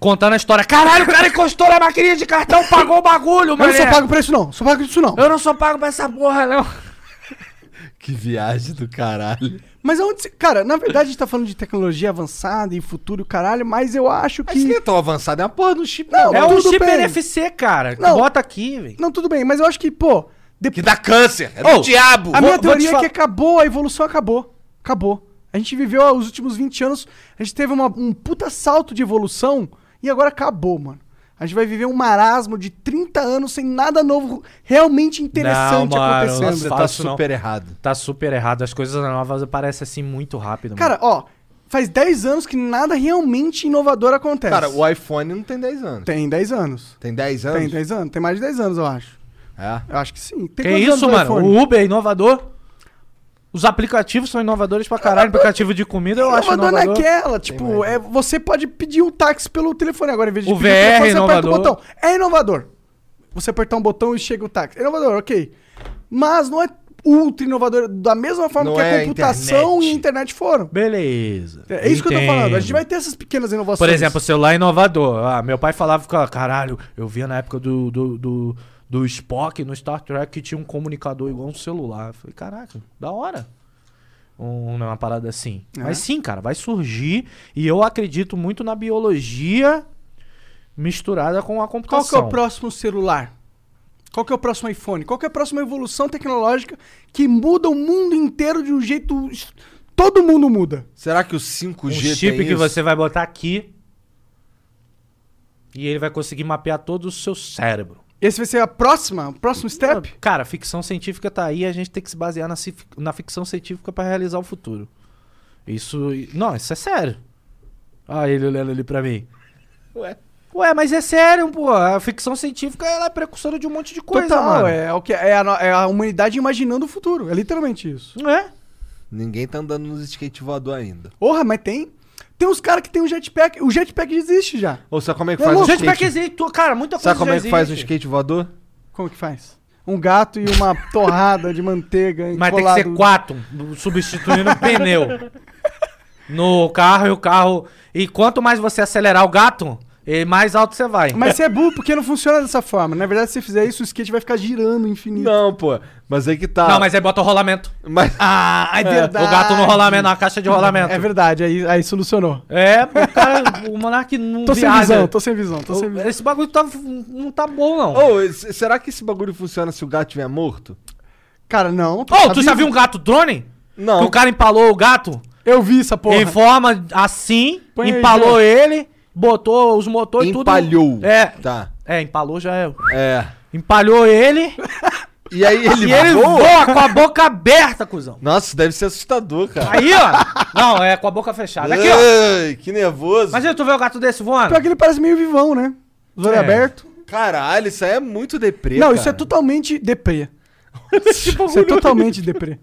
[SPEAKER 1] Contando a história. Caralho, o cara encostou na maquininha de cartão, pagou o bagulho,
[SPEAKER 3] Eu
[SPEAKER 1] mano.
[SPEAKER 3] não sou pago pra isso, não. Sou pago pra isso, não.
[SPEAKER 1] Eu não sou pago pra essa porra, não.
[SPEAKER 2] Que viagem do caralho.
[SPEAKER 3] Mas aonde. se- Cara, na verdade a gente tá falando de tecnologia avançada e futuro, caralho, mas eu acho que.
[SPEAKER 2] Mas que é tão avançado, é uma porra do chip.
[SPEAKER 3] Não,
[SPEAKER 1] É um
[SPEAKER 3] tudo
[SPEAKER 1] chip
[SPEAKER 3] bem.
[SPEAKER 1] NFC, cara.
[SPEAKER 3] Não.
[SPEAKER 1] Bota aqui, velho.
[SPEAKER 3] Não, tudo bem, mas eu acho que, pô. de-
[SPEAKER 2] Que dá câncer, é
[SPEAKER 1] Ô,
[SPEAKER 2] do diabo.
[SPEAKER 3] A minha
[SPEAKER 1] vou te
[SPEAKER 3] teoria é
[SPEAKER 1] falar-
[SPEAKER 3] que acabou, a evolução acabou. Acabou. A gente viveu ah, os últimos 20 anos, a gente teve uma- um puta salto de evolução e agora acabou, mano. A gente vai viver um marasmo de 30 anos sem nada novo realmente interessante
[SPEAKER 1] Não, mano,
[SPEAKER 3] acontecendo.
[SPEAKER 1] nossa,
[SPEAKER 2] Você tá
[SPEAKER 1] Fácil, não.
[SPEAKER 2] super errado.
[SPEAKER 1] Tá super errado. As coisas novas aparecem assim muito rápido, mano.
[SPEAKER 3] Cara, ó, faz 10 anos que nada realmente inovador acontece.
[SPEAKER 2] Cara, o iPhone não tem 10 anos.
[SPEAKER 3] Tem 10 anos.
[SPEAKER 2] Tem 10 anos?
[SPEAKER 3] Tem 10 anos, tem mais de 10 anos, eu acho.
[SPEAKER 2] É.
[SPEAKER 3] Eu acho que sim. Tem
[SPEAKER 1] que
[SPEAKER 3] quantos anos
[SPEAKER 1] isso,
[SPEAKER 3] o
[SPEAKER 1] mano?
[SPEAKER 3] iPhone?
[SPEAKER 1] O Uber é inovador. Os aplicativos são inovadores pra caralho. Aplicativo de comida eu acho
[SPEAKER 3] inovador
[SPEAKER 1] é inovador.
[SPEAKER 3] naquela, tipo, é, você pode pedir um táxi pelo telefone agora, em vez de
[SPEAKER 1] O
[SPEAKER 3] pedir
[SPEAKER 1] VR
[SPEAKER 3] telefone, você
[SPEAKER 1] inovador.
[SPEAKER 3] aperta o botão. É inovador. Você apertar um botão e chega o táxi. É inovador, ok. Mas não é ultra inovador da mesma forma
[SPEAKER 2] Não
[SPEAKER 3] que
[SPEAKER 2] é
[SPEAKER 3] a computação
[SPEAKER 2] internet.
[SPEAKER 3] e a internet foram.
[SPEAKER 1] Beleza.
[SPEAKER 3] É isso que eu tô
[SPEAKER 1] Entendo.
[SPEAKER 3] falando. A gente vai ter essas pequenas inovações.
[SPEAKER 1] Por exemplo, o celular inovador. Ah, meu pai falava, ficava, caralho, eu via na época do, do, do, do Spock no Star Trek que tinha um comunicador igual um celular. Eu falei, caraca, da hora. Um- uma parada assim.
[SPEAKER 3] É.
[SPEAKER 1] Mas sim, cara, vai surgir. E eu acredito muito na biologia misturada com a
[SPEAKER 3] qual que é
[SPEAKER 1] computação.
[SPEAKER 3] o próximo celular? Qual que é o próximo iPhone? Qual que é a próxima evolução tecnológica que muda o mundo inteiro de um jeito. Todo mundo muda.
[SPEAKER 2] Será que o 5G
[SPEAKER 1] um
[SPEAKER 2] tem
[SPEAKER 1] chip que
[SPEAKER 2] isso?
[SPEAKER 1] você vai botar aqui. E ele vai conseguir mapear todo o seu cérebro.
[SPEAKER 3] Esse vai ser a próxima, o próximo step?
[SPEAKER 1] Cara, ficção científica tá aí, a gente tem que se basear na, cif- na ficção científica pra realizar o futuro. Isso. Não, isso é sério. Ah, ele olhando ali pra mim.
[SPEAKER 2] Ué.
[SPEAKER 1] Ué, mas é sério, pô. A ficção científica ela é precursora de um monte de coisa,
[SPEAKER 3] Total,
[SPEAKER 1] mano.
[SPEAKER 3] É, o que, é, a, no- é a humanidade imaginando o futuro. É literalmente isso.
[SPEAKER 1] Não é?
[SPEAKER 2] Ninguém tá andando nos skate voador ainda.
[SPEAKER 3] Porra, mas tem. Tem uns caras que tem um jetpack. O jetpack existe já.
[SPEAKER 2] Ou sabe como é que
[SPEAKER 3] Não,
[SPEAKER 2] faz
[SPEAKER 3] não,
[SPEAKER 2] um
[SPEAKER 1] Gente,
[SPEAKER 2] skate...
[SPEAKER 1] pra que existe? Cara, muita coisa
[SPEAKER 2] Sabe como
[SPEAKER 1] já
[SPEAKER 2] é que faz um
[SPEAKER 1] existe.
[SPEAKER 2] skate voador?
[SPEAKER 3] Como que faz? um gato e uma torrada de manteiga
[SPEAKER 1] Mas tem que ser
[SPEAKER 3] enrolado.
[SPEAKER 1] quatro, substituindo o pneu no carro e o carro. E quanto mais você acelerar o gato, eh, mais alto você vai.
[SPEAKER 3] Mas você é burro porque não funciona dessa forma. Na verdade, se você fizer isso, o skate vai ficar girando infinito.
[SPEAKER 2] Não, pô. Mas aí que tá.
[SPEAKER 1] Não, mas aí bota o rolamento.
[SPEAKER 2] Mas-
[SPEAKER 1] Ah, é verdade. O gato no rolamento, na caixa de um rolamento.
[SPEAKER 3] É verdade, aí, aí solucionou.
[SPEAKER 1] É, o cara, o Monark não
[SPEAKER 3] Tô sem
[SPEAKER 1] viaja.
[SPEAKER 3] visão, tô sem visão, tô sem visão.
[SPEAKER 1] Esse bagulho tá, não tá bom, não. Ô,
[SPEAKER 2] Ô, s- será que esse bagulho funciona se o gato estiver morto?
[SPEAKER 3] Cara, não.
[SPEAKER 1] tu já viu um gato drone?
[SPEAKER 2] Não.
[SPEAKER 1] Que o cara empalou o gato
[SPEAKER 3] Eu vi essa porra.
[SPEAKER 1] em forma assim,
[SPEAKER 3] Põe aí,
[SPEAKER 1] empalou ele, botou os motores e tudo.
[SPEAKER 2] Empalhou.
[SPEAKER 1] É.
[SPEAKER 2] Tá.
[SPEAKER 1] É, empalou já é.
[SPEAKER 2] É.
[SPEAKER 1] Empalhou ele
[SPEAKER 2] E aí ele
[SPEAKER 1] e ele
[SPEAKER 2] voa?
[SPEAKER 1] voa com a boca aberta, cuzão.
[SPEAKER 2] Nossa, isso deve ser assustador, cara.
[SPEAKER 1] Aí, ó. Não, é com a boca fechada. Aqui, ó.
[SPEAKER 2] Ai, que nervoso.
[SPEAKER 1] Imagina tu ver o gato desse voando.
[SPEAKER 3] Pior que ele parece meio vivão, né? Os olhos
[SPEAKER 1] É.
[SPEAKER 3] abertos.
[SPEAKER 2] Caralho, isso aí é muito deprê,
[SPEAKER 3] Não,
[SPEAKER 2] cara.
[SPEAKER 3] isso é totalmente deprê. isso é totalmente deprê.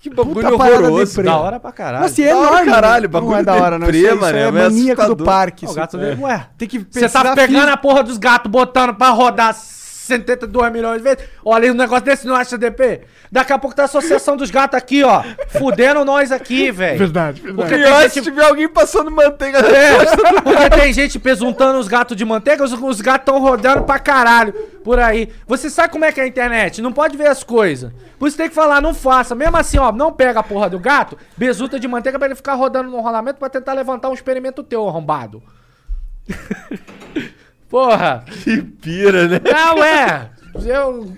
[SPEAKER 2] Que bagulho
[SPEAKER 3] Puta parada
[SPEAKER 2] horroroso.
[SPEAKER 3] deprê.
[SPEAKER 1] Da hora pra caralho.
[SPEAKER 3] Nossa, e é
[SPEAKER 2] Da hora,
[SPEAKER 3] enorme.
[SPEAKER 2] caralho,
[SPEAKER 3] não é
[SPEAKER 2] bagulho
[SPEAKER 3] da hora, não.
[SPEAKER 2] deprê,
[SPEAKER 3] Isso, aí- isso
[SPEAKER 2] mano,
[SPEAKER 3] é
[SPEAKER 2] é
[SPEAKER 3] maníaco do
[SPEAKER 2] assustador.
[SPEAKER 3] parque.
[SPEAKER 1] Ó, o
[SPEAKER 3] isso. é-
[SPEAKER 1] gato dele. Ué.
[SPEAKER 3] Tem que
[SPEAKER 1] Você tá pegando a porra dos gatos, botando pra rodar 72 milhões de vezes. Olha, um negócio desse não acha DP. Daqui a pouco tá a associação dos gatos aqui, ó. Fudendo nós aqui, velho.
[SPEAKER 3] Verdade, verdade.
[SPEAKER 1] Porque tem
[SPEAKER 2] Pior
[SPEAKER 1] gente
[SPEAKER 2] se tiver alguém passando manteiga na
[SPEAKER 1] É, porque tem gente pesuntando os gatos de manteiga, os, os gatos estão rodando pra caralho por aí. Você sabe como é que é a internet? Não pode ver as coisas. Por isso tem que falar, não faça. Mesmo assim, ó, não pega a porra do gato, besuta de manteiga pra ele ficar rodando no rolamento pra tentar levantar um experimento teu, arrombado. porra.
[SPEAKER 2] Que pira, né?
[SPEAKER 1] Não é. Eu...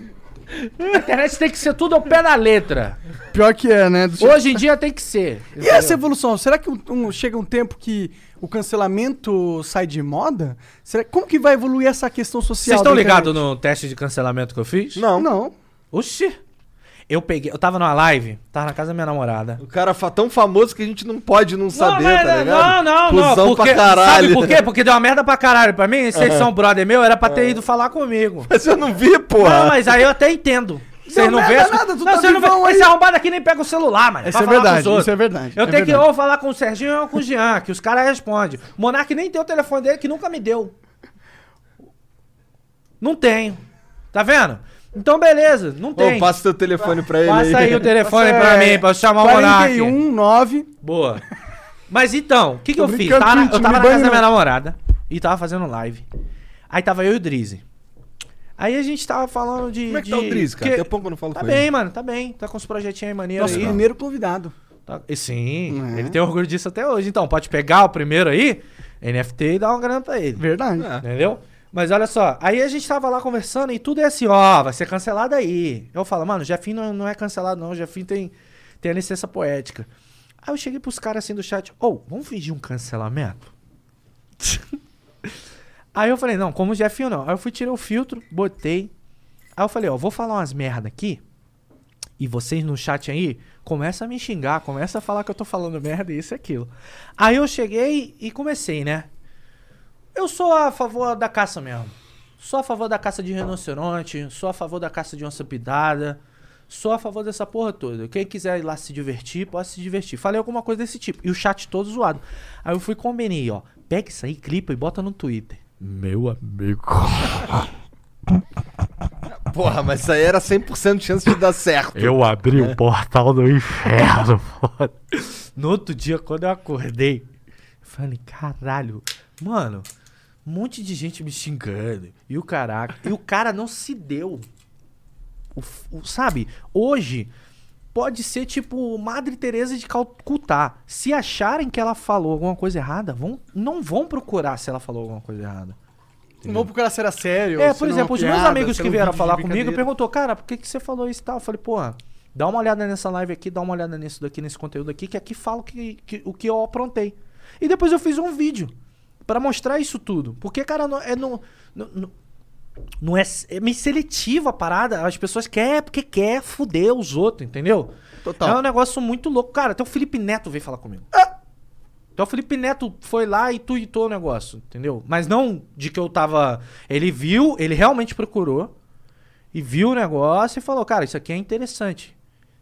[SPEAKER 1] A internet tem que ser tudo ao pé da letra.
[SPEAKER 3] Pior que é, né? Do-
[SPEAKER 1] Hoje em dia tem que ser.
[SPEAKER 3] E essa evolução? Será que um- um- chega um tempo que o cancelamento sai de moda? Será, como que vai evoluir essa questão social?
[SPEAKER 1] Vocês estão
[SPEAKER 3] da internet?
[SPEAKER 1] ligados no teste de cancelamento que eu fiz?
[SPEAKER 2] Não.
[SPEAKER 3] Não.
[SPEAKER 1] Oxi! Eu peguei, eu tava numa live, tava na casa da minha namorada.
[SPEAKER 2] O cara fa- tão famoso que a gente não pode não saber, tá ligado?
[SPEAKER 1] é, não, não,
[SPEAKER 2] Cusão
[SPEAKER 1] não, porque,
[SPEAKER 2] pra caralho.
[SPEAKER 1] sabe por quê? Porque deu uma merda pra caralho pra mim, vocês são brother meu, era pra
[SPEAKER 3] É.
[SPEAKER 1] ter ido falar comigo.
[SPEAKER 2] Mas eu não vi, porra.
[SPEAKER 1] Não, mas aí eu até entendo. Vocês não
[SPEAKER 3] merda
[SPEAKER 1] veem? as co-
[SPEAKER 3] nada, tu
[SPEAKER 1] não,
[SPEAKER 3] tá
[SPEAKER 1] vocês não
[SPEAKER 3] vivão
[SPEAKER 1] veem.
[SPEAKER 3] aí.
[SPEAKER 1] Esse arrombado aqui nem pega o celular, mano.
[SPEAKER 3] Isso
[SPEAKER 1] pra falar
[SPEAKER 3] é
[SPEAKER 1] com os
[SPEAKER 3] verdade,
[SPEAKER 1] outros.
[SPEAKER 3] isso é verdade,
[SPEAKER 1] Eu
[SPEAKER 3] é
[SPEAKER 1] tenho que
[SPEAKER 3] verdade.
[SPEAKER 1] ou falar com o Serginho ou com o Jean, que os caras respondem. O Monark nem tem o telefone dele, que nunca me deu. Não tenho. Tá vendo? Então, beleza, não
[SPEAKER 2] Ô,
[SPEAKER 1] tem.
[SPEAKER 2] passa teu telefone pra ele
[SPEAKER 1] Passa aí o telefone
[SPEAKER 3] Essa
[SPEAKER 1] pra
[SPEAKER 3] é
[SPEAKER 1] mim, pra eu chamar o Monark.
[SPEAKER 3] 41, 9.
[SPEAKER 1] Boa. Mas então, o que, que eu fiz?
[SPEAKER 3] brincando,
[SPEAKER 1] Tava na-
[SPEAKER 3] gente,
[SPEAKER 1] eu tava
[SPEAKER 3] me
[SPEAKER 1] na
[SPEAKER 3] banhe
[SPEAKER 1] casa da
[SPEAKER 3] não.
[SPEAKER 1] minha namorada e tava fazendo live. Aí tava eu e o Drizzy. Aí a gente tava falando de.
[SPEAKER 2] Como é que
[SPEAKER 1] de...
[SPEAKER 2] tá o Driz, cara?
[SPEAKER 1] que-
[SPEAKER 2] Tem pouco que eu não falo
[SPEAKER 1] Tá
[SPEAKER 2] com
[SPEAKER 1] bem,
[SPEAKER 2] ele.
[SPEAKER 1] mano, tá bem. Tá com os projetinhos aí maneiros
[SPEAKER 3] Nosso
[SPEAKER 1] aí.
[SPEAKER 3] primeiro convidado.
[SPEAKER 1] Tá- e sim,
[SPEAKER 2] Uhum.
[SPEAKER 1] ele tem orgulho disso até hoje. Então, pode pegar o primeiro aí, NFT e dar uma grana pra ele.
[SPEAKER 3] Verdade.
[SPEAKER 2] É.
[SPEAKER 1] Entendeu? Mas olha só, aí a gente tava lá conversando e tudo é assim, ó, vai ser cancelado aí. Eu falo, mano, o Jefim não, não é cancelado não, o Jefim tem, tem a licença poética. Aí eu cheguei pros caras assim do chat, ou, vamos fingir um cancelamento? aí eu falei, não, como o Jefinho não. Aí eu fui, tirei o filtro, botei. Aí eu falei, ó, vou falar umas merda aqui, e vocês no chat aí, começa a me xingar, começa a falar que eu tô falando merda e isso e aquilo. Aí eu cheguei e comecei, né? Eu sou a favor da caça mesmo. Sou a favor da caça de rinoceronte, sou a favor da caça de onça pidada, sou a favor dessa porra toda. Quem quiser ir lá se divertir, pode se divertir. Falei alguma coisa desse tipo. E o chat todo zoado. Aí eu fui e combinei, ó. Pega isso aí, clipa e bota no Twitter. Meu amigo.
[SPEAKER 2] Porra, mas isso aí era 100% de chance de dar certo.
[SPEAKER 1] Eu abri o portal do inferno, foda. No outro dia, quando eu acordei, eu falei, caralho, mano, um monte de gente me xingando. E o caraca. E o cara não se deu. O f- o- sabe, hoje pode ser tipo Madre Teresa de Calcutá. Se acharem que ela falou alguma coisa errada, vão, não vão procurar se ela falou alguma coisa errada.
[SPEAKER 3] Não vou procurar ser a sério.
[SPEAKER 1] É,
[SPEAKER 3] se
[SPEAKER 1] por
[SPEAKER 3] não
[SPEAKER 1] exemplo,
[SPEAKER 3] uma
[SPEAKER 1] os meus
[SPEAKER 3] piada,
[SPEAKER 1] amigos
[SPEAKER 3] se
[SPEAKER 1] que
[SPEAKER 3] é um
[SPEAKER 1] vieram
[SPEAKER 3] vídeo de
[SPEAKER 1] falar comigo
[SPEAKER 3] brincadeira.
[SPEAKER 1] perguntou, cara, por que, que você falou isso e tal? Eu falei, pô, dá uma olhada nessa live aqui, dá uma olhada nisso daqui, nesse conteúdo aqui, que aqui fala o que, que- o que eu aprontei. E depois eu fiz um vídeo pra mostrar isso tudo. Porque, cara, não, é não, não- não- não é, é meio seletiva a parada. As pessoas querem é porque quer fuder os outros, entendeu?
[SPEAKER 3] Total.
[SPEAKER 1] É um negócio muito louco. Cara, até o Felipe Neto veio falar comigo. Então o Felipe Neto foi lá e tuitou o negócio, entendeu? Mas não de que eu tava. Ele viu, ele realmente procurou e viu o negócio e falou, cara, isso aqui é interessante.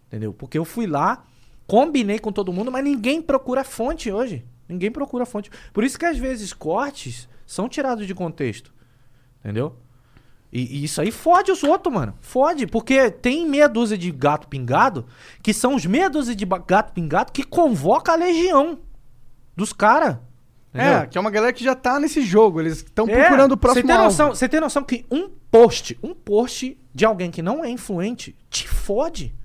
[SPEAKER 1] Entendeu? Porque eu fui lá, combinei com todo mundo, mas ninguém procura a fonte hoje. Ninguém procura a fonte. Por isso que às vezes cortes são tirados de contexto. Entendeu? E, e isso aí fode os outros, mano. Fode, porque tem meia dúzia de gato pingado, que são os meia dúzia de ba- gato pingado que convoca a legião dos caras.
[SPEAKER 3] É, que é uma galera que já tá nesse jogo. Eles estão procurando o próximo
[SPEAKER 1] Você É, tem,
[SPEAKER 3] alvo.
[SPEAKER 1] noção, você tem noção que um post, um post de alguém que não é influente te fode.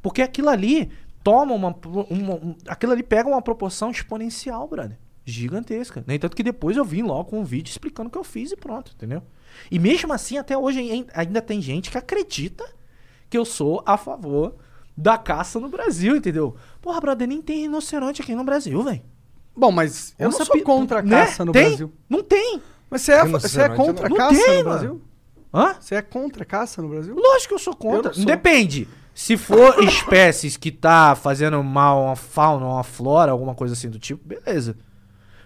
[SPEAKER 1] Porque aquilo ali toma uma. pro- uma- um- aquilo ali pega uma proporção exponencial, brother. Gigantesca. Nem tanto que depois eu vim logo com um vídeo explicando o que eu fiz e pronto, entendeu? E mesmo assim, até hoje ain- ainda tem gente que acredita que eu sou a favor da caça no Brasil, entendeu? Porra, brother, nem tem rinoceronte aqui no Brasil, velho.
[SPEAKER 3] Bom, mas eu não
[SPEAKER 1] Onça
[SPEAKER 3] sou
[SPEAKER 1] pi-
[SPEAKER 3] contra a
[SPEAKER 1] né?
[SPEAKER 3] caça no
[SPEAKER 1] Tem?
[SPEAKER 3] Brasil.
[SPEAKER 1] Não tem.
[SPEAKER 3] Mas você é,
[SPEAKER 2] Eu não sei,
[SPEAKER 3] você é
[SPEAKER 2] não,
[SPEAKER 3] contra a
[SPEAKER 1] não
[SPEAKER 3] caça
[SPEAKER 1] tem,
[SPEAKER 3] no
[SPEAKER 1] mano.
[SPEAKER 3] Brasil?
[SPEAKER 1] Hã?
[SPEAKER 3] Você é contra a caça no Brasil?
[SPEAKER 1] Lógico que eu sou contra.
[SPEAKER 3] Eu não sou.
[SPEAKER 1] Depende. Se for espécies que tá fazendo mal a uma fauna, a uma flora, alguma coisa assim do tipo, beleza.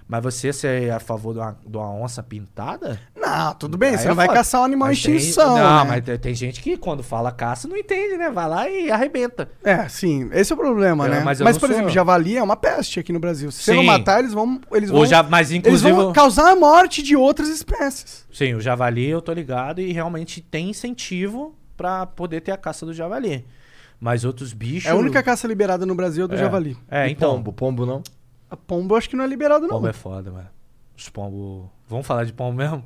[SPEAKER 1] Mas você ser a favor de uma, de uma onça pintada?
[SPEAKER 3] Não, tudo bem,
[SPEAKER 1] Aí
[SPEAKER 3] você
[SPEAKER 1] é
[SPEAKER 3] não vai
[SPEAKER 1] foda.
[SPEAKER 3] caçar um animal em
[SPEAKER 1] Mas tem-
[SPEAKER 3] extinção.
[SPEAKER 1] Não,
[SPEAKER 3] né?
[SPEAKER 1] mas tem, tem gente que quando fala caça não entende, né? Vai lá e arrebenta.
[SPEAKER 3] É, sim, esse é o problema,
[SPEAKER 1] Eu-
[SPEAKER 3] né?
[SPEAKER 1] mas
[SPEAKER 3] Mas,
[SPEAKER 1] eu não
[SPEAKER 3] por
[SPEAKER 1] sou-
[SPEAKER 3] exemplo, javali é uma peste aqui no Brasil. Se você não
[SPEAKER 1] Sim.
[SPEAKER 3] matar, eles vão. Eles vão,
[SPEAKER 1] Ou já, mas
[SPEAKER 3] eles
[SPEAKER 1] inclusive.
[SPEAKER 3] vão causar a morte de outras espécies.
[SPEAKER 1] Sim, o javali eu tô ligado e realmente tem incentivo pra poder ter a caça do javali. Mas outros bichos.
[SPEAKER 3] É a única caça liberada no Brasil é do javali.
[SPEAKER 1] É,
[SPEAKER 2] E
[SPEAKER 1] então.
[SPEAKER 2] Pombo, pombo não.
[SPEAKER 3] A pombo eu acho que não é liberado, não.
[SPEAKER 1] Pombo é foda, mano. Os pombo. Vamos falar de pombo mesmo?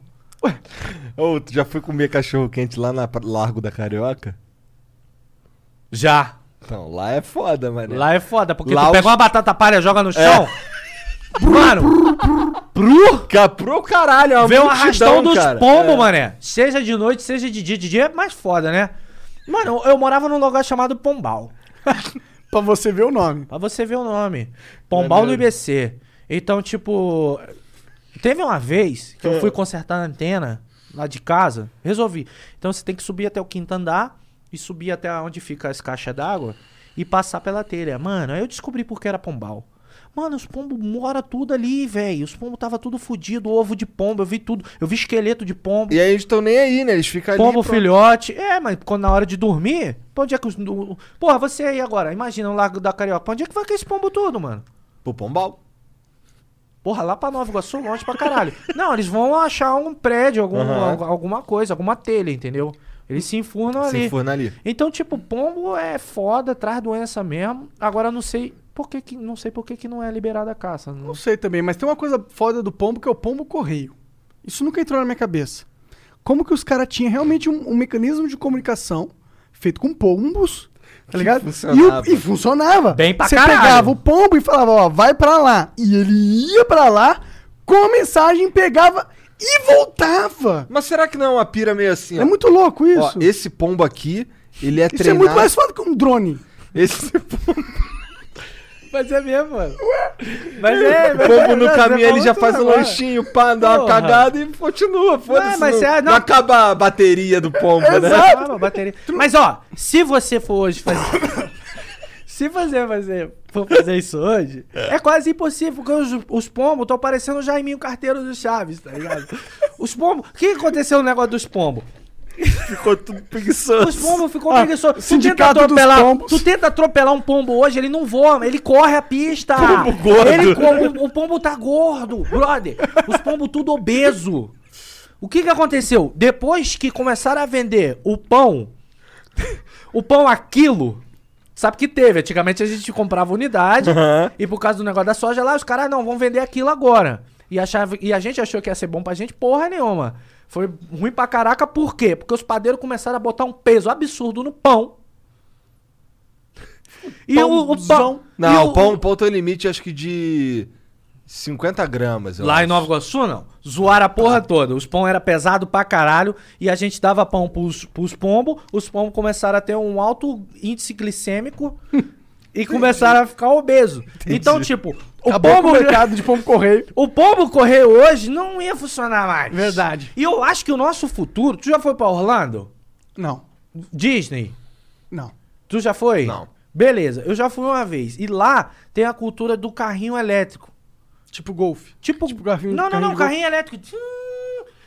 [SPEAKER 2] Ô, tu já foi comer cachorro quente lá na pra- Largo da Carioca?
[SPEAKER 1] Já.
[SPEAKER 2] Não, lá é foda, mano.
[SPEAKER 1] Lá é foda, porque tu
[SPEAKER 2] Lá os- É.
[SPEAKER 1] pega uma batata palha e joga no chão. Mano,
[SPEAKER 2] Bru! Caprou caralho, é uma
[SPEAKER 1] vê um
[SPEAKER 2] multidão,
[SPEAKER 1] arrastão dos
[SPEAKER 2] cara. É.
[SPEAKER 1] pombos, mané. Seja de noite, seja de dia. De dia é mais foda, né? Mano, eu morava num lugar chamado Pombal.
[SPEAKER 3] Pra você ver o nome.
[SPEAKER 1] Pra você ver o nome. Pombal no
[SPEAKER 2] Maneiro.
[SPEAKER 1] IBC. Então, tipo. Teve uma vez que eu fui consertar a antena lá de casa, resolvi. Então você tem que subir até o quinto andar e subir até onde fica as caixas d'água e passar pela telha. Mano, aí eu descobri porque era pombal. Mano, os pombos mora tudo ali, velho. Os pombos tava tudo fudido, ovo de pombo, eu vi tudo. Eu vi esqueleto de pombo.
[SPEAKER 2] E aí eles estão nem aí, né? Eles ficam ali.
[SPEAKER 1] Pombo
[SPEAKER 2] pronto.
[SPEAKER 1] filhote. É, mas quando na hora de dormir, pra onde é que os. o- Porra, você aí agora, imagina o Lago da Carioca. Pra onde é que vai com esse pombo todo, mano?
[SPEAKER 2] Pro pombal.
[SPEAKER 1] Porra, lá pra Nova Iguaçu, longe pra caralho. Não, eles vão achar um prédio, algum,
[SPEAKER 2] Aham.
[SPEAKER 1] al- alguma coisa, alguma telha, entendeu? Eles se enfurnam ali.
[SPEAKER 2] Se for ali.
[SPEAKER 1] Então, tipo, pombo é foda, traz doença mesmo. Agora eu não sei por que, que não sei por que, que não é liberada a caça. Não-
[SPEAKER 3] Não sei também, mas tem uma coisa foda do pombo que é o pombo correio. Isso nunca entrou na minha cabeça. Como que os caras tinham realmente um, um mecanismo de comunicação feito com pombos, tá ligado? E, o-
[SPEAKER 2] funcionava.
[SPEAKER 3] e funcionava.
[SPEAKER 1] Bem pra
[SPEAKER 3] Você
[SPEAKER 1] caralho.
[SPEAKER 3] pegava o pombo e falava, ó, vai pra lá. E ele ia pra lá, com a mensagem, pegava e voltava.
[SPEAKER 2] Mas será que não é uma pira meio assim?
[SPEAKER 3] É muito louco isso.
[SPEAKER 2] Ó, esse pombo aqui, ele é
[SPEAKER 3] Isso
[SPEAKER 2] treinado.
[SPEAKER 3] é muito mais foda que um drone.
[SPEAKER 2] Esse
[SPEAKER 1] Mas é mesmo, mano. Mas é, mas
[SPEAKER 2] pombo no
[SPEAKER 1] você
[SPEAKER 2] caminho, ele
[SPEAKER 1] falou
[SPEAKER 2] já
[SPEAKER 1] tudo
[SPEAKER 2] faz um
[SPEAKER 1] agora.
[SPEAKER 2] lanchinho, pá, dá uma
[SPEAKER 1] Porra.
[SPEAKER 2] cagada e continua. Foda-se.
[SPEAKER 1] mas
[SPEAKER 2] não,
[SPEAKER 1] cê-
[SPEAKER 2] não
[SPEAKER 1] não-
[SPEAKER 2] acaba a bateria do pombo, né?
[SPEAKER 1] Exato. bateria. Mas ó, se você for hoje fazer. se você fazer, for fazer isso hoje, é quase impossível, porque os, os pombos estão parecendo o Jaiminho Carteiro do Chaves, tá ligado? Os pombos. O que aconteceu no negócio dos pombos?
[SPEAKER 2] Ficou tudo preguiçoso.
[SPEAKER 1] Os pombos ficou
[SPEAKER 3] Ah,
[SPEAKER 1] preguiçoso. Tu tenta,
[SPEAKER 3] sindicato dos
[SPEAKER 1] atropelar,
[SPEAKER 3] pombos.
[SPEAKER 1] tu tenta atropelar um pombo hoje, ele não voa, ele corre a pista.
[SPEAKER 2] Pombo gordo.
[SPEAKER 1] Ele, co- o, o pombo tá gordo, brother. Os pombos tudo obeso. O que que aconteceu? Depois que começaram a vender o pão, o pão a quilo, sabe que teve. Antigamente a gente comprava unidade e por causa do negócio da soja lá, os caras não vão vender aquilo agora. E, achava, e a gente achou que ia ser bom pra gente, porra nenhuma. Foi ruim pra caraca, por quê? Porque os padeiros começaram a botar um peso absurdo no pão. E o, o pão. e
[SPEAKER 2] Não, o pão, o pão tem um limite, acho que de 50 gramas. eu
[SPEAKER 1] Lá em
[SPEAKER 2] acho.
[SPEAKER 1] Nova Iguaçu, não. Zoaram a porra toda. Os pão era pesado pra caralho e a gente dava pão pros, pros pombos. Os pombos começaram a ter um alto índice glicêmico e começaram a ficar obeso. Então, tipo, o
[SPEAKER 3] Acabou
[SPEAKER 1] pombo,
[SPEAKER 3] com o mercado de pombo correio.
[SPEAKER 1] o pombo correr hoje não ia funcionar mais.
[SPEAKER 3] Verdade.
[SPEAKER 1] E eu acho que o nosso futuro. Tu já foi pra Orlando?
[SPEAKER 3] Não,
[SPEAKER 1] Disney?
[SPEAKER 3] não.
[SPEAKER 1] Tu já foi?
[SPEAKER 2] Não.
[SPEAKER 1] Beleza, eu já fui uma vez. E lá tem a cultura do carrinho elétrico.
[SPEAKER 3] Tipo golfe.
[SPEAKER 1] Tipo,
[SPEAKER 3] Tipo carrinho-
[SPEAKER 1] não, não,
[SPEAKER 3] carrinho
[SPEAKER 1] não,
[SPEAKER 3] de
[SPEAKER 1] carrinho elétrico. Tchum.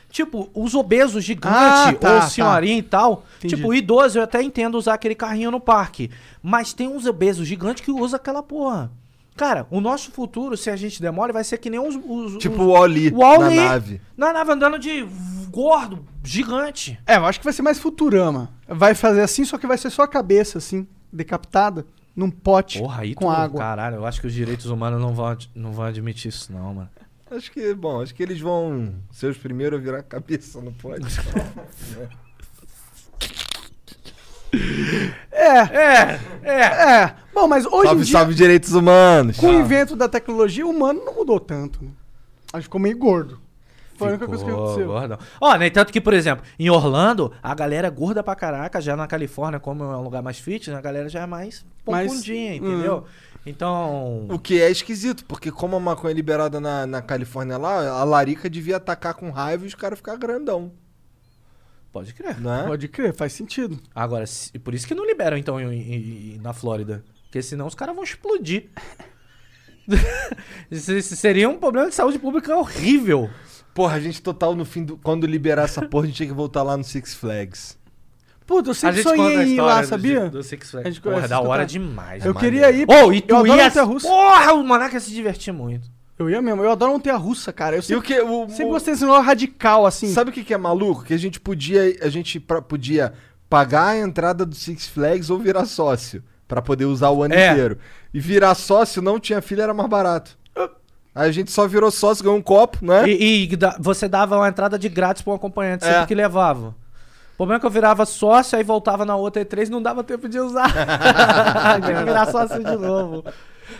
[SPEAKER 1] Tipo, os obesos
[SPEAKER 3] Ah,
[SPEAKER 1] gigantes
[SPEAKER 3] tá,
[SPEAKER 1] ou
[SPEAKER 3] tá.
[SPEAKER 1] senhorinha e tal.
[SPEAKER 3] Entendi.
[SPEAKER 1] Tipo, idoso, eu até entendo usar aquele carrinho no parque. Mas tem uns obesos gigantes que usam aquela porra. Cara, o nosso futuro, se a gente demora, vai ser que nem os. os
[SPEAKER 2] Tipo
[SPEAKER 1] os-
[SPEAKER 2] o Oli
[SPEAKER 1] o Wall-E
[SPEAKER 2] na nave.
[SPEAKER 1] Na nave andando de gordo, gigante.
[SPEAKER 3] É, eu acho que vai ser mais Futurama. Vai fazer assim, só que vai ser só a cabeça, assim, decapitada, num pote
[SPEAKER 1] Porra, aí
[SPEAKER 3] com
[SPEAKER 1] tu-
[SPEAKER 3] água.
[SPEAKER 1] Caralho, eu acho que os direitos humanos não vão, ad- não vão admitir isso, não, mano.
[SPEAKER 2] Acho que, bom, acho que eles vão ser os primeiros a virar a cabeça, não pode?
[SPEAKER 3] É,
[SPEAKER 1] É, é.
[SPEAKER 3] é. Bom, mas hoje em
[SPEAKER 2] salve,
[SPEAKER 3] dia,
[SPEAKER 2] salve direitos humanos.
[SPEAKER 1] Ah.
[SPEAKER 3] com o invento da tecnologia, o humano não mudou tanto. Né? Acho que ficou meio gordo. Foi a única coisa que
[SPEAKER 1] Ficou
[SPEAKER 3] aconteceu.
[SPEAKER 1] gordão. Ó, nem tanto que, por exemplo, em Orlando, a galera é gorda pra caraca, já na Califórnia, como é um lugar mais fit, né, a galera já é mais
[SPEAKER 3] Mais- hum.
[SPEAKER 1] pompundinha, entendeu? Então.
[SPEAKER 2] O que é esquisito, porque como a maconha é liberada na, na Califórnia lá, a larica devia atacar com raiva e os caras ficar grandão,
[SPEAKER 1] Pode crer.
[SPEAKER 2] né?
[SPEAKER 3] Pode crer, faz sentido.
[SPEAKER 1] Agora, se- por isso que não liberam, então, em- em- em- na Flórida. Porque senão os caras vão explodir. Isso- isso seria um problema de saúde pública horrível.
[SPEAKER 2] Porra, a gente total no fim do... Quando liberar essa porra, a gente tinha que voltar lá no Six Flags.
[SPEAKER 3] Puta, eu
[SPEAKER 1] A
[SPEAKER 3] sempre
[SPEAKER 1] gente conta
[SPEAKER 3] sonhei
[SPEAKER 1] a
[SPEAKER 3] em ir
[SPEAKER 1] história
[SPEAKER 3] lá,
[SPEAKER 1] do-
[SPEAKER 3] sabia?
[SPEAKER 1] do Six
[SPEAKER 3] A
[SPEAKER 1] Flags.
[SPEAKER 3] gente
[SPEAKER 1] Porra,
[SPEAKER 3] conhece
[SPEAKER 1] da hora
[SPEAKER 3] total.
[SPEAKER 1] demais.
[SPEAKER 3] tá? Eu
[SPEAKER 1] mano.
[SPEAKER 3] queria ir.
[SPEAKER 1] Oh, e
[SPEAKER 3] eu
[SPEAKER 1] tu
[SPEAKER 3] adoro
[SPEAKER 1] ia...
[SPEAKER 3] montanha russa.
[SPEAKER 1] Porra, o Manaca ia se divertir muito.
[SPEAKER 3] Eu ia mesmo, eu adoro montanha russa, cara. Eu
[SPEAKER 2] E o
[SPEAKER 3] sempre,
[SPEAKER 2] que? O,
[SPEAKER 3] sempre
[SPEAKER 2] o-
[SPEAKER 3] gostei desse negócio radical, assim.
[SPEAKER 2] Sabe o que, que é maluco? Que a gente podia... A gente pra- podia pagar a entrada do Six Flags ou virar sócio. Pra poder usar o ano
[SPEAKER 1] É.
[SPEAKER 2] inteiro. E virar sócio, não tinha filho, era mais barato. Aí A gente só virou sócio, ganhou um copo, né?
[SPEAKER 1] E, e da- você dava uma entrada de grátis pra um acompanhante sempre
[SPEAKER 2] É.
[SPEAKER 1] que levava. O problema é que eu virava sócio, aí voltava na outra E3 não dava tempo de usar. Tinha que virar sócio de novo.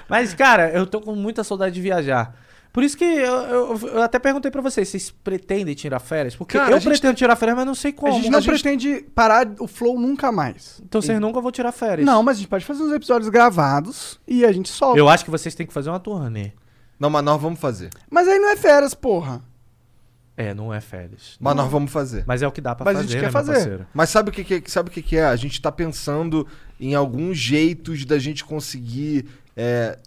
[SPEAKER 1] Mas, cara, eu tô com muita saudade de viajar. Por isso que eu, eu- eu até perguntei pra vocês, vocês pretendem tirar férias? Porque
[SPEAKER 2] Cara, a
[SPEAKER 1] eu
[SPEAKER 2] gente
[SPEAKER 1] pretendo tirar férias, mas não sei como.
[SPEAKER 3] a gente não
[SPEAKER 2] a gente-
[SPEAKER 3] pretende parar o flow nunca mais.
[SPEAKER 1] Então vocês nunca vão tirar férias.
[SPEAKER 3] Não, mas a gente pode fazer uns episódios gravados e a gente solta.
[SPEAKER 1] Eu acho que vocês têm que fazer uma turnê.
[SPEAKER 2] Não, mas nós vamos fazer.
[SPEAKER 3] Mas aí não é férias, porra.
[SPEAKER 1] É, não é férias.
[SPEAKER 2] Mas nós vamos fazer.
[SPEAKER 1] Mas é o que dá pra
[SPEAKER 3] Mas a
[SPEAKER 1] fazer,
[SPEAKER 3] gente
[SPEAKER 1] né,
[SPEAKER 3] quer
[SPEAKER 1] meu
[SPEAKER 3] fazer.
[SPEAKER 1] parceiro?
[SPEAKER 2] Mas sabe o que, que- sabe o que, que é? A gente tá pensando em alguns jeitos da gente conseguir. é,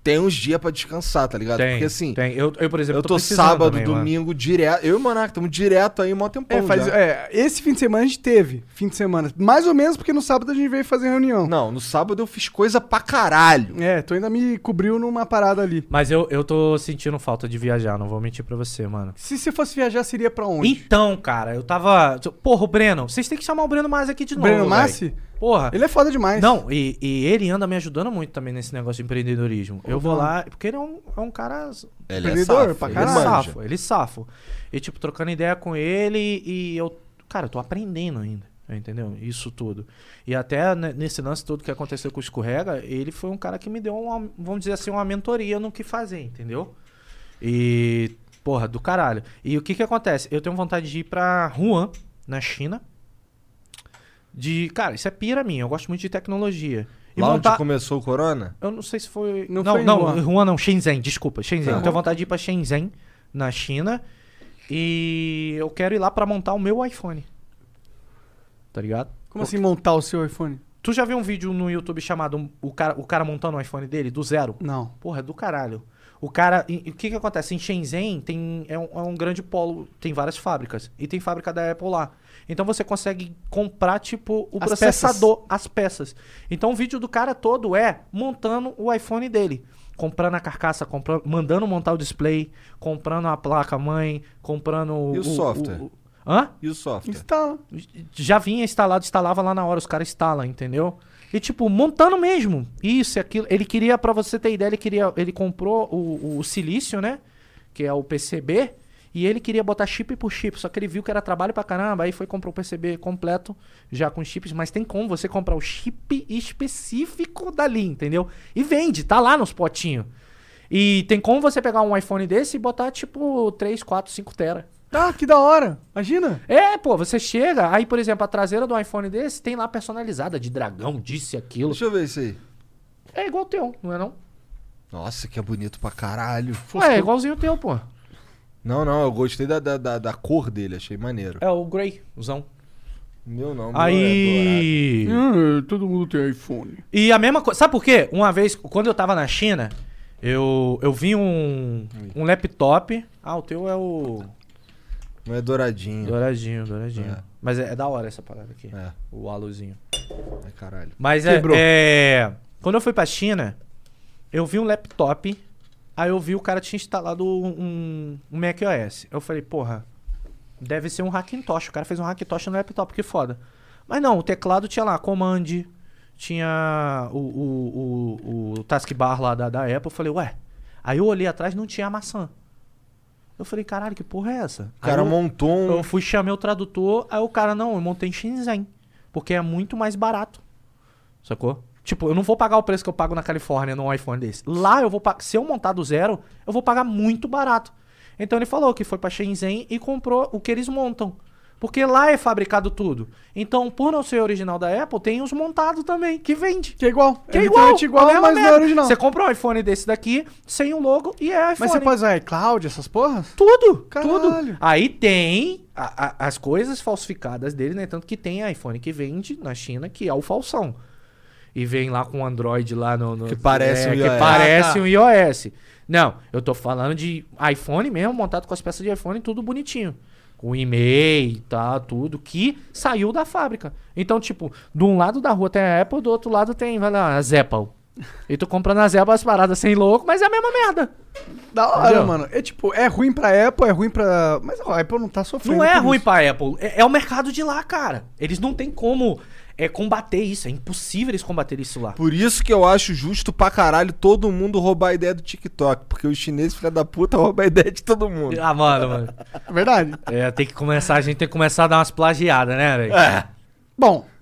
[SPEAKER 2] ter uns dias pra descansar, tá ligado?
[SPEAKER 1] Tem,
[SPEAKER 2] Porque assim,
[SPEAKER 1] tem. Eu, eu, por exemplo,
[SPEAKER 2] eu tô,
[SPEAKER 1] precisando
[SPEAKER 2] sábado,
[SPEAKER 1] também, mano.
[SPEAKER 2] domingo, direto. Eu e o Manac estamos direto aí, mó tempão.
[SPEAKER 3] É, faz-
[SPEAKER 2] já.
[SPEAKER 3] é, esse fim de semana a gente teve. Fim de semana. Mais ou menos porque no sábado a gente veio fazer reunião.
[SPEAKER 2] Não, no sábado eu fiz coisa pra caralho.
[SPEAKER 3] É, tu ainda me cobriu numa parada ali.
[SPEAKER 1] Mas eu, eu tô sentindo falta de viajar, não vou mentir pra você, mano.
[SPEAKER 3] Se você fosse viajar, seria pra onde?
[SPEAKER 1] Então, cara, eu tava. Porra, o Breno, vocês têm que chamar o Breno Mas aqui de novo.
[SPEAKER 3] Breno
[SPEAKER 1] véi.
[SPEAKER 3] Massi?
[SPEAKER 1] Porra.
[SPEAKER 3] Ele é foda demais.
[SPEAKER 1] Não, e, e ele anda me ajudando muito também nesse negócio de empreendedorismo. eu vou lá, porque ele é um, é um cara
[SPEAKER 2] Ele
[SPEAKER 3] Empreendedor pra
[SPEAKER 2] ele
[SPEAKER 1] ele é
[SPEAKER 2] manja.
[SPEAKER 3] caralho.
[SPEAKER 1] safo, ele safo. E, tipo, trocando ideia com ele e eu... Cara, eu tô aprendendo ainda, entendeu? Isso tudo. E até né, nesse lance todo que aconteceu com o Escorrega, ele foi um cara que me deu, uma, vamos dizer assim, uma mentoria no que fazer, entendeu? E, porra, do caralho. E o que que acontece? Eu tenho vontade de ir pra Wuhan, na China. De... Cara, isso é pira minha, eu gosto muito de tecnologia. E
[SPEAKER 2] Lá
[SPEAKER 1] montar-
[SPEAKER 2] onde começou o corona?
[SPEAKER 1] eu não sei se foi.
[SPEAKER 3] Não
[SPEAKER 1] Não,
[SPEAKER 3] foi em
[SPEAKER 1] não,
[SPEAKER 3] Wuhan.
[SPEAKER 1] Wuhan. não, Shenzhen, desculpa, Shenzhen. Eu tenho vontade de ir pra Shenzhen, na China. E eu quero ir lá pra montar o meu iPhone. Tá ligado?
[SPEAKER 3] Como assim montar o seu iPhone?
[SPEAKER 1] Tu já viu um vídeo no YouTube chamado um- o cara, o cara montando o iPhone dele do zero?
[SPEAKER 3] Não.
[SPEAKER 1] Porra, é do caralho. O cara. e- e O que que acontece? Em Shenzhen tem, é, um, é um grande polo, tem várias fábricas. E tem fábrica da Apple lá. Então você consegue comprar, tipo, o
[SPEAKER 3] As
[SPEAKER 1] processador, as peças. Então o vídeo do cara todo é montando o iPhone dele. Comprando a carcaça, comprando, mandando montar o display, comprando a placa-mãe, comprando o.
[SPEAKER 2] E o software?
[SPEAKER 1] o- Hã?
[SPEAKER 2] E o software?
[SPEAKER 3] Instala.
[SPEAKER 1] já vinha instalado, instalava lá na hora, os caras instalam, entendeu? E tipo, montando mesmo. Isso e aquilo. Ele queria, pra você ter ideia, ele queria. Ele comprou o, o silício, né? Que é o PCB. E ele queria botar chip por chip, só que ele viu que era trabalho pra caramba, aí foi e comprou o PCB completo, já com chips, mas tem como você comprar o chip específico dali, entendeu? E vende, tá lá nos potinhos. E tem como você pegar um iPhone desse e botar tipo 3, 4, 5 tera.
[SPEAKER 3] Tá, que da hora. Imagina.
[SPEAKER 1] É, pô, você chega, aí, por exemplo, a traseira do iPhone desse tem lá personalizada, de dragão, disse aquilo.
[SPEAKER 2] Deixa eu ver isso aí.
[SPEAKER 1] É igual o teu, não é não?
[SPEAKER 2] Nossa, que é bonito pra caralho.
[SPEAKER 1] Ué, é igualzinho o teu, pô.
[SPEAKER 2] Não, não, eu gostei da, da, da, da cor dele, achei maneiro.
[SPEAKER 1] É o Greyzão.
[SPEAKER 2] Meu não, meu é dourado.
[SPEAKER 1] Aí.
[SPEAKER 3] Ah, todo mundo tem iPhone.
[SPEAKER 1] E a mesma coisa. Sabe por quê? Uma vez, quando eu tava na China, eu, eu vi um, um laptop. Ah, o teu é o.
[SPEAKER 2] Não é douradinho.
[SPEAKER 1] Douradinho, douradinho.
[SPEAKER 2] É.
[SPEAKER 1] Mas é, é da hora essa parada aqui.
[SPEAKER 2] É.
[SPEAKER 1] O aluzinho.
[SPEAKER 2] Ai, caralho.
[SPEAKER 1] Mas é,
[SPEAKER 3] Quebrou.
[SPEAKER 1] é. Quando eu fui pra China, eu vi um laptop. um Aí eu vi o cara tinha instalado um, um Mac OS. Eu falei, porra, Deve ser um Hackintosh. O cara fez um Hackintosh no laptop, que foda. Mas não, o teclado tinha lá Command, tinha o, o, o, o taskbar lá da, da Apple. Eu falei, ué. Aí eu olhei atrás não tinha a maçã. Eu falei, caralho, que porra é essa?
[SPEAKER 2] O cara
[SPEAKER 1] Aí eu-
[SPEAKER 2] montou um.
[SPEAKER 3] Hum.
[SPEAKER 1] eu fui, chamei o tradutor, aí o cara, não, eu montei em Shenzhen. Porque é muito mais barato. Sacou? Tipo, eu não vou pagar o preço que eu pago na Califórnia num iPhone desse. Lá eu vou pagar. Se eu montar do zero, eu vou pagar muito barato. Então ele falou que foi pra Shenzhen e comprou o que eles montam. Porque lá é fabricado tudo. Então, por não ser original da Apple, tem os montados também, que vende.
[SPEAKER 3] Que é igual.
[SPEAKER 1] Que é igual,
[SPEAKER 3] literalmente igual,
[SPEAKER 1] a mesma
[SPEAKER 3] mas não é
[SPEAKER 1] merda.
[SPEAKER 3] original.
[SPEAKER 1] Você compra um iPhone desse daqui, sem o logo, e é iPhone.
[SPEAKER 3] Mas você pode usar iCloud, essas porras?
[SPEAKER 1] Tudo,
[SPEAKER 3] Caralho.
[SPEAKER 1] tudo. Aí tem a- a- as coisas falsificadas dele, né? Tanto que tem iPhone que vende na China, que é o falsão. E vem lá com o Android lá no... no-
[SPEAKER 2] Que parece
[SPEAKER 1] é,
[SPEAKER 2] um
[SPEAKER 1] que
[SPEAKER 2] iOS.
[SPEAKER 1] parece
[SPEAKER 2] Ah, tá.
[SPEAKER 1] um iOS. Não, eu tô falando de iPhone mesmo, montado com as peças de iPhone, tudo bonitinho. Com e-mail, tá, tudo, que saiu da fábrica. Então, tipo, de um lado da rua tem a Apple, do outro lado tem, vai lá, a Apple. E tu comprando as Apple as paradas sem louco, mas é a mesma merda.
[SPEAKER 3] Da hora,
[SPEAKER 1] Entendeu?
[SPEAKER 3] mano. É tipo, é ruim pra Apple, é ruim pra. Mas a Apple não tá sofrendo.
[SPEAKER 1] Não é
[SPEAKER 3] por
[SPEAKER 1] ruim
[SPEAKER 3] isso.
[SPEAKER 1] pra Apple. É, é o mercado de lá, cara. Eles não têm como é, combater isso. É impossível eles combater isso lá.
[SPEAKER 2] Por isso que eu acho justo pra caralho todo mundo roubar a ideia do TikTok. Porque os chineses, filha da puta, roubam a ideia de todo mundo.
[SPEAKER 1] Ah, mano, mano.
[SPEAKER 3] É verdade.
[SPEAKER 1] É, tem que começar, a gente tem que começar a dar umas plagiadas, né, velho?
[SPEAKER 3] Bom.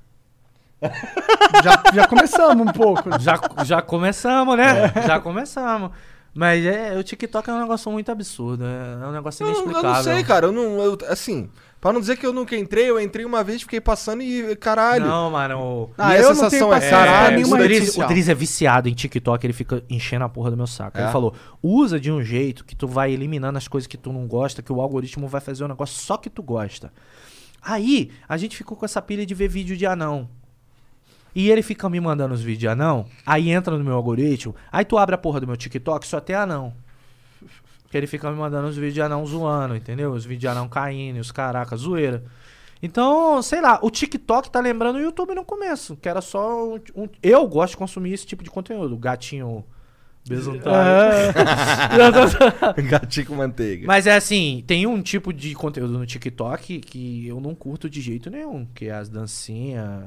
[SPEAKER 3] já, já começamos um pouco. né?
[SPEAKER 1] Já, já começamos, né? Já começamos. Mas é, o TikTok é um negócio muito absurdo. É, é um negócio
[SPEAKER 2] Eu não, eu
[SPEAKER 1] inexplicável.
[SPEAKER 2] não sei, cara. Eu não. eu- assim, pra não dizer que eu nunca entrei, eu entrei uma vez, fiquei passando e. Caralho.
[SPEAKER 1] Não, mano. o-
[SPEAKER 3] Ah,
[SPEAKER 2] e a
[SPEAKER 3] eu não tenho
[SPEAKER 2] sensação é
[SPEAKER 3] passado pra
[SPEAKER 2] caralho.
[SPEAKER 1] É,
[SPEAKER 3] nenhuma
[SPEAKER 1] o,
[SPEAKER 3] rede
[SPEAKER 1] Dries, o
[SPEAKER 3] social.
[SPEAKER 1] Dries é viciado em TikTok, ele fica enchendo a porra do meu saco. Ele
[SPEAKER 2] É?
[SPEAKER 1] falou: usa de um jeito que tu vai eliminando as coisas que tu não gosta, que o algoritmo vai fazer um negócio só que tu gosta. Aí, a gente ficou com essa pilha de ver vídeo de anão. E ele fica me mandando os vídeos de anão, aí entra no meu algoritmo, aí tu abre a porra do meu TikTok, só tem anão. Porque ele fica me mandando os vídeos de anão zoando, entendeu? Os vídeos de anão caindo, os caraca, zoeira. Então, sei lá, o TikTok tá lembrando o YouTube no começo, que era só um, um- Eu gosto de consumir esse tipo de conteúdo, gatinho besuntado.
[SPEAKER 2] Gatinho com manteiga.
[SPEAKER 1] Mas é assim, tem um tipo de conteúdo no TikTok que eu não curto de jeito nenhum, que é as dancinhas,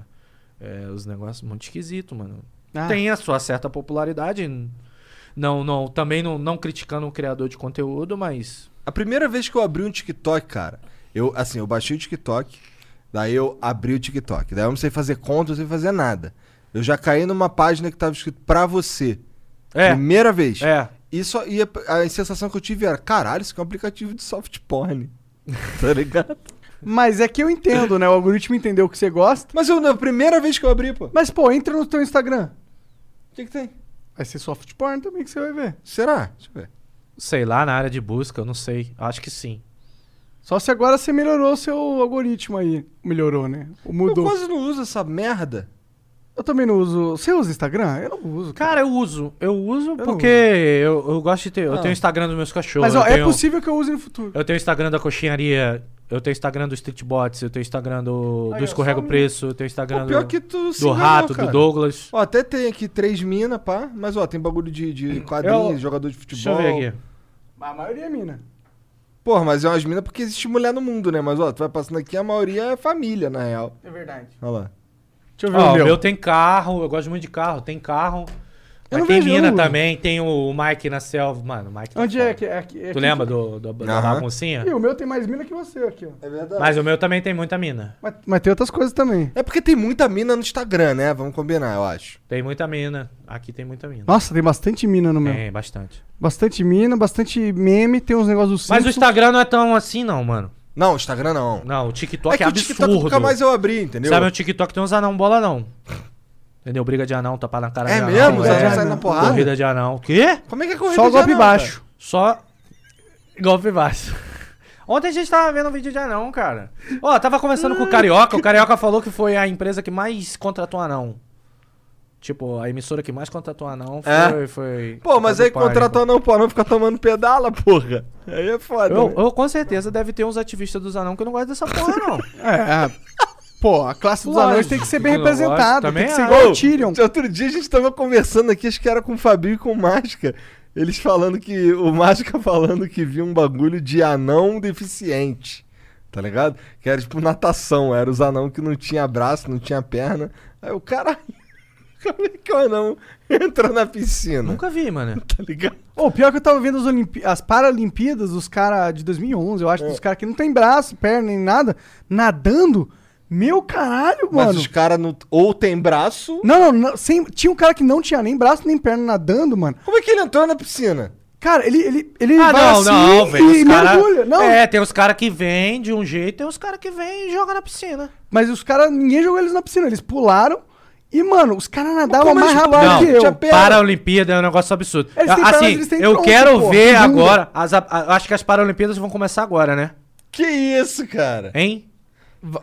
[SPEAKER 1] é, os negócios muito esquisito, mano.
[SPEAKER 3] Ah,
[SPEAKER 1] Tem a sua certa popularidade, n- não, não, também não, não criticando o criador de conteúdo, mas
[SPEAKER 2] A primeira vez que eu abri um TikTok, cara, eu, assim, eu baixei o TikTok, daí eu abri o TikTok. Daí eu não sei fazer conta, não sei fazer nada. Eu já caí numa página que tava escrito pra você.
[SPEAKER 1] É.
[SPEAKER 2] Primeira vez.
[SPEAKER 1] é,
[SPEAKER 2] Isso, e a, a sensação que eu tive era, caralho, isso aqui é um aplicativo de soft porn. tá ligado?
[SPEAKER 3] Mas é que eu entendo, né? O algoritmo entendeu o que você gosta.
[SPEAKER 2] Mas eu, na primeira vez que eu abri, pô, o
[SPEAKER 3] Mas, pô, entra no teu Instagram.
[SPEAKER 2] que que tem?
[SPEAKER 3] Vai ser soft porn também que você vai ver.
[SPEAKER 2] Será? Deixa eu ver.
[SPEAKER 1] sei lá, na área de busca, eu não sei, acho que sim.
[SPEAKER 3] Só se agora você melhorou o seu algoritmo aí. Melhorou, né? Mudou.
[SPEAKER 2] Eu
[SPEAKER 3] Eu,
[SPEAKER 2] quase não uso essa merda.
[SPEAKER 3] também não uso. Você usa Instagram? Eu não uso. cara.
[SPEAKER 1] Cara, eu uso. Eu uso
[SPEAKER 3] não
[SPEAKER 1] porque eu, eu gosto de ter. Eu
[SPEAKER 2] Ah.
[SPEAKER 1] tenho o Instagram dos meus cachorros.
[SPEAKER 3] Mas ó,
[SPEAKER 1] eu
[SPEAKER 3] é
[SPEAKER 1] tenho,
[SPEAKER 3] possível que eu use no futuro.
[SPEAKER 1] Eu tenho o Instagram da coxinharia. Eu tenho o Instagram do Streetbots. Eu tenho o Instagram do, do
[SPEAKER 2] ó,
[SPEAKER 1] Escorrego
[SPEAKER 2] só um-
[SPEAKER 1] Preço. Eu tenho o Instagram
[SPEAKER 2] Pô, pior
[SPEAKER 1] do,
[SPEAKER 2] que tu se
[SPEAKER 1] do
[SPEAKER 2] enganou,
[SPEAKER 1] Rato,
[SPEAKER 2] cara.
[SPEAKER 1] do Douglas.
[SPEAKER 2] Ó, até tem aqui três mina, pá. Mas, ó, tem bagulho de, de quadrinhos,
[SPEAKER 1] Eu-
[SPEAKER 2] jogador de
[SPEAKER 1] É Deixa
[SPEAKER 2] futebol.
[SPEAKER 1] eu ver aqui.
[SPEAKER 3] Mas a maioria é mina.
[SPEAKER 2] Porra, mas é umas minas porque existe mulher no mundo, né? Mas, ó, tu vai passando aqui, a maioria é família, na real.
[SPEAKER 3] É verdade.
[SPEAKER 2] Olha lá.
[SPEAKER 3] Deixa eu ver
[SPEAKER 1] Ó,
[SPEAKER 3] o
[SPEAKER 1] o
[SPEAKER 3] meu.
[SPEAKER 1] meu tem carro. Eu gosto muito de carro. Tem carro.
[SPEAKER 3] Eu
[SPEAKER 1] Mas
[SPEAKER 3] não
[SPEAKER 1] tem
[SPEAKER 3] vejo, eu
[SPEAKER 1] mina
[SPEAKER 3] não uso.
[SPEAKER 1] também. Tem o Mike na selva. Mano, o Mike. tá
[SPEAKER 3] Onde
[SPEAKER 1] foda.
[SPEAKER 3] é que é? Aqui, é
[SPEAKER 1] Tu
[SPEAKER 3] aqui
[SPEAKER 1] lembra
[SPEAKER 3] que-
[SPEAKER 1] do, do, da
[SPEAKER 2] Aham.
[SPEAKER 1] baguncinha?
[SPEAKER 3] Ih, o meu tem mais mina que você aqui, ó.
[SPEAKER 2] É verdade.
[SPEAKER 1] Mas o meu também tem muita mina.
[SPEAKER 3] Mas, mas tem outras coisas também.
[SPEAKER 2] É porque tem muita mina no Instagram, né? Vamos combinar, eu acho.
[SPEAKER 1] Tem muita mina. Aqui tem muita mina.
[SPEAKER 3] Nossa, tem bastante mina no meu.
[SPEAKER 1] Tem, bastante.
[SPEAKER 3] Bastante mina, bastante meme, tem uns negócios do
[SPEAKER 1] Mas o
[SPEAKER 3] Simpsons.
[SPEAKER 1] Instagram não é tão assim, não, mano.
[SPEAKER 2] Não, o Instagram não.
[SPEAKER 1] Não, o TikTok é,
[SPEAKER 2] que o TikTok
[SPEAKER 1] absurdo.
[SPEAKER 2] nunca mais eu abri, entendeu?
[SPEAKER 1] Sabe, o TikTok tem uns anão bola não. Entendeu? Briga de anão, tapa na cara
[SPEAKER 2] É
[SPEAKER 1] de anão.
[SPEAKER 2] mesmo? Os
[SPEAKER 1] é.
[SPEAKER 2] anão saem na porrada?
[SPEAKER 1] Corrida de anão. Quê?
[SPEAKER 2] Como é que é corrida
[SPEAKER 3] Só o
[SPEAKER 2] de
[SPEAKER 3] golpe
[SPEAKER 2] anão,
[SPEAKER 3] baixo.
[SPEAKER 1] Só golpe baixo. Ontem a gente tava vendo um vídeo de anão, cara. Ó, tava conversando com o Carioca. O Carioca falou que foi a empresa que mais contratou anão. Tipo, a emissora que mais contratou anão foi...
[SPEAKER 2] É?
[SPEAKER 1] foi
[SPEAKER 2] Pô, mas
[SPEAKER 1] foi
[SPEAKER 2] aí
[SPEAKER 1] do Pânico.
[SPEAKER 2] contratou não, pô, não fica tomando pedala, porra. Aí é foda.
[SPEAKER 1] Eu,
[SPEAKER 2] né?
[SPEAKER 1] eu, com certeza deve ter uns ativistas dos anão que não gostam dessa porra, não.
[SPEAKER 3] É. Pô, a classe dos anões tem que ser bem
[SPEAKER 1] Lógico,
[SPEAKER 3] representada.
[SPEAKER 1] também é. Então-
[SPEAKER 3] Tem que
[SPEAKER 1] acho.
[SPEAKER 3] ser igual
[SPEAKER 2] Ô,
[SPEAKER 3] o Tyrion.
[SPEAKER 2] Outro dia a gente tava conversando aqui, acho que era com o Fabinho e com o Masca. Eles falando que. O Masca falando que viu um bagulho de anão deficiente. tá ligado? Que era tipo natação, era os anão que não tinha braço, não tinha perna. Aí o cara. Como é que o anão entra na piscina?
[SPEAKER 1] Nunca vi, mano.
[SPEAKER 2] Tá ligado?
[SPEAKER 3] Ô, pior que eu tava vendo as, Olimpí- as Paralimpíadas, os caras de 2011, eu acho, dos caras que não tem braço, perna, nem nada, nadando. Meu caralho,
[SPEAKER 2] Mas
[SPEAKER 3] mano.
[SPEAKER 2] os caras não... ou tem braço.
[SPEAKER 3] Não, não, não, sem- tinha um cara que não tinha nem braço, nem perna nadando, mano.
[SPEAKER 2] Como é que ele entrou na piscina?
[SPEAKER 3] Cara, ele, ele, ele
[SPEAKER 1] Ah,
[SPEAKER 3] vai
[SPEAKER 1] não,
[SPEAKER 3] assim
[SPEAKER 1] não, velho.
[SPEAKER 3] e
[SPEAKER 1] os cara-
[SPEAKER 3] mergulha. Não,
[SPEAKER 1] É, tem os caras que vêm de um jeito, tem os caras que vêm e jogam na piscina.
[SPEAKER 3] mas os caras, ninguém jogou eles na piscina, eles pularam e, mano, os caras nadavam
[SPEAKER 2] como
[SPEAKER 3] mais
[SPEAKER 2] eles
[SPEAKER 3] rápido
[SPEAKER 2] pularam?
[SPEAKER 3] que eu.
[SPEAKER 2] Tinha perna.
[SPEAKER 1] Paralimpíada é um negócio absurdo.
[SPEAKER 3] Eles têm
[SPEAKER 1] Ah,
[SPEAKER 3] pernas,
[SPEAKER 1] assim,
[SPEAKER 3] eles têm
[SPEAKER 1] eu
[SPEAKER 3] tronco,
[SPEAKER 1] quero
[SPEAKER 3] porra,
[SPEAKER 1] ver
[SPEAKER 3] bunda.
[SPEAKER 1] agora. as a- a- acho que as Paralimpíadas vão começar agora, né?
[SPEAKER 2] Que isso, cara?
[SPEAKER 1] Hein?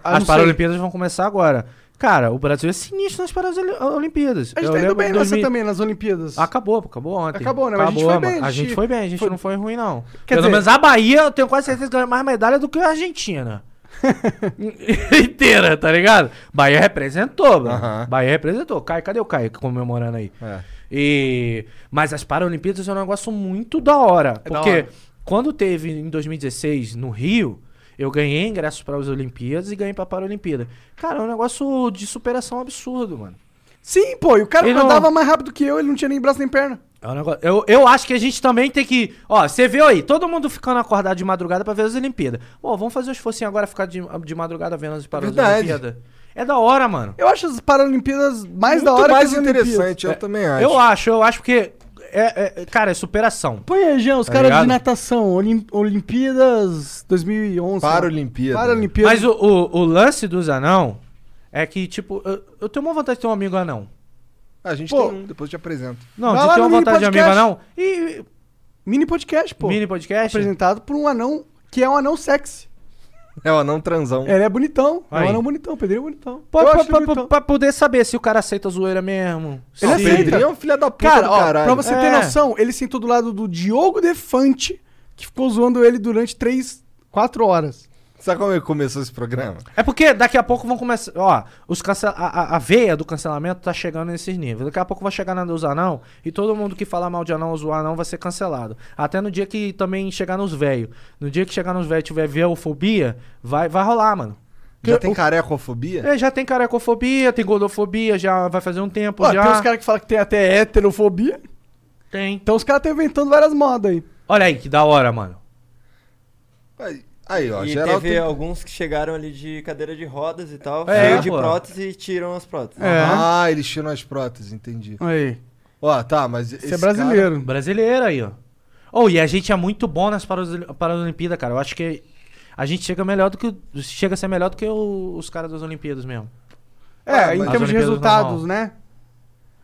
[SPEAKER 3] Ah, não
[SPEAKER 1] as
[SPEAKER 3] sei.
[SPEAKER 1] Paralimpíadas vão começar agora. Cara, o Brasil é sinistro nas Paralimpíadas.
[SPEAKER 3] A gente
[SPEAKER 1] Eu
[SPEAKER 3] tá indo
[SPEAKER 1] lembro
[SPEAKER 3] bem
[SPEAKER 1] em
[SPEAKER 3] nessa
[SPEAKER 1] 2000
[SPEAKER 3] também, nas Olimpíadas.
[SPEAKER 1] Acabou, acabou ontem.
[SPEAKER 3] Acabou, né? Mas a gente foi bem,
[SPEAKER 1] mano.
[SPEAKER 3] a
[SPEAKER 1] A gente
[SPEAKER 3] gente
[SPEAKER 1] foi bem, a gente
[SPEAKER 3] foi-
[SPEAKER 1] não foi ruim, não.
[SPEAKER 3] Quer
[SPEAKER 1] Pelo
[SPEAKER 3] dizer-
[SPEAKER 1] menos a Bahia, eu tenho quase certeza que ganhou mais medalha do que a Argentina. Inteira, tá ligado? Bahia representou, mano.
[SPEAKER 2] Aham.
[SPEAKER 1] Bahia representou. Caio, cadê o Caio comemorando aí?
[SPEAKER 2] É.
[SPEAKER 1] E... Mas as Paralimpíadas é um negócio muito da hora.
[SPEAKER 12] É da
[SPEAKER 1] porque
[SPEAKER 12] hora.
[SPEAKER 1] quando teve em 2016 no Rio, eu ganhei ingressos para as Olimpíadas e ganhei para a Paralimpíada. Cara, é um negócio de superação absurdo, mano.
[SPEAKER 3] Sim, pô, e o cara
[SPEAKER 1] Ele não-
[SPEAKER 3] nadava mais rápido que eu, ele não tinha nem braço nem perna.
[SPEAKER 1] É um negócio. Eu, eu acho que a gente também tem que. Ó, você viu aí, todo mundo ficando acordado de madrugada pra ver as Olimpíadas. Pô, vamos fazer um esforcinho agora ficar de, de madrugada vendo as paradas
[SPEAKER 2] Verdade.
[SPEAKER 1] Olimpíadas. É da hora, mano.
[SPEAKER 3] Eu acho as Paralimpíadas mais
[SPEAKER 2] Muito
[SPEAKER 3] da hora
[SPEAKER 2] mais
[SPEAKER 3] que as Olimpíadas. É,
[SPEAKER 2] interessante, eu também acho.
[SPEAKER 1] Eu acho, eu acho porque. É, é- cara, é superação.
[SPEAKER 3] Põe aí, Jean, os
[SPEAKER 1] Tá
[SPEAKER 3] caras de
[SPEAKER 1] ligado?
[SPEAKER 3] natação, Olim- Olimpíadas 2011.
[SPEAKER 2] Paralimpíada.
[SPEAKER 3] Paralimpíadas.
[SPEAKER 1] Mas o, o, o lance dos anão é que, tipo, eu, eu tenho uma vontade de ter um amigo anão.
[SPEAKER 2] A gente
[SPEAKER 3] Pô.
[SPEAKER 2] tem um, depois eu te apresento.
[SPEAKER 1] Não,
[SPEAKER 3] Vai
[SPEAKER 1] de
[SPEAKER 3] lá
[SPEAKER 1] ter
[SPEAKER 3] no
[SPEAKER 1] uma
[SPEAKER 3] mini
[SPEAKER 1] vontade de um amigo
[SPEAKER 3] podcast.
[SPEAKER 1] anão. E.
[SPEAKER 3] Mini podcast, pô.
[SPEAKER 1] mini podcast?
[SPEAKER 3] Apresentado por um anão que é um anão sexy.
[SPEAKER 2] É o anão transão.
[SPEAKER 3] Ele é bonitão. É
[SPEAKER 1] Aí.
[SPEAKER 3] um anão bonitão. Pedrinho é bonitão.
[SPEAKER 1] Pra,
[SPEAKER 3] Eu
[SPEAKER 1] pra-
[SPEAKER 3] acho
[SPEAKER 1] pra-
[SPEAKER 3] bonitão.
[SPEAKER 1] pra poder saber se o cara aceita a zoeira mesmo.
[SPEAKER 3] Ele
[SPEAKER 1] se-
[SPEAKER 2] O Pedrinho é um filho da puta
[SPEAKER 3] Cara,
[SPEAKER 2] do
[SPEAKER 3] ó,
[SPEAKER 2] caralho.
[SPEAKER 3] pra você ter
[SPEAKER 1] É.
[SPEAKER 3] noção, ele sentou do lado do Diogo Defante, que ficou zoando ele durante 3, 4 horas.
[SPEAKER 2] Sabe como é que começou esse programa?
[SPEAKER 1] É porque daqui a pouco vão começar. Ó, os cance- a, a- a veia do cancelamento tá chegando nesses níveis. Daqui a pouco vai chegar na dos anão e todo mundo que falar mal de anão ou zoar anão vai ser cancelado. Até no dia que também chegar nos velhos. No dia que chegar nos velhos e tiver veofobia, vai, vai rolar, mano.
[SPEAKER 2] Já tem carecofobia?
[SPEAKER 1] É, já tem carecofobia, tem gordofobia, já vai fazer um tempo.
[SPEAKER 3] Ó,
[SPEAKER 1] já
[SPEAKER 3] tem uns caras que falam que tem até heterofobia.
[SPEAKER 1] Tem.
[SPEAKER 3] Então os caras estão inventando várias modas aí.
[SPEAKER 1] Olha aí que da hora, mano.
[SPEAKER 3] É.
[SPEAKER 2] Aí, aí, ó,
[SPEAKER 12] E
[SPEAKER 2] geral
[SPEAKER 12] teve
[SPEAKER 2] tem...
[SPEAKER 12] alguns que chegaram ali de cadeira de rodas e tal,
[SPEAKER 1] É,
[SPEAKER 12] cheio de
[SPEAKER 1] pô.
[SPEAKER 12] prótese e tiram as próteses.
[SPEAKER 3] É.
[SPEAKER 1] É.
[SPEAKER 2] Ah, eles tiram as próteses, entendi.
[SPEAKER 3] Aí.
[SPEAKER 2] Ó, tá, mas
[SPEAKER 3] Você é brasileiro.
[SPEAKER 1] Brasileiro aí, ó. Oh, e a gente é muito bom nas Paras- Paralimpíadas, cara. Eu acho que a gente chega melhor do que. Chega a ser melhor do que o- os caras das Olimpíadas mesmo.
[SPEAKER 2] Ah,
[SPEAKER 3] É, em
[SPEAKER 2] mas
[SPEAKER 3] termos
[SPEAKER 1] as
[SPEAKER 3] de
[SPEAKER 1] Olimpíadas
[SPEAKER 3] resultados,
[SPEAKER 1] normal.
[SPEAKER 3] né?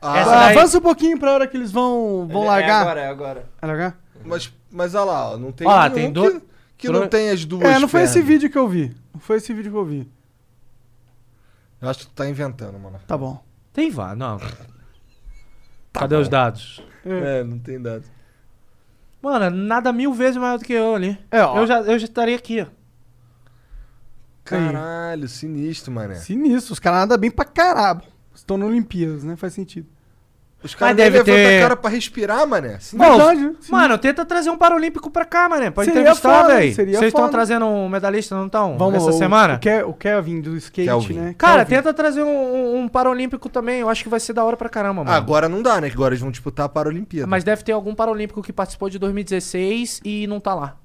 [SPEAKER 2] Ah,
[SPEAKER 1] Essa daí-
[SPEAKER 3] Avança um pouquinho pra hora que eles vão, vão
[SPEAKER 12] É
[SPEAKER 3] largar.
[SPEAKER 12] agora, é agora.
[SPEAKER 3] Vai largar?
[SPEAKER 2] mas, mas olha lá, ó, não tem
[SPEAKER 1] Ó,
[SPEAKER 2] nenhum
[SPEAKER 1] tem
[SPEAKER 2] que,
[SPEAKER 1] do-
[SPEAKER 2] que
[SPEAKER 1] tro-
[SPEAKER 2] não tem as duas
[SPEAKER 3] É, não foi esse
[SPEAKER 2] pernas.
[SPEAKER 3] vídeo que eu vi. Não foi esse vídeo que eu vi.
[SPEAKER 2] Eu acho que tu tá inventando, mano.
[SPEAKER 3] Tá bom.
[SPEAKER 1] Tem vá, não.
[SPEAKER 3] Tá
[SPEAKER 1] Cadê os dados?
[SPEAKER 2] É, não tem dado.
[SPEAKER 1] Mano, nada mil vezes maior do que eu ali.
[SPEAKER 3] É, ó.
[SPEAKER 1] Eu já, eu já estaria aqui, ó.
[SPEAKER 2] Caralho, sinistro, mané.
[SPEAKER 3] Sinistro. Os caras nadam bem pra caralho. Estão na Olimpíadas, né? Faz sentido.
[SPEAKER 2] Os caras
[SPEAKER 1] deve
[SPEAKER 2] levantam
[SPEAKER 1] ter-
[SPEAKER 2] a cara pra respirar, mané. Sinistro.
[SPEAKER 3] Verdade, né? Sim.
[SPEAKER 1] Mano, tenta trazer um Paralímpico pra cá, mané. Pra
[SPEAKER 3] Seria
[SPEAKER 1] entrevistar,
[SPEAKER 3] foda,
[SPEAKER 1] velho.
[SPEAKER 3] seria
[SPEAKER 1] Vocês estão
[SPEAKER 3] foda.
[SPEAKER 1] trazendo um medalhista, não estão?
[SPEAKER 3] Vamos
[SPEAKER 1] Essa
[SPEAKER 3] o-
[SPEAKER 1] semana?
[SPEAKER 3] O, Ke- o Kelvin do skate,
[SPEAKER 2] Kelvin.
[SPEAKER 3] né?
[SPEAKER 1] Cara,
[SPEAKER 3] Kelvin.
[SPEAKER 1] tenta trazer um, um, um Paralímpico também. Eu acho que vai ser da hora pra caramba, mano.
[SPEAKER 2] Ah, agora não dá, né? Que agora eles vão disputar a Paralimpíada.
[SPEAKER 1] Mas deve ter algum paralímpico que participou de 2016 e não tá lá.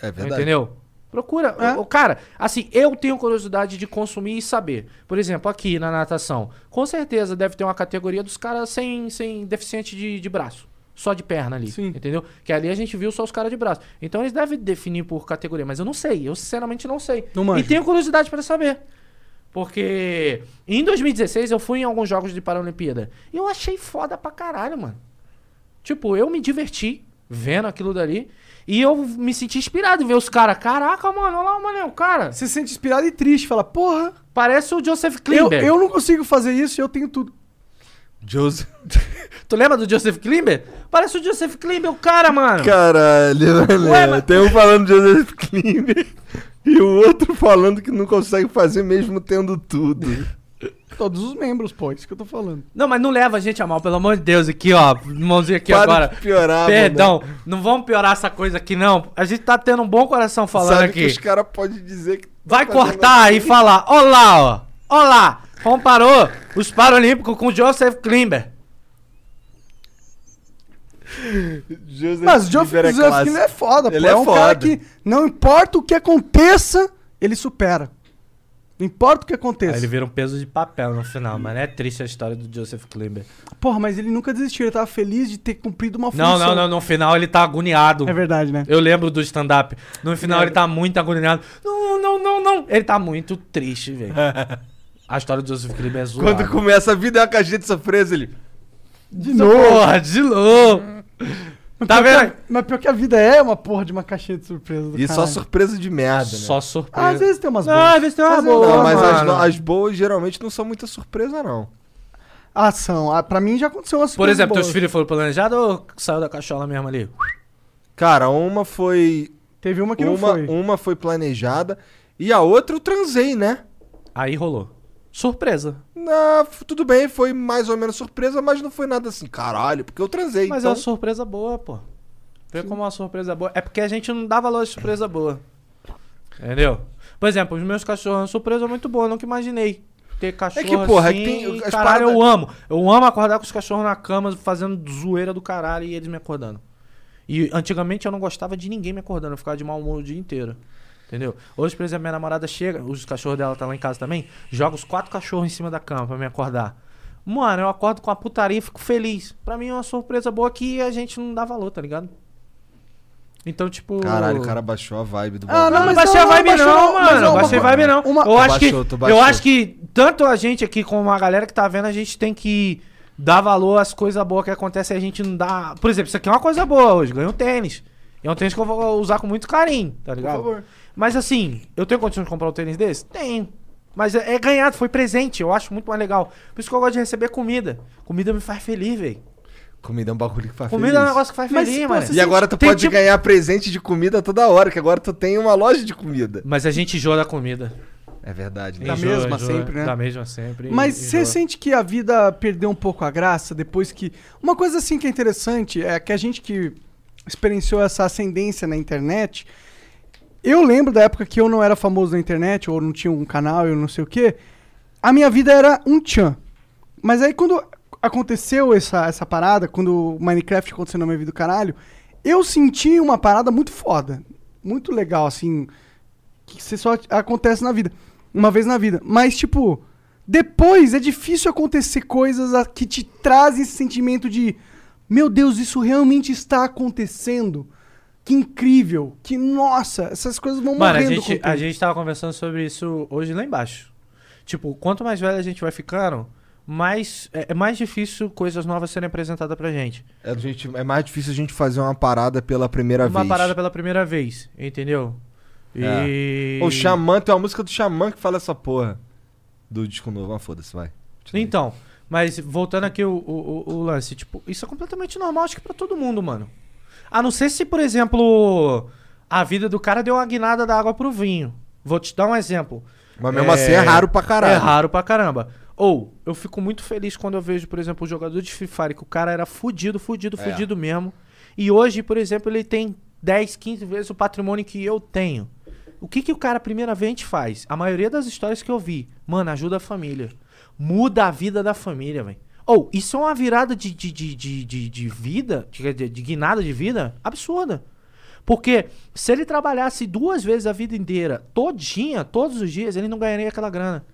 [SPEAKER 2] É verdade.
[SPEAKER 1] Entendeu? Procura.
[SPEAKER 3] É.
[SPEAKER 1] O- o Cara, assim, eu tenho curiosidade de consumir e saber. Por exemplo, aqui na natação, com certeza deve ter uma categoria dos caras sem, sem deficiente de, de braço. Só de perna ali.
[SPEAKER 3] Sim.
[SPEAKER 1] Entendeu? Que ali a gente viu só os caras de braço. Então eles devem definir por categoria, mas eu não sei. Eu sinceramente não sei.
[SPEAKER 3] Não manjo.
[SPEAKER 1] E tenho curiosidade pra saber. Porque em 2016 eu fui em alguns jogos de Paralimpíada. E eu achei foda pra caralho, mano. Tipo, eu me diverti vendo aquilo dali. E eu me senti inspirado em ver os caras. Caraca, mano, olha lá, mano, é o cara.
[SPEAKER 3] Você se sente inspirado e triste. Fala, porra,
[SPEAKER 1] Parece o Joseph
[SPEAKER 3] eu,
[SPEAKER 1] Klimber.
[SPEAKER 3] eu não consigo fazer isso e eu tenho tudo.
[SPEAKER 2] Joseph.
[SPEAKER 1] Tu lembra do Joseph Klimber? Parece o Joseph Klimber, o cara, mano.
[SPEAKER 2] Caralho,
[SPEAKER 1] Ué,
[SPEAKER 2] mané.
[SPEAKER 1] mas-
[SPEAKER 2] Tem um falando de Joseph Klimber e o outro falando que não consegue fazer mesmo tendo tudo.
[SPEAKER 3] Todos os membros, pô, isso que eu tô falando.
[SPEAKER 1] Não, mas não leva a gente a mal, pelo amor de Deus, aqui, ó. Mãozinha aqui
[SPEAKER 2] Para
[SPEAKER 1] agora.
[SPEAKER 2] de piorar,
[SPEAKER 1] Perdão, não vamos piorar essa coisa aqui, não. A gente tá tendo um bom coração falando
[SPEAKER 2] Sabe
[SPEAKER 1] aqui.
[SPEAKER 2] que tá os caras podem dizer que
[SPEAKER 1] vai cortar
[SPEAKER 2] assim.
[SPEAKER 1] e falar: ó lá, ó, ó lá, comparou os Paralímpicos com Joseph Klimber.
[SPEAKER 15] Joseph
[SPEAKER 3] Mas o Joe
[SPEAKER 15] Bieber é clássico.
[SPEAKER 3] Fitzgerald é foda, pô.
[SPEAKER 2] Ele
[SPEAKER 3] é,
[SPEAKER 2] é
[SPEAKER 3] um cara
[SPEAKER 2] foda.
[SPEAKER 3] que não importa o que aconteça, ele supera. Não importa o que aconteça.
[SPEAKER 1] Aí ele vira um peso de papel no final, mano. É triste a história do Joseph Klimber.
[SPEAKER 3] Porra, mas ele nunca desistiu, ele tava feliz de ter cumprido uma função.
[SPEAKER 1] Não, não, não, no final ele tá agoniado.
[SPEAKER 3] É verdade, É. né?
[SPEAKER 1] Eu lembro do stand-up. No final ele tá muito agoniado. Não, não, não, não. Ele tá muito triste, velho.
[SPEAKER 3] É.
[SPEAKER 1] A história do Joseph Klimber é zoada.
[SPEAKER 2] Quando começa a vida é uma caixinha de surpresa, ele.
[SPEAKER 1] De novo. Porra, de novo.
[SPEAKER 3] Mas
[SPEAKER 1] Tá
[SPEAKER 3] pior que né? a-
[SPEAKER 1] vendo?
[SPEAKER 3] mas pior que a vida é uma porra de uma caixinha de surpresa. do
[SPEAKER 2] E só
[SPEAKER 3] caralho.
[SPEAKER 2] surpresa de merda, né?
[SPEAKER 1] Só
[SPEAKER 3] Ah, às
[SPEAKER 1] surpresa.
[SPEAKER 3] vezes tem umas
[SPEAKER 1] Não,
[SPEAKER 3] boas.
[SPEAKER 1] às vezes tem uma
[SPEAKER 3] Às vezes
[SPEAKER 1] boa,
[SPEAKER 3] tem
[SPEAKER 2] Não,
[SPEAKER 3] umas
[SPEAKER 2] mas
[SPEAKER 3] boas.
[SPEAKER 2] as,
[SPEAKER 1] mano.
[SPEAKER 2] no- as boas geralmente não são muita surpresa, não.
[SPEAKER 3] Ah, são. Ah, pra mim já aconteceu umas
[SPEAKER 1] Por
[SPEAKER 3] coisas
[SPEAKER 1] exemplo,
[SPEAKER 3] boas.
[SPEAKER 1] teus filhos foram planejados ou saiu da cachola mesmo ali?
[SPEAKER 2] Cara, uma foi.
[SPEAKER 3] Teve uma que não
[SPEAKER 2] Uma, um
[SPEAKER 3] foi.
[SPEAKER 2] uma foi planejada e a outra eu transei, né?
[SPEAKER 1] Aí rolou. Surpresa.
[SPEAKER 2] Na, f- tudo bem, foi mais ou menos surpresa, mas não foi nada assim, caralho, porque eu transei.
[SPEAKER 1] Mas é
[SPEAKER 2] então...
[SPEAKER 1] uma surpresa boa, pô. Vê como uma surpresa boa. É porque a gente não dá valor à surpresa boa. Entendeu? Por exemplo, os meus cachorros, uma surpresa muito boa, eu nunca imaginei. Ter cachorro
[SPEAKER 2] É que, porra, é
[SPEAKER 1] assim,
[SPEAKER 2] que tem- as
[SPEAKER 1] caralho, eu
[SPEAKER 2] paradas-
[SPEAKER 1] amo. Eu amo acordar com os cachorros na cama, fazendo zoeira do caralho e eles me acordando. E antigamente eu não gostava de ninguém me acordando, eu ficava de mau humor o dia inteiro. Entendeu? Hoje, por exemplo, minha namorada chega, os cachorros dela tá lá em casa também, joga os quatro cachorros em cima da cama pra me acordar. Mano, eu acordo com a putaria e fico feliz. Pra mim é uma surpresa boa que a gente não dá valor, tá ligado? Então, tipo.
[SPEAKER 2] Caralho, o cara baixou a vibe do
[SPEAKER 3] Ah,
[SPEAKER 2] bagulho.
[SPEAKER 1] Não,
[SPEAKER 3] Mas
[SPEAKER 1] mas baixei
[SPEAKER 3] não,
[SPEAKER 1] a vibe
[SPEAKER 3] não
[SPEAKER 1] não,
[SPEAKER 3] baixou não, mas
[SPEAKER 1] mano.
[SPEAKER 3] é uma
[SPEAKER 1] baixei
[SPEAKER 3] coisa-
[SPEAKER 1] vibe não.
[SPEAKER 3] uma-
[SPEAKER 1] Eu, acho
[SPEAKER 2] Tu
[SPEAKER 1] que,
[SPEAKER 2] baixou, tu baixou.
[SPEAKER 1] eu acho que tanto a gente aqui como a galera que tá vendo, a gente tem que dar valor às coisas boas que acontecem e a gente não dá... Por exemplo, isso aqui é uma coisa boa hoje. Ganhei um tênis. E é um tênis que eu vou usar com muito carinho, tá ligado?
[SPEAKER 3] favor.
[SPEAKER 1] Mas assim, eu tenho condições de comprar um tênis desse? Tenho. Mas é, é ganhado, foi presente. Eu acho muito mais legal. Por isso que eu gosto de receber comida. Comida me faz feliz, velho.
[SPEAKER 2] Comida é um bagulho que faz
[SPEAKER 1] Comida
[SPEAKER 2] feliz.
[SPEAKER 1] é um negócio que faz
[SPEAKER 3] Mas,
[SPEAKER 1] feliz,
[SPEAKER 3] pô,
[SPEAKER 1] mano.
[SPEAKER 3] você
[SPEAKER 2] E agora tu
[SPEAKER 1] Tem
[SPEAKER 2] pode
[SPEAKER 1] tipo-
[SPEAKER 2] ganhar presente de comida toda hora, que agora tu tem uma loja de comida.
[SPEAKER 1] Mas a gente enjoa da comida.
[SPEAKER 2] É verdade, né?
[SPEAKER 3] Da
[SPEAKER 1] Enjoa,
[SPEAKER 3] mesma
[SPEAKER 1] enjoa.
[SPEAKER 3] sempre, né?
[SPEAKER 1] Da mesma sempre.
[SPEAKER 3] Mas
[SPEAKER 1] enjoa.
[SPEAKER 3] você sente que a vida perdeu um pouco a graça depois que. Uma coisa assim que é interessante é que a gente que experienciou essa ascendência na internet. Eu lembro da época que eu não era famoso na internet, ou não tinha um canal, eu não sei o quê. A minha vida era um tchan. Mas aí quando aconteceu essa, essa parada, quando o Minecraft aconteceu na minha vida do caralho, eu senti uma parada muito foda. Muito legal, assim. Que você só acontece na vida. Uma vez na vida. Mas, tipo, depois é difícil acontecer coisas a- que te trazem esse sentimento de. Meu Deus, isso realmente está acontecendo. Que incrível. Que nossa, essas coisas vão
[SPEAKER 1] Mano, a
[SPEAKER 3] morrendo com o
[SPEAKER 1] gente,
[SPEAKER 3] tempo.
[SPEAKER 1] a gente tava conversando sobre isso hoje lá embaixo. Tipo, quanto mais velho a gente vai ficando, mais é é mais difícil coisas novas serem apresentadas pra gente.
[SPEAKER 2] É, a gente, é mais difícil a gente fazer uma parada pela primeira
[SPEAKER 1] Uma
[SPEAKER 2] vez.
[SPEAKER 1] parada pela primeira vez, entendeu? E.
[SPEAKER 2] O Xamã, tem uma música do Xamã que fala essa porra. Do disco novo, ah, foda-se, vai.
[SPEAKER 1] Então, mas voltando aqui o, o, o- o lance, tipo, isso é completamente normal, acho que pra todo mundo, mano. A não ser se, por exemplo, a vida do cara deu uma guinada da água pro vinho. Vou te dar um exemplo.
[SPEAKER 2] Mas mesmo assim é raro pra caralho.
[SPEAKER 1] É raro pra caramba. Ou, eu fico muito feliz quando eu vejo, por exemplo, o jogador de Free Fire, que o cara era fudido, fudido, fudido mesmo. E hoje, por exemplo, ele tem 10, 15 vezes o patrimônio que eu tenho. O que, que o cara, primeiramente, faz? A maioria das histórias que eu vi, mano, ajuda a família. Muda a vida da família, velho. Ou, isso é uma virada de, de, de, de, de, de vida, de, de, de guinada de vida, absurda. Porque se ele trabalhasse duas vezes a vida inteira, todinha, todos os dias, ele não ganharia aquela grana.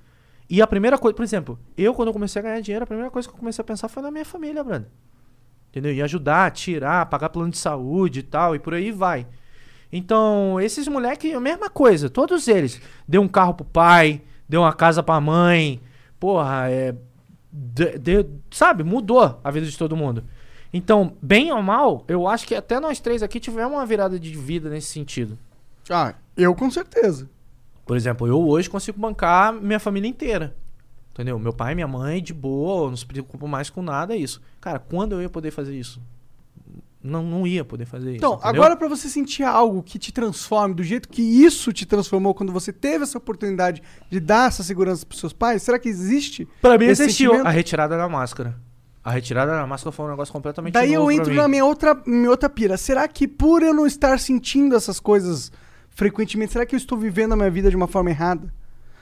[SPEAKER 1] E a primeira coisa, por exemplo, eu quando eu comecei a ganhar dinheiro, a primeira coisa que eu comecei a pensar foi na minha família, brother. Entendeu? E ajudar, tirar, pagar plano de saúde e tal, e por aí vai. Então, esses moleques, a mesma coisa, todos eles. Deu um carro pro pai, deu uma casa pra mãe, porra, é. de- de- sabe, mudou a vida de todo mundo. Então, bem ou mal, eu acho que até nós três aqui tivemos uma virada de vida nesse sentido.
[SPEAKER 3] Ah, eu com certeza.
[SPEAKER 1] Por exemplo, eu hoje consigo bancar minha família inteira. Entendeu? Meu pai, minha mãe, de boa, eu não se preocupo mais com nada, é isso. Cara, quando eu ia poder fazer isso? Não, não ia poder fazer
[SPEAKER 3] Então,
[SPEAKER 1] isso. entendeu?
[SPEAKER 3] agora pra você sentir algo que te transforme do jeito que isso te transformou quando você teve essa oportunidade de dar essa segurança pros seus pais, será que existe?
[SPEAKER 1] Pra mim
[SPEAKER 3] esse
[SPEAKER 1] existiu
[SPEAKER 3] sentimento?
[SPEAKER 1] a retirada da máscara. A retirada da máscara foi um negócio completamente
[SPEAKER 3] Daí
[SPEAKER 1] novo
[SPEAKER 3] eu
[SPEAKER 1] pra
[SPEAKER 3] entro
[SPEAKER 1] mim.
[SPEAKER 3] na minha outra, minha outra pira. Será que por eu não estar sentindo essas coisas frequentemente. Será que eu estou vivendo a minha vida de uma forma errada?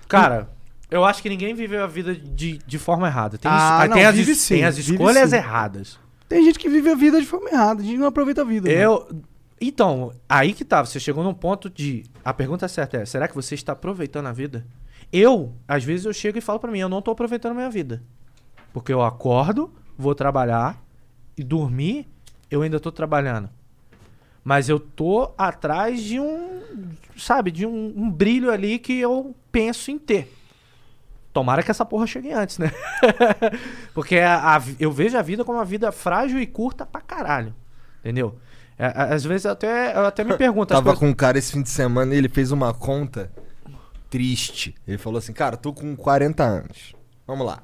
[SPEAKER 1] Cara, eu acho que ninguém viveu a vida de, de forma errada. Tem,
[SPEAKER 3] Ah,
[SPEAKER 1] isso-
[SPEAKER 3] não,
[SPEAKER 1] tem as,
[SPEAKER 3] vive
[SPEAKER 1] es-
[SPEAKER 3] sim,
[SPEAKER 1] tem as
[SPEAKER 3] vive
[SPEAKER 1] escolhas
[SPEAKER 3] sim.
[SPEAKER 1] erradas.
[SPEAKER 3] Tem gente que vive a vida de forma errada, a gente não aproveita a vida. né? mano.
[SPEAKER 1] Eu. Então, aí que tá, você chegou num ponto de. A pergunta certa é: será que você está aproveitando a vida? Eu, às vezes, eu chego e falo pra mim, eu não tô aproveitando a minha vida. Porque eu acordo, vou trabalhar e dormir, eu ainda tô trabalhando. Mas eu tô atrás de um. Sabe, de um, um brilho ali que eu penso em ter. Tomara que essa porra chegue antes, né? Porque a- a vi- eu vejo a vida como uma vida frágil e curta pra caralho. Entendeu? É, a- às vezes eu até, eu até me pergunto. as
[SPEAKER 2] Tava
[SPEAKER 1] coisas-
[SPEAKER 2] com um cara esse fim de semana e ele fez uma conta triste. Ele falou assim, cara, tô com 40 anos. Vamos lá.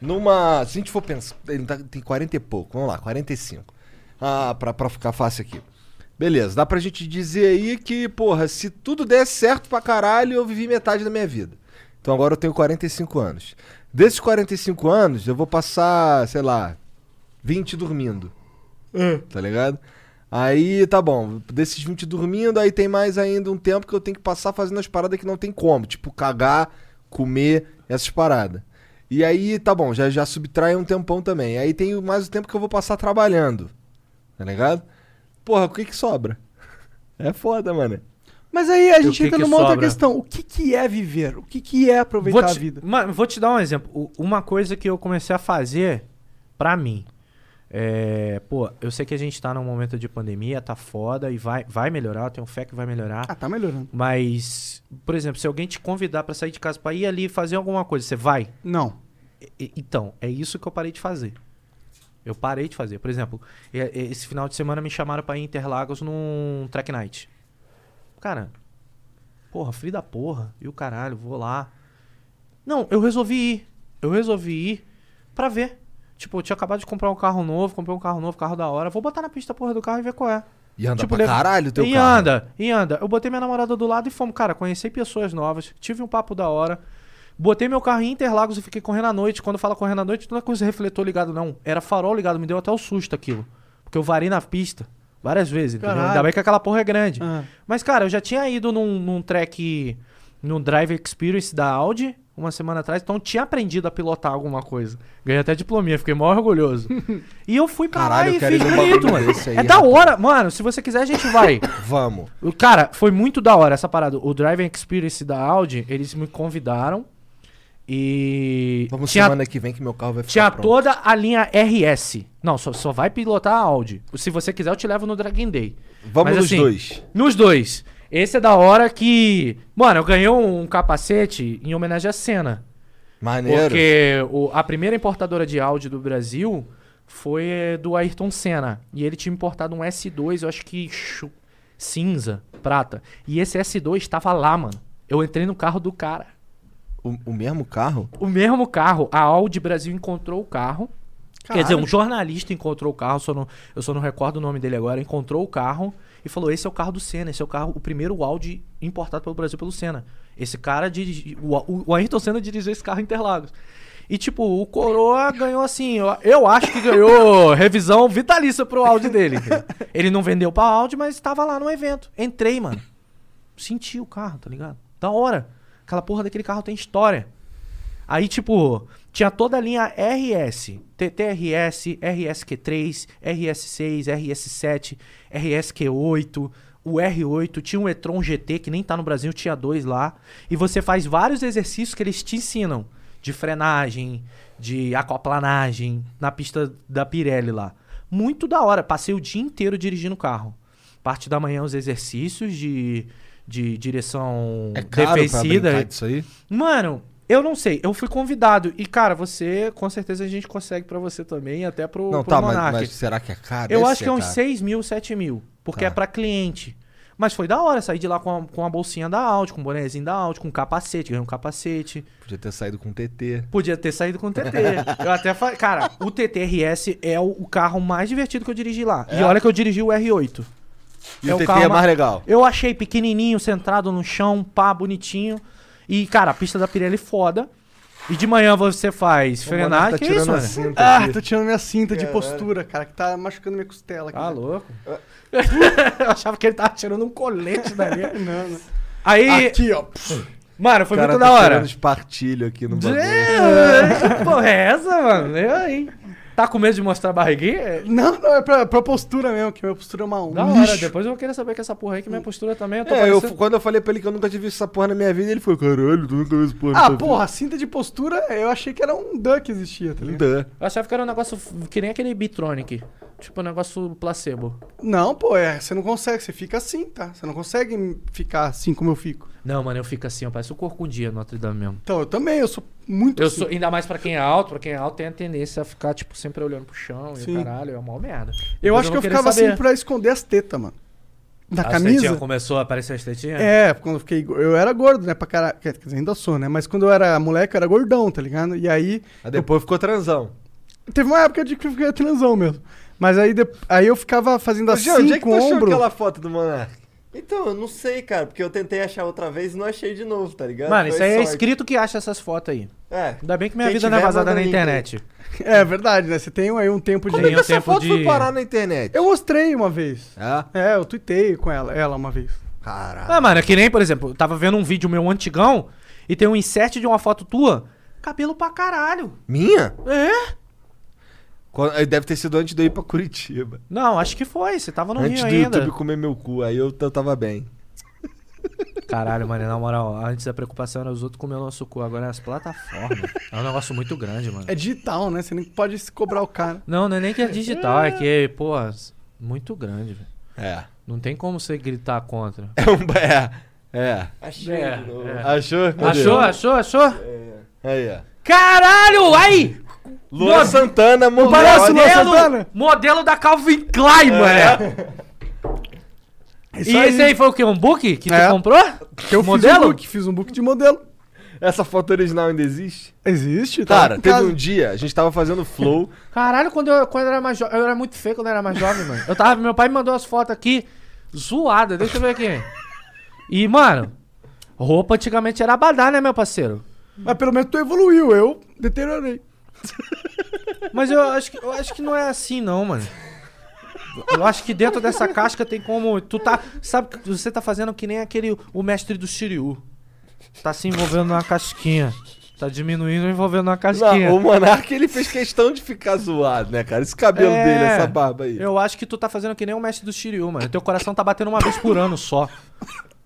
[SPEAKER 2] Numa. Se a gente for pensar. Ele tá- tem 40 e pouco. Vamos lá, 45. Ah, pra, pra ficar fácil aqui. Beleza, dá pra gente dizer aí que, porra, se tudo der certo pra caralho, eu vivi metade da minha vida. Então agora eu tenho 45 anos. Desses 45 anos, eu vou passar, sei lá, 20 dormindo. Tá ligado? Aí tá bom, desses 20 dormindo, aí tem mais ainda um tempo que eu tenho que passar fazendo as paradas que não tem como, tipo cagar, comer, essas paradas. E aí tá bom, já, já subtrai um tempão também. Aí tem mais o tempo que eu vou passar trabalhando, tá ligado? Porra, o que que sobra? É foda, mano.
[SPEAKER 3] Mas aí a
[SPEAKER 1] o
[SPEAKER 3] gente
[SPEAKER 1] que
[SPEAKER 3] entra
[SPEAKER 1] que
[SPEAKER 3] numa outra
[SPEAKER 1] sobra?
[SPEAKER 3] questão. O que, que é viver? O que, que é aproveitar
[SPEAKER 1] vou
[SPEAKER 3] a
[SPEAKER 1] te,
[SPEAKER 3] vida?
[SPEAKER 1] Mano, vou te dar um exemplo. U- Uma coisa que eu comecei a fazer pra mim. É, pô, eu sei que a gente tá num momento de pandemia, tá foda e vai, vai melhorar, eu tenho fé que vai melhorar.
[SPEAKER 3] Ah, tá melhorando.
[SPEAKER 1] Mas, por exemplo, se alguém te convidar pra sair de casa pra ir ali fazer alguma coisa, você vai?
[SPEAKER 3] Não.
[SPEAKER 1] E- e- Então, é isso que eu parei de fazer. Eu parei de fazer. Por exemplo, e- e- esse final de semana me chamaram pra ir em Interlagos num track night. Cara, porra, frio da porra. E o caralho, vou lá. Não, eu resolvi ir. Eu resolvi ir pra ver. Tipo, eu tinha acabado de comprar um carro novo, comprei um carro novo, carro da hora. Vou botar na pista a porra do carro e ver qual é.
[SPEAKER 2] E anda
[SPEAKER 1] Tipo,
[SPEAKER 2] pra
[SPEAKER 1] leva-
[SPEAKER 2] caralho o teu
[SPEAKER 1] e
[SPEAKER 2] carro.
[SPEAKER 1] anda, e anda. Eu botei minha namorada do lado e fomos. Cara, conheci pessoas novas, tive um papo da hora. Botei meu carro em Interlagos e fiquei correndo à noite. Quando fala correndo à noite, não é coisa refletor ligado, não. Era farol ligado, me deu até o susto aquilo. Porque eu varei na pista várias vezes, entendeu?
[SPEAKER 3] Caralho.
[SPEAKER 1] Ainda bem que aquela porra é grande.
[SPEAKER 3] Ah.
[SPEAKER 1] Mas, cara, eu já tinha ido num, num track, num Drive Experience da Audi uma semana atrás, então eu tinha aprendido a pilotar alguma coisa. Ganhei até diplominha, fiquei mó orgulhoso. e eu fui pra
[SPEAKER 2] Caralho,
[SPEAKER 1] lá
[SPEAKER 2] eu
[SPEAKER 1] e
[SPEAKER 2] quero
[SPEAKER 1] fiz
[SPEAKER 2] ir num
[SPEAKER 1] bonito,
[SPEAKER 2] bagulho
[SPEAKER 1] mano.
[SPEAKER 2] desse aí,
[SPEAKER 1] é da
[SPEAKER 2] rapaz.
[SPEAKER 1] hora, mano. Se você quiser, a gente vai.
[SPEAKER 2] Vamos.
[SPEAKER 1] O Cara, foi muito da hora essa parada. O Driving Experience da Audi, eles me convidaram e.
[SPEAKER 2] Vamos
[SPEAKER 1] tinha
[SPEAKER 2] semana que vem que meu carro vai ficar
[SPEAKER 1] tinha
[SPEAKER 2] pronto.
[SPEAKER 1] toda a linha RS. Não, só, só vai pilotar a Audi. Se você quiser, eu te levo no Dragon Day.
[SPEAKER 2] Vamos
[SPEAKER 1] Mas,
[SPEAKER 2] nos
[SPEAKER 1] assim,
[SPEAKER 2] dois.
[SPEAKER 1] Nos dois. Esse é da hora que. Mano, eu ganhei um capacete em homenagem à cena.
[SPEAKER 2] Maneiro.
[SPEAKER 1] Porque o- a primeira importadora de áudio do Brasil foi eh, do Ayrton Senna. E ele tinha importado um S2, eu acho que chu- cinza, prata. E esse S2 tava lá, mano. Eu entrei no carro do cara.
[SPEAKER 2] O, o mesmo carro?
[SPEAKER 1] O mesmo carro. A Audi Brasil encontrou o carro. Quer dizer, um jornalista encontrou o carro, só não, eu só não recordo o nome dele agora, encontrou o carro e falou: esse é o carro do Senna, esse é o carro, o primeiro Audi importado pelo Brasil pelo Senna. Esse cara dirige. O, o- o Ayrton Senna dirigiu esse carro em Interlagos. E, tipo, o Coroa ganhou assim, eu, eu acho que ganhou revisão vitalícia pro Audi dele. Ele não vendeu pra Audi, mas estava lá no evento. Entrei, mano. Senti o carro, tá ligado? Da hora. Aquela porra daquele carro tem história. Aí, tipo, tinha toda a linha RS. TTRS, RSQ3, RS6, RS7, RSQ8, o R8. Tinha um e-tron GT, que nem tá no Brasil, tinha dois lá. E você faz vários exercícios que eles te ensinam. De frenagem, de aquaplanagem, na pista da Pirelli lá. Muito da hora. Passei o dia inteiro dirigindo o carro. Parte da manhã os exercícios de, de direção
[SPEAKER 2] É caro pra
[SPEAKER 1] defensida.
[SPEAKER 2] brincar disso aí?
[SPEAKER 1] Mano, eu não sei. Eu fui convidado. E, cara, você, com certeza a gente consegue pra você também, até pro,
[SPEAKER 2] Não,
[SPEAKER 1] pro
[SPEAKER 2] tá, mas,
[SPEAKER 1] Monark.
[SPEAKER 2] mas será que é caro?
[SPEAKER 1] eu
[SPEAKER 2] Deve
[SPEAKER 1] acho que
[SPEAKER 2] ser
[SPEAKER 1] é uns
[SPEAKER 2] caro.
[SPEAKER 1] 6 mil, 7 mil. Porque
[SPEAKER 2] Tá.
[SPEAKER 1] é pra cliente. Mas foi da hora sair de lá com a, com a bolsinha da Audi, com o bonezinho da Audi, com um capacete, ganhei um capacete.
[SPEAKER 2] Podia ter saído com TT.
[SPEAKER 1] Podia ter saído com o TT. eu até falei, cara, o TTRS é o, o carro mais divertido que eu dirigi lá. E olha que eu dirigi o R8.
[SPEAKER 2] É? E
[SPEAKER 1] É
[SPEAKER 2] o
[SPEAKER 1] o
[SPEAKER 2] TT
[SPEAKER 1] carro
[SPEAKER 2] é
[SPEAKER 1] ma-
[SPEAKER 2] mais legal.
[SPEAKER 1] Eu achei pequenininho, centrado no chão, pá, bonitinho. E, cara, a pista da Pirelli é foda. E de manhã você faz
[SPEAKER 3] O Monark
[SPEAKER 1] frenar,
[SPEAKER 3] tá
[SPEAKER 1] que é
[SPEAKER 3] tirando
[SPEAKER 1] isso,
[SPEAKER 3] a
[SPEAKER 1] mano?
[SPEAKER 3] cinta Ah, aqui. tô tirando minha cinta de postura, cara, que tá machucando minha costela aqui.
[SPEAKER 1] Tá louco?
[SPEAKER 2] É.
[SPEAKER 3] Eu achava que ele tava tirando um colete dali. não, não.
[SPEAKER 1] Aí.
[SPEAKER 3] Aqui, ó.
[SPEAKER 1] Mano, foi
[SPEAKER 2] O cara
[SPEAKER 1] muito
[SPEAKER 2] tá
[SPEAKER 1] da hora.
[SPEAKER 2] tirando espartilho aqui no bagulho.
[SPEAKER 1] É, que porra é essa, mano? Eu, hein? Tá com medo de mostrar a barriguinha?
[SPEAKER 3] Não, não, é pra, pra postura mesmo, que minha postura é uma
[SPEAKER 1] Da
[SPEAKER 3] onda.
[SPEAKER 1] hora, depois eu vou querer saber que essa porra aí, que minha postura também, eu tô
[SPEAKER 2] É, eu,
[SPEAKER 1] parecendo-
[SPEAKER 2] quando eu falei pra ele que eu nunca tive essa porra na minha vida, ele ficou, caralho, tu nunca viu essa porra na
[SPEAKER 3] Ah,
[SPEAKER 2] tua
[SPEAKER 3] porra, cinta de postura, eu achei que era um duck que existia, tá
[SPEAKER 2] vida." É.
[SPEAKER 3] ligado?
[SPEAKER 2] Dã.
[SPEAKER 1] Eu achava que era um negócio f- que nem aquele Bitronic. Tipo um negócio placebo.
[SPEAKER 3] Não, pô, é, você não consegue, você fica assim, tá? Você não consegue ficar assim como eu fico.
[SPEAKER 1] Não, mano, eu fico assim, eu pareço o Corcundia no Notre Dame mesmo.
[SPEAKER 3] Então, eu também, eu sou muito
[SPEAKER 1] Eu
[SPEAKER 3] assim.
[SPEAKER 1] sou, ainda mais pra quem é alto, pra quem é alto tem a tendência a ficar, tipo, sempre olhando pro chão e
[SPEAKER 3] Sim.
[SPEAKER 1] o caralho, é uma merda.
[SPEAKER 3] Eu
[SPEAKER 1] Depois
[SPEAKER 3] acho que
[SPEAKER 1] vou
[SPEAKER 3] eu
[SPEAKER 1] querer
[SPEAKER 3] ficava
[SPEAKER 1] saber. Ah,
[SPEAKER 3] assim pra esconder as tetas, mano. Da
[SPEAKER 1] As tetinhas
[SPEAKER 3] camisa.
[SPEAKER 1] começou a aparecer as tetinhas?
[SPEAKER 3] É, quando eu fiquei. go- Eu era gordo, né? Pra caralho. Quer dizer, ainda sou, né? Mas quando eu era moleque, eu era gordão, tá ligado? E aí.
[SPEAKER 2] Aí depois ficou transão.
[SPEAKER 3] Teve uma época de que eu fiquei transão mesmo. Mas aí, de- aí eu ficava fazendo assim
[SPEAKER 2] Jean, onde é que
[SPEAKER 3] com
[SPEAKER 2] tu
[SPEAKER 3] o
[SPEAKER 2] achou
[SPEAKER 3] ombro.
[SPEAKER 2] aquela foto do Monark?
[SPEAKER 8] Então, eu não sei, cara, porque eu tentei achar outra vez e não achei de novo, tá ligado?
[SPEAKER 1] Mano,
[SPEAKER 8] Foi
[SPEAKER 1] isso aí é
[SPEAKER 8] sorte.
[SPEAKER 1] escrito que acha essas fotos aí.
[SPEAKER 8] É.
[SPEAKER 1] Ainda bem que minha
[SPEAKER 8] Quem
[SPEAKER 1] vida não é
[SPEAKER 8] tiver,
[SPEAKER 1] vazada
[SPEAKER 8] manda
[SPEAKER 1] na
[SPEAKER 8] link aí.
[SPEAKER 1] internet.
[SPEAKER 3] É verdade, né? Você tem aí um tempo de.
[SPEAKER 1] Como é que
[SPEAKER 2] Essa
[SPEAKER 1] tempo
[SPEAKER 2] foto foi
[SPEAKER 1] de-
[SPEAKER 2] parar na internet.
[SPEAKER 3] Eu mostrei uma vez.
[SPEAKER 2] Ah,
[SPEAKER 3] É, eu tuitei com ela, ela uma vez.
[SPEAKER 2] caralho.
[SPEAKER 1] Ah, mano, é que nem, por exemplo, eu tava vendo um vídeo meu antigão e tem um insert de uma foto tua, cabelo pra caralho.
[SPEAKER 2] Minha?
[SPEAKER 1] É?
[SPEAKER 2] Quando- aí Deve ter sido antes de eu ir pra Curitiba.
[SPEAKER 1] Não, acho que foi, você tava no
[SPEAKER 2] antes
[SPEAKER 1] Rio
[SPEAKER 2] do
[SPEAKER 1] ainda.
[SPEAKER 2] YouTube comer meu cu, aí eu t- tava bem.
[SPEAKER 1] Caralho, mano, na moral, antes a preocupação era os outros comer o nosso cu, agora é as plataformas. É um negócio muito grande, mano.
[SPEAKER 3] É digital, né? Você nem pode se cobrar o cara.
[SPEAKER 1] Não, não é nem que é digital, é que, pô, muito grande, velho.
[SPEAKER 2] É.
[SPEAKER 1] Não tem como você gritar contra.
[SPEAKER 2] É um. ba- É. É.
[SPEAKER 8] Achei
[SPEAKER 1] É,
[SPEAKER 8] de novo.
[SPEAKER 1] é.
[SPEAKER 2] Achou? Cadê?
[SPEAKER 1] Achou, achou, achou?
[SPEAKER 2] Aí, ó.
[SPEAKER 1] Caralho, ai!
[SPEAKER 2] Luan
[SPEAKER 1] Nossa,
[SPEAKER 2] Santana morreu.
[SPEAKER 3] parece o Luan
[SPEAKER 1] Modelo,
[SPEAKER 3] Santana?
[SPEAKER 1] modelo da Calvin Klein, mano.
[SPEAKER 3] Isso
[SPEAKER 1] E esse aí foi o quê? Um book que
[SPEAKER 3] É.
[SPEAKER 1] tu comprou?
[SPEAKER 3] que eu fiz um
[SPEAKER 1] modelo?
[SPEAKER 3] book, fiz um book de modelo.
[SPEAKER 2] Essa foto original ainda existe?
[SPEAKER 3] Existe, tá?
[SPEAKER 2] Cara,
[SPEAKER 3] em
[SPEAKER 2] teve
[SPEAKER 3] casa.
[SPEAKER 2] um dia, a gente tava fazendo flow.
[SPEAKER 1] Caralho, quando eu, quando eu era mais jovem. Eu era muito feio quando eu era mais jovem, mano. Eu tava. Meu pai me mandou as fotos aqui zoada. Deixa eu ver aqui. E, mano, roupa antigamente era badar, né, meu parceiro?
[SPEAKER 3] Mas pelo menos tu evoluiu, eu deteriorei.
[SPEAKER 1] Mas eu acho que, eu acho que não é assim, não, mano. Eu acho que dentro dessa casca tem como. Tu tá. Sabe que você tá fazendo que nem aquele. O mestre do Shiryu. Tá se envolvendo numa casquinha. Tá diminuindo e envolvendo numa casquinha.
[SPEAKER 2] Não, o Monark ele fez questão de ficar zoado, né, cara? Esse cabelo
[SPEAKER 1] É.
[SPEAKER 2] dele, essa barba aí.
[SPEAKER 1] Eu acho que tu tá fazendo que nem o mestre do Shiryu, mano. Teu coração tá batendo uma vez por ano só.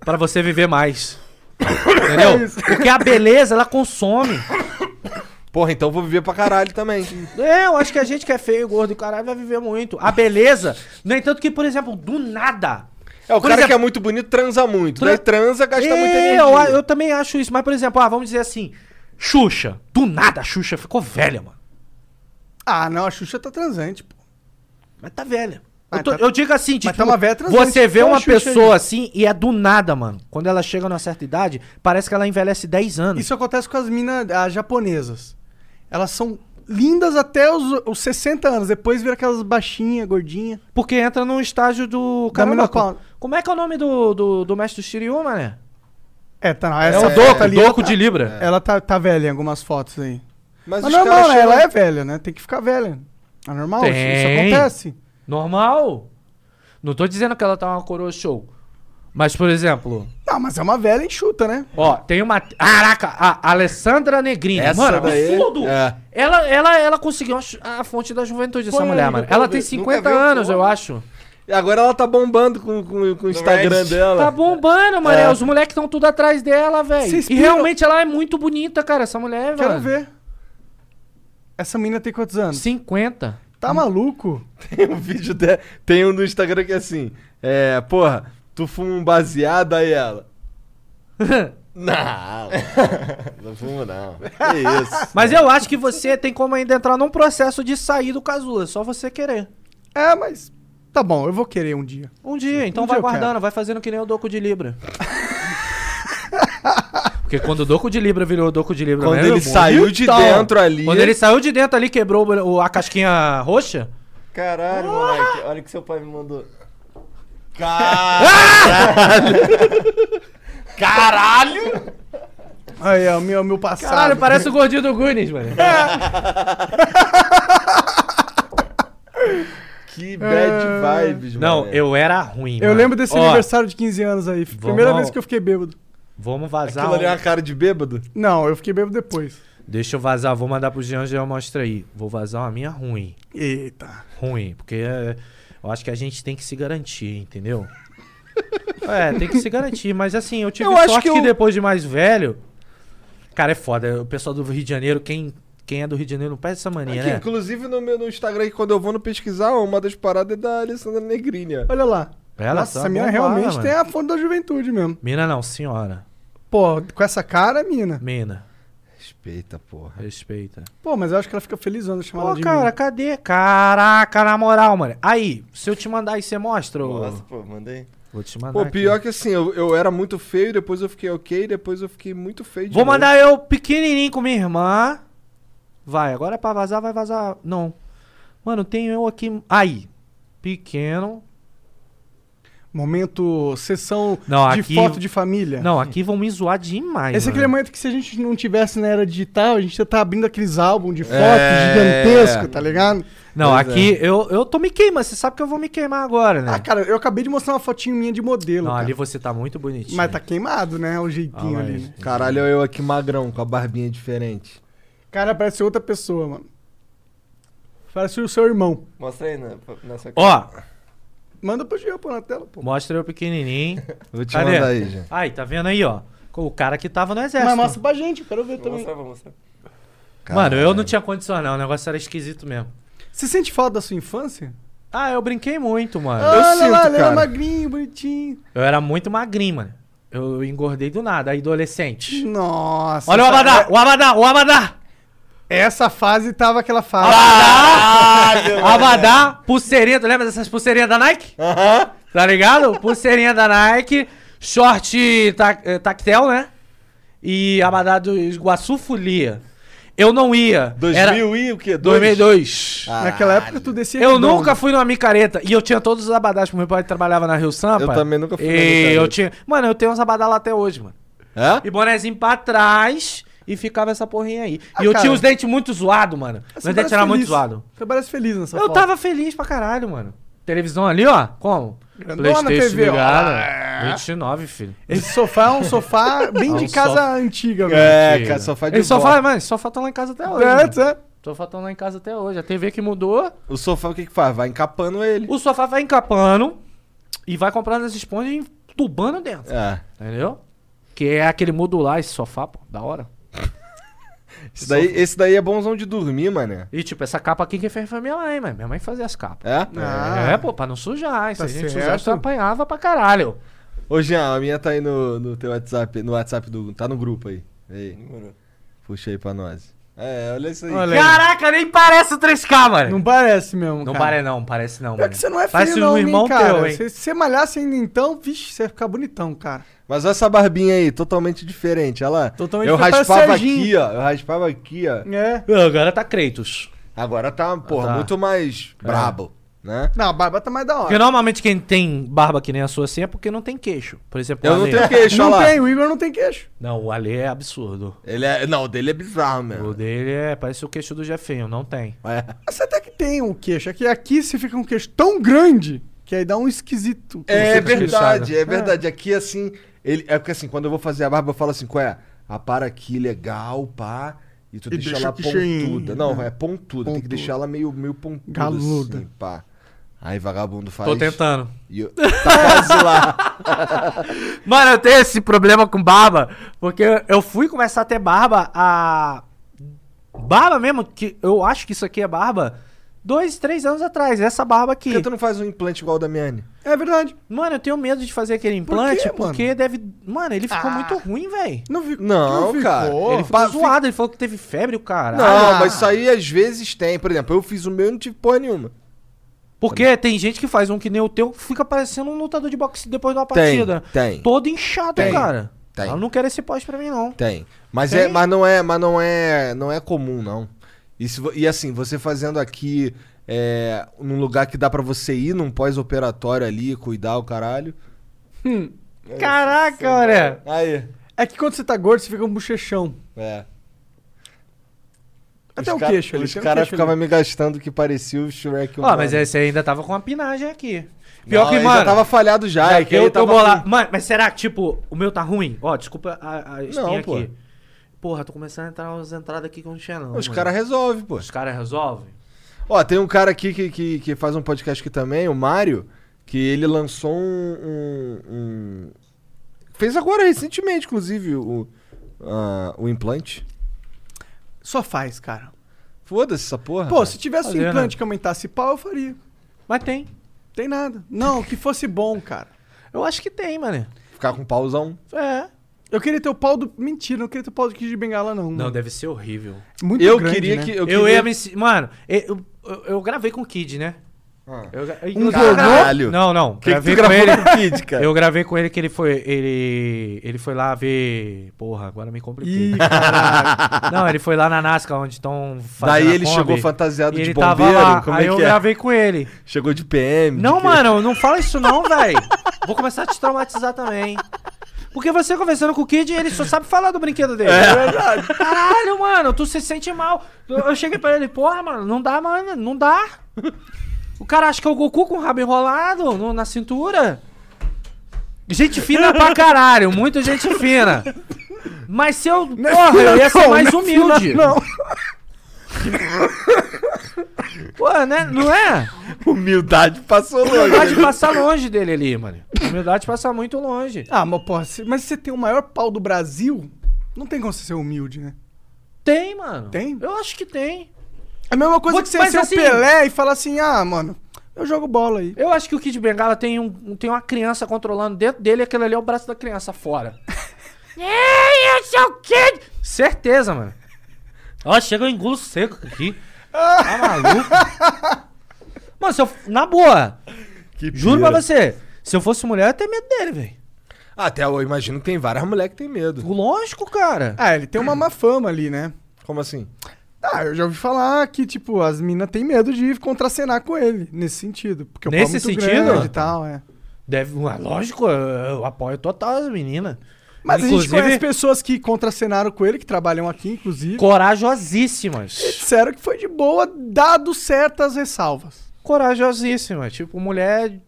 [SPEAKER 1] Pra você viver mais.
[SPEAKER 2] É
[SPEAKER 1] Entendeu? Porque a beleza, ela consome.
[SPEAKER 2] Porra, então eu vou viver pra caralho também.
[SPEAKER 1] É, eu acho que a gente que é feio, gordo e caralho vai viver muito. A beleza, no entanto que, por exemplo, do nada.
[SPEAKER 2] É,
[SPEAKER 1] Por
[SPEAKER 2] o cara
[SPEAKER 1] exemplo-
[SPEAKER 2] que é muito bonito transa muito.
[SPEAKER 1] Tran-
[SPEAKER 2] Daí transa, gasta muita
[SPEAKER 1] É,
[SPEAKER 2] energia.
[SPEAKER 1] eu, eu também acho isso. Mas, por exemplo, ah, vamos dizer assim, Xuxa. Do nada a Xuxa ficou velha, mano.
[SPEAKER 3] Ah, não, a Xuxa tá transante, pô.
[SPEAKER 1] Mas tá velha.
[SPEAKER 3] Ah,
[SPEAKER 1] eu, tô-
[SPEAKER 3] tá-
[SPEAKER 1] eu digo assim, tipo,
[SPEAKER 3] tá uma velha transante,
[SPEAKER 1] você vê
[SPEAKER 3] então a
[SPEAKER 1] uma
[SPEAKER 3] Xuxa
[SPEAKER 1] pessoa
[SPEAKER 3] aí.
[SPEAKER 1] assim e é do nada, mano. Quando ela chega numa certa idade, parece que ela envelhece 10 anos.
[SPEAKER 3] Isso acontece com as minas as japonesas. Elas são lindas até os, os 60 anos, depois vira aquelas baixinhas, gordinhas.
[SPEAKER 1] Porque entra no estágio do...
[SPEAKER 3] Da
[SPEAKER 1] Caramba, co-
[SPEAKER 3] menopausa.
[SPEAKER 1] como é que é o nome do, do, do mestre do Shiryu, mané?
[SPEAKER 3] É, tá não,
[SPEAKER 1] É,
[SPEAKER 3] essa
[SPEAKER 1] o
[SPEAKER 3] foto
[SPEAKER 1] Doku,
[SPEAKER 3] ali,
[SPEAKER 1] Doku
[SPEAKER 3] ela tá-
[SPEAKER 1] de Libra.
[SPEAKER 3] Ela tá, tá velha em algumas fotos aí. Mas,
[SPEAKER 2] os
[SPEAKER 3] normal,
[SPEAKER 2] caras
[SPEAKER 3] né?
[SPEAKER 2] chamam-
[SPEAKER 3] ela é velha, né? Tem que ficar velha. É normal, isso-
[SPEAKER 1] Tem.
[SPEAKER 3] isso acontece.
[SPEAKER 1] Normal. Não tô dizendo que ela tá uma coroa show. Mas, por exemplo...
[SPEAKER 3] Não, mas é uma velha enxuta, né?
[SPEAKER 1] Ó, tem uma. Caraca, a Alessandra Negrini.
[SPEAKER 2] Essa
[SPEAKER 1] mano,
[SPEAKER 2] daí-
[SPEAKER 1] absurdo!
[SPEAKER 2] é.
[SPEAKER 1] Ela, ela, ela conseguiu a chu- a fonte da juventude dessa
[SPEAKER 2] Põe
[SPEAKER 1] mulher,
[SPEAKER 2] aí,
[SPEAKER 1] mano.
[SPEAKER 2] pra
[SPEAKER 1] Ela
[SPEAKER 2] eu
[SPEAKER 1] tem
[SPEAKER 2] ver.
[SPEAKER 1] 50
[SPEAKER 8] Nunca vi um
[SPEAKER 1] anos, eu
[SPEAKER 8] porra.
[SPEAKER 1] acho.
[SPEAKER 2] E agora ela tá bombando com, com, com o Instagram
[SPEAKER 8] Reddit.
[SPEAKER 2] dela.
[SPEAKER 1] Tá bombando, mano.
[SPEAKER 2] É.
[SPEAKER 1] é, Os moleques estão tudo atrás dela, velho.
[SPEAKER 3] Se
[SPEAKER 1] E
[SPEAKER 3] inspira.
[SPEAKER 1] realmente ela é muito bonita, cara, essa mulher, velho.
[SPEAKER 3] Quero ver. Essa menina tem quantos anos?
[SPEAKER 1] 50.
[SPEAKER 3] Tá maluco?
[SPEAKER 2] Tem um vídeo dela. Tem um no Instagram que é assim. É, porra, tu fuma um baseado, aí ela. Não, não fumo não. Que É isso.
[SPEAKER 1] Mas eu acho que você tem como ainda entrar num processo de sair do casulo. É só você querer.
[SPEAKER 3] É, mas tá bom, eu vou querer um dia.
[SPEAKER 1] Um dia, então
[SPEAKER 3] Um
[SPEAKER 1] vai
[SPEAKER 3] dia eu
[SPEAKER 1] guardando,
[SPEAKER 3] quero.
[SPEAKER 1] vai fazendo que nem o Doco de Libra. Porque quando o Doco de Libra virou o Doco de Libra,
[SPEAKER 2] Quando
[SPEAKER 1] né,
[SPEAKER 2] ele
[SPEAKER 1] meu
[SPEAKER 2] saiu de
[SPEAKER 1] Então,
[SPEAKER 2] dentro ali.
[SPEAKER 1] Quando ele saiu de dentro ali, quebrou o- o- a casquinha roxa.
[SPEAKER 8] Caralho, moleque, olha o que seu pai me mandou.
[SPEAKER 2] Caralho! Caralho!
[SPEAKER 3] Aí, é o meu, meu passado.
[SPEAKER 16] Caralho, parece o gordinho do Goonies, mano.
[SPEAKER 2] Que bad vibes,
[SPEAKER 1] Não,
[SPEAKER 2] mano.
[SPEAKER 1] eu era ruim.
[SPEAKER 3] Eu
[SPEAKER 1] mano.
[SPEAKER 3] lembro desse
[SPEAKER 1] Ó,
[SPEAKER 3] aniversário de 15 anos aí. Primeira
[SPEAKER 1] vamos-
[SPEAKER 3] vez que eu fiquei bêbado.
[SPEAKER 1] Vamos vazar.
[SPEAKER 2] Aquilo ali é
[SPEAKER 1] um-
[SPEAKER 2] uma cara de bêbado?
[SPEAKER 3] Não, eu fiquei bêbado depois.
[SPEAKER 1] Deixa eu vazar, vou mandar pro Jean, Jean mostra aí. Vou vazar uma minha ruim.
[SPEAKER 3] Eita.
[SPEAKER 1] Ruim, porque é, eu acho que a gente tem que se garantir, entendeu? é, tem que se garantir, mas assim, eu tive
[SPEAKER 3] Eu acho
[SPEAKER 1] sorte
[SPEAKER 3] que
[SPEAKER 1] que,
[SPEAKER 3] eu-
[SPEAKER 1] depois de mais velho. Cara, é foda. O pessoal do Rio de Janeiro, quem, quem é do Rio de Janeiro não perde essa mania,
[SPEAKER 2] Aqui,
[SPEAKER 1] né?
[SPEAKER 2] inclusive no meu no Instagram, que quando eu vou no pesquisar, uma das paradas é da Alessandra Negrini. ó.
[SPEAKER 3] Olha lá.
[SPEAKER 1] Ela
[SPEAKER 3] Nossa,
[SPEAKER 1] tá
[SPEAKER 3] a mina
[SPEAKER 1] bombada,
[SPEAKER 3] realmente
[SPEAKER 1] mano.
[SPEAKER 3] tem a fonte da juventude mesmo.
[SPEAKER 1] Mina não, senhora.
[SPEAKER 3] Pô, com essa cara, mina.
[SPEAKER 1] Mina,
[SPEAKER 2] Respeita, porra.
[SPEAKER 1] respeita.
[SPEAKER 3] Pô, mas eu acho que ela fica felizona chamada
[SPEAKER 1] Pô,
[SPEAKER 3] de
[SPEAKER 1] cara,
[SPEAKER 3] mina.
[SPEAKER 1] cadê? Caraca, na moral, mano. Aí, se eu te mandar aí, você mostra? ô?
[SPEAKER 2] Nossa, pô, mandei.
[SPEAKER 1] Vou te mandar.
[SPEAKER 2] Pô,
[SPEAKER 1] aqui.
[SPEAKER 2] pior que assim, eu, eu era muito feio, depois eu fiquei ok, depois eu fiquei muito feio de
[SPEAKER 1] Vou
[SPEAKER 2] novo.
[SPEAKER 1] mandar eu pequenininho com minha irmã. Vai, agora é pra vazar, vai vazar. Não. Mano, tenho eu aqui. Aí. Pequeno.
[SPEAKER 3] Momento, sessão
[SPEAKER 1] Não,
[SPEAKER 3] de
[SPEAKER 1] aqui-
[SPEAKER 3] foto de família.
[SPEAKER 1] Não, aqui vão me zoar demais.
[SPEAKER 3] É. Esse é aquele
[SPEAKER 1] mano.
[SPEAKER 3] momento que se a gente não tivesse na era digital, a gente ia tá abrindo aqueles álbuns de foto
[SPEAKER 2] É.
[SPEAKER 3] gigantesco, tá ligado?
[SPEAKER 1] Não,
[SPEAKER 2] Pois
[SPEAKER 1] aqui eu, eu tô me queimando. Você sabe que eu vou me queimar agora, né?
[SPEAKER 3] Ah, cara, eu acabei de mostrar uma fotinho minha de modelo.
[SPEAKER 1] não,
[SPEAKER 3] cara.
[SPEAKER 1] ali você tá muito bonitinho.
[SPEAKER 3] Mas tá queimado, né? O jeitinho
[SPEAKER 1] Ah,
[SPEAKER 3] ali.
[SPEAKER 1] mas-
[SPEAKER 3] Né?
[SPEAKER 2] Caralho, eu aqui magrão, com a barbinha diferente.
[SPEAKER 3] Cara, parece outra pessoa, mano. Parece o seu irmão.
[SPEAKER 2] Mostra aí na, na sua
[SPEAKER 1] Ó,
[SPEAKER 3] Manda pro Jean, pô, na tela, pô.
[SPEAKER 1] mostra eu pequenininho.
[SPEAKER 2] Vou te
[SPEAKER 1] Cadê?
[SPEAKER 2] mandar aí, gente.
[SPEAKER 1] Aí, tá vendo aí, ó? O cara que tava no exército.
[SPEAKER 3] Mas mostra pra gente, quero ver também.
[SPEAKER 2] vou mostrar.
[SPEAKER 1] Mano, eu não tinha condição, não. O negócio era esquisito mesmo.
[SPEAKER 3] Você sente falta da sua infância?
[SPEAKER 1] Ah, eu brinquei muito, mano.
[SPEAKER 3] Olha
[SPEAKER 2] sinto,
[SPEAKER 3] lá, ele era
[SPEAKER 2] cara.
[SPEAKER 3] magrinho, bonitinho.
[SPEAKER 1] Eu era muito magrinho, mano. Eu engordei do nada, adolescente.
[SPEAKER 3] Nossa.
[SPEAKER 1] Olha o
[SPEAKER 3] essa-
[SPEAKER 1] Abadá,
[SPEAKER 2] é
[SPEAKER 1] o Abadá, o Abadá!
[SPEAKER 3] Essa fase tava aquela fase.
[SPEAKER 1] Abadá! Abadá, pulseirinha, tu lembra dessas pulseirinhas da Nike? Tá ligado? Pulseirinha da Nike, short ta- eh, tactel, né? E Abadá do Iguaçu Folia. Eu não ia.
[SPEAKER 2] 2000
[SPEAKER 1] era
[SPEAKER 2] e o quê? Dois?
[SPEAKER 1] 2002.
[SPEAKER 3] Naquela época tu descia.
[SPEAKER 1] Ah, Eu
[SPEAKER 3] redondo.
[SPEAKER 1] nunca fui numa micareta. E eu tinha todos os abadás, porque meu pai trabalhava na Rio Sampa.
[SPEAKER 2] Eu também nunca
[SPEAKER 1] E
[SPEAKER 2] fui na micareta.
[SPEAKER 1] eu tinha... Mano, eu tenho uns abadá lá até hoje, mano.
[SPEAKER 2] Hã?
[SPEAKER 1] E bonezinho pra trás e ficava essa porrinha aí.
[SPEAKER 3] Ah,
[SPEAKER 1] e eu
[SPEAKER 3] cara.
[SPEAKER 1] tinha os dentes muito zoados, mano.
[SPEAKER 3] Você
[SPEAKER 1] Meus
[SPEAKER 2] tá
[SPEAKER 3] parece
[SPEAKER 1] dentes eram muito
[SPEAKER 3] feliz.
[SPEAKER 1] zoados.
[SPEAKER 3] Você parece feliz nessa
[SPEAKER 1] Eu
[SPEAKER 3] foto.
[SPEAKER 1] tava feliz pra caralho, mano. Televisão ali, ó. Como?
[SPEAKER 3] Grandona TV, ó.
[SPEAKER 1] ligada.
[SPEAKER 2] Ah.
[SPEAKER 1] 29, filho.
[SPEAKER 3] Esse sofá é um sofá bem
[SPEAKER 1] É um
[SPEAKER 3] de casa
[SPEAKER 1] sofá.
[SPEAKER 3] antiga, velho.
[SPEAKER 2] É,
[SPEAKER 1] Mentira.
[SPEAKER 2] cara, só faz de tá.
[SPEAKER 1] Ele só
[SPEAKER 2] bosta.
[SPEAKER 1] fala, mano, só faltam lá em casa até hoje. mano.
[SPEAKER 3] É, é.
[SPEAKER 1] Só faltam lá em casa até hoje. A TV que mudou.
[SPEAKER 2] O sofá o que que faz? Vai encapando ele.
[SPEAKER 1] O sofá vai encapando e vai comprando as esponjas e entubando dentro.
[SPEAKER 2] É.
[SPEAKER 1] Entendeu? Que é aquele modular, esse sofá, pô, da hora.
[SPEAKER 2] Esse daí, esse daí é bonzão de dormir, mané.
[SPEAKER 1] E tipo, essa capa aqui quem fez foi minha mãe, mano. Minha mãe fazia as capas.
[SPEAKER 2] É?
[SPEAKER 1] é, pô, pra não sujar. E Se
[SPEAKER 3] Tá
[SPEAKER 1] a gente
[SPEAKER 3] certo.
[SPEAKER 1] sujasse, tu apanhava pra caralho.
[SPEAKER 2] Ô, Jean, a minha tá aí no, no teu WhatsApp, no WhatsApp do... Tá no grupo aí. Aí. Puxa aí pra nós. É, olha isso aí.
[SPEAKER 3] Olha aí.
[SPEAKER 1] Caraca, nem parece o 3K, mano.
[SPEAKER 3] é. Não parece mesmo,
[SPEAKER 1] Não
[SPEAKER 3] cara.
[SPEAKER 1] parece não, parece não,
[SPEAKER 3] Pior
[SPEAKER 1] mano.
[SPEAKER 3] que você não é feio
[SPEAKER 1] Parece
[SPEAKER 3] não,
[SPEAKER 1] um
[SPEAKER 3] hein,
[SPEAKER 1] irmão
[SPEAKER 3] cara.
[SPEAKER 1] teu, hein.
[SPEAKER 3] Se se você malhasse ainda então, vixe, você ia ficar bonitão, cara.
[SPEAKER 2] Mas olha essa barbinha aí, totalmente diferente. Olha lá.
[SPEAKER 3] Totalmente
[SPEAKER 2] eu
[SPEAKER 3] diferente, parece
[SPEAKER 2] raspava
[SPEAKER 3] Serginho.
[SPEAKER 2] aqui, ó. Eu raspava aqui, ó.
[SPEAKER 3] É.
[SPEAKER 1] Ah, Agora tá Kratos.
[SPEAKER 2] Agora tá, porra,
[SPEAKER 3] Ah,
[SPEAKER 1] tá.
[SPEAKER 2] muito mais
[SPEAKER 3] É.
[SPEAKER 2] brabo, né?
[SPEAKER 3] Não, a barba tá mais da
[SPEAKER 1] Porque
[SPEAKER 3] hora.
[SPEAKER 1] normalmente quem tem barba que nem a sua assim é porque não tem queixo. Por exemplo,
[SPEAKER 2] Eu
[SPEAKER 1] o
[SPEAKER 2] não
[SPEAKER 1] Ale.
[SPEAKER 2] tenho queixo, olha
[SPEAKER 3] Tá não
[SPEAKER 2] lá.
[SPEAKER 3] tem, o Igor não tem queixo.
[SPEAKER 1] Não, o Ale é absurdo.
[SPEAKER 2] Ele é, não, o dele é bizarro
[SPEAKER 1] O
[SPEAKER 2] mesmo.
[SPEAKER 1] dele é, parece o queixo do Jefinho, não tem.
[SPEAKER 2] É.
[SPEAKER 3] Mas Você até que tem um queixo. É que aqui você fica com um queixo tão grande que aí dá um esquisito. tá
[SPEAKER 2] É
[SPEAKER 1] fica
[SPEAKER 2] verdade,
[SPEAKER 1] esguichado.
[SPEAKER 2] é verdade. Aqui, assim, ele, é porque assim, quando eu vou fazer a barba, eu falo assim, qual é? Apara aqui, legal, pá. E tu
[SPEAKER 3] E
[SPEAKER 2] deixa,
[SPEAKER 3] deixa
[SPEAKER 2] ela
[SPEAKER 3] aqui cheinho,
[SPEAKER 2] pontuda. Não, é pontuda. Tem que
[SPEAKER 3] Pontuda.
[SPEAKER 2] deixar ela meio, meio pontuda,
[SPEAKER 3] Galuda.
[SPEAKER 2] assim, pá. Aí vagabundo faz...
[SPEAKER 1] Tô tentando.
[SPEAKER 2] E eu, tá quase lá.
[SPEAKER 1] Mano, eu tenho esse problema com barba, porque eu fui começar a ter barba a. Barba mesmo, que eu acho que isso aqui é barba, dois, três anos atrás, essa barba aqui.
[SPEAKER 2] Por que tu não faz um implante igual o da Miane?
[SPEAKER 3] É verdade.
[SPEAKER 1] Mano, eu tenho medo de fazer aquele implante,
[SPEAKER 3] quê, mano?
[SPEAKER 1] porque deve. Mano, ele ficou muito ruim, velho.
[SPEAKER 3] Não Ah. vi.
[SPEAKER 2] Não,
[SPEAKER 3] vi-
[SPEAKER 2] cara.
[SPEAKER 3] Pô,
[SPEAKER 1] Ele ficou zoado, ele falou que teve febre, o caralho.
[SPEAKER 2] Não, mas isso aí às vezes tem. Por exemplo, eu fiz o meu e não tive porra nenhuma.
[SPEAKER 1] Porque tem gente que faz um que nem o teu, que fica parecendo um lutador de boxe depois de uma
[SPEAKER 2] Tem,
[SPEAKER 1] partida.
[SPEAKER 2] tem.
[SPEAKER 1] Todo inchado,
[SPEAKER 2] Tem,
[SPEAKER 1] cara.
[SPEAKER 2] tem.
[SPEAKER 1] Eu não quero esse pós pra mim, não.
[SPEAKER 2] Tem. Mas,
[SPEAKER 1] Tem?
[SPEAKER 2] É, mas não é, mas não é, não é comum não. E, se vo- e assim, você fazendo aqui é, num lugar que dá pra você ir num pós-operatório ali, cuidar o caralho.
[SPEAKER 1] Caraca, olha.
[SPEAKER 2] Aí.
[SPEAKER 3] É que quando você tá gordo, você fica um bochechão.
[SPEAKER 2] É.
[SPEAKER 3] Até
[SPEAKER 2] Os
[SPEAKER 3] o
[SPEAKER 2] ca-
[SPEAKER 3] queixo ali.
[SPEAKER 2] Os
[SPEAKER 3] tem um
[SPEAKER 2] caras
[SPEAKER 3] queixo
[SPEAKER 2] ficavam
[SPEAKER 3] ali.
[SPEAKER 2] me gastando que parecia o Shrek.
[SPEAKER 1] Ó, Ah, mas
[SPEAKER 2] humano.
[SPEAKER 1] esse aí ainda tava com uma pinagem aqui.
[SPEAKER 2] Não,
[SPEAKER 1] Pior que,
[SPEAKER 2] ele
[SPEAKER 1] mano.
[SPEAKER 2] Já tava falhado já. é que
[SPEAKER 1] eu
[SPEAKER 2] ele
[SPEAKER 1] tô
[SPEAKER 2] tava
[SPEAKER 1] bolado. Mano, mas será que, tipo, o meu tá ruim? Ó, desculpa a, a espinha
[SPEAKER 2] Não,
[SPEAKER 1] aqui.
[SPEAKER 2] pô.
[SPEAKER 1] Porra, tô começando a entrar umas entradas aqui que eu não tinha, não.
[SPEAKER 2] com- Os
[SPEAKER 1] mano.
[SPEAKER 2] caras resolvem, pô.
[SPEAKER 1] Os caras resolvem?
[SPEAKER 2] Ó, tem um cara aqui que, que, que faz um podcast aqui também, o Mário, que ele lançou um. um- um- Fez agora recentemente, inclusive, o, ah, o implante.
[SPEAKER 3] Só faz, cara.
[SPEAKER 2] Foda-se essa porra.
[SPEAKER 3] Pô, se tivesse
[SPEAKER 1] Ah, Fazer,
[SPEAKER 3] um implante
[SPEAKER 1] né?
[SPEAKER 3] que aumentasse pau, eu faria.
[SPEAKER 1] Mas tem.
[SPEAKER 3] Tem nada. Não, que fosse bom, cara.
[SPEAKER 1] Eu acho que tem, mano.
[SPEAKER 2] Ficar com um pauzão.
[SPEAKER 1] É.
[SPEAKER 3] Eu queria ter o pau do. Mentira, eu não queria ter o pau do Kid de Bengala, não.
[SPEAKER 1] Não, deve ser horrível.
[SPEAKER 3] Muito
[SPEAKER 2] eu
[SPEAKER 3] grande,
[SPEAKER 2] queria
[SPEAKER 3] né?
[SPEAKER 2] que.
[SPEAKER 1] Eu,
[SPEAKER 2] Eu, queria...
[SPEAKER 1] ia me. se- Mano, eu, eu, eu gravei com o Kid, né?
[SPEAKER 2] Ah.
[SPEAKER 1] Eu, gra-
[SPEAKER 3] Um
[SPEAKER 1] eu-
[SPEAKER 2] Caralho.
[SPEAKER 1] Não, não.
[SPEAKER 2] que,
[SPEAKER 1] gravei
[SPEAKER 2] que tu
[SPEAKER 1] com
[SPEAKER 2] gravou
[SPEAKER 1] ele.
[SPEAKER 2] no feed, cara?
[SPEAKER 1] Eu gravei com ele que ele foi. Ele. Ele foi lá ver. Porra, agora me compliquei.
[SPEAKER 3] Ih, caralho.
[SPEAKER 1] Não, ele foi lá na Nasca onde estão fazendo.
[SPEAKER 2] Daí
[SPEAKER 1] a
[SPEAKER 2] ele
[SPEAKER 1] Kombi,
[SPEAKER 2] chegou fantasiado
[SPEAKER 1] e
[SPEAKER 2] de
[SPEAKER 1] ele tava
[SPEAKER 2] bombeiro,
[SPEAKER 1] lá,
[SPEAKER 2] como
[SPEAKER 1] aí
[SPEAKER 2] é
[SPEAKER 1] eu
[SPEAKER 2] que é?
[SPEAKER 1] gravei com ele.
[SPEAKER 2] Chegou de PM.
[SPEAKER 1] Não,
[SPEAKER 2] de que-
[SPEAKER 1] mano, não fala isso não, velho. Vou começar a te traumatizar também. Porque você conversando com o Kid, ele só sabe falar do brinquedo dele. É verdade. Caralho, mano, tu se sente mal. Eu eu cheguei pra ele, porra, mano, não dá, mano, não dá. O cara acha que é o Goku com o rabo enrolado no- na cintura. Gente fina pra caralho, muito gente fina. Mas se eu. Porra, eu ia ser
[SPEAKER 3] Não,
[SPEAKER 1] mais
[SPEAKER 3] não é fina,
[SPEAKER 1] humilde.
[SPEAKER 3] Não,
[SPEAKER 1] Pô, né? Não é?
[SPEAKER 2] Humildade passou longe.
[SPEAKER 1] Humildade passa longe dele ali, mano. Humildade passa muito longe.
[SPEAKER 3] Ah, mas porra, se- mas se você tem o maior pau do Brasil, não tem como você ser humilde, né?
[SPEAKER 1] Tem, mano.
[SPEAKER 3] Tem?
[SPEAKER 1] Eu acho que tem.
[SPEAKER 3] É a mesma coisa
[SPEAKER 1] Vou-
[SPEAKER 3] que você
[SPEAKER 1] mas
[SPEAKER 3] ser
[SPEAKER 1] assim-
[SPEAKER 3] o Pelé e falar assim, ah, mano, eu jogo bola aí.
[SPEAKER 1] Eu acho que o Kid Bengala tem, um, tem uma criança controlando dentro dele e aquele ali é o braço da criança fora. Ei, esse é o Kid! Certeza, mano. Ó, chega eu engulo seco aqui. Tá maluco? mano, se eu, na boa,
[SPEAKER 2] Que
[SPEAKER 1] juro
[SPEAKER 2] pira.
[SPEAKER 1] pra você, se eu fosse mulher, eu ia ter medo dele, velho.
[SPEAKER 2] Até eu imagino que tem várias mulheres que tem medo.
[SPEAKER 1] Lógico, cara.
[SPEAKER 3] Ah, ele tem uma má fama ali, né?
[SPEAKER 2] Como assim?
[SPEAKER 3] Ah, eu já ouvi falar que, tipo, as minas têm medo de contracenar com ele, nesse sentido. Porque o pau é
[SPEAKER 1] Nesse
[SPEAKER 3] muito
[SPEAKER 1] sentido?
[SPEAKER 3] grande e tal, é.
[SPEAKER 1] Deve, ué, lógico, eu, eu apoio total as meninas.
[SPEAKER 3] Mas
[SPEAKER 1] Inclusive-
[SPEAKER 3] a gente conhece pessoas que contracenaram com ele, que trabalham aqui, inclusive.
[SPEAKER 1] Corajosíssimas.
[SPEAKER 3] Disseram que foi de boa, dado certas ressalvas.
[SPEAKER 1] Corajosíssimas. Tipo, mulher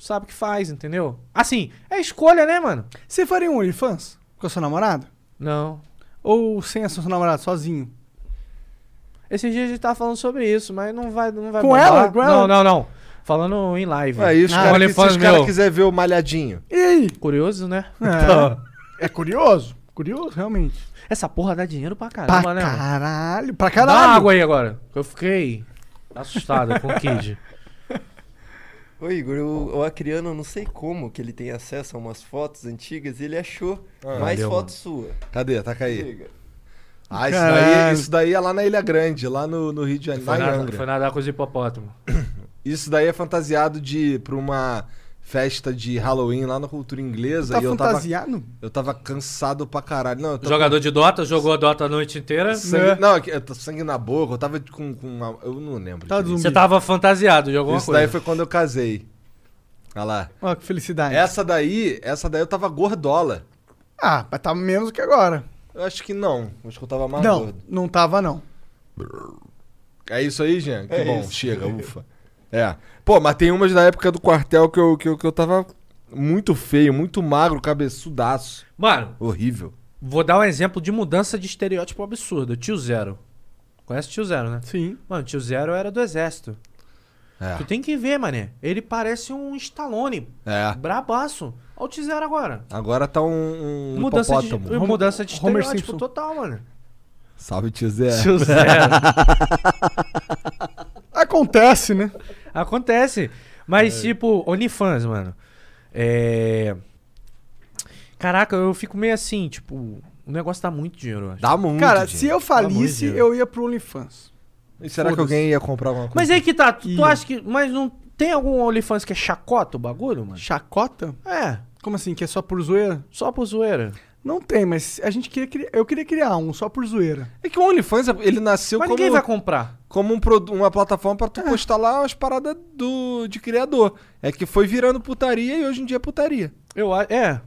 [SPEAKER 1] sabe o que faz, entendeu? Assim, é escolha, né, mano?
[SPEAKER 3] Você faria um OnlyFans com a sua namorada?
[SPEAKER 1] Não.
[SPEAKER 3] Ou sem a sua namorada, sozinho?
[SPEAKER 1] Esses dias a gente tava falando sobre isso, mas não vai não vai
[SPEAKER 3] Com
[SPEAKER 1] bombar.
[SPEAKER 3] ela? Com ela?
[SPEAKER 1] Não, não, não. Falando em live.
[SPEAKER 2] Aí os
[SPEAKER 1] Ah,
[SPEAKER 2] caras É que- se
[SPEAKER 1] OnlyFans
[SPEAKER 2] os caras
[SPEAKER 1] meu.
[SPEAKER 2] quiserem ver o malhadinho.
[SPEAKER 3] E aí?
[SPEAKER 1] Curioso, né?
[SPEAKER 3] É, é curioso. Curioso, realmente.
[SPEAKER 1] Essa porra dá dinheiro pra
[SPEAKER 3] Pra
[SPEAKER 1] caramba, né? mano?
[SPEAKER 3] caralho. Pra
[SPEAKER 1] Dá uma
[SPEAKER 3] caralho.
[SPEAKER 1] água aí agora. que Eu fiquei assustado com o Kid.
[SPEAKER 8] Ô Igor, o, o Acriano, eu não sei como que ele tem acesso a umas fotos antigas e ele achou
[SPEAKER 3] Ah,
[SPEAKER 8] mais
[SPEAKER 1] valeu,
[SPEAKER 8] fotos sua.
[SPEAKER 2] Cadê? Tá aí.
[SPEAKER 8] Liga.
[SPEAKER 2] Ah, isso daí,
[SPEAKER 3] Caralho.
[SPEAKER 2] isso daí é lá na Ilha Grande, lá no, no Rio de Janeiro.
[SPEAKER 1] Foi
[SPEAKER 2] lá em
[SPEAKER 1] nadar,
[SPEAKER 2] Angra.
[SPEAKER 1] foi nadar com os hipopótamos.
[SPEAKER 2] Isso daí é fantasiado de pra uma festa de Halloween lá na cultura inglesa.
[SPEAKER 3] Tá
[SPEAKER 2] e eu tava,
[SPEAKER 3] fantasiado?
[SPEAKER 2] eu tava cansado pra caralho. Não, eu tava
[SPEAKER 1] Jogador de Dota, jogou a Dota a noite inteira.
[SPEAKER 2] com sangue, não, eu tô sangue na boca, eu tava com. com uma- eu não lembro.
[SPEAKER 3] Tá
[SPEAKER 2] direito.
[SPEAKER 3] zumbi.
[SPEAKER 1] Você tava fantasiado de alguma
[SPEAKER 2] isso
[SPEAKER 1] coisa.
[SPEAKER 2] daí foi quando eu casei. Olha lá.
[SPEAKER 3] Ó, que felicidade.
[SPEAKER 2] Essa daí, essa daí eu tava gordola.
[SPEAKER 3] Ah, mas tá menos que agora.
[SPEAKER 2] Eu acho que não. Acho que eu
[SPEAKER 1] Tá
[SPEAKER 2] tava mais
[SPEAKER 3] não,
[SPEAKER 2] gordo.
[SPEAKER 3] não tava, não.
[SPEAKER 2] É isso aí, Jean? Que
[SPEAKER 8] É
[SPEAKER 2] bom,
[SPEAKER 8] isso.
[SPEAKER 2] chega, ufa. É. Pô, mas tem umas da época do quartel que eu, que eu, que eu tava muito feio, muito magro, cabeçudaço.
[SPEAKER 1] Mano,
[SPEAKER 2] Horrível.
[SPEAKER 1] vou dar um exemplo de mudança de estereótipo absurda. Tio Zero. Conhece o Tio Zero, né?
[SPEAKER 3] Sim.
[SPEAKER 1] Mano, o Tio Zero era do exército.
[SPEAKER 2] É.
[SPEAKER 1] Tu tem que ver, mané. Ele parece um Stallone.
[SPEAKER 2] É.
[SPEAKER 1] Brabaço. Olha o Tio Zero agora.
[SPEAKER 2] Agora tá um, um
[SPEAKER 1] Mudança de,
[SPEAKER 2] hipopótamo.
[SPEAKER 3] Homer-
[SPEAKER 1] mudança de
[SPEAKER 3] Homer
[SPEAKER 1] estereótipo
[SPEAKER 3] Simpson.
[SPEAKER 1] total, mano. É.
[SPEAKER 2] Salve, tio Zé.
[SPEAKER 1] Tio Zero.
[SPEAKER 3] Acontece, né?
[SPEAKER 1] Acontece. Mas, tipo, OnlyFans, mano. É. Caraca, eu fico meio assim, tipo, o negócio dá muito dinheiro, eu acho.
[SPEAKER 2] Dá muito.
[SPEAKER 3] Cara,
[SPEAKER 2] gente.
[SPEAKER 3] se eu falisse,
[SPEAKER 1] Pelo amor de Deus.
[SPEAKER 3] eu ia pro OnlyFans.
[SPEAKER 2] E será que
[SPEAKER 3] foda-se.
[SPEAKER 2] alguém ia comprar uma coisa?
[SPEAKER 1] Mas aí que tá, tu, tu
[SPEAKER 3] Ih.
[SPEAKER 1] acha que. Mas não tem algum OnlyFans que é chacota o bagulho, mano?
[SPEAKER 3] Chacota?
[SPEAKER 1] É,
[SPEAKER 3] Como assim? Que é só por zoeira?
[SPEAKER 1] só por zoeira.
[SPEAKER 3] Não tem, mas a gente queria criar. Eu queria criar um só por zoeira.
[SPEAKER 2] É que o OnlyFans, ele nasceu
[SPEAKER 1] mas
[SPEAKER 2] como,
[SPEAKER 1] ninguém vai comprar.
[SPEAKER 2] como um produ- uma plataforma pra tu postar lá umas paradas do, de criador. É que foi virando putaria e hoje em dia é putaria.
[SPEAKER 1] Eu acho. É.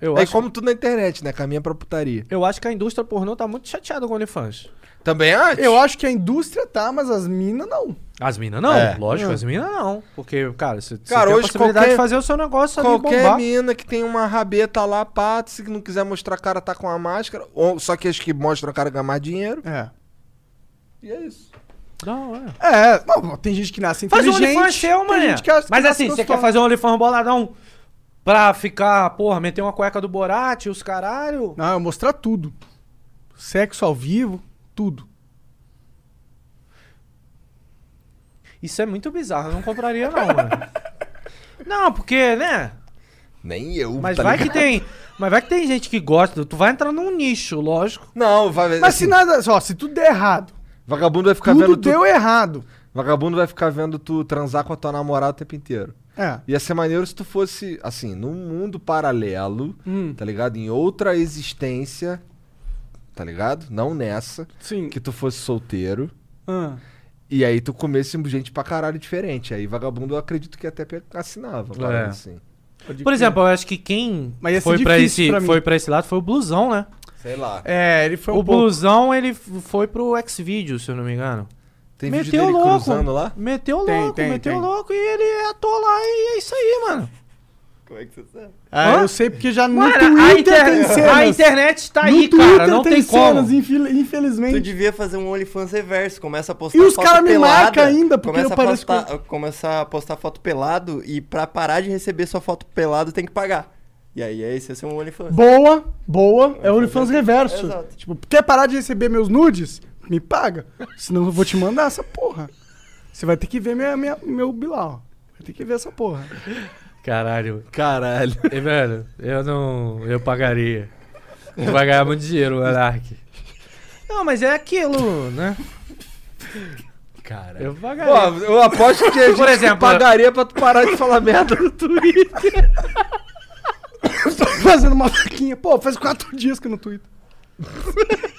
[SPEAKER 1] Eu
[SPEAKER 2] é
[SPEAKER 1] acho-
[SPEAKER 2] como tudo na internet, né? Caminha pra putaria.
[SPEAKER 1] Eu acho que a indústria pornô tá muito chateada com o OnlyFans.
[SPEAKER 2] Também é acho.
[SPEAKER 3] Eu acho que a indústria tá, mas as minas não.
[SPEAKER 1] As minas não,
[SPEAKER 2] É.
[SPEAKER 1] lógico, as minas não. Hum. Porque, cara, você você
[SPEAKER 2] Cara,
[SPEAKER 1] tem a
[SPEAKER 2] hoje
[SPEAKER 1] possibilidade
[SPEAKER 2] qualquer-
[SPEAKER 1] de fazer o seu negócio ali
[SPEAKER 2] Qualquer
[SPEAKER 1] bombar.
[SPEAKER 2] mina que tem uma rabeta lá, pato, se não quiser mostrar a cara, tá com a máscara. Ou, só que as que mostram a cara ganham mais dinheiro.
[SPEAKER 3] É.
[SPEAKER 2] E é isso.
[SPEAKER 1] Não, é.
[SPEAKER 3] É, bom, tem gente que nasce
[SPEAKER 1] Faz um
[SPEAKER 3] inteligente.
[SPEAKER 1] OnlyFans seu,
[SPEAKER 3] tem
[SPEAKER 1] mané.
[SPEAKER 3] gente que nasce-
[SPEAKER 1] Mas
[SPEAKER 3] que nasce
[SPEAKER 1] assim, você quer
[SPEAKER 3] gostosa.
[SPEAKER 1] fazer um OnlyFans boladão pra ficar, porra, meter uma cueca do Borat, os caralho.
[SPEAKER 3] Não, eu mostrar tudo. Sexo ao vivo, tudo.
[SPEAKER 1] Isso é muito bizarro, eu não compraria não, mano. Não, porque, né?
[SPEAKER 2] Nem eu.
[SPEAKER 1] Mas
[SPEAKER 2] tá
[SPEAKER 1] vai
[SPEAKER 2] ligado?
[SPEAKER 1] que tem. Mas vai que tem gente que gosta. Tu vai entrar num nicho, lógico.
[SPEAKER 2] Não, vai
[SPEAKER 3] Mas se
[SPEAKER 2] assim,
[SPEAKER 3] nada, ó, se tudo der errado,
[SPEAKER 2] Vagabundo vai ficar
[SPEAKER 3] tudo
[SPEAKER 2] vendo tu.
[SPEAKER 3] deu errado.
[SPEAKER 2] Vagabundo vai ficar vendo tu transar com a tua namorada o tempo inteiro.
[SPEAKER 3] É.
[SPEAKER 2] Ia ser maneiro se tu fosse, assim, num mundo paralelo,
[SPEAKER 3] Hum.
[SPEAKER 2] tá ligado? Em outra existência, tá ligado? Não nessa.
[SPEAKER 1] Hum.
[SPEAKER 3] Sim.
[SPEAKER 2] Que tu fosse solteiro.
[SPEAKER 3] Ah.
[SPEAKER 2] E aí tu comesse gente pra caralho diferente. Aí vagabundo eu acredito que até pe- assinava.
[SPEAKER 1] É.
[SPEAKER 2] parada Assim.
[SPEAKER 1] Por exemplo, eu acho que quem
[SPEAKER 3] Mas ia ser
[SPEAKER 1] foi pra,
[SPEAKER 3] difícil
[SPEAKER 1] esse,
[SPEAKER 3] pra mim.
[SPEAKER 1] foi pra esse lado foi o Blusão, né?
[SPEAKER 2] Sei lá.
[SPEAKER 3] É, ele foi um
[SPEAKER 1] o
[SPEAKER 3] pouco-
[SPEAKER 1] Blusão, ele f- foi pro Xvideos, se eu não me engano.
[SPEAKER 2] Tem vídeo
[SPEAKER 1] meteu
[SPEAKER 2] dele
[SPEAKER 1] louco.
[SPEAKER 2] cruzando lá?
[SPEAKER 1] Meteu
[SPEAKER 3] Tem,
[SPEAKER 1] louco,
[SPEAKER 3] tem,
[SPEAKER 1] meteu
[SPEAKER 3] tem.
[SPEAKER 1] louco e ele é ator lá e é isso aí, mano.
[SPEAKER 8] Como é que você sabe?
[SPEAKER 3] Ah,
[SPEAKER 1] Hã?
[SPEAKER 3] eu sei porque já no
[SPEAKER 1] Mano, a,
[SPEAKER 3] Twitter
[SPEAKER 1] inter-
[SPEAKER 3] tem
[SPEAKER 1] a
[SPEAKER 3] cenas.
[SPEAKER 1] internet tá
[SPEAKER 3] No
[SPEAKER 1] aí,
[SPEAKER 3] Twitter
[SPEAKER 1] cara, não tem,
[SPEAKER 3] cenas,
[SPEAKER 1] como.
[SPEAKER 3] infel-
[SPEAKER 8] Tu
[SPEAKER 3] infelizmente.
[SPEAKER 8] devia fazer um OnlyFans reverso, começa a postar
[SPEAKER 3] E os
[SPEAKER 8] foto
[SPEAKER 3] cara me
[SPEAKER 8] pelada,
[SPEAKER 3] marca ainda, porque
[SPEAKER 8] começa
[SPEAKER 3] eu pareço
[SPEAKER 8] a postar, Começar a postar foto pelado e pra parar de receber sua foto pelado tem que pagar. E aí, aí você é um OnlyFans.
[SPEAKER 3] Boa, boa, é OnlyFans reverso.
[SPEAKER 8] Exato.
[SPEAKER 3] Tipo, quer parar de receber meus nudes? Me paga. Senão eu vou te mandar essa porra. Você vai ter que ver minha, minha- meu Bilal. Vai ter que ver essa porra.
[SPEAKER 1] Caralho.
[SPEAKER 2] Caralho.
[SPEAKER 1] E, velho, eu não. Eu pagaria. Eu vai ganhar muito dinheiro, Monark. Não, mas é aquilo, né?
[SPEAKER 2] Cara.
[SPEAKER 1] Eu pagaria.
[SPEAKER 2] Pô, eu aposto que a gente
[SPEAKER 1] Por exemplo,
[SPEAKER 2] pagaria pra tu parar de falar merda no Twitter.
[SPEAKER 3] Fazendo uma vaquinha. Pô, faz quatro dias que eu não Twitter.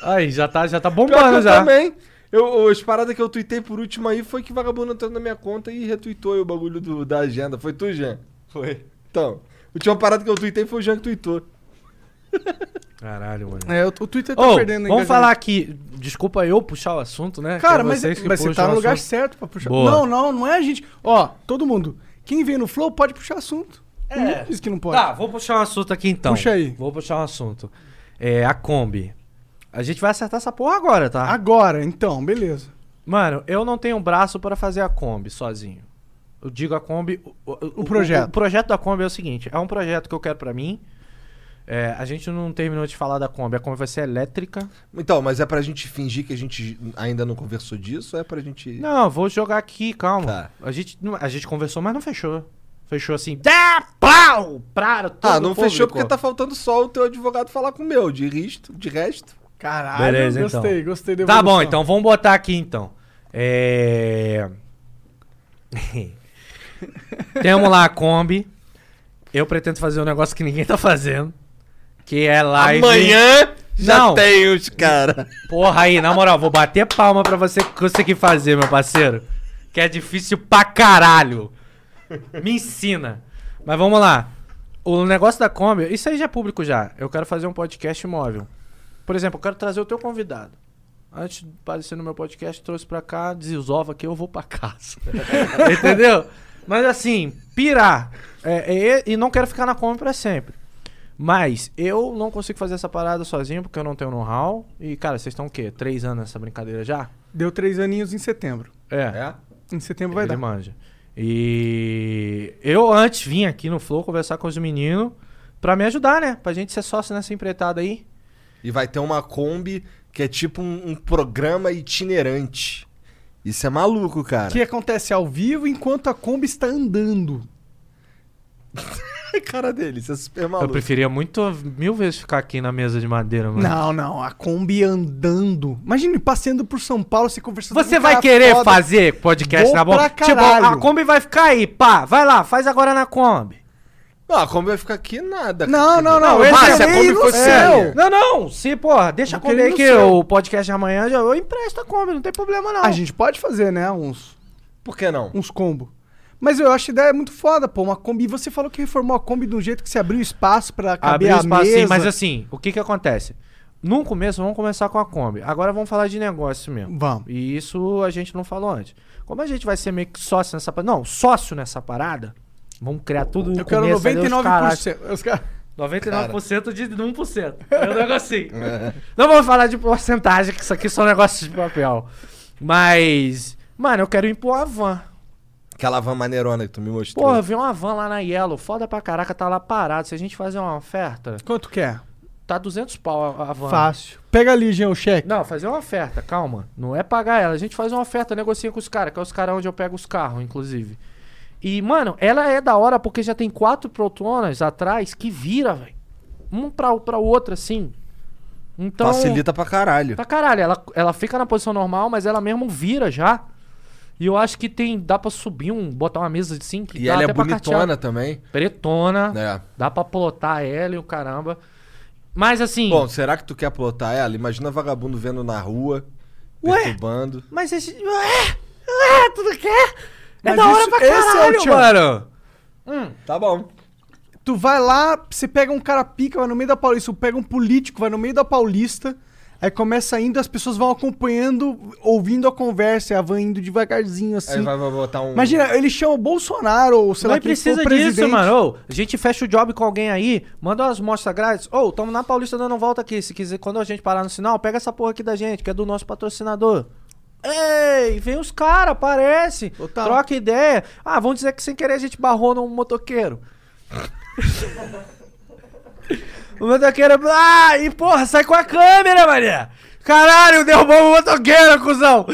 [SPEAKER 1] Aí, já tá, já tá
[SPEAKER 2] Pior que
[SPEAKER 1] bombando
[SPEAKER 2] eu
[SPEAKER 1] já.
[SPEAKER 2] também. Eu, as paradas que eu tuitei por último aí foi que vagabundo entrou na minha conta e retuitou aí o bagulho do- da agenda. Foi tu, Jean?
[SPEAKER 8] Foi.
[SPEAKER 2] Então, a última parada que eu tuitei foi o Jean que tuitou.
[SPEAKER 1] Caralho, mano.
[SPEAKER 3] É, o, o Twitter tá
[SPEAKER 1] Ô,
[SPEAKER 3] perdendo
[SPEAKER 1] vamos
[SPEAKER 3] engajamento.
[SPEAKER 1] falar aqui. Desculpa eu puxar o assunto, né?
[SPEAKER 3] Cara,
[SPEAKER 1] Que é
[SPEAKER 3] mas,
[SPEAKER 1] vocês que
[SPEAKER 3] mas você
[SPEAKER 1] puxam
[SPEAKER 3] tá
[SPEAKER 1] o
[SPEAKER 3] no lugar
[SPEAKER 1] assunto.
[SPEAKER 3] certo pra puxar.
[SPEAKER 1] Boa.
[SPEAKER 3] Não, não, não é a gente. Ó, todo mundo. Quem vem no Flow pode puxar assunto.
[SPEAKER 1] É.
[SPEAKER 3] Ninguém diz que não pode.
[SPEAKER 1] Tá, vou puxar um assunto aqui então.
[SPEAKER 3] Puxa aí.
[SPEAKER 1] Vou puxar um assunto. É, a Kombi. A gente vai acertar essa porra agora, tá?
[SPEAKER 3] Agora, então, beleza.
[SPEAKER 1] Mano, eu não tenho um braço pra fazer a Kombi sozinho. Eu digo a Kombi. O, o-
[SPEAKER 3] projeto.
[SPEAKER 1] O, projeto da Kombi é o seguinte: é um projeto que eu quero pra mim. É, a gente não terminou de falar da Kombi. A Kombi vai ser elétrica.
[SPEAKER 2] Então, mas é pra gente fingir que a gente ainda não conversou disso ou é pra gente.
[SPEAKER 1] Não, vou jogar aqui, calma.
[SPEAKER 2] Tá.
[SPEAKER 1] A, gente, não- a gente conversou, mas não fechou. Fechou assim. Dá pau! Pra todo
[SPEAKER 2] ah, não
[SPEAKER 1] público.
[SPEAKER 2] fechou porque tá faltando só o teu advogado falar com o meu. De resto, de resto.
[SPEAKER 3] Caralho,
[SPEAKER 1] Beleza, então.
[SPEAKER 3] gostei, gostei da
[SPEAKER 1] Tá
[SPEAKER 3] evolução.
[SPEAKER 1] bom, então vamos botar aqui então. É... Temos lá a Kombi. Eu pretendo fazer um negócio que ninguém tá fazendo. Que é live.
[SPEAKER 8] Amanhã
[SPEAKER 1] Não,
[SPEAKER 8] tem os cara.
[SPEAKER 1] porra aí, na moral, vou bater palma pra você conseguir fazer, meu parceiro. Que é difícil pra caralho. Me ensina. Mas vamos lá. O negócio da Kombi, isso aí já é público já. Eu quero fazer um podcast móvel. Por exemplo, eu quero trazer o teu convidado. Antes de aparecer no meu podcast, trouxe pra cá, desova que eu vou pra casa. Entendeu? Mas assim, pirar. É, é, e não quero ficar na Kombi pra sempre. Mas eu não consigo fazer essa parada sozinho porque eu não tenho know-how. E, cara, vocês estão o quê? Três anos nessa brincadeira já?
[SPEAKER 3] Deu três aninhos em setembro.
[SPEAKER 1] É.
[SPEAKER 2] né?
[SPEAKER 3] Em setembro vai
[SPEAKER 1] ele
[SPEAKER 3] dar.
[SPEAKER 1] manja. E eu antes vim aqui no Flow conversar com os meninos pra me ajudar, né? Pra gente ser sócio nessa empreitada aí.
[SPEAKER 2] E vai ter uma Kombi que é tipo um, um programa itinerante. Isso é maluco, cara.
[SPEAKER 3] Que acontece ao vivo enquanto a Kombi está andando.
[SPEAKER 2] Que cara dele, isso é super maluco.
[SPEAKER 1] Eu preferia muito mil vezes ficar aqui na mesa de madeira, mano.
[SPEAKER 3] Não, não, a Kombi andando. Imagina passeando por São Paulo, você conversando
[SPEAKER 1] Você
[SPEAKER 3] com um
[SPEAKER 1] vai
[SPEAKER 3] cara
[SPEAKER 1] querer
[SPEAKER 3] foda.
[SPEAKER 1] fazer podcast
[SPEAKER 3] Vou
[SPEAKER 1] na bomba?
[SPEAKER 3] pra
[SPEAKER 1] Tipo,
[SPEAKER 3] caralho.
[SPEAKER 1] a Kombi vai ficar aí, pá. Vai lá, faz agora na Kombi.
[SPEAKER 2] Não, a Kombi vai ficar aqui nada.
[SPEAKER 3] Não, não, não.
[SPEAKER 1] Não, esse
[SPEAKER 3] Mas
[SPEAKER 1] é
[SPEAKER 3] a
[SPEAKER 2] Kombi fosse séria.
[SPEAKER 1] Não, não, se, porra, deixa a
[SPEAKER 3] Vou
[SPEAKER 1] Kombi aí
[SPEAKER 3] querer no
[SPEAKER 1] que
[SPEAKER 3] céu.
[SPEAKER 1] o podcast de amanhã já, eu empresto a Kombi, não tem problema não.
[SPEAKER 3] A gente pode fazer, né, uns,
[SPEAKER 2] Por que não?
[SPEAKER 3] uns combo. Mas eu acho a ideia muito foda, pô. Uma Kombi. E você falou que reformou a Kombi de um jeito que você abriu espaço pra caber
[SPEAKER 1] Abriu
[SPEAKER 3] a
[SPEAKER 1] espaço,
[SPEAKER 3] mesa.
[SPEAKER 1] sim, mas assim, o que que acontece? No começo, vamos começar com a Kombi. Agora vamos falar de negócio mesmo.
[SPEAKER 3] Vamos.
[SPEAKER 1] E isso a gente não falou antes. Como a gente vai ser meio que sócio nessa parada... Não, sócio nessa parada, vamos criar tudo no
[SPEAKER 3] Eu quero
[SPEAKER 1] começo, ali, os caralhos.
[SPEAKER 3] 99%. Os caras...
[SPEAKER 1] 99% de 1%. É um negocinho. Não vamos falar de porcentagem, que isso aqui é são negócios de papel. Mas, mano, eu quero impor a van.
[SPEAKER 2] Aquela van maneirona que tu me mostrou.
[SPEAKER 1] Porra, eu vi uma van lá na Yellow, foda pra caraca, tá lá parado. Se a gente fazer uma oferta,
[SPEAKER 3] Quanto que é?
[SPEAKER 1] tá 200 pau a, a van.
[SPEAKER 3] Fácil. Pega ali, Jean, o cheque.
[SPEAKER 1] Não, fazer uma oferta, calma. Não é pagar ela. A gente faz uma oferta, negocia com os caras, que é os caras onde eu pego os carros, inclusive. E, mano, ela é da hora porque já tem quatro protonas atrás que vira, velho. Um pra, pra outra, assim. Então. tá
[SPEAKER 2] Facilita pra caralho.
[SPEAKER 1] Pra caralho, ela, ela fica na posição normal, mas ela mesmo vira já. E eu acho que tem. Dá pra subir um. botar uma mesa de cinco.
[SPEAKER 2] E
[SPEAKER 1] dá
[SPEAKER 2] ela é
[SPEAKER 1] até pra Ah. cartear.
[SPEAKER 2] bonitona também.
[SPEAKER 1] Pretona.
[SPEAKER 2] É.
[SPEAKER 1] Dá pra plotar ela e o caramba. Mas assim.
[SPEAKER 2] Bom, será que tu quer plotar ela? Imagina vagabundo vendo na rua,
[SPEAKER 1] Ué?
[SPEAKER 2] perturbando.
[SPEAKER 1] Mas esse. Ué! Ué, tudo que é? É
[SPEAKER 3] Mas
[SPEAKER 1] da hora
[SPEAKER 3] isso-
[SPEAKER 1] pra
[SPEAKER 3] esse é o
[SPEAKER 1] caralho,
[SPEAKER 3] tchan.
[SPEAKER 1] mano!
[SPEAKER 2] Tá bom.
[SPEAKER 3] Tu vai lá, você pega um cara pica, vai no meio da Paulista. Tu pega um político, vai no meio da Paulista. Aí começa indo, as pessoas vão acompanhando, ouvindo a conversa, e a van indo devagarzinho assim.
[SPEAKER 2] Aí vai, vai botar um.
[SPEAKER 3] Imagina, ele chama o Bolsonaro, ou sei lá,
[SPEAKER 1] Não é
[SPEAKER 3] quem for
[SPEAKER 1] precisa disso,
[SPEAKER 3] presidente.
[SPEAKER 1] mano. Ô, a gente fecha o job com alguém aí, manda umas mostras grátis. Ô, tamo na Paulista dando volta aqui. Se quiser, quando a gente parar no sinal, pega essa porra aqui da gente, que é do nosso patrocinador. Ei, vem os caras, aparece.
[SPEAKER 3] Total.
[SPEAKER 1] Troca ideia. Ah, vamos dizer que sem querer a gente barrou num motoqueiro. o motoqueiro. Ah, e porra, sai com a câmera, mané! Caralho, derrubou o motoqueiro, cuzão!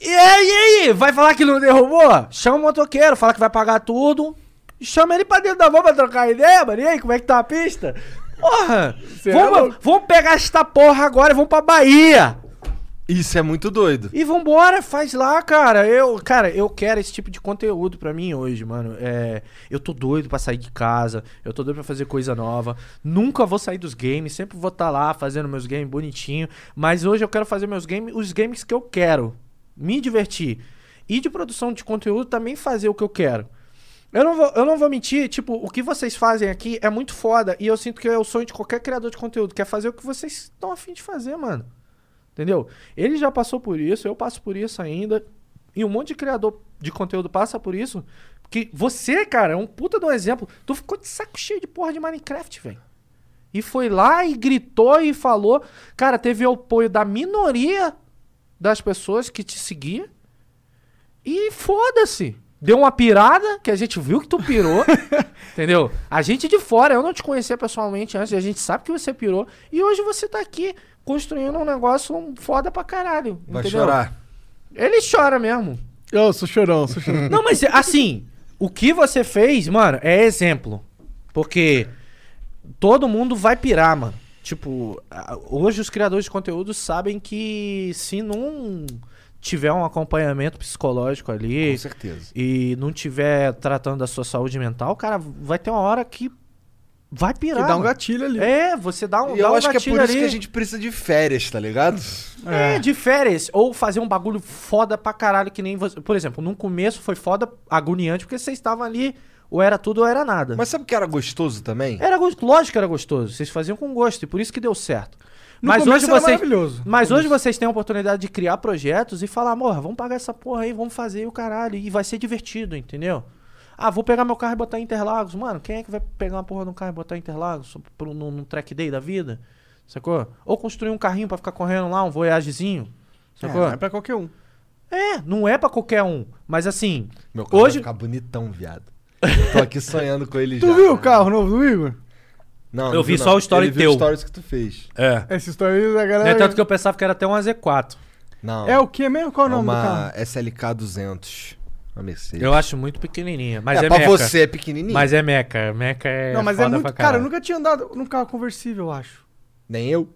[SPEAKER 1] E aí, e aí? Vai falar que não derrubou? Chama o motoqueiro, fala que vai pagar tudo. Chama ele pra dentro da van pra trocar ideia, mano. E aí, como é que tá a pista? Porra!
[SPEAKER 3] é
[SPEAKER 1] Vamos,
[SPEAKER 3] louco.
[SPEAKER 1] vamos pegar esta porra agora e vamos pra Bahia!
[SPEAKER 2] Isso é muito doido.
[SPEAKER 1] E vambora, faz lá, cara. Eu, cara, eu quero esse tipo de conteúdo pra mim hoje, mano. É, eu tô doido pra sair de casa, eu tô doido pra fazer coisa nova. Nunca vou sair dos games, sempre vou estar lá fazendo meus games bonitinho, mas hoje eu quero fazer meus games, os games que eu quero, me divertir. E de produção de conteúdo também fazer o que eu quero. Eu não, vou, eu não vou mentir, tipo, o que vocês fazem aqui é muito foda e eu sinto que é o sonho de qualquer criador de conteúdo, que é fazer o que vocês estão afim de fazer, mano. Entendeu? Ele já passou por isso, eu passo por isso ainda. E um monte de criador de conteúdo passa por isso. Que você, cara, é um puta de um exemplo. Tu ficou de saco cheio de porra de Minecraft, velho. E foi lá e gritou e falou. Cara, teve o apoio da minoria das pessoas que te seguia. E foda-se. Deu uma pirada, que a gente viu que tu pirou. entendeu? A gente de fora, eu não te conhecia pessoalmente antes, a gente sabe que você pirou. E hoje você tá aqui construindo um negócio um foda pra caralho.
[SPEAKER 2] Vai
[SPEAKER 1] entendeu?
[SPEAKER 2] chorar.
[SPEAKER 1] Ele chora mesmo.
[SPEAKER 3] Eu sou chorão, sou chorão.
[SPEAKER 1] Não, mas assim, o que você fez, mano, é exemplo. Porque todo mundo vai pirar, mano. Tipo, a- hoje os criadores de conteúdo sabem que se não tiver um acompanhamento psicológico ali,
[SPEAKER 2] Com certeza.
[SPEAKER 1] e não tiver tratando da sua saúde mental, cara, vai ter uma hora que vai pirar.
[SPEAKER 3] Que dá um
[SPEAKER 1] mano.
[SPEAKER 3] gatilho ali.
[SPEAKER 1] É, você dá um,
[SPEAKER 2] E
[SPEAKER 1] dá
[SPEAKER 2] eu
[SPEAKER 1] um
[SPEAKER 2] acho que é
[SPEAKER 1] gatilho
[SPEAKER 2] por isso que
[SPEAKER 1] ali.
[SPEAKER 2] a gente precisa de férias, tá ligado?
[SPEAKER 1] É, de férias. Ou fazer um bagulho foda pra caralho, que nem você. Por exemplo, no começo foi foda, agoniante, porque vocês estavam ali, ou era tudo ou era nada.
[SPEAKER 2] Mas sabe o que era gostoso também?
[SPEAKER 1] Era gostoso, lógico que era gostoso. Vocês faziam com gosto e por isso que deu certo.
[SPEAKER 3] No
[SPEAKER 1] mas hoje
[SPEAKER 3] começo era
[SPEAKER 1] vocês,
[SPEAKER 3] maravilhoso.
[SPEAKER 1] mas hoje vocês têm a oportunidade de criar projetos e falar, morra, vamos pagar essa porra aí, vamos fazer o caralho e vai ser divertido, entendeu? Ah, vou pegar meu carro e botar em Interlagos. Mano, quem é que vai pegar uma porra de um carro e botar em Interlagos pro- num, num track day da vida? Sacou? Ou construir um carrinho pra ficar correndo lá, um voyagezinho. Sacou?
[SPEAKER 3] É, é pra qualquer um.
[SPEAKER 1] É, não é pra qualquer um. Mas assim,
[SPEAKER 2] Meu carro
[SPEAKER 1] Hoje-
[SPEAKER 2] vai ficar bonitão, viado. Tô aqui sonhando com ele já. né?
[SPEAKER 3] Tu viu o carro novo do Igor?
[SPEAKER 2] Não,
[SPEAKER 1] Eu
[SPEAKER 2] não
[SPEAKER 1] vi
[SPEAKER 2] não.
[SPEAKER 1] só o story
[SPEAKER 2] Ele viu
[SPEAKER 1] teu.
[SPEAKER 2] o stories que tu fez.
[SPEAKER 1] é.
[SPEAKER 3] Essa história aí da
[SPEAKER 1] Não é
[SPEAKER 3] galera.
[SPEAKER 1] tanto que eu pensava que era até um AZ4.
[SPEAKER 2] Não.
[SPEAKER 3] É o que mesmo? Qual é o nome do
[SPEAKER 2] uma
[SPEAKER 3] carro?
[SPEAKER 2] SLK 200. Uma Mercedes.
[SPEAKER 1] Eu acho muito pequenininha. Mas é,
[SPEAKER 2] é, pra
[SPEAKER 1] meca.
[SPEAKER 2] você é pequenininho.
[SPEAKER 1] Mas é meca, meca é.
[SPEAKER 3] não, mas é
[SPEAKER 1] foda
[SPEAKER 3] muito.
[SPEAKER 1] pra
[SPEAKER 3] Cara, eu
[SPEAKER 1] caralho.
[SPEAKER 3] nunca tinha andado num carro conversível, eu acho.
[SPEAKER 2] Nem eu.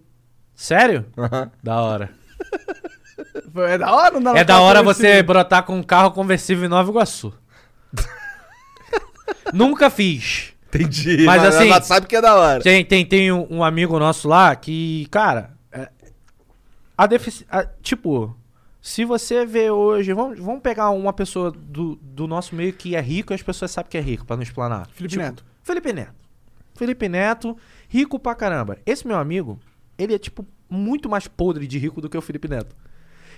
[SPEAKER 1] Sério?
[SPEAKER 2] Aham.
[SPEAKER 1] Da hora.
[SPEAKER 3] É da hora andar num
[SPEAKER 1] É da
[SPEAKER 3] carro
[SPEAKER 1] hora
[SPEAKER 3] conversível.
[SPEAKER 1] você brotar com um carro conversível em Nova Iguaçu. nunca fiz.
[SPEAKER 2] Entendi.
[SPEAKER 1] Mas assim-
[SPEAKER 2] Ela sabe que é da hora.
[SPEAKER 1] Tem, tem, tem um, um amigo nosso lá que, cara. é- a defici... a- tipo, Se você vê hoje, vamos, vamos pegar uma pessoa do, do nosso meio que é rico e as pessoas sabem que é rico, pra não explanar. Tipo,
[SPEAKER 3] Felipe Neto.
[SPEAKER 1] Felipe Neto. Felipe Neto, rico pra caramba. Esse meu amigo, ele é tipo muito mais podre de rico do que o Felipe Neto.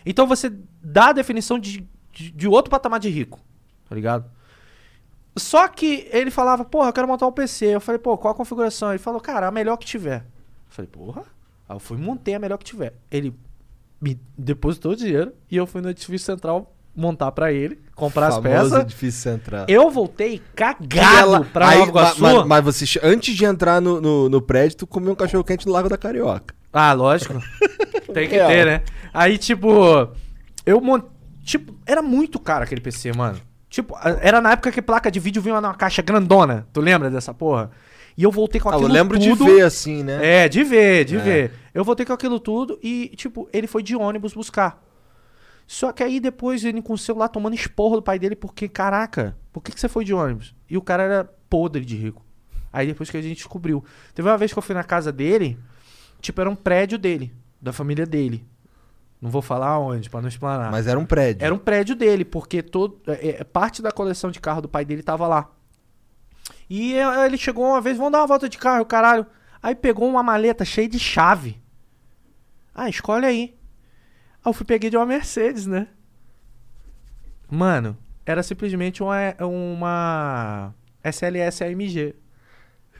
[SPEAKER 1] Então você dá a definição de, de, de outro patamar de rico, tá ligado? Só que ele falava, porra, eu quero montar um PC. Eu falei, pô, qual a configuração? Ele falou, cara, a melhor que tiver. Eu falei, porra. Aí eu fui montei a melhor que tiver. Ele me depositou o dinheiro e eu fui no edifício central montar pra ele, comprar
[SPEAKER 2] Famoso
[SPEAKER 1] as peças.
[SPEAKER 2] edifício central.
[SPEAKER 1] Eu voltei cagado
[SPEAKER 2] Ela-
[SPEAKER 1] pra
[SPEAKER 2] aí,
[SPEAKER 1] Nova
[SPEAKER 2] ma-
[SPEAKER 1] Iguaçu.
[SPEAKER 2] ma- mas, você, che- antes de entrar no, no, no prédio, tu comeu um cachorro quente no Lago da Carioca.
[SPEAKER 1] Ah, lógico. Tem que ter, né? Aí, tipo, eu montei. Tipo, era muito caro aquele PC, mano. Tipo, a- era na época que placa de vídeo vinha numa caixa grandona. Tu lembra dessa porra? E eu voltei com
[SPEAKER 2] Ah,
[SPEAKER 1] aquilo
[SPEAKER 2] eu lembro
[SPEAKER 1] tudo.
[SPEAKER 2] de ver assim, né?
[SPEAKER 1] É, de ver, de ver. Eu voltei com aquilo tudo e, tipo, ele foi de ônibus buscar. Só que aí depois ele com o celular tomando esporro do pai dele, porque, caraca, por que, que você foi de ônibus? E o cara era podre de rico. Aí depois que a gente descobriu. Teve uma vez que eu fui na casa dele, tipo, era um prédio dele, da família dele. Não vou falar onde, pra não explanar.
[SPEAKER 2] Mas era um prédio.
[SPEAKER 1] Era um prédio dele, porque todo, é, é, parte da coleção de carro do pai dele tava lá. E é, ele chegou uma vez, vamos dar uma volta de carro, caralho. Aí pegou uma maleta cheia de chave. Ah, escolhe aí. Aí eu fui peguei de uma Mercedes, né? Mano, era simplesmente uma, é, uma SLS AMG.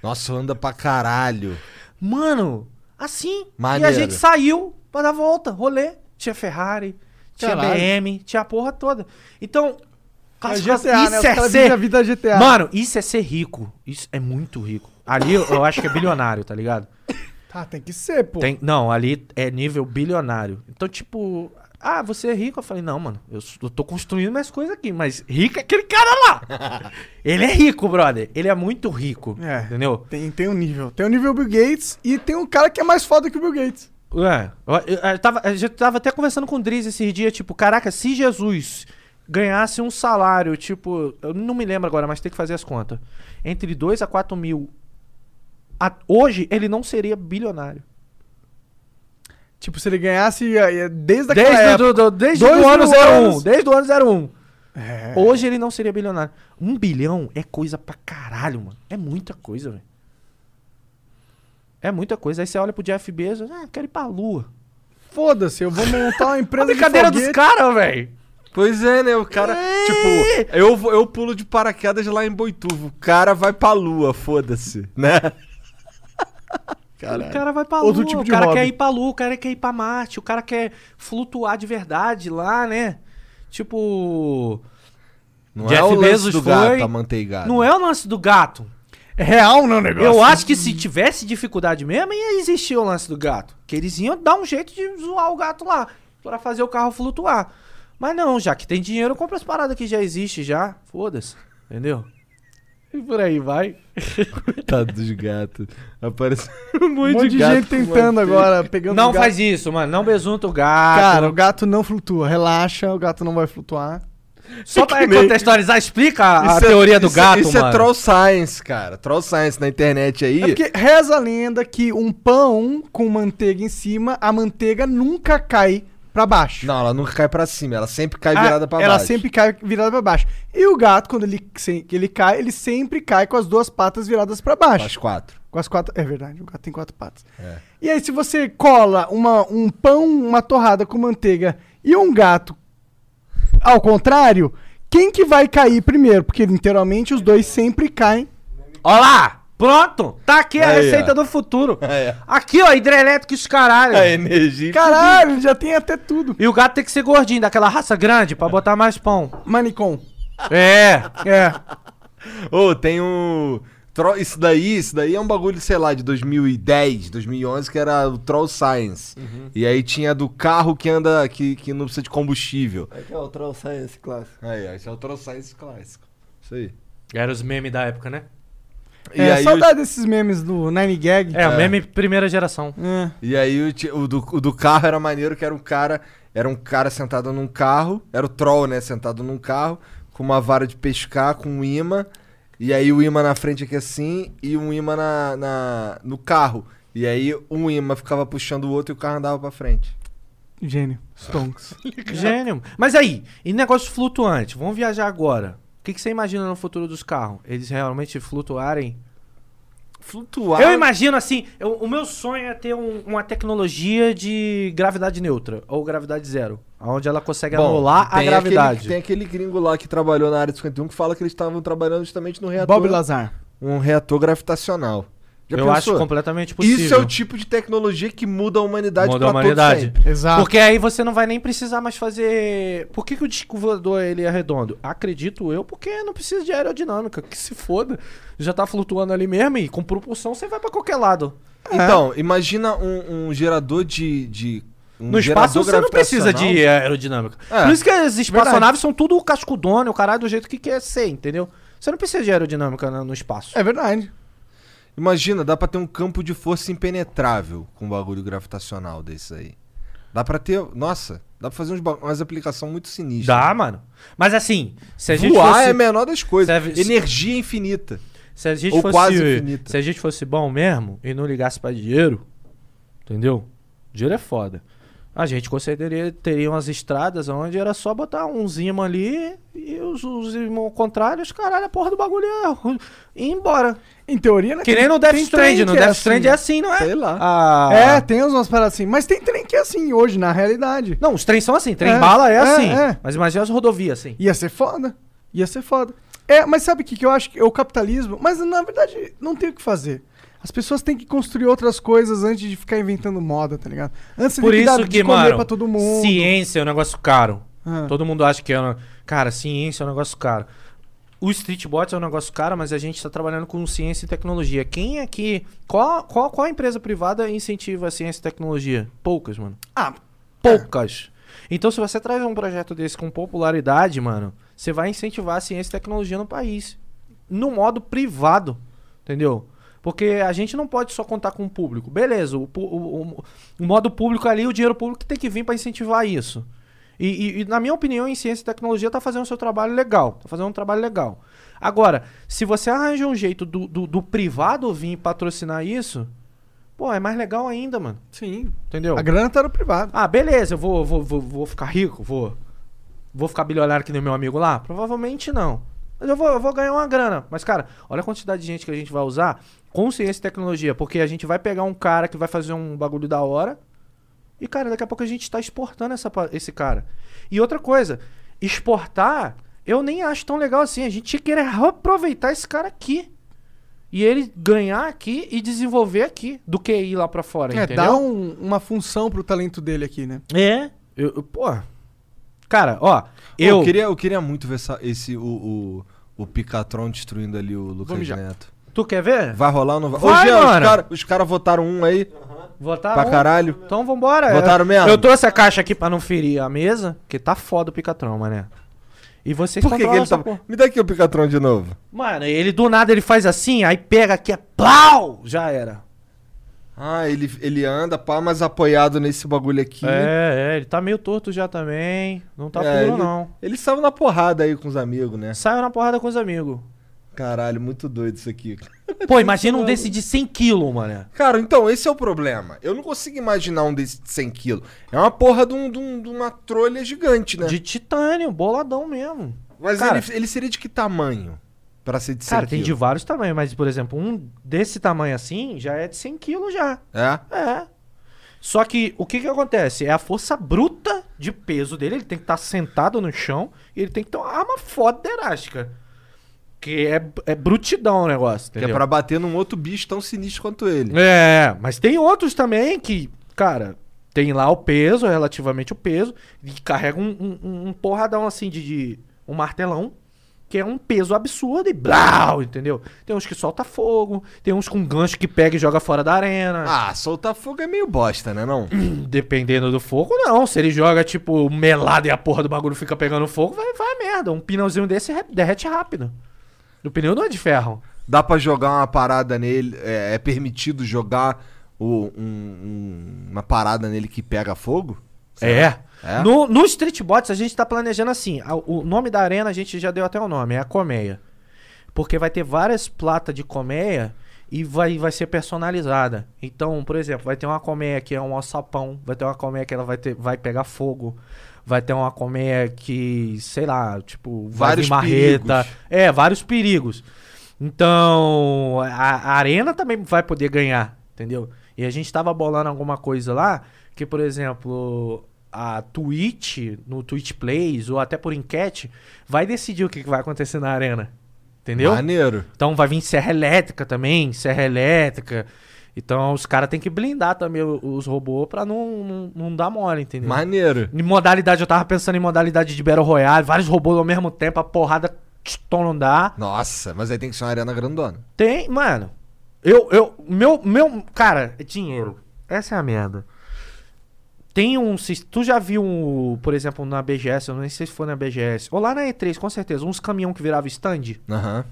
[SPEAKER 2] Nossa, anda pra caralho.
[SPEAKER 1] Mano, assim. E a
[SPEAKER 2] Maneiro.
[SPEAKER 1] gente saiu pra dar volta, rolê. Tinha Ferrari, tinha
[SPEAKER 2] Caralho.
[SPEAKER 1] BM, tinha a porra toda. Então,
[SPEAKER 3] É
[SPEAKER 1] classificação-
[SPEAKER 3] GTA, né? Os
[SPEAKER 1] isso é
[SPEAKER 3] caras
[SPEAKER 1] ser-
[SPEAKER 3] vivem a vida GTA.
[SPEAKER 1] Mano, isso é ser rico. Isso é muito rico. Ali eu, eu acho que é bilionário, tá ligado?
[SPEAKER 3] Tá, tem que ser, pô.
[SPEAKER 1] Tem- não, ali é nível bilionário. Então, tipo, ah, você é rico? Eu falei, não, mano, eu, s- eu tô construindo minhas coisas aqui, mas rico é aquele cara lá. ele é rico, brother. Ele é muito rico.
[SPEAKER 3] É.
[SPEAKER 1] Entendeu?
[SPEAKER 3] Tem, tem um nível. Tem o nível Bill Gates e tem um cara que é mais foda que o Bill Gates.
[SPEAKER 1] É, eu, eu- eu tava, a gente tava até conversando com o Driz esses dias, tipo, caraca, se Jesus ganhasse um salário, tipo, eu não me lembro agora, mas tem que fazer as contas, entre 2 a 4 mil, a- hoje ele não seria bilionário.
[SPEAKER 3] Tipo, se ele ganhasse eh, eh, desde aquela
[SPEAKER 1] Desde,
[SPEAKER 3] época.
[SPEAKER 1] do, do, desde
[SPEAKER 3] Dois
[SPEAKER 1] o ano
[SPEAKER 3] mil
[SPEAKER 1] 01,
[SPEAKER 3] anos.
[SPEAKER 1] desde o ano 01.
[SPEAKER 3] É.
[SPEAKER 1] Hoje ele não seria bilionário. Um bilhão é coisa pra caralho, mano. É muita coisa, velho. É muita coisa. Aí você olha pro Jeff Bezos, ah, quero ir pra lua.
[SPEAKER 3] Foda-se, eu vou montar uma empresa de
[SPEAKER 1] Brincadeira dos
[SPEAKER 3] foguete.
[SPEAKER 1] caras, velho.
[SPEAKER 2] Pois é, né? O cara. Tipo, eu, vou- eu pulo de paraquedas lá em Boituvo. O cara vai pra lua, foda-se, né?
[SPEAKER 1] O cara vai pra lua,
[SPEAKER 3] Outro tipo de
[SPEAKER 1] o cara
[SPEAKER 3] hobby.
[SPEAKER 1] quer ir pra lua, o cara quer ir pra Marte, o cara quer flutuar de verdade lá, né? Tipo.
[SPEAKER 2] Não é
[SPEAKER 1] Jeff
[SPEAKER 2] o lance
[SPEAKER 1] Bezos
[SPEAKER 2] do
[SPEAKER 1] foi-
[SPEAKER 2] gato, a manteigada.
[SPEAKER 1] Não é o lance do gato.
[SPEAKER 3] É real,
[SPEAKER 1] né,
[SPEAKER 3] não, negócio?
[SPEAKER 1] Eu acho que se tivesse dificuldade mesmo, ia existir o lance do gato. Que eles iam dar um jeito de zoar o gato lá, pra fazer o carro flutuar. Mas não, já que tem dinheiro, compra as paradas que já existe já. Foda-se, entendeu? E por aí vai.
[SPEAKER 2] Coitado dos gatos. Apareceu um monte,
[SPEAKER 3] Um monte de,
[SPEAKER 2] gato
[SPEAKER 3] gente
[SPEAKER 2] com
[SPEAKER 3] tentando
[SPEAKER 2] manteiga.
[SPEAKER 3] agora, pegando
[SPEAKER 1] Não
[SPEAKER 3] o gato.
[SPEAKER 1] faz isso, mano. Não besunta o gato.
[SPEAKER 3] Cara, o gato não flutua. Relaxa, o gato não vai flutuar.
[SPEAKER 1] Só pra contextualizar, explica a, a
[SPEAKER 2] Isso é-
[SPEAKER 1] teoria do
[SPEAKER 2] isso é-
[SPEAKER 1] gato,
[SPEAKER 2] Isso
[SPEAKER 1] mano.
[SPEAKER 2] é troll science, cara. Troll science na internet aí.
[SPEAKER 3] É porque reza a lenda que um pão com manteiga em cima, a manteiga nunca cai pra baixo.
[SPEAKER 2] Não, ela nunca cai pra cima, ela sempre cai
[SPEAKER 3] Ah,
[SPEAKER 2] É virada pra
[SPEAKER 3] ela
[SPEAKER 2] baixo.
[SPEAKER 3] sempre cai virada pra baixo. E o gato, quando ele, se- que ele cai, ele sempre cai com as duas patas viradas pra baixo.
[SPEAKER 2] Faz quatro.
[SPEAKER 3] Com as quatro. É verdade, o gato tem quatro patas.
[SPEAKER 2] É.
[SPEAKER 3] E aí, se você cola uma, um pão, uma torrada com manteiga e um gato ao contrário, quem que vai cair primeiro? Porque literalmente os dois sempre caem.
[SPEAKER 1] Ó lá! Pronto! Tá aqui a
[SPEAKER 2] Aí,
[SPEAKER 1] receita
[SPEAKER 2] ó.
[SPEAKER 1] do futuro.
[SPEAKER 2] Aí,
[SPEAKER 1] Aqui, ó, hidrelétrico e os caralho.
[SPEAKER 2] A energia.
[SPEAKER 3] Caralho, já tem até tudo.
[SPEAKER 1] E o gato tem que ser gordinho, daquela raça grande, pra botar mais pão.
[SPEAKER 3] Manicom.
[SPEAKER 1] É.
[SPEAKER 3] É.
[SPEAKER 2] Ô, tem um. tro- Isso daí, isso daí é um bagulho, sei lá, de 2010, 2011, que era o Troll Science. E aí tinha do carro que anda, que, que não precisa de combustível.
[SPEAKER 8] Aqui é o Troll Science clássico.
[SPEAKER 2] Aí, ó, esse é o Troll Science clássico. Isso aí.
[SPEAKER 1] Era os memes da época, né?
[SPEAKER 2] E
[SPEAKER 3] é
[SPEAKER 2] aí,
[SPEAKER 3] saudade desses memes do Nine Gag.
[SPEAKER 1] É, o meme primeira geração.
[SPEAKER 3] É.
[SPEAKER 2] o, e aí o, ti- o do, o do carro era maneiro, que era um cara. Era um cara sentado num carro. Era o Troll, né? Sentado num carro, com uma vara de pescar, com um imã. E aí o imã na frente aqui assim, e um imã na, na- no carro. E aí um imã ficava puxando o outro e o carro andava pra frente.
[SPEAKER 3] Gênio. Stonks.
[SPEAKER 1] Gênio. Mas aí, e negócio flutuante? Vamos viajar agora. O que, que você imagina no futuro dos carros? Eles realmente flutuarem?
[SPEAKER 2] Flutuar.
[SPEAKER 1] Eu imagino assim, eu- o meu sonho é ter um- uma tecnologia de gravidade neutra ou gravidade zero, onde ela consegue
[SPEAKER 2] Bom,
[SPEAKER 1] anular a
[SPEAKER 2] tem
[SPEAKER 1] gravidade.
[SPEAKER 2] aquele- tem aquele gringo lá que trabalhou na área 51 que fala que eles estavam trabalhando justamente no reator.
[SPEAKER 3] Bob Lazar.
[SPEAKER 2] Um reator gravitacional. Já
[SPEAKER 1] eu
[SPEAKER 2] pensou?
[SPEAKER 1] acho completamente possível.
[SPEAKER 2] Isso é o tipo de tecnologia que muda a humanidade
[SPEAKER 1] Muda a
[SPEAKER 2] pra todo
[SPEAKER 1] humanidade.
[SPEAKER 2] sempre.
[SPEAKER 17] Exato.
[SPEAKER 1] Porque aí você não vai nem precisar mais fazer. Por que, que o disco voador ele é redondo? Acredito eu, porque não precisa de aerodinâmica. Que se foda. Já tá flutuando ali mesmo e com propulsão você vai pra qualquer lado.
[SPEAKER 2] Então, imagina um, um gerador de. de um
[SPEAKER 1] No espaço
[SPEAKER 2] gerador
[SPEAKER 1] você não precisa de
[SPEAKER 2] gravitacional.
[SPEAKER 1] aerodinâmica.
[SPEAKER 2] É.
[SPEAKER 1] Por isso que as espaçonaves são tudo o cascudone, o caralho do jeito que quer ser, entendeu? Você não precisa de aerodinâmica na- no espaço.
[SPEAKER 3] É verdade.
[SPEAKER 2] Imagina, dá pra ter um campo de força impenetrável com um bagulho gravitacional desse aí. Dá pra ter. Nossa, dá pra fazer uns, ba- umas aplicações muito sinistras.
[SPEAKER 1] Dá, mano. Mas assim, se a gente
[SPEAKER 2] Voar
[SPEAKER 1] fosse-
[SPEAKER 2] é a menor das coisas.
[SPEAKER 1] Serve-
[SPEAKER 2] Energia infinita.
[SPEAKER 1] Se a gente
[SPEAKER 2] Ou
[SPEAKER 1] fosse,
[SPEAKER 2] quase infinita.
[SPEAKER 1] Se a gente fosse bom mesmo e não ligasse pra dinheiro, entendeu? Dinheiro é foda. A gente conseguiria teria umas estradas onde era só botar uns imãs ali e os, os imãs contrários, caralho, a porra do bagulho ia ia embora.
[SPEAKER 3] Em teoria, né?
[SPEAKER 1] Que nem no Death Strand. No Death Strand é assim, não é?
[SPEAKER 2] Sei lá.
[SPEAKER 1] Ah,
[SPEAKER 3] É, tem umas paradas assim. Mas tem trem que é assim hoje, na realidade.
[SPEAKER 1] Não, os trens são assim. Trem
[SPEAKER 3] É,
[SPEAKER 1] bala é,
[SPEAKER 3] é,
[SPEAKER 1] assim.
[SPEAKER 3] é.
[SPEAKER 1] Mas imagina as rodovias assim.
[SPEAKER 3] Ia ser foda. Ia ser foda. É, mas sabe o que, que eu acho? que é O capitalismo. Mas na verdade, não tem o que fazer. As pessoas têm que construir outras coisas antes de ficar inventando moda, tá ligado? Antes
[SPEAKER 1] Por
[SPEAKER 3] de dar
[SPEAKER 1] isso
[SPEAKER 3] de
[SPEAKER 1] que,
[SPEAKER 3] comer
[SPEAKER 1] mano,
[SPEAKER 3] pra todo mundo.
[SPEAKER 1] ciência é um negócio caro.
[SPEAKER 3] Ah.
[SPEAKER 1] Todo mundo acha que é. um- Cara, ciência é um negócio caro. O Streetbot é um negócio caro, mas a gente está trabalhando com ciência e tecnologia. Quem aqui. Qual, qual, qual empresa privada incentiva a ciência e tecnologia? Poucas, mano.
[SPEAKER 3] Ah,
[SPEAKER 1] Poucas. Então, se você traz um projeto desse com popularidade, mano, você vai incentivar a ciência e tecnologia no país. No modo privado. Entendeu? Porque a gente não pode só contar com o público. Beleza, o, pu- o- o- o modo público ali, o dinheiro público tem que vir para incentivar isso. E, e- e, na minha opinião, em ciência e tecnologia tá fazendo o seu trabalho legal. Tá fazendo um trabalho legal. Agora, se você arranja um jeito do, do- do privado vir patrocinar isso, pô, é mais legal ainda, mano.
[SPEAKER 3] sim.
[SPEAKER 1] Entendeu?
[SPEAKER 3] A grana tá no privado.
[SPEAKER 1] Ah, beleza, eu vou, vou, vou, vou ficar rico, vou. Vou ficar bilionário que nem meu amigo lá? Provavelmente não. Mas eu vou, eu vou ganhar uma grana. Mas, cara, olha a quantidade de gente que a gente vai usar com ciência e tecnologia. Porque a gente vai pegar um cara que vai fazer um bagulho da hora. E, cara, daqui a pouco a gente tá exportando essa, pa- esse cara. E outra coisa, exportar, eu nem acho tão legal assim. A gente tinha que querer aproveitar esse cara aqui. E ele ganhar aqui e desenvolver aqui. Do que ir lá pra fora,
[SPEAKER 3] É,
[SPEAKER 1] entendeu?
[SPEAKER 3] dá um- uma função pro talento dele aqui, né?
[SPEAKER 1] É. Eu, eu- pô. Cara, ó,
[SPEAKER 2] Pô,
[SPEAKER 1] eu.
[SPEAKER 2] Eu queria, eu queria muito ver essa- esse. O, o, o Picatron destruindo ali o Lucas
[SPEAKER 3] mijar.
[SPEAKER 2] Neto.
[SPEAKER 1] Tu quer ver?
[SPEAKER 2] Vai rolar ou não vai?
[SPEAKER 1] Vai,
[SPEAKER 2] Ô, Jean,
[SPEAKER 1] mano.
[SPEAKER 2] os caras votaram um aí
[SPEAKER 1] Votar
[SPEAKER 2] pra
[SPEAKER 1] um?
[SPEAKER 2] caralho.
[SPEAKER 1] Então vambora.
[SPEAKER 2] Votaram
[SPEAKER 1] Eu-
[SPEAKER 2] mesmo?
[SPEAKER 1] Eu trouxe a caixa aqui pra não ferir a mesa, que tá foda o picatrão, mané. E vocês
[SPEAKER 2] Por que, que
[SPEAKER 1] controlam
[SPEAKER 2] ele
[SPEAKER 1] essa
[SPEAKER 2] tá.
[SPEAKER 1] porra.
[SPEAKER 2] Me dá aqui o Picatron de novo.
[SPEAKER 1] Mano, ele do nada ele faz assim, aí pega aqui, é plau! Já era.
[SPEAKER 2] Ah, ele, ele anda, pá, mas apoiado nesse bagulho aqui.
[SPEAKER 1] É, é, ele tá meio torto já também. Não tá
[SPEAKER 2] É,
[SPEAKER 1] puro,
[SPEAKER 2] ele-
[SPEAKER 1] não.
[SPEAKER 2] Ele saiu na porrada aí com os amigos, né?
[SPEAKER 1] Saiu na porrada com os amigos.
[SPEAKER 2] Caralho, muito doido isso aqui.
[SPEAKER 1] Pô, imagina um desse de 100 kg, mané.
[SPEAKER 2] Cara, então, esse é o problema. Eu não consigo imaginar um desse de 100 quilos. É uma porra de, um- de um- de uma trolha gigante, né?
[SPEAKER 1] De titânio, boladão mesmo.
[SPEAKER 2] Mas
[SPEAKER 1] Cara-
[SPEAKER 2] ele, ele seria de que tamanho? Pra ser de 100
[SPEAKER 1] Cara, tem de
[SPEAKER 2] quilos?
[SPEAKER 1] vários tamanhos, mas, por exemplo, um desse tamanho assim já é de 100 quilos já.
[SPEAKER 2] É?
[SPEAKER 1] É. Só que o que que acontece? É a força bruta de peso dele, ele tem que estar sentado no chão e ele tem que ter uma arma foda elástica. Que é, é brutidão o negócio,
[SPEAKER 2] Que é
[SPEAKER 1] entendeu?
[SPEAKER 2] pra bater num outro bicho tão sinistro quanto ele.
[SPEAKER 1] É, mas tem outros também que, cara, tem lá o peso, relativamente o peso, e carrega um, um- um porradão assim de, de- um martelão, que é um peso absurdo e blau, entendeu? Tem uns que solta fogo, tem uns com gancho que pega e joga fora da arena.
[SPEAKER 2] Ah, soltar fogo é meio bosta, né não?
[SPEAKER 1] Dependendo do fogo, não. Se ele joga, tipo, melado e a porra do bagulho fica pegando fogo, vai, vai a merda. Um pneuzinho desse re- derrete rápido. O pneu não é de ferro.
[SPEAKER 2] Dá pra jogar uma parada nele, é, é permitido jogar o- um- um- uma parada nele que pega fogo?
[SPEAKER 1] É.
[SPEAKER 2] É?
[SPEAKER 1] No, no Street Bots a gente tá planejando assim. a- o nome da arena a gente já deu até o nome, é a Colmeia. Porque vai ter várias platas de colmeia e vai, vai ser personalizada. Então, por exemplo, vai ter uma colmeia que é um alçapão, vai ter uma colmeia que ela vai, ter, vai pegar fogo, vai ter uma colmeia que, sei lá, tipo,
[SPEAKER 12] Vários
[SPEAKER 1] vai vir marreta. É, vários perigos. Então, a, a arena também vai poder ganhar, entendeu? E a gente tava bolando alguma coisa lá, que, por exemplo, a Twitch, no Twitch Plays, ou até por enquete, vai decidir o que, que vai acontecer na arena. Entendeu?
[SPEAKER 12] Maneiro.
[SPEAKER 1] Então vai vir serra elétrica também, serra elétrica. Então os caras têm que blindar também o- os robôs pra não, não, não dar mole, entendeu?
[SPEAKER 12] Maneiro.
[SPEAKER 1] Em modalidade, eu tava pensando em modalidade de Battle Royale, vários robôs ao mesmo tempo, a porrada dá.
[SPEAKER 12] Nossa, mas aí tem que ser uma arena grandona.
[SPEAKER 1] Tem, mano. Eu, eu, meu, meu, cara, é dinheiro. Essa é a merda. Tem um, sis- tu já viu, um, por exemplo, na BGS, eu nem sei se foi na BGS, ou lá na E3, com certeza, uns caminhão que virava stand?
[SPEAKER 12] Aham.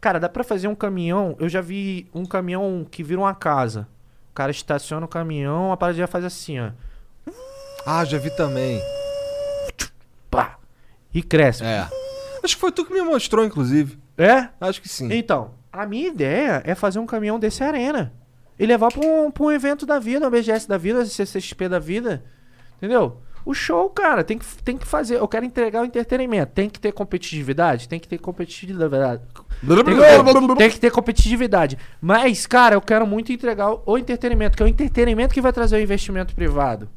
[SPEAKER 1] Cara, dá pra fazer um caminhão. Eu já vi um caminhão que vira uma casa. O cara estaciona o caminhão, a parada já faz assim, ó.
[SPEAKER 12] Ah, já vi também.
[SPEAKER 1] Pá! E cresce.
[SPEAKER 12] É. Acho que foi tu que me mostrou, inclusive.
[SPEAKER 1] É?
[SPEAKER 12] Acho que
[SPEAKER 2] Hum.
[SPEAKER 12] sim.
[SPEAKER 1] Então, a minha ideia é fazer um caminhão desse arena. E levar pra um, pra um evento da vida, uma BGS da vida, CCXP da vida. Entendeu? O show, cara, tem que, tem que fazer. Eu quero entregar o entretenimento. Tem que ter competitividade? Tem que ter competitividade. Tem que, tem que ter competitividade. Mas, cara, eu quero muito entregar o, o entretenimento, que é o entretenimento que vai trazer o investimento privado.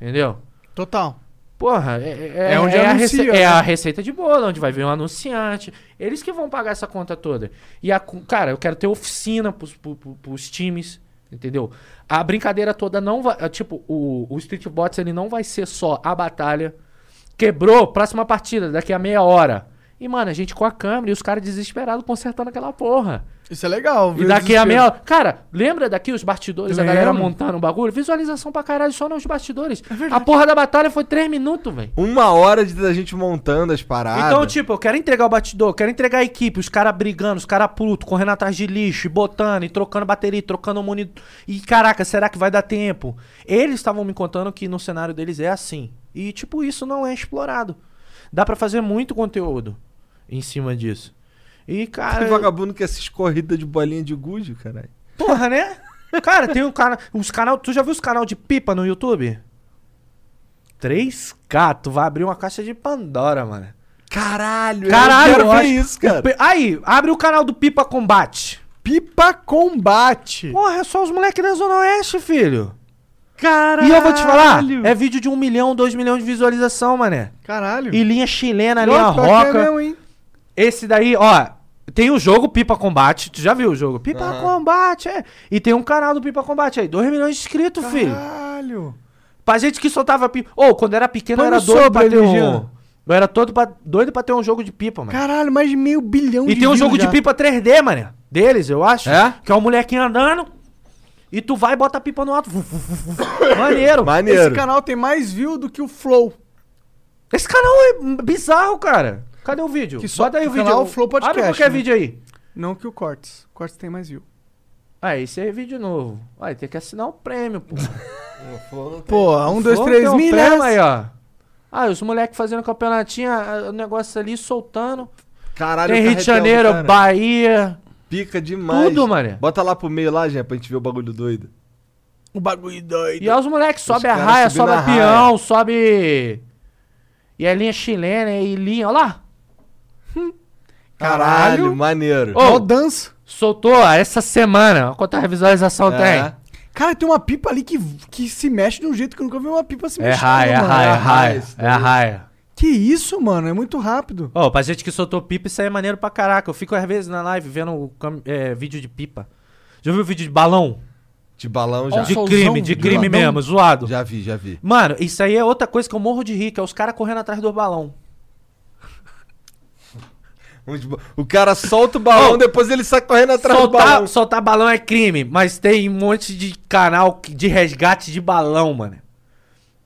[SPEAKER 1] Entendeu?
[SPEAKER 3] Total.
[SPEAKER 1] Porra, é, é,
[SPEAKER 3] É onde
[SPEAKER 1] é a,
[SPEAKER 3] anuncia,
[SPEAKER 1] rece-
[SPEAKER 3] né?
[SPEAKER 1] é a receita de bolo, onde vai vir um anunciante. Eles que vão pagar essa conta toda. E, a, cu- cara, eu quero ter oficina pros, pro- pro- pros times, entendeu? A brincadeira toda não vai. é, Tipo, o, o Street Bots ele não vai ser só a batalha. Quebrou, próxima partida, daqui a meia hora. E, mano, a gente com a câmera e os caras desesperados consertando aquela porra.
[SPEAKER 3] Isso é legal.
[SPEAKER 1] E
[SPEAKER 3] ver
[SPEAKER 1] daqui a
[SPEAKER 3] desespero.
[SPEAKER 1] meia hora. Cara, lembra daqui os bastidores, a galera
[SPEAKER 3] Lembro. É
[SPEAKER 1] montando o bagulho? Visualização pra caralho só nos bastidores. a porra da batalha foi três minutos, velho.
[SPEAKER 12] Uma hora de da gente montando as paradas.
[SPEAKER 1] Então, tipo, eu quero entregar o batidor, eu quero entregar a equipe, os caras brigando, os caras putos, correndo atrás de lixo, e botando, e trocando bateria, e trocando o monitor. E caraca, será que vai dar tempo? Eles estavam me contando que no cenário deles é assim. E, tipo, isso não é explorado. Dá pra fazer muito conteúdo em cima disso. E, cara.
[SPEAKER 12] Tem vagabundo que assiste corrida de bolinha de gude, caralho.
[SPEAKER 1] Porra, né? Cara, tem um cara. Os canal, tu já viu os canal de pipa no YouTube? 3K, tu vai abrir uma caixa de Pandora, mano.
[SPEAKER 12] Caralho,
[SPEAKER 1] Caralho,
[SPEAKER 12] eu quero
[SPEAKER 1] eu
[SPEAKER 12] ver
[SPEAKER 1] acho-
[SPEAKER 12] isso, cara.
[SPEAKER 1] Pe- Aí, abre o canal do Pipa Combate.
[SPEAKER 3] Pipa Combate.
[SPEAKER 1] Porra, é só os moleques da Zona Oeste, filho.
[SPEAKER 12] Caralho.
[SPEAKER 1] E eu vou te falar, é vídeo de um milhão, dois milhões de visualização, mané.
[SPEAKER 3] Caralho.
[SPEAKER 1] E linha chilena,
[SPEAKER 3] Nossa,
[SPEAKER 1] linha
[SPEAKER 3] pior que é
[SPEAKER 1] roca.
[SPEAKER 3] mesmo, hein?
[SPEAKER 1] Esse daí, ó, tem o jogo Pipa Combate. Tu já viu o jogo? Pipa Combate, é. E tem um canal do Pipa Combate aí, 2 milhões de inscritos, filho.
[SPEAKER 3] Caralho.
[SPEAKER 1] Pra gente que soltava pipa. Ô, quando era pequeno, eu
[SPEAKER 3] Põe
[SPEAKER 1] era
[SPEAKER 3] no
[SPEAKER 1] doido
[SPEAKER 3] sobre
[SPEAKER 1] pra ter
[SPEAKER 3] ali,
[SPEAKER 1] um.
[SPEAKER 3] Jean.
[SPEAKER 1] Eu era todo pra- doido pra ter um jogo de pipa, mano.
[SPEAKER 3] Caralho, mais de meio bilhão
[SPEAKER 1] E
[SPEAKER 3] de
[SPEAKER 1] tem um
[SPEAKER 3] views
[SPEAKER 1] jogo de
[SPEAKER 3] já.
[SPEAKER 1] pipa 3D, mané. Deles, eu acho.
[SPEAKER 12] É?
[SPEAKER 1] Que é um molequinho andando. E tu vai e bota a pipa no alto. Maneiro.
[SPEAKER 12] Maneiro.
[SPEAKER 3] Esse canal tem mais view do que o Flow.
[SPEAKER 1] Esse canal é bizarro, cara. Cadê o vídeo?
[SPEAKER 3] Que só-
[SPEAKER 1] Bota aí o
[SPEAKER 3] o
[SPEAKER 1] vídeo.
[SPEAKER 3] canal Flow Podcast,
[SPEAKER 1] Abre qualquer
[SPEAKER 3] né?
[SPEAKER 1] vídeo aí.
[SPEAKER 3] Não que o Cortes. Cortes tem mais view.
[SPEAKER 1] Ah, esse aí é vídeo novo. Vai ter que assinar o prêmio, pô.
[SPEAKER 3] Pô, um, dois,
[SPEAKER 1] Flow
[SPEAKER 3] três
[SPEAKER 1] tem um
[SPEAKER 3] milhas.
[SPEAKER 1] prêmio aí, ó. Ah, os moleques fazendo campeonatinho, ah, o negócio ali soltando.
[SPEAKER 12] Caralho,
[SPEAKER 1] Tem
[SPEAKER 12] o
[SPEAKER 1] Rio de
[SPEAKER 12] carretel do
[SPEAKER 1] Janeiro,
[SPEAKER 12] cara.
[SPEAKER 1] Bahia.
[SPEAKER 12] Pica demais.
[SPEAKER 1] Tudo, mané.
[SPEAKER 12] Bota lá pro meio lá, gente, pra gente ver o bagulho doido.
[SPEAKER 3] O bagulho doido.
[SPEAKER 1] E aí os moleques sobe a
[SPEAKER 12] caras
[SPEAKER 1] raia,
[SPEAKER 12] subindo
[SPEAKER 1] sobe
[SPEAKER 12] a
[SPEAKER 1] a
[SPEAKER 12] raia.
[SPEAKER 1] peão, sobe. E a linha chilena e linha, ó lá.
[SPEAKER 12] Caralho, maneiro.
[SPEAKER 1] Ô,
[SPEAKER 3] Ó, o danço.
[SPEAKER 1] soltou ó, essa semana. Ó, Quanta visualização
[SPEAKER 12] É.
[SPEAKER 1] tem.
[SPEAKER 3] Cara, tem uma pipa ali que, que se mexe de um jeito que eu nunca vi uma pipa se
[SPEAKER 1] É
[SPEAKER 3] mexer.
[SPEAKER 1] raia, é
[SPEAKER 3] mano.
[SPEAKER 1] raia, é
[SPEAKER 12] raia,
[SPEAKER 1] raia.
[SPEAKER 12] isso
[SPEAKER 1] É a raia.
[SPEAKER 3] Que isso, mano? É muito rápido.
[SPEAKER 1] Ô, pra gente que soltou pipa, isso aí é maneiro pra caraca. Eu fico às vezes na live vendo o cam- é, vídeo de pipa. Já viu o vídeo de balão?
[SPEAKER 12] De balão já.
[SPEAKER 1] De
[SPEAKER 3] solzão,
[SPEAKER 1] crime, de
[SPEAKER 3] de
[SPEAKER 1] crime
[SPEAKER 3] balão.
[SPEAKER 1] mesmo, zoado.
[SPEAKER 12] Já vi, já vi.
[SPEAKER 1] Mano, isso aí é outra coisa que eu morro de rir, que é os caras correndo atrás do balão.
[SPEAKER 12] Um de ba- O cara solta o balão,
[SPEAKER 1] Ô,
[SPEAKER 12] depois ele sai correndo
[SPEAKER 2] tá-
[SPEAKER 12] atrás do
[SPEAKER 1] Soltar,
[SPEAKER 12] balão.
[SPEAKER 1] soltar balão é crime, mas tem um monte de canal que- de resgate de balão, mano.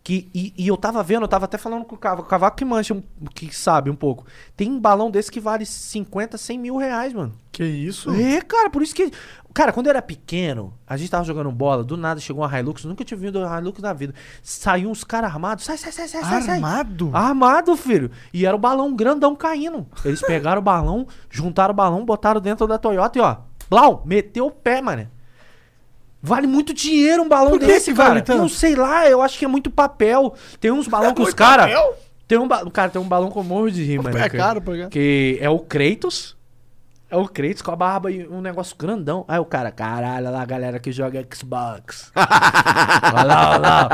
[SPEAKER 1] Que, e, e eu tava vendo, eu tava até falando com o Cavaco, o Cavaco que mancha, um- que sabe um pouco. Tem balão desse que vale 50, 100 mil reais, mano.
[SPEAKER 3] Que isso?
[SPEAKER 1] É, cara, por isso que. Cara, quando eu era pequeno, a gente tava jogando bola, do nada chegou uma Hilux, nunca tinha vindo uma Hilux na vida. Saiu uns caras armados, sai, sai, sai, sai, sai, sai.
[SPEAKER 3] Armado?
[SPEAKER 1] Armado, filho. E era o balão grandão caindo. Eles pegaram o balão, juntaram o balão, botaram dentro da Toyota e ó. Blau, meteu o pé, mano. Vale muito dinheiro um balão
[SPEAKER 3] Por que
[SPEAKER 1] desse,
[SPEAKER 3] que
[SPEAKER 1] cara.
[SPEAKER 3] vale tanto?
[SPEAKER 1] Eu sei lá, eu acho que é muito papel. Tem uns
[SPEAKER 2] É
[SPEAKER 1] balão que os caras. Tem um ba... Cara, tem um balão com morro de rima, né?
[SPEAKER 3] É
[SPEAKER 1] cara?
[SPEAKER 3] caro, pagar.
[SPEAKER 1] Que é o Kratos. É o Kratos com a barba e um negócio grandão. Aí o cara, caralho, olha lá a galera que joga Xbox. olha lá, olha lá.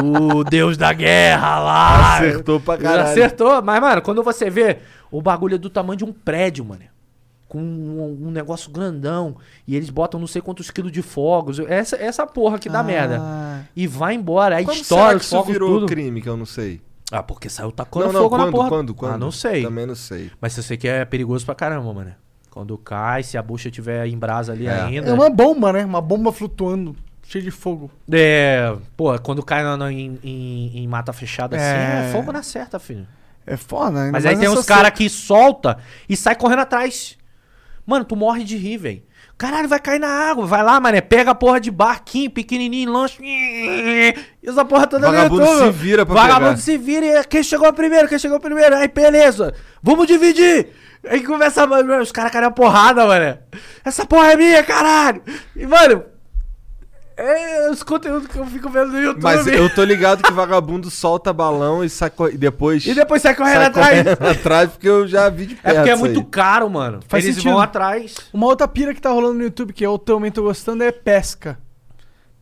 [SPEAKER 1] O deus da guerra lá.
[SPEAKER 2] Acertou pra
[SPEAKER 1] Ele
[SPEAKER 2] caralho.
[SPEAKER 1] Acertou, mas, mano, quando você vê o bagulho é do tamanho de um prédio, mano. Com um, um negócio grandão. E eles botam não sei quantos quilos de fogos. Essa, essa porra
[SPEAKER 2] Ah,
[SPEAKER 1] que dá merda. E vai embora. Aí
[SPEAKER 2] Como
[SPEAKER 1] estoura
[SPEAKER 2] será que
[SPEAKER 1] os
[SPEAKER 2] isso
[SPEAKER 1] fogos
[SPEAKER 2] virou
[SPEAKER 1] tudo.
[SPEAKER 2] crime, que eu não sei?
[SPEAKER 1] Ah, porque saiu tacando
[SPEAKER 2] não, não,
[SPEAKER 1] fogo
[SPEAKER 2] quando,
[SPEAKER 1] na porra.
[SPEAKER 2] quando, quando?
[SPEAKER 1] Ah, não sei.
[SPEAKER 2] Também não sei.
[SPEAKER 1] Mas eu sei que é perigoso pra caramba, mano. Quando cai, se a bucha tiver em brasa ali
[SPEAKER 2] É.
[SPEAKER 1] ainda.
[SPEAKER 3] É uma bomba, né? Uma bomba flutuando, cheia de fogo.
[SPEAKER 1] É. Pô, quando cai na- na- em, em- em mata fechada assim,
[SPEAKER 3] É.
[SPEAKER 1] é fogo na certa, filho.
[SPEAKER 3] É foda, né? Ainda
[SPEAKER 1] Mas aí
[SPEAKER 3] mais
[SPEAKER 1] tem
[SPEAKER 3] nessa
[SPEAKER 1] uns caras que solta e sai correndo atrás. Mano, tu morre de rir, velho. Caralho, vai cair na água. Vai lá, mané. Pega a porra de barquinho, pequenininho, lanche. E essa porra toda no
[SPEAKER 2] Vagabundo
[SPEAKER 1] YouTube.
[SPEAKER 2] se vira pra
[SPEAKER 1] Vagabundo
[SPEAKER 2] pegar.
[SPEAKER 1] se vira e quem chegou primeiro, quem chegou primeiro. Aí, beleza. Vamos dividir. Aí começa, mano, os caras caem a porrada, mané. Essa porra é minha, caralho. E, mano... É os conteúdos que eu fico vendo no YouTube.
[SPEAKER 2] Mas eu tô ligado que vagabundo solta balão e, sai co- e depois.
[SPEAKER 1] E depois sai correndo
[SPEAKER 2] sai
[SPEAKER 1] atrás.
[SPEAKER 2] correndo atrás, porque eu já vi de perto.
[SPEAKER 1] É porque é
[SPEAKER 2] isso aí.
[SPEAKER 1] muito caro, mano.
[SPEAKER 3] Faz
[SPEAKER 1] Eles
[SPEAKER 3] sentido.
[SPEAKER 1] vão atrás.
[SPEAKER 3] Uma outra pira que tá rolando no YouTube que eu também tô gostando é pesca.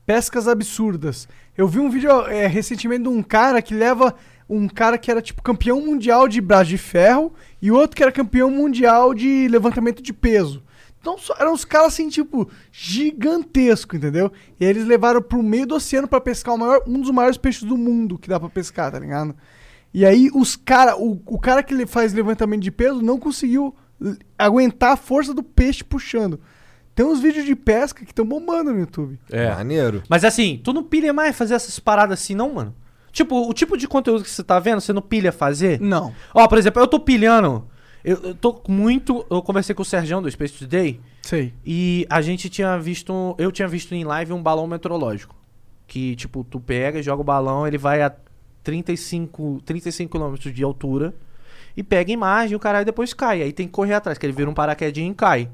[SPEAKER 3] Pescas absurdas. Eu vi um vídeo é, recentemente de um cara que leva um cara que era tipo campeão mundial de braço de ferro e outro que era campeão mundial de levantamento de peso. Então só- eram uns caras assim, tipo, gigantesco, entendeu? E aí eles levaram pro meio do oceano pra pescar o maior- um dos maiores peixes do mundo que dá pra pescar, tá ligado? E aí os cara, o, o cara que le- faz levantamento de peso não conseguiu l- aguentar a força do peixe puxando. Tem uns vídeos de pesca que estão bombando no YouTube.
[SPEAKER 1] É.
[SPEAKER 2] Maneiro.
[SPEAKER 1] Mas assim, tu não pilha mais fazer essas paradas assim, não, mano? Tipo, o tipo de conteúdo que você tá vendo, você não pilha fazer?
[SPEAKER 3] Não.
[SPEAKER 1] Ó, por exemplo, eu tô pilhando. Eu, eu tô muito. Eu conversei com o Sergião do Space Today
[SPEAKER 3] Sei.
[SPEAKER 1] e a gente tinha visto. um, Eu tinha visto em live um balão meteorológico. Que, tipo, tu pega e joga o balão, ele vai a 35, 35 km de altura e pega imagem, o caralho depois cai. Aí tem que correr atrás, que ele vira um paraquedinho e cai.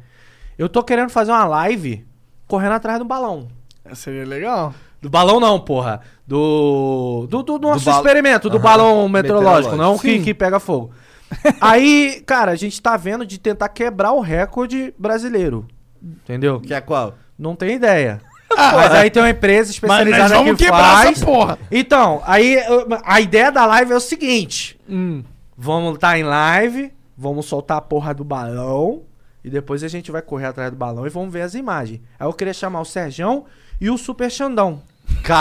[SPEAKER 1] Eu tô querendo fazer uma live correndo atrás do balão.
[SPEAKER 3] Seria legal.
[SPEAKER 1] Do balão não, porra. Do. Do, do nosso
[SPEAKER 2] bal-
[SPEAKER 1] experimento, do
[SPEAKER 2] Aham.
[SPEAKER 1] balão meteorológico, não o que,
[SPEAKER 3] Sim.
[SPEAKER 1] que pega fogo. Aí, cara, a gente tá vendo de tentar quebrar o recorde brasileiro. Entendeu?
[SPEAKER 2] Que é qual?
[SPEAKER 1] Não tem ideia. mas aí tem uma empresa especializada
[SPEAKER 3] Mas nós vamos
[SPEAKER 1] que
[SPEAKER 3] quebrar
[SPEAKER 1] faz.
[SPEAKER 3] essa porra.
[SPEAKER 1] Então, aí eu- a ideia da live é o seguinte:
[SPEAKER 3] Hum.
[SPEAKER 1] vamos estar em live, vamos soltar a porra do balão e depois a gente vai correr atrás do balão e vamos ver as imagens. Aí eu queria chamar o Serjão e o Super Xandão.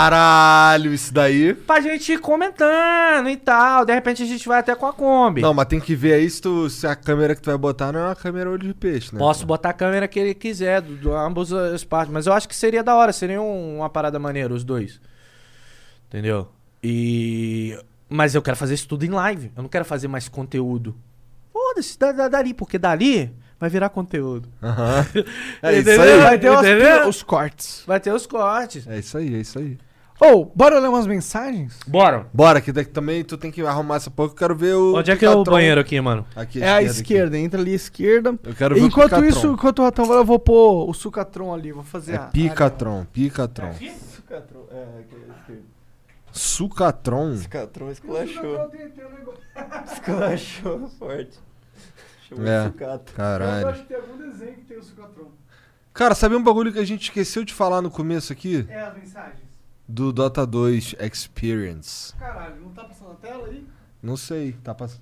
[SPEAKER 2] Caralho, isso daí.
[SPEAKER 1] Pra gente ir comentando e tal. De repente a gente vai até com a Kombi.
[SPEAKER 2] Não, mas tem que ver aí se, tu- se a câmera que tu vai botar não é uma câmera olho de peixe, né?
[SPEAKER 1] Posso botar a câmera que ele quiser, do, do ambos as partes. Mas eu acho que seria da hora, seria um- uma parada maneira, os dois. Entendeu? E. Mas eu quero fazer isso tudo em live. Eu não quero fazer mais conteúdo. Foda-se, da, da- dali, porque dali vai virar conteúdo.
[SPEAKER 2] Aham. É isso
[SPEAKER 1] Entendeu?
[SPEAKER 2] aí.
[SPEAKER 3] Vai ter umas
[SPEAKER 1] Entendeu?
[SPEAKER 3] pira- os cortes.
[SPEAKER 1] Vai ter os cortes.
[SPEAKER 2] É isso aí, é isso aí.
[SPEAKER 3] Ou, bora ler umas mensagens?
[SPEAKER 1] Bora.
[SPEAKER 2] Bora, que daqui também tu tem que arrumar essa porra que eu quero ver o.
[SPEAKER 1] Onde é que é o
[SPEAKER 2] Picatron.
[SPEAKER 1] banheiro aqui, mano?
[SPEAKER 2] Aqui,
[SPEAKER 3] É a
[SPEAKER 2] aqui.
[SPEAKER 3] esquerda, entra ali à esquerda.
[SPEAKER 2] Eu quero ver o
[SPEAKER 3] enquanto
[SPEAKER 2] Picatron.
[SPEAKER 3] isso, enquanto o ratão vai, eu vou pôr o sucatron ali, vou fazer
[SPEAKER 2] É
[SPEAKER 3] a.
[SPEAKER 2] Picatron, Picatron.
[SPEAKER 8] Sucatron, é, que é esquerdo.
[SPEAKER 2] Sucatron?
[SPEAKER 8] Sucatron esculachou.
[SPEAKER 3] um
[SPEAKER 8] Esculachou forte. Chamou de
[SPEAKER 2] É.
[SPEAKER 8] sucata.
[SPEAKER 2] Caralho.
[SPEAKER 3] tem algum desenho que tem o sucatron.
[SPEAKER 2] Cara, sabe um bagulho que a gente esqueceu de falar no começo aqui?
[SPEAKER 3] É as mensagens.
[SPEAKER 2] Do Dota 2 Experience.
[SPEAKER 3] Caralho, não tá passando a tela aí?
[SPEAKER 2] Não sei, tá passando.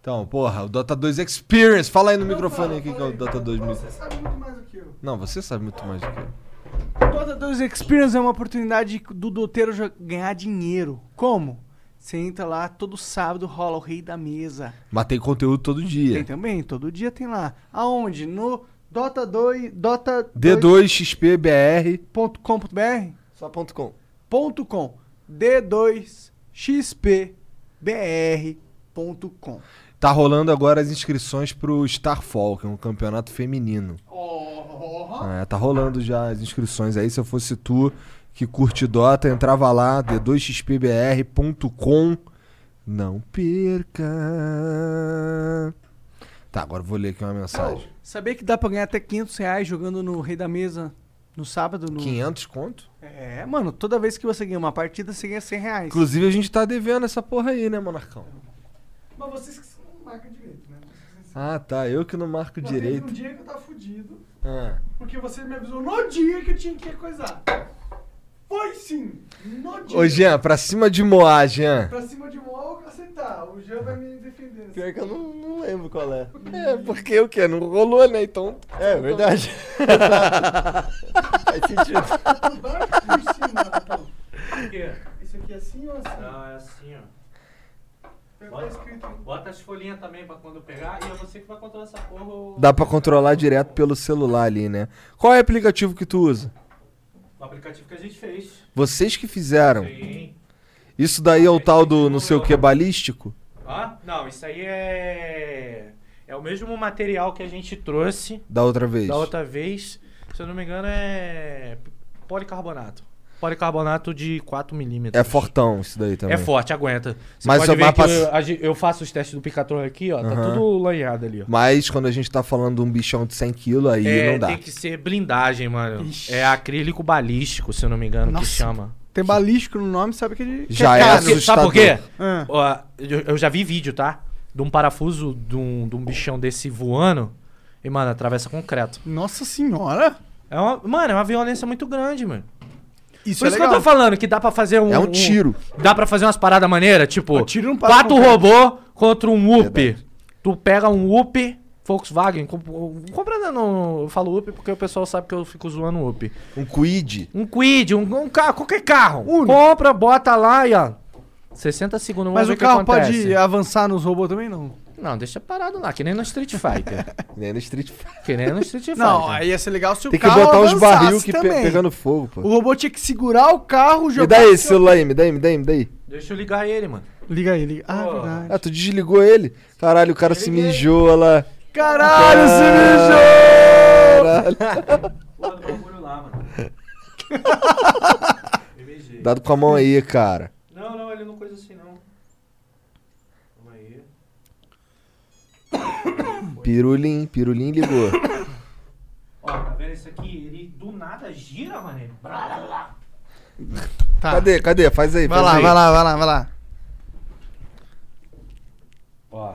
[SPEAKER 2] Então, porra, o Dota 2 Experience. Fala aí no microfone aqui que é o Dota 2. mi-
[SPEAKER 3] Você sabe muito mais do que eu.
[SPEAKER 2] Não, você sabe muito mais do que eu.
[SPEAKER 3] Dota 2 Experience é uma oportunidade do doteiro jo- ganhar dinheiro. Como? Você entra lá, todo sábado rola o rei da mesa.
[SPEAKER 2] Mas tem conteúdo todo
[SPEAKER 3] Tem
[SPEAKER 2] dia.
[SPEAKER 3] também, todo dia tem lá. Aonde? No Dota 2, Dota
[SPEAKER 2] D2XPBR.
[SPEAKER 3] 2.com.br?
[SPEAKER 8] Só ponto com.
[SPEAKER 3] Ponto com. D2XPBR.com.
[SPEAKER 2] Tá rolando agora as inscrições pro Starfall, que é um campeonato feminino. É, tá rolando já as inscrições aí. Se eu fosse tu que curte Dota, entrava lá, d2xpbr.com. Não perca. Tá, agora eu vou ler aqui uma mensagem.
[SPEAKER 3] Sabia que dá pra ganhar até 500 reais jogando no Rei da Mesa no sábado? No...
[SPEAKER 2] 500 conto?
[SPEAKER 3] É, mano, toda vez que você ganha uma partida, você ganha 100 reais.
[SPEAKER 2] Inclusive, a gente tá devendo essa porra aí, né, Monarcão?
[SPEAKER 3] Mas vocês que não marcam direito, né?
[SPEAKER 2] Ah, tá. Eu que não marco
[SPEAKER 3] Não, teve
[SPEAKER 2] direito.
[SPEAKER 3] um dia que eu tava fudido,
[SPEAKER 2] Ah.
[SPEAKER 3] porque você me avisou no dia que eu tinha que coisar. Foi sim, no dia.
[SPEAKER 2] Ô, Jean, pra cima de Moá, Jean.
[SPEAKER 3] Pra cima de um eu aceitar, o Jean vai me defender.
[SPEAKER 8] Pior É que eu não, não lembro qual é.
[SPEAKER 2] É, porque o quê? Não rolou, né? Então.
[SPEAKER 8] É verdade. Faz sentido.
[SPEAKER 3] Não vai Assim, por cima, então. Isso aqui é assim ou assim?
[SPEAKER 1] Não, é assim, ó.
[SPEAKER 3] Pior que tá
[SPEAKER 1] Bota,
[SPEAKER 3] escrito.
[SPEAKER 1] bota as folhinhas também pra quando eu pegar e é você que vai controlar essa porra. ô-
[SPEAKER 2] Dá pra controlar direto pelo celular ali, né? Qual é o aplicativo que tu usa?
[SPEAKER 1] O aplicativo que a gente fez.
[SPEAKER 2] Vocês que fizeram.
[SPEAKER 1] Sim.
[SPEAKER 2] Isso daí é o tal do não sei o que balístico?
[SPEAKER 1] Ah, não, isso aí é. É o mesmo material que a gente trouxe
[SPEAKER 2] Da outra vez.
[SPEAKER 1] da outra vez. Se eu não me engano, é. Policarbonato. Policarbonato de 4mm.
[SPEAKER 2] É fortão isso daí também.
[SPEAKER 1] É forte, aguenta. Você
[SPEAKER 2] Mas
[SPEAKER 1] pode
[SPEAKER 2] eu
[SPEAKER 1] ver
[SPEAKER 2] vai
[SPEAKER 1] que eu-
[SPEAKER 2] pass-
[SPEAKER 1] a gen- eu, faço os testes do Picatrol aqui, ó. Tá
[SPEAKER 2] Aham.
[SPEAKER 1] tudo lanhado ali, ó.
[SPEAKER 2] Mas quando a gente tá falando de um bichão de 100kg, aí
[SPEAKER 1] é,
[SPEAKER 2] não dá.
[SPEAKER 1] tem que ser blindagem, mano.
[SPEAKER 3] Ixi.
[SPEAKER 1] É acrílico balístico, se eu não me engano, que chama.
[SPEAKER 3] Tem balístico no nome, sabe que ele.
[SPEAKER 2] Já é
[SPEAKER 1] Sabe por quê? Sabe por quê?
[SPEAKER 3] Ah.
[SPEAKER 1] Ó, eu, eu já vi vídeo, tá? De um parafuso de um, de um bichão desse voando. E, mano, atravessa concreto.
[SPEAKER 3] Nossa senhora!
[SPEAKER 1] É uma, mano, é uma violência muito grande, mano.
[SPEAKER 3] Isso é
[SPEAKER 1] Por isso é que eu tô falando que dá pra fazer um.
[SPEAKER 2] É um tiro.
[SPEAKER 1] dá pra fazer umas paradas maneiras, tipo.
[SPEAKER 3] Um tiro não passa
[SPEAKER 1] quatro
[SPEAKER 3] concreto.
[SPEAKER 1] robô contra um UP. Tu pega um UP. Volkswagen, comp- compra não, não, eu falo UP porque o pessoal sabe que eu fico zoando o UP.
[SPEAKER 2] Um quid.
[SPEAKER 1] Um Quid, um, um carro, qualquer carro. Compra, bota lá e ó. 60 segundos, vamos
[SPEAKER 3] Mas
[SPEAKER 1] ver
[SPEAKER 3] o carro
[SPEAKER 1] que acontece.
[SPEAKER 3] pode avançar nos robôs também, não?
[SPEAKER 1] Não, deixa parado lá, que nem no Street Fighter.
[SPEAKER 2] Né? No Street Fighter.
[SPEAKER 1] que nem no Street Fighter.
[SPEAKER 3] Não, aí ia ser legal se o
[SPEAKER 2] Tem que
[SPEAKER 3] carro
[SPEAKER 2] botar uns
[SPEAKER 3] avançasse
[SPEAKER 2] barril que pe-
[SPEAKER 3] também.
[SPEAKER 2] pegando fogo,
[SPEAKER 3] O
[SPEAKER 2] pô.
[SPEAKER 3] robô tinha que segurar o carro,
[SPEAKER 2] Me
[SPEAKER 3] jogar.
[SPEAKER 2] dá esse celular aí, me dá aí, me dá aí, me dá aí.
[SPEAKER 1] Deixa eu ligar ele, mano.
[SPEAKER 3] Liga aí, liga. Ah,
[SPEAKER 1] Pô.
[SPEAKER 3] verdade.
[SPEAKER 2] Ah, tu desligou ele? Caralho, o cara se mijou lá.
[SPEAKER 3] Caralho, se mijou!
[SPEAKER 2] Caralho.
[SPEAKER 1] Pula do bagulho lá, mano.
[SPEAKER 2] Dado com a mão aí, cara.
[SPEAKER 1] Não, não, ele não coisa assim, não. Calma aí.
[SPEAKER 2] Pirulim, pirulim ligou.
[SPEAKER 1] Ó, tá vendo isso aqui? Ele do nada gira, mano. Ele...
[SPEAKER 3] Tá.
[SPEAKER 2] Cadê, cadê? Faz aí,
[SPEAKER 3] Vai
[SPEAKER 2] faz
[SPEAKER 3] lá,
[SPEAKER 2] aí.
[SPEAKER 3] vai lá, vai lá, vai lá.
[SPEAKER 1] Ó.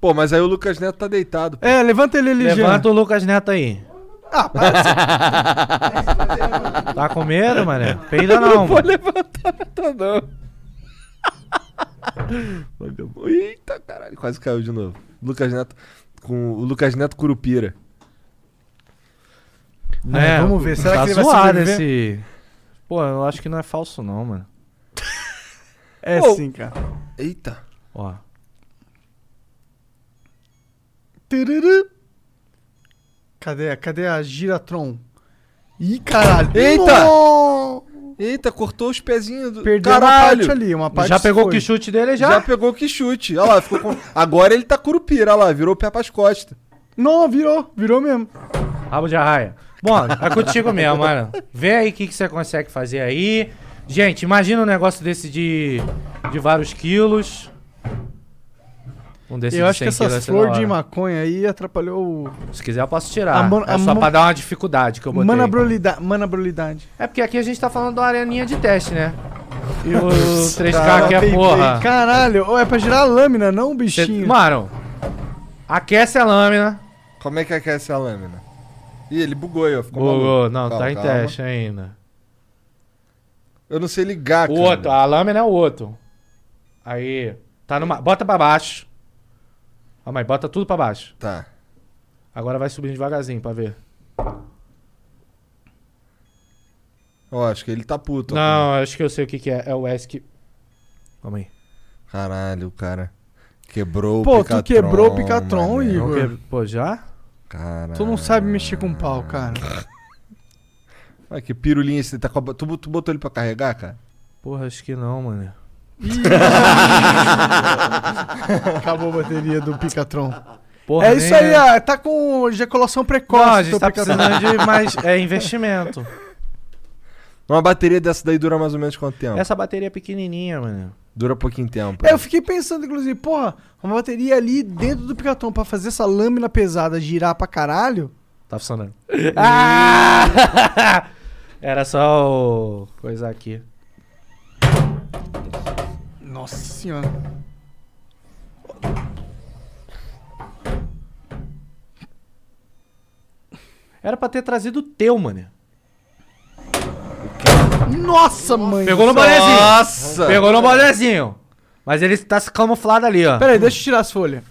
[SPEAKER 2] Pô, mas aí o Lucas Neto tá deitado. pô.
[SPEAKER 3] É, levanta ele ali,
[SPEAKER 1] Levanta o Lucas Neto aí.
[SPEAKER 3] Ah, para de ser-
[SPEAKER 1] Tá com medo, mané?
[SPEAKER 3] Ah,
[SPEAKER 1] Peida não. mano.
[SPEAKER 2] Tá não. Vagabundo. Eita, caralho, quase caiu de novo. Lucas Neto com o Lucas Neto Curupira.
[SPEAKER 1] É,
[SPEAKER 3] vamos ver, será
[SPEAKER 1] tá
[SPEAKER 3] que ele vai
[SPEAKER 1] zoado
[SPEAKER 3] sobreviver?
[SPEAKER 1] esse... Pô, eu acho que não é falso não, mano.
[SPEAKER 3] É
[SPEAKER 2] Pô.
[SPEAKER 3] sim, cara.
[SPEAKER 2] Eita.
[SPEAKER 1] Ó.
[SPEAKER 3] Tururu. Cadê, a- cadê a Giratron? Ih, caralho.
[SPEAKER 2] Eita!
[SPEAKER 3] No-
[SPEAKER 2] Eita, cortou os pezinhos do
[SPEAKER 3] Perdeu uma
[SPEAKER 2] caralho.
[SPEAKER 3] parte ali, uma parte
[SPEAKER 1] Já pegou
[SPEAKER 3] foi.
[SPEAKER 1] o chute dele
[SPEAKER 2] Já?
[SPEAKER 1] já?
[SPEAKER 2] pegou o que chute. Olha lá, ficou com... Agora ele tá Curupira, olha lá, virou o pé pras costas.
[SPEAKER 3] Não, virou, virou mesmo.
[SPEAKER 1] Rabo de arraia. Bom, é contigo mesmo, mano. Vê aí o que, que você consegue fazer aí. Gente, imagina um negócio desse de, de vários quilos. Um desse
[SPEAKER 3] Eu
[SPEAKER 1] de
[SPEAKER 3] acho que
[SPEAKER 1] 100 quilos
[SPEAKER 3] essas
[SPEAKER 1] vai ser da
[SPEAKER 3] flores de
[SPEAKER 1] hora.
[SPEAKER 3] maconha aí atrapalhou o-
[SPEAKER 1] Se quiser eu posso tirar.
[SPEAKER 3] A mon-
[SPEAKER 1] é
[SPEAKER 3] a
[SPEAKER 1] só
[SPEAKER 3] mon-
[SPEAKER 1] pra dar uma dificuldade que eu botei.
[SPEAKER 3] manabrolida- manabrolidade.
[SPEAKER 1] É porque aqui a gente tá falando da areninha de teste, né? E o 3K que é porra.
[SPEAKER 3] Caralho, ou é pra girar a lâmina, não o
[SPEAKER 1] Cê-
[SPEAKER 3] bichinho.
[SPEAKER 1] Mano, aquece a lâmina.
[SPEAKER 2] Como é que aquece a lâmina? Ih, ele bugou aí, ó. Ficou
[SPEAKER 1] Bugou.
[SPEAKER 2] maluco.
[SPEAKER 1] Não,
[SPEAKER 2] Calma,
[SPEAKER 1] tá em
[SPEAKER 2] calma.
[SPEAKER 1] teste ainda.
[SPEAKER 2] Eu não sei ligar,
[SPEAKER 1] O
[SPEAKER 2] cara.
[SPEAKER 1] outro,
[SPEAKER 3] tá.
[SPEAKER 1] a lâmina é o outro. Aí, tá numa. Bota pra baixo. Calma aí, bota tudo pra baixo.
[SPEAKER 2] Tá.
[SPEAKER 1] Agora vai subindo devagarzinho pra ver.
[SPEAKER 2] Ó, acho que ele tá puto. ó.
[SPEAKER 1] Não, acho que eu sei o que, que é. É o S que. Calma aí.
[SPEAKER 2] Caralho, cara. Quebrou
[SPEAKER 3] Pô,
[SPEAKER 2] o Picatron.
[SPEAKER 3] tu quebrou o Picatron,
[SPEAKER 2] mané.
[SPEAKER 3] Igor.
[SPEAKER 1] Porque, pô, já?
[SPEAKER 2] Caralho.
[SPEAKER 3] Tu não sabe mexer com pau, cara.
[SPEAKER 2] Olha que pirulinha esse. Tá com a... bo- tu, tu botou ele pra carregar, cara?
[SPEAKER 1] Porra, acho que não, mano.
[SPEAKER 3] É Acabou a bateria do Picatron.
[SPEAKER 1] Porra,
[SPEAKER 3] É
[SPEAKER 1] nem
[SPEAKER 3] isso aí, ah, tá com ejaculação precoce.
[SPEAKER 1] Não, a gente
[SPEAKER 3] teu
[SPEAKER 1] tá
[SPEAKER 3] Picatron.
[SPEAKER 1] precisando de mais é, investimento.
[SPEAKER 2] Uma bateria dessa daí dura mais ou menos quanto tempo?
[SPEAKER 1] Essa bateria é pequenininha, mano.
[SPEAKER 12] Dura pouquinho tempo. né?
[SPEAKER 3] É, eu fiquei pensando, inclusive, porra, uma bateria ali dentro do picatom pra fazer essa lâmina pesada girar pra caralho.
[SPEAKER 1] Tá funcionando. ah! Era só o. coisa aqui.
[SPEAKER 3] Nossa senhora.
[SPEAKER 1] Era pra ter trazido o teu, mano.
[SPEAKER 3] Nossa, mãe.
[SPEAKER 1] Pegou no bonezinho. Nossa. Pegou no bonezinho. Mas ele tá se camuflado ali, ó.
[SPEAKER 3] Pera aí, deixa eu tirar as folhas.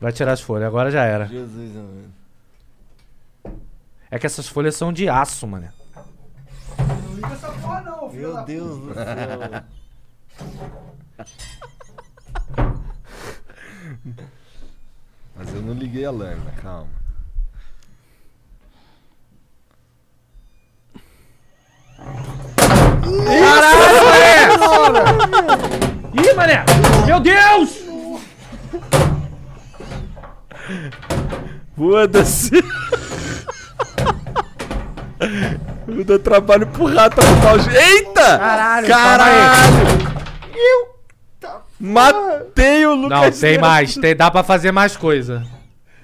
[SPEAKER 1] Vai tirar as folhas, agora já era.
[SPEAKER 8] Jesus, amado.
[SPEAKER 1] É que essas folhas são de aço, mano.
[SPEAKER 3] Não liga essa porra, não, filho.
[SPEAKER 8] Meu
[SPEAKER 3] da
[SPEAKER 8] Deus do céu.
[SPEAKER 12] Mas eu não liguei a lâmina, calma.
[SPEAKER 1] Ih, mané! Meu Deus!
[SPEAKER 12] Foda-se. Eu dou trabalho pro rato arrumar os... Eita!
[SPEAKER 1] Caralho,
[SPEAKER 12] Caralho! Eu... Matei o Lucas
[SPEAKER 1] Não, tem
[SPEAKER 12] Neto.
[SPEAKER 1] mais. Tem, dá pra fazer mais coisa.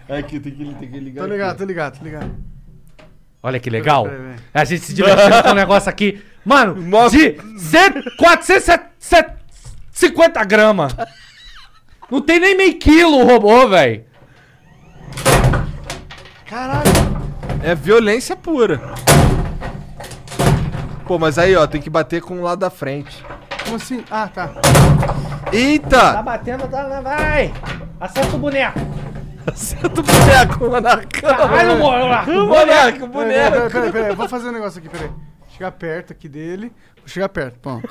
[SPEAKER 8] Aqui, tem que, tem que ligar.
[SPEAKER 3] Tô ligado, tô ligado, tô ligado.
[SPEAKER 1] Olha que legal.
[SPEAKER 3] Peraí, peraí, peraí.
[SPEAKER 1] A gente se divertindo com um negócio aqui. Mano, de 100, 450 gramas. Não tem nem meio quilo o robô, velho.
[SPEAKER 12] É violência pura. Pô, mas aí, ó, tem que bater com o lado da frente.
[SPEAKER 3] Como assim? Ah, tá.
[SPEAKER 12] Eita!
[SPEAKER 1] batendo, tá, vai. Acerta o boneco.
[SPEAKER 12] Acerta o
[SPEAKER 1] um
[SPEAKER 12] boneco, monarcão.
[SPEAKER 1] Caralho, mano.
[SPEAKER 12] Boneco,
[SPEAKER 3] Peraí,
[SPEAKER 12] boneco.
[SPEAKER 3] peraí, peraí, peraí. Eu vou fazer um negócio aqui, peraí. Vou Chegar perto aqui dele. Vou chegar perto, pronto.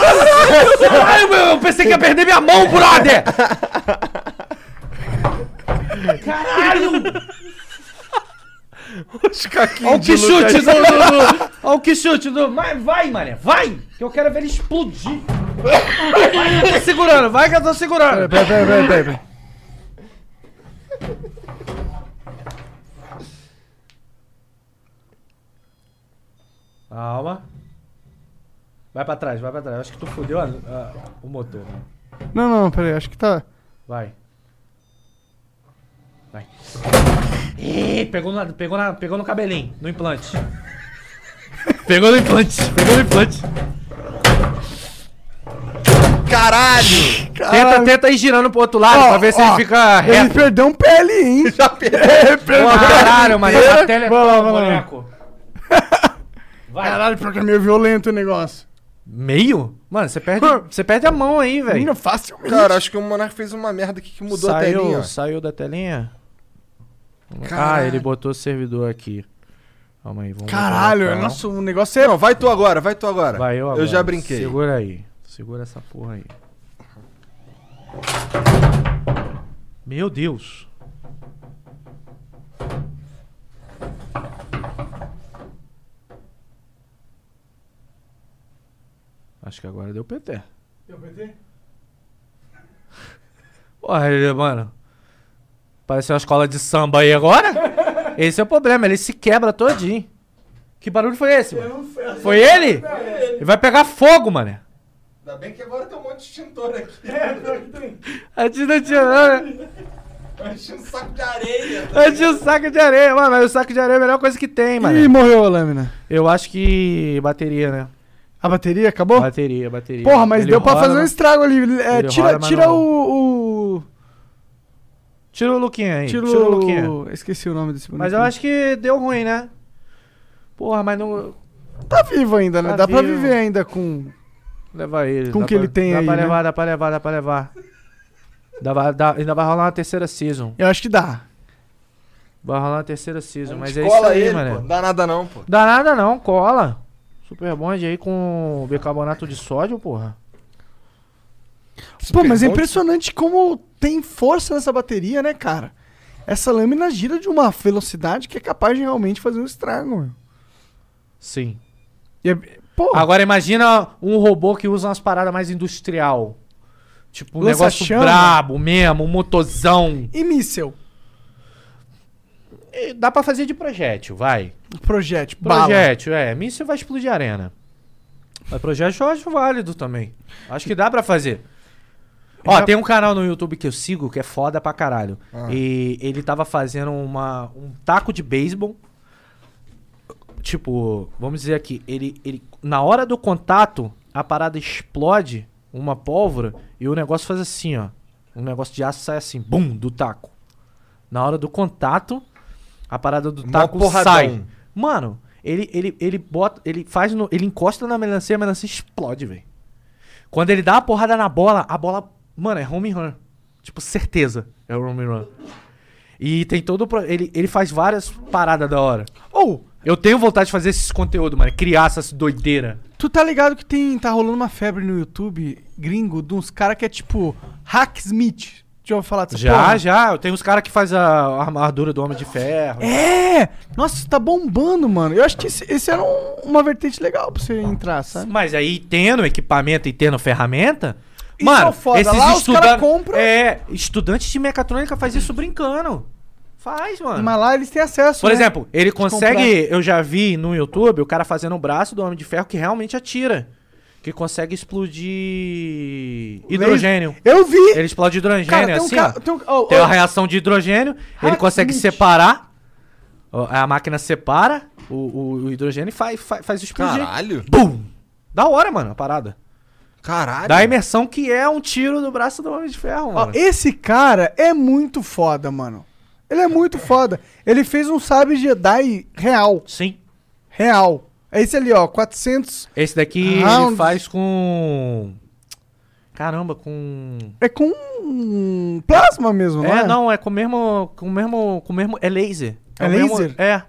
[SPEAKER 1] Caralho, meu, eu pensei que ia perder minha mão, brother. Caralho.
[SPEAKER 12] Os caquinhos
[SPEAKER 1] Olha o
[SPEAKER 12] de
[SPEAKER 1] que
[SPEAKER 12] Lucas
[SPEAKER 1] chute do. do, do olha o que chute do. Vai, vai, mané, vai! Que eu quero ver ele explodir. Vai, eu tô segurando, vai que eu tô segurando.
[SPEAKER 3] Peraí, peraí, peraí, peraí, peraí.
[SPEAKER 1] Calma. Vai pra trás, vai pra trás. Acho que tu fodeu a- a- o motor, né?
[SPEAKER 3] Não, não, peraí, acho que tá.
[SPEAKER 1] Vai. Vai. Ih, pegou, na, pegou, na, pegou no cabelinho, no implante. pegou no implante, pegou no implante.
[SPEAKER 12] Caralho!
[SPEAKER 1] Tenta, tenta ir girando pro outro lado
[SPEAKER 3] Ó,
[SPEAKER 1] pra ver se
[SPEAKER 3] ó,
[SPEAKER 1] ele fica
[SPEAKER 3] Ele
[SPEAKER 1] reto.
[SPEAKER 3] perdeu um PL, hein? um
[SPEAKER 12] Já perdeu.
[SPEAKER 1] Pô, caralho, mano. Tá tele...
[SPEAKER 3] Vai lá, vai lá.
[SPEAKER 1] boneco. Vai.
[SPEAKER 3] Caralho, porque é meio violento o negócio.
[SPEAKER 1] Meio? Mano, você perde, você perde a mão aí, velho.
[SPEAKER 3] Menino, facilmente.
[SPEAKER 12] Cara, acho que o Monark fez uma merda aqui que mudou a telinha. ó.
[SPEAKER 1] saiu da telinha?
[SPEAKER 12] Caralho.
[SPEAKER 1] Ah, ele botou o servidor aqui. Calma aí, vamos
[SPEAKER 3] Caralho,
[SPEAKER 1] botar.
[SPEAKER 3] nossa, o negócio é.
[SPEAKER 12] Não, vai tu agora, vai tu agora.
[SPEAKER 1] Vai eu agora.
[SPEAKER 12] Eu já brinquei.
[SPEAKER 1] Segura aí. Segura essa porra aí. Meu Deus. Acho que agora deu PT. Porra, ele, mano. Pareceu uma escola de samba aí agora? Esse é o problema, ele se quebra todinho. Que barulho foi esse? mano? Foi ele? Ele vai pegar fogo, mané.
[SPEAKER 12] Ainda bem que agora tem um monte de extintor aqui.
[SPEAKER 1] É, A gente não tinha nada.
[SPEAKER 12] Enche um saco de areia.
[SPEAKER 1] A gente tinha um saco de areia, mano. Mas o saco de areia é a melhor coisa que tem,
[SPEAKER 3] Ih,
[SPEAKER 1] mané.
[SPEAKER 3] morreu a lâmina.
[SPEAKER 1] Eu acho que bateria, né?
[SPEAKER 3] A bateria acabou?
[SPEAKER 1] Bateria, bateria.
[SPEAKER 3] Porra, mas
[SPEAKER 1] Ele
[SPEAKER 3] deu pra
[SPEAKER 1] roda,
[SPEAKER 3] fazer um
[SPEAKER 1] mas-
[SPEAKER 3] estrago ali. É,
[SPEAKER 1] Ele
[SPEAKER 3] tira
[SPEAKER 1] roda, mas
[SPEAKER 3] tira
[SPEAKER 1] não-
[SPEAKER 3] o, o.
[SPEAKER 1] Tira o Luquinha aí.
[SPEAKER 3] Tira
[SPEAKER 1] Tira o Luquinha.
[SPEAKER 3] o. Esqueci o nome desse boneco.
[SPEAKER 1] Mas eu acho que deu ruim, né? Porra, mas não.
[SPEAKER 3] Tá vivo ainda, né?
[SPEAKER 1] Tá
[SPEAKER 3] Dá pra
[SPEAKER 1] vivo.
[SPEAKER 3] viver ainda com.
[SPEAKER 1] Levar ele.
[SPEAKER 3] Com
[SPEAKER 1] dá
[SPEAKER 3] o que
[SPEAKER 1] pra-
[SPEAKER 3] ele tem
[SPEAKER 1] dá
[SPEAKER 3] aí,
[SPEAKER 1] Pra
[SPEAKER 3] né?
[SPEAKER 1] levar, Dá pra levar, dá pra levar. Dá pra- dá- ainda vai rolar uma terceira season.
[SPEAKER 3] Eu acho que dá.
[SPEAKER 1] Vai rolar uma terceira season. Mas é isso
[SPEAKER 12] Cola
[SPEAKER 1] aí,
[SPEAKER 12] ele,
[SPEAKER 1] mané.
[SPEAKER 12] pô. Não dá nada não, pô.
[SPEAKER 1] Dá nada não, cola. Super Bond aí com bicarbonato de sódio, porra.
[SPEAKER 3] Pô, mas é
[SPEAKER 12] Bond?
[SPEAKER 3] impressionante como tem força nessa bateria, né, cara? Essa lâmina gira de uma velocidade que é capaz de realmente fazer um estrago, meu.
[SPEAKER 1] Sim.
[SPEAKER 3] E é- Pô,
[SPEAKER 1] Agora imagina um robô que usa umas paradas mais industrial. Tipo um
[SPEAKER 3] Lança
[SPEAKER 1] negócio
[SPEAKER 3] chama.
[SPEAKER 1] brabo mesmo, um motorzão.
[SPEAKER 3] e míssel?
[SPEAKER 1] eh, Dá pra fazer de projétil, vai.
[SPEAKER 3] Projétil, bala.
[SPEAKER 1] Projétil, é. Míssil vai explodir a arena. Mas projétil eu acho válido também. Acho que dá pra fazer. Ó, tem um canal no YouTube que eu sigo que é foda pra caralho. E ele tava fazendo uma, um taco de beisebol. Tipo, vamos dizer aqui, ele, ele. Na hora do contato, a parada explode uma pólvora e o negócio faz assim, ó. Um negócio de aço sai assim, bum, do taco. Na hora do contato, a parada do
[SPEAKER 18] Mó
[SPEAKER 1] taco
[SPEAKER 18] porradão.
[SPEAKER 1] sai. Mano, ele, ele, ele bota. Ele faz no. Ele encosta na melancia, a melancia explode, velho. Quando ele dá uma porrada na bola, a bola. Mano, é home run. Tipo, certeza. É home run. E tem todo. o pro- Ele, ele faz várias paradas da hora.
[SPEAKER 3] Ou,
[SPEAKER 1] Eu tenho vontade de fazer esses conteúdo, mano. Criar essas doideira.
[SPEAKER 3] tu tá ligado que tem, tá rolando uma febre no YouTube gringo de uns caras que é tipo Hacksmith. Já ouviu falar dessa
[SPEAKER 1] Já,
[SPEAKER 3] porra?
[SPEAKER 1] já. Eu tenho os caras que faz a armadura do Homem de Ferro.
[SPEAKER 3] É! Nossa, isso tá bombando, mano. Eu acho que esse, esse era um- uma vertente legal pra você entrar, sabe?
[SPEAKER 1] Mas aí, tendo equipamento e tendo ferramenta.
[SPEAKER 3] Isso
[SPEAKER 1] mano,
[SPEAKER 3] é o foda.
[SPEAKER 1] esses
[SPEAKER 3] Lá os
[SPEAKER 1] estudan-
[SPEAKER 3] cara compra-
[SPEAKER 1] É, estudante de mecatrônica faz isso brincando. Faz, mano.
[SPEAKER 3] Mas lá eles têm acesso,
[SPEAKER 1] Por
[SPEAKER 3] né?
[SPEAKER 1] exemplo, ele consegue.
[SPEAKER 3] comprar.
[SPEAKER 1] Eu já vi no YouTube o cara fazendo o braço do Homem de Ferro que realmente atira. Que consegue explodir. Hidrogênio.
[SPEAKER 3] Eu vi!
[SPEAKER 1] Ele explode hidrogênio,
[SPEAKER 3] Cara, tem um
[SPEAKER 1] assim,
[SPEAKER 3] cara-
[SPEAKER 1] ó.
[SPEAKER 3] tem
[SPEAKER 1] Tem,
[SPEAKER 3] um- ó, ó.
[SPEAKER 1] uma reação de hidrogênio, ele
[SPEAKER 3] Hack
[SPEAKER 1] consegue
[SPEAKER 3] Smith.
[SPEAKER 1] separar. ó, A máquina separa o, o- o hidrogênio e faz, faz, faz explodir.
[SPEAKER 18] Caralho.
[SPEAKER 1] Bum! Da hora, mano, a parada.
[SPEAKER 18] Caralho.
[SPEAKER 1] Da imersão que é um tiro do braço do Homem de Ferro,
[SPEAKER 3] Ó,
[SPEAKER 1] mano.
[SPEAKER 3] esse cara é muito foda, mano. Ele é muito foda. Ele fez um sábio Jedi real.
[SPEAKER 1] Sim.
[SPEAKER 3] Real. É esse ali, ó. 400.
[SPEAKER 1] Esse daqui ele
[SPEAKER 3] Round.
[SPEAKER 1] faz com. Caramba, com.
[SPEAKER 3] É com plasma mesmo,
[SPEAKER 1] É,
[SPEAKER 3] né?
[SPEAKER 1] não, é com o mesmo. Com o mesmo. Com o mesmo. É laser.
[SPEAKER 3] É
[SPEAKER 1] o mesmo-
[SPEAKER 3] laser?
[SPEAKER 1] é.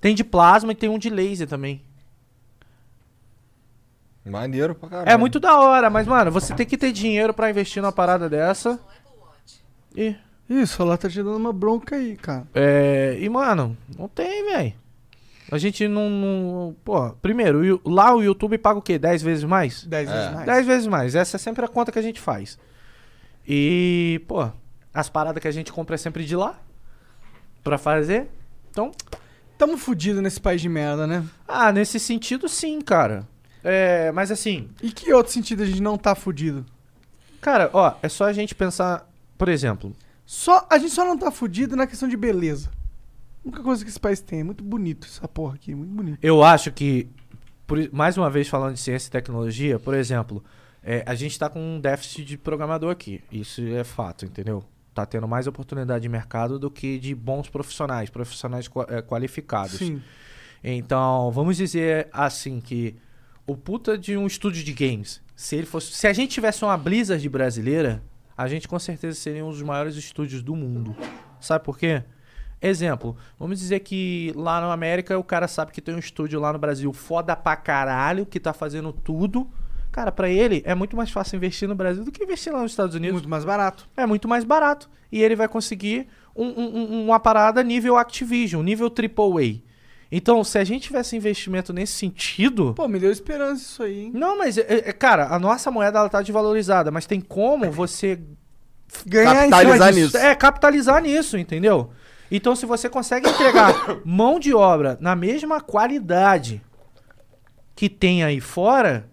[SPEAKER 1] Tem de plasma e tem um de laser também.
[SPEAKER 18] Maneiro pra caralho.
[SPEAKER 1] É muito da hora, mas, mano, você tem que ter dinheiro pra investir numa parada dessa. E.
[SPEAKER 3] Isso, ela tá te dando uma bronca aí, cara.
[SPEAKER 1] É, e, mano, não tem, velho. A gente não, não- Pô, primeiro, o Yu- lá o YouTube paga o quê? 10 vezes mais?
[SPEAKER 3] 10 vezes mais.
[SPEAKER 1] 10 vezes mais. Essa é sempre a conta que a gente faz. E, pô, as paradas que a gente compra é sempre de lá. Pra fazer. Então,
[SPEAKER 3] Tamo fudido nesse país de merda, né?
[SPEAKER 1] ah, nesse sentido, sim, cara. É, mas assim,
[SPEAKER 3] E que outro sentido a gente não tá fudido?
[SPEAKER 1] cara, ó, é só a gente pensar, por exemplo,
[SPEAKER 3] Só, a gente só não tá fudido na questão de beleza. A única coisa que esse país tem. É muito bonito essa porra aqui, muito bonito.
[SPEAKER 1] eu acho que, por i- mais uma vez falando de ciência e tecnologia, por exemplo, é, a gente tá com um déficit de programador aqui. Isso é fato, entendeu? Tá tendo mais oportunidade de mercado do que de bons profissionais, profissionais qua- eh, qualificados.
[SPEAKER 3] Sim.
[SPEAKER 1] Então, vamos dizer assim que o puta de um estúdio de games, se ele fosse, se a gente tivesse uma Blizzard brasileira, a gente com certeza seria um dos maiores estúdios do mundo. Sabe por quê? Exemplo, vamos dizer que lá na América o cara sabe que tem um estúdio lá no Brasil foda pra caralho, que tá fazendo tudo. Cara, pra ele é muito mais fácil investir no Brasil do que investir lá nos Estados Unidos.
[SPEAKER 3] Muito mais barato.
[SPEAKER 1] É muito mais barato. E ele vai conseguir um- um- um- uma parada nível Activision, nível AAA. Então, se a gente tivesse investimento nesse sentido.
[SPEAKER 3] Pô, me deu esperança isso aí, hein?
[SPEAKER 1] Não, mas, é- é- cara, a nossa moeda ela tá desvalorizada, mas tem como você
[SPEAKER 3] Ganhar em cima
[SPEAKER 18] Capitalizar
[SPEAKER 3] disso.
[SPEAKER 18] nisso.
[SPEAKER 1] é, capitalizar nisso, entendeu? Então, se você consegue entregar mão de obra na mesma qualidade que tem aí fora.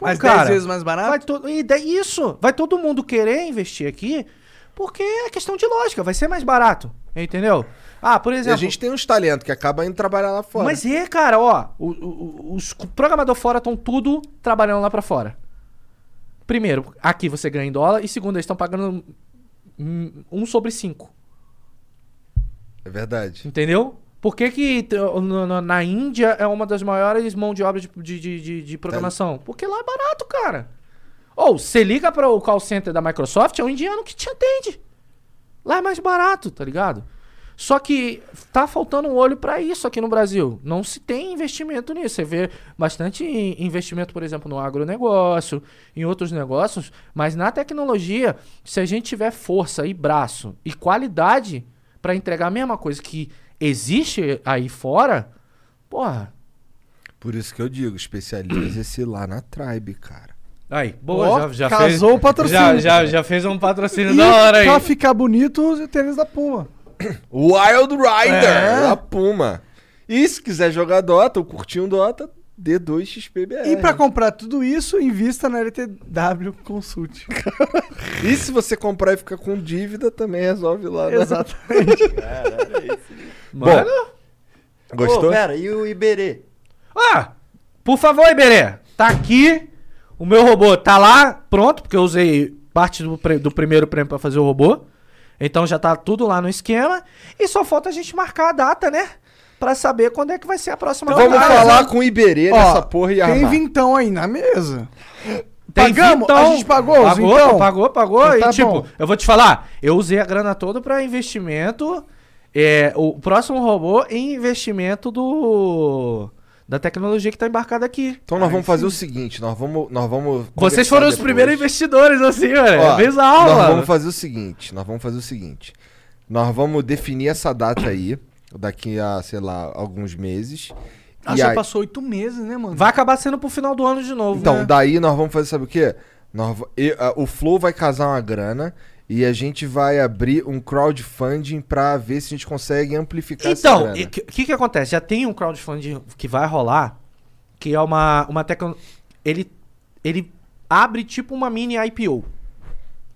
[SPEAKER 3] Mas
[SPEAKER 1] cara,
[SPEAKER 3] 10 vezes mais barato?
[SPEAKER 1] Vai to- e daí isso, vai todo mundo querer investir aqui, porque é questão de lógica, vai ser mais barato, entendeu? Ah, por
[SPEAKER 2] E a
[SPEAKER 1] exemplo.
[SPEAKER 2] gente tem uns talentos que acaba indo trabalhar lá fora.
[SPEAKER 1] Mas é, cara, ó, o- o- o- os programadores fora estão tudo trabalhando lá pra fora. Primeiro, aqui você ganha em dólar, e segundo, eles estão pagando hum, um sobre cinco.
[SPEAKER 2] É verdade.
[SPEAKER 1] Entendeu? Por que, que t- no- no- na Índia é uma das maiores mão de obra de, de, de- de- de programação? Porque lá é barato, cara. Ou você liga para o call center da Microsoft, é um indiano que te atende. Lá é mais barato, tá ligado? Só que tá faltando um olho pra isso aqui no Brasil. Não se tem investimento nisso. Você vê bastante in- investimento, por exemplo, no agronegócio, em outros negócios, mas na tecnologia, se a gente tiver força e braço e qualidade pra entregar a mesma coisa que existe aí fora, porra.
[SPEAKER 2] Por isso que eu digo, especializa-se lá na Tribe, cara.
[SPEAKER 1] Aí,
[SPEAKER 3] Ó, casou o patrocínio.
[SPEAKER 1] já fez um patrocínio
[SPEAKER 3] E pra ficar bonito, os tênis da Puma.
[SPEAKER 2] Wild Rider,
[SPEAKER 1] É.
[SPEAKER 2] a Puma. E se quiser jogar Dota ou curtir um Dota, D2XPBR.
[SPEAKER 3] E pra comprar tudo isso, invista na LTW Consult.
[SPEAKER 2] E se você comprar e ficar com dívida, também resolve lá. né? na-
[SPEAKER 3] Exatamente.
[SPEAKER 2] Bom, gostou?
[SPEAKER 8] Ô, pera, e o Iberê?
[SPEAKER 1] Ah, por favor, Iberê. Tá aqui. O meu robô tá lá, pronto, porque eu usei parte do, pre- do primeiro prêmio pra fazer o robô. Então já tá tudo lá no esquema. E só falta a gente marcar a data, né? Pra saber quando é que vai ser a próxima
[SPEAKER 2] Vamos
[SPEAKER 1] rodada.
[SPEAKER 2] falar com o Iberê
[SPEAKER 3] Ó,
[SPEAKER 2] nessa porra e
[SPEAKER 3] Tem
[SPEAKER 2] armar.
[SPEAKER 3] vintão aí na mesa.
[SPEAKER 1] Tem
[SPEAKER 3] Pagamos?
[SPEAKER 1] vintão.
[SPEAKER 3] A gente pagou? os
[SPEAKER 1] Pagou,
[SPEAKER 3] vintão?
[SPEAKER 1] pagou, pagou.
[SPEAKER 3] Então tá
[SPEAKER 1] e tipo,
[SPEAKER 3] bom.
[SPEAKER 1] eu vou te falar, eu usei a grana toda pra investimento. É, o próximo robô em investimento do. Da tecnologia que tá embarcada aqui.
[SPEAKER 2] Então nós vamos fazer o seguinte, nós vamos... Nós vamos
[SPEAKER 1] Vocês
[SPEAKER 2] conversar
[SPEAKER 1] foram os
[SPEAKER 2] depois.
[SPEAKER 1] primeiros investidores, assim, velho.
[SPEAKER 2] Ó,
[SPEAKER 1] Fez a aula.
[SPEAKER 2] Nós vamos fazer o seguinte, nós vamos fazer o seguinte. Nós vamos definir essa data aí, daqui a, sei lá, alguns meses.
[SPEAKER 3] Ah,
[SPEAKER 2] E
[SPEAKER 3] já
[SPEAKER 2] aí-
[SPEAKER 3] passou oito meses, né, mano?
[SPEAKER 1] Vai acabar sendo pro final do ano de novo.
[SPEAKER 2] Então,
[SPEAKER 1] né?
[SPEAKER 2] daí nós vamos fazer, sabe o quê? Nós, va- e, a- o Flow vai casar uma grana e a gente vai abrir um crowdfunding pra ver se a gente consegue amplificar
[SPEAKER 1] Então, o
[SPEAKER 2] essa grana.
[SPEAKER 1] que, que que acontece? Já tem um crowdfunding que vai rolar, que é uma, uma tecnologia. Ele, ele abre tipo uma mini IPO.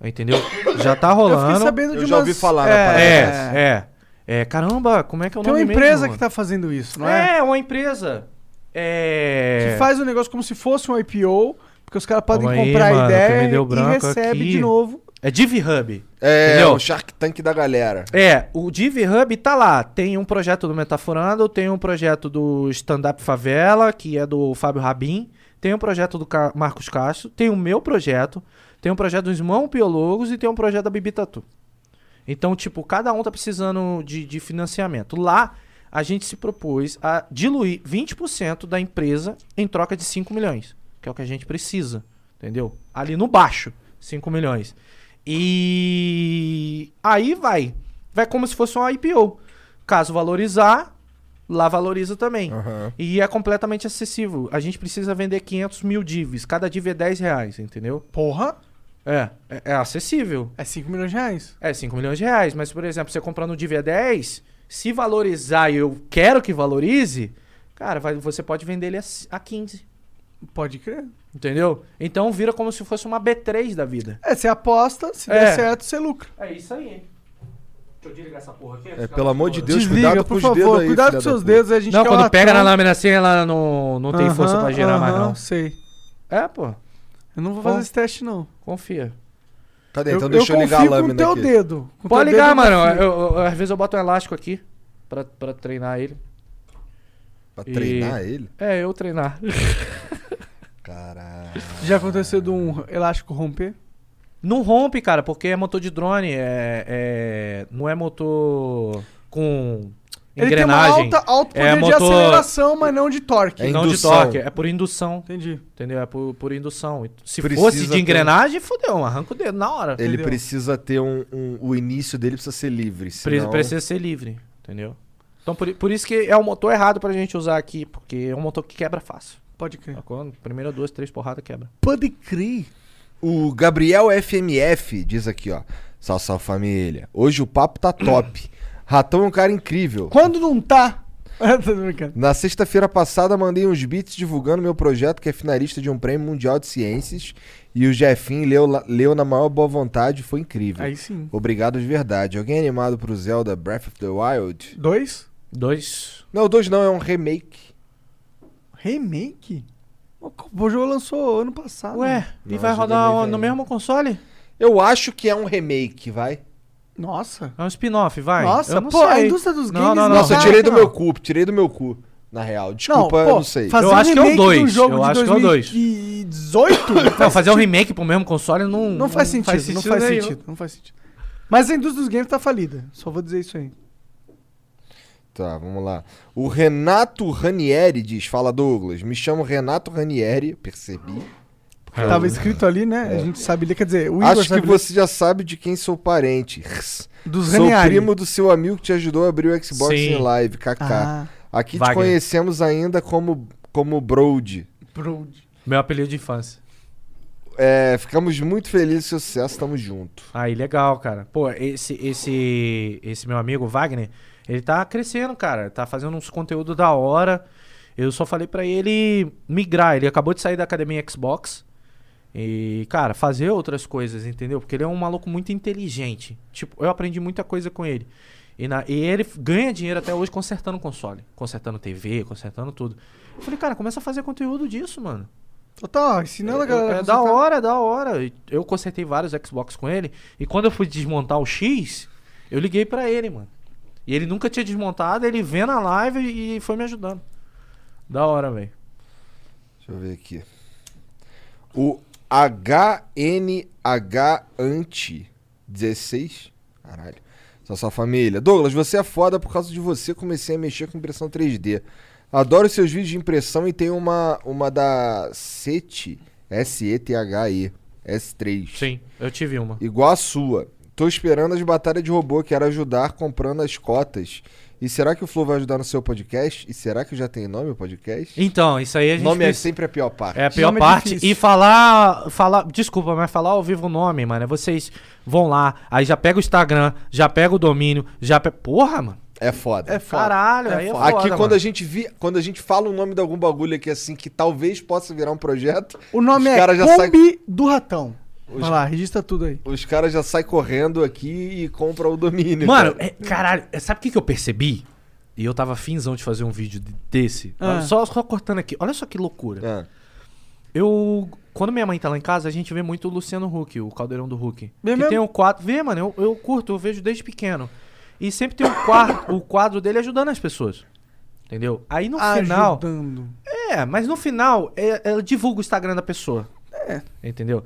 [SPEAKER 1] Entendeu? Já tá
[SPEAKER 3] Eu fiquei
[SPEAKER 1] rolando.
[SPEAKER 3] sabendo de
[SPEAKER 2] Eu já
[SPEAKER 3] umas-
[SPEAKER 2] ouvi falar na parada dessa.
[SPEAKER 1] É, é, é. Caramba, como é que é o
[SPEAKER 3] Tem
[SPEAKER 1] nome
[SPEAKER 3] uma empresa
[SPEAKER 1] mesmo?
[SPEAKER 3] que tá fazendo isso, não é?
[SPEAKER 1] É, uma empresa. É.
[SPEAKER 3] Que faz o negócio como se fosse um IPO, porque os caras podem
[SPEAKER 1] Calma aí,
[SPEAKER 3] comprar
[SPEAKER 1] mano,
[SPEAKER 3] a
[SPEAKER 1] que
[SPEAKER 3] ideia
[SPEAKER 1] me deu
[SPEAKER 3] e
[SPEAKER 1] branco
[SPEAKER 3] recebe
[SPEAKER 1] aqui.
[SPEAKER 3] de novo.
[SPEAKER 1] É DivHub.
[SPEAKER 2] É,
[SPEAKER 1] Entendeu?
[SPEAKER 2] o Shark Tank da galera.
[SPEAKER 1] É, o DivHub tá lá. Tem um projeto do Metaforando, tem um projeto do Stand Up Favela, que é do Fábio Rabin, tem um projeto do Ca- Marcos Castro, tem o meu projeto, tem um projeto dos Mão Piologos e tem um projeto da Bibi Tatu. Então, tipo, cada um tá precisando de, de financiamento. Lá, a gente se propôs a diluir 20% da empresa em troca de 5 milhões, que é o que a gente precisa, entendeu? Ali no baixo, 5 milhões. E aí vai. Vai como se fosse uma IPO. Caso valorizar, lá valoriza também.
[SPEAKER 2] Aham.
[SPEAKER 1] E é completamente acessível. A gente precisa vender 500 mil divs. Cada div é 10 reais, entendeu?
[SPEAKER 3] Porra,
[SPEAKER 1] É, é, é acessível.
[SPEAKER 3] é 5 milhões de reais.
[SPEAKER 1] É 5 milhões de reais, mas por exemplo, você comprando um DIV a 10, se valorizar e eu quero que valorize, cara, vai- você pode vender ele a, c- a 15,
[SPEAKER 3] Pode crer.
[SPEAKER 1] entendeu? Então vira como se fosse uma B3 da vida.
[SPEAKER 3] É, você aposta, se
[SPEAKER 1] É.
[SPEAKER 3] der certo, você lucra.
[SPEAKER 1] É isso aí. Deixa eu desligar essa porra aqui.
[SPEAKER 2] É, pelo amor de Deus,
[SPEAKER 3] Desliga,
[SPEAKER 2] cuidado com
[SPEAKER 3] por
[SPEAKER 2] os dedos
[SPEAKER 3] favor.
[SPEAKER 2] aí,
[SPEAKER 3] Cuidado
[SPEAKER 2] filha
[SPEAKER 3] com
[SPEAKER 2] da
[SPEAKER 3] seus
[SPEAKER 2] puta.
[SPEAKER 3] dedos, a gente
[SPEAKER 1] Não,
[SPEAKER 3] quer
[SPEAKER 1] quando
[SPEAKER 3] um
[SPEAKER 1] pega na
[SPEAKER 3] latão.
[SPEAKER 1] lâmina assim, ela não, não tem força
[SPEAKER 3] Aham,
[SPEAKER 1] pra girar mais
[SPEAKER 3] aham,
[SPEAKER 1] não.
[SPEAKER 3] sei.
[SPEAKER 1] É, pô,
[SPEAKER 3] Eu não vou
[SPEAKER 1] Bom.
[SPEAKER 3] fazer esse teste, não.
[SPEAKER 1] confia.
[SPEAKER 2] Cadê? Então deixa eu, ligar a
[SPEAKER 3] confio
[SPEAKER 2] lâmina
[SPEAKER 3] com o
[SPEAKER 2] aqui.
[SPEAKER 3] teu dedo. Com
[SPEAKER 1] Pode
[SPEAKER 3] teu
[SPEAKER 1] ligar,
[SPEAKER 3] dedo eu
[SPEAKER 1] mano.
[SPEAKER 3] confio.
[SPEAKER 1] Eu- eu- eu- às vezes eu boto um elástico aqui pra, pra treinar ele.
[SPEAKER 2] Pra
[SPEAKER 1] E-
[SPEAKER 2] treinar ele?
[SPEAKER 1] É, eu treinar.
[SPEAKER 2] Caralho.
[SPEAKER 3] Já aconteceu de um elástico romper?
[SPEAKER 1] Não rompe, cara, porque é motor de drone, é, é- não é motor com
[SPEAKER 3] Ele tem uma
[SPEAKER 1] engrenagem.
[SPEAKER 3] alta, alto poder
[SPEAKER 1] É
[SPEAKER 3] de
[SPEAKER 1] motor-
[SPEAKER 3] aceleração, mas não de torque.
[SPEAKER 2] É
[SPEAKER 1] não
[SPEAKER 2] indução.
[SPEAKER 1] de toque, é por indução,
[SPEAKER 3] Entendi.
[SPEAKER 1] entendeu? É por, por indução. E Se
[SPEAKER 2] Precisa
[SPEAKER 1] fosse de
[SPEAKER 2] ter-
[SPEAKER 1] engrenagem, fodeu, arranca o dedo na hora.
[SPEAKER 2] Ele
[SPEAKER 3] Entendeu?
[SPEAKER 2] precisa ter um, um- O início dele precisa ser livre.
[SPEAKER 1] Pre-
[SPEAKER 2] Senão...
[SPEAKER 1] Precisa ser livre, entendeu? Então por, i- por isso que é um motor errado pra gente usar aqui, porque é um motor que quebra fácil.
[SPEAKER 3] Pode crer.
[SPEAKER 1] Quando primeira duas, três porradas quebra.
[SPEAKER 2] Pode crer. O Gabriel FMF diz aqui, ó. Salve, salve família. Hoje o papo tá top. Ratão é um cara incrível.
[SPEAKER 3] Quando não tá. Tô brincando.
[SPEAKER 2] Na sexta-feira passada mandei uns beats divulgando meu projeto que é finalista de um prêmio mundial de ciências e o Jefim leu, la- leu na maior boa vontade, foi incrível.
[SPEAKER 3] Aí sim.
[SPEAKER 2] Obrigado de verdade. Alguém animado pro Zelda Breath of the Wild?
[SPEAKER 3] Dois?
[SPEAKER 1] Dois.
[SPEAKER 2] Não, dois não, é um remake.
[SPEAKER 3] Remake? O co- o jogo lançou ano passado.
[SPEAKER 1] Ué, e
[SPEAKER 2] Não,
[SPEAKER 1] vai
[SPEAKER 2] eu joguei
[SPEAKER 1] rodar
[SPEAKER 2] bem
[SPEAKER 1] o- no
[SPEAKER 2] velho.
[SPEAKER 1] mesmo console?
[SPEAKER 2] Eu acho que é um remake, vai.
[SPEAKER 3] Nossa.
[SPEAKER 1] É um spin-off, vai.
[SPEAKER 3] Nossa,
[SPEAKER 1] Eu não
[SPEAKER 3] pô, a
[SPEAKER 1] sei.
[SPEAKER 3] indústria dos
[SPEAKER 1] Não,
[SPEAKER 3] games.
[SPEAKER 1] não, não.
[SPEAKER 2] Nossa, eu
[SPEAKER 3] tá-
[SPEAKER 2] tirei do meu cu, tirei do meu cu, na real. Desculpa, eu
[SPEAKER 3] pô,
[SPEAKER 2] não sei.
[SPEAKER 3] Fazer
[SPEAKER 1] Eu acho que é o
[SPEAKER 3] remake de um
[SPEAKER 1] dois,
[SPEAKER 3] jogo
[SPEAKER 1] eu
[SPEAKER 3] de
[SPEAKER 1] acho que é o dois.
[SPEAKER 3] 2018?
[SPEAKER 1] Não, fazer um remake pro mesmo console não.
[SPEAKER 3] Não faz sentido, não faz
[SPEAKER 1] nenhum.
[SPEAKER 3] sentido, não faz sentido. Mas a indústria dos games tá falida. Só vou dizer isso aí.
[SPEAKER 2] Tá, vamos lá. O Renato Ranieri diz: Fala Douglas, me chamo Renato Ranieri, percebi.
[SPEAKER 1] É,
[SPEAKER 3] Tava escrito ali, né? A gente sabe ler, quer dizer, o Igor
[SPEAKER 2] Acho que
[SPEAKER 3] sabe ler.
[SPEAKER 2] você já sabe de quem sou parente.
[SPEAKER 3] dos
[SPEAKER 2] sou
[SPEAKER 3] Ranieri.
[SPEAKER 2] primo do seu amigo que te ajudou a abrir o Xbox
[SPEAKER 1] Sim.
[SPEAKER 2] em live, KK.
[SPEAKER 3] Ah,
[SPEAKER 2] Aqui te
[SPEAKER 1] Wagner.
[SPEAKER 2] conhecemos ainda como, como Brode.
[SPEAKER 3] Brode.
[SPEAKER 1] Meu apelido de infância.
[SPEAKER 2] é, ficamos muito felizes com o sucesso, tamo junto.
[SPEAKER 1] Aí, legal, cara. Pô, esse, esse, esse meu amigo Wagner, ele tá crescendo, cara. Tá fazendo uns conteúdos da hora. Eu só falei pra ele migrar. Ele acabou de sair da academia Xbox. E, cara, fazer outras coisas, entendeu? Porque ele é um maluco muito inteligente. Tipo, eu aprendi muita coisa com ele. E, na- e ele f- ganha dinheiro até hoje consertando console, consertando TV, consertando tudo. Eu falei, cara, começa a fazer conteúdo disso, mano.
[SPEAKER 3] Total, ensinando a galera.
[SPEAKER 1] É,
[SPEAKER 3] a
[SPEAKER 1] da
[SPEAKER 3] consertar.
[SPEAKER 1] hora, é da hora. E Eu consertei vários Xbox com ele. E quando eu fui desmontar o X, eu liguei pra ele, mano. E ele nunca tinha desmontado, ele vendo a live e foi me ajudando. Da hora, velho.
[SPEAKER 2] Deixa eu ver aqui. O HNH Anti 16. Caralho. Só sua família. Douglas, você é foda por causa de você comecei a mexer com impressão 3D. Adoro seus vídeos de impressão e tem uma uma da SETI, S E T H E S3.
[SPEAKER 1] Sim, eu tive uma.
[SPEAKER 2] Igual a sua. Tô esperando as batalhas de robô, quero ajudar comprando as cotas. E será que o Flow vai ajudar no seu podcast? E será que já tem nome o podcast?
[SPEAKER 1] Então, isso aí a gente.
[SPEAKER 2] Nome é
[SPEAKER 1] precisa-
[SPEAKER 2] sempre a pior parte.
[SPEAKER 1] É a pior
[SPEAKER 3] Nome é
[SPEAKER 1] parte.
[SPEAKER 3] difícil.
[SPEAKER 1] e falar, falar. Desculpa, mas falar ao vivo o nome, mano. é Vocês vão lá, aí já pega o Instagram, já pega o domínio, já pega. Porra, mano.
[SPEAKER 2] É foda.
[SPEAKER 3] É foda.
[SPEAKER 1] Caralho, aí é foda.
[SPEAKER 2] aqui, quando
[SPEAKER 1] mano.
[SPEAKER 2] a, gente vi, quando a gente fala o nome de algum bagulho aqui assim, que talvez possa virar um projeto,
[SPEAKER 3] O nome
[SPEAKER 2] Os
[SPEAKER 3] é
[SPEAKER 2] caras já
[SPEAKER 3] Kombi do Ratão.
[SPEAKER 2] Os-
[SPEAKER 3] Vai lá, registra tudo aí.
[SPEAKER 2] os caras já saem correndo aqui e compram o domínio.
[SPEAKER 1] Mano,
[SPEAKER 2] cara.
[SPEAKER 1] é- caralho, é- sabe o que, que eu percebi? E eu tava finzão de fazer um vídeo de- desse.
[SPEAKER 3] Ah.
[SPEAKER 1] Olha, Só, só cortando aqui. Olha só que loucura.
[SPEAKER 2] Ah,
[SPEAKER 1] Eu. Quando minha mãe tá lá em casa, a gente vê muito o Luciano Huck, o caldeirão do Huck.
[SPEAKER 3] Vê
[SPEAKER 1] que
[SPEAKER 3] mesmo?
[SPEAKER 1] tem um quadro. Vê, mano, eu, eu curto, eu vejo desde pequeno. E sempre tem um quadro, o quadro dele ajudando as pessoas. Entendeu? Aí no final.
[SPEAKER 3] Ajudando.
[SPEAKER 1] É, mas no final, é- ela divulga o Instagram da pessoa. É. Entendeu?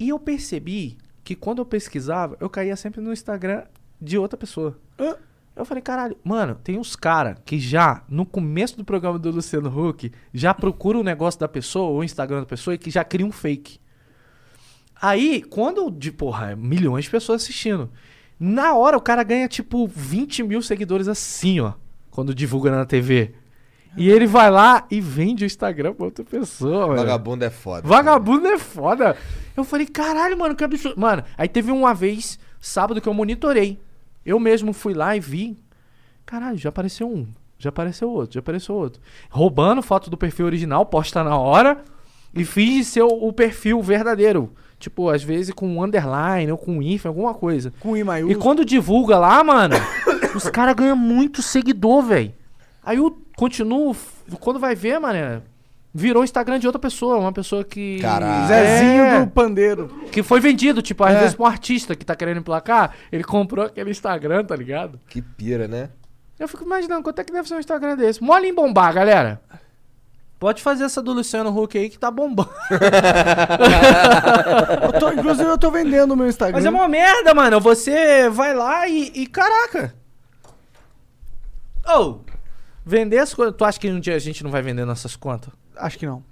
[SPEAKER 1] E eu percebi que quando eu pesquisava, eu caía sempre no Instagram de outra pessoa.
[SPEAKER 3] Hã?
[SPEAKER 1] Eu falei, caralho, mano, tem uns caras que já, no começo do programa do Luciano Huck, já procura o negócio da pessoa, ou o Instagram da pessoa, e que já cria um fake. Aí, quando, de porra, milhões de pessoas assistindo. Na hora, o cara ganha, tipo, 20 mil seguidores assim, ó. Quando divulga na TV. E ele vai lá e vende o Instagram pra outra pessoa, velho.
[SPEAKER 2] vagabundo é foda.
[SPEAKER 1] Vagabundo é foda. Eu falei, caralho, mano, que absurdo. Mano, aí teve uma vez, sábado, que eu monitorei. Eu mesmo fui lá e vi. Caralho, já apareceu um. Já apareceu outro, já apareceu outro. Roubando foto do perfil original, posta na hora. E finge ser o, o perfil verdadeiro. Tipo, às vezes com um underline ou com um if, alguma coisa.
[SPEAKER 3] Com I
[SPEAKER 1] E
[SPEAKER 3] maiúsculo.
[SPEAKER 1] quando divulga lá, mano, os caras ganham muito seguidor, velho. Aí eu continuo. f- Quando vai ver, mano, virou o Instagram de outra pessoa. Uma pessoa que.
[SPEAKER 2] Caralho.
[SPEAKER 3] Zezinho
[SPEAKER 1] É,
[SPEAKER 3] do Pandeiro.
[SPEAKER 1] Que foi vendido, tipo, às
[SPEAKER 3] É.
[SPEAKER 1] vezes pra um artista que tá querendo emplacar, ele comprou aquele Instagram, tá ligado?
[SPEAKER 2] Que pira, né?
[SPEAKER 1] Eu fico imaginando quanto é que deve ser um Instagram desse. Mole em bombar, galera. Pode fazer essa do Luciano Huck aí que tá bombando.
[SPEAKER 3] Eu tô- inclusive, eu tô vendendo o meu Instagram.
[SPEAKER 1] Mas é uma merda, mano. Você vai lá e. e caraca! Ou! vender as coisas. Tu acha que um dia a gente não vai vender nossas contas?
[SPEAKER 3] Acho que não.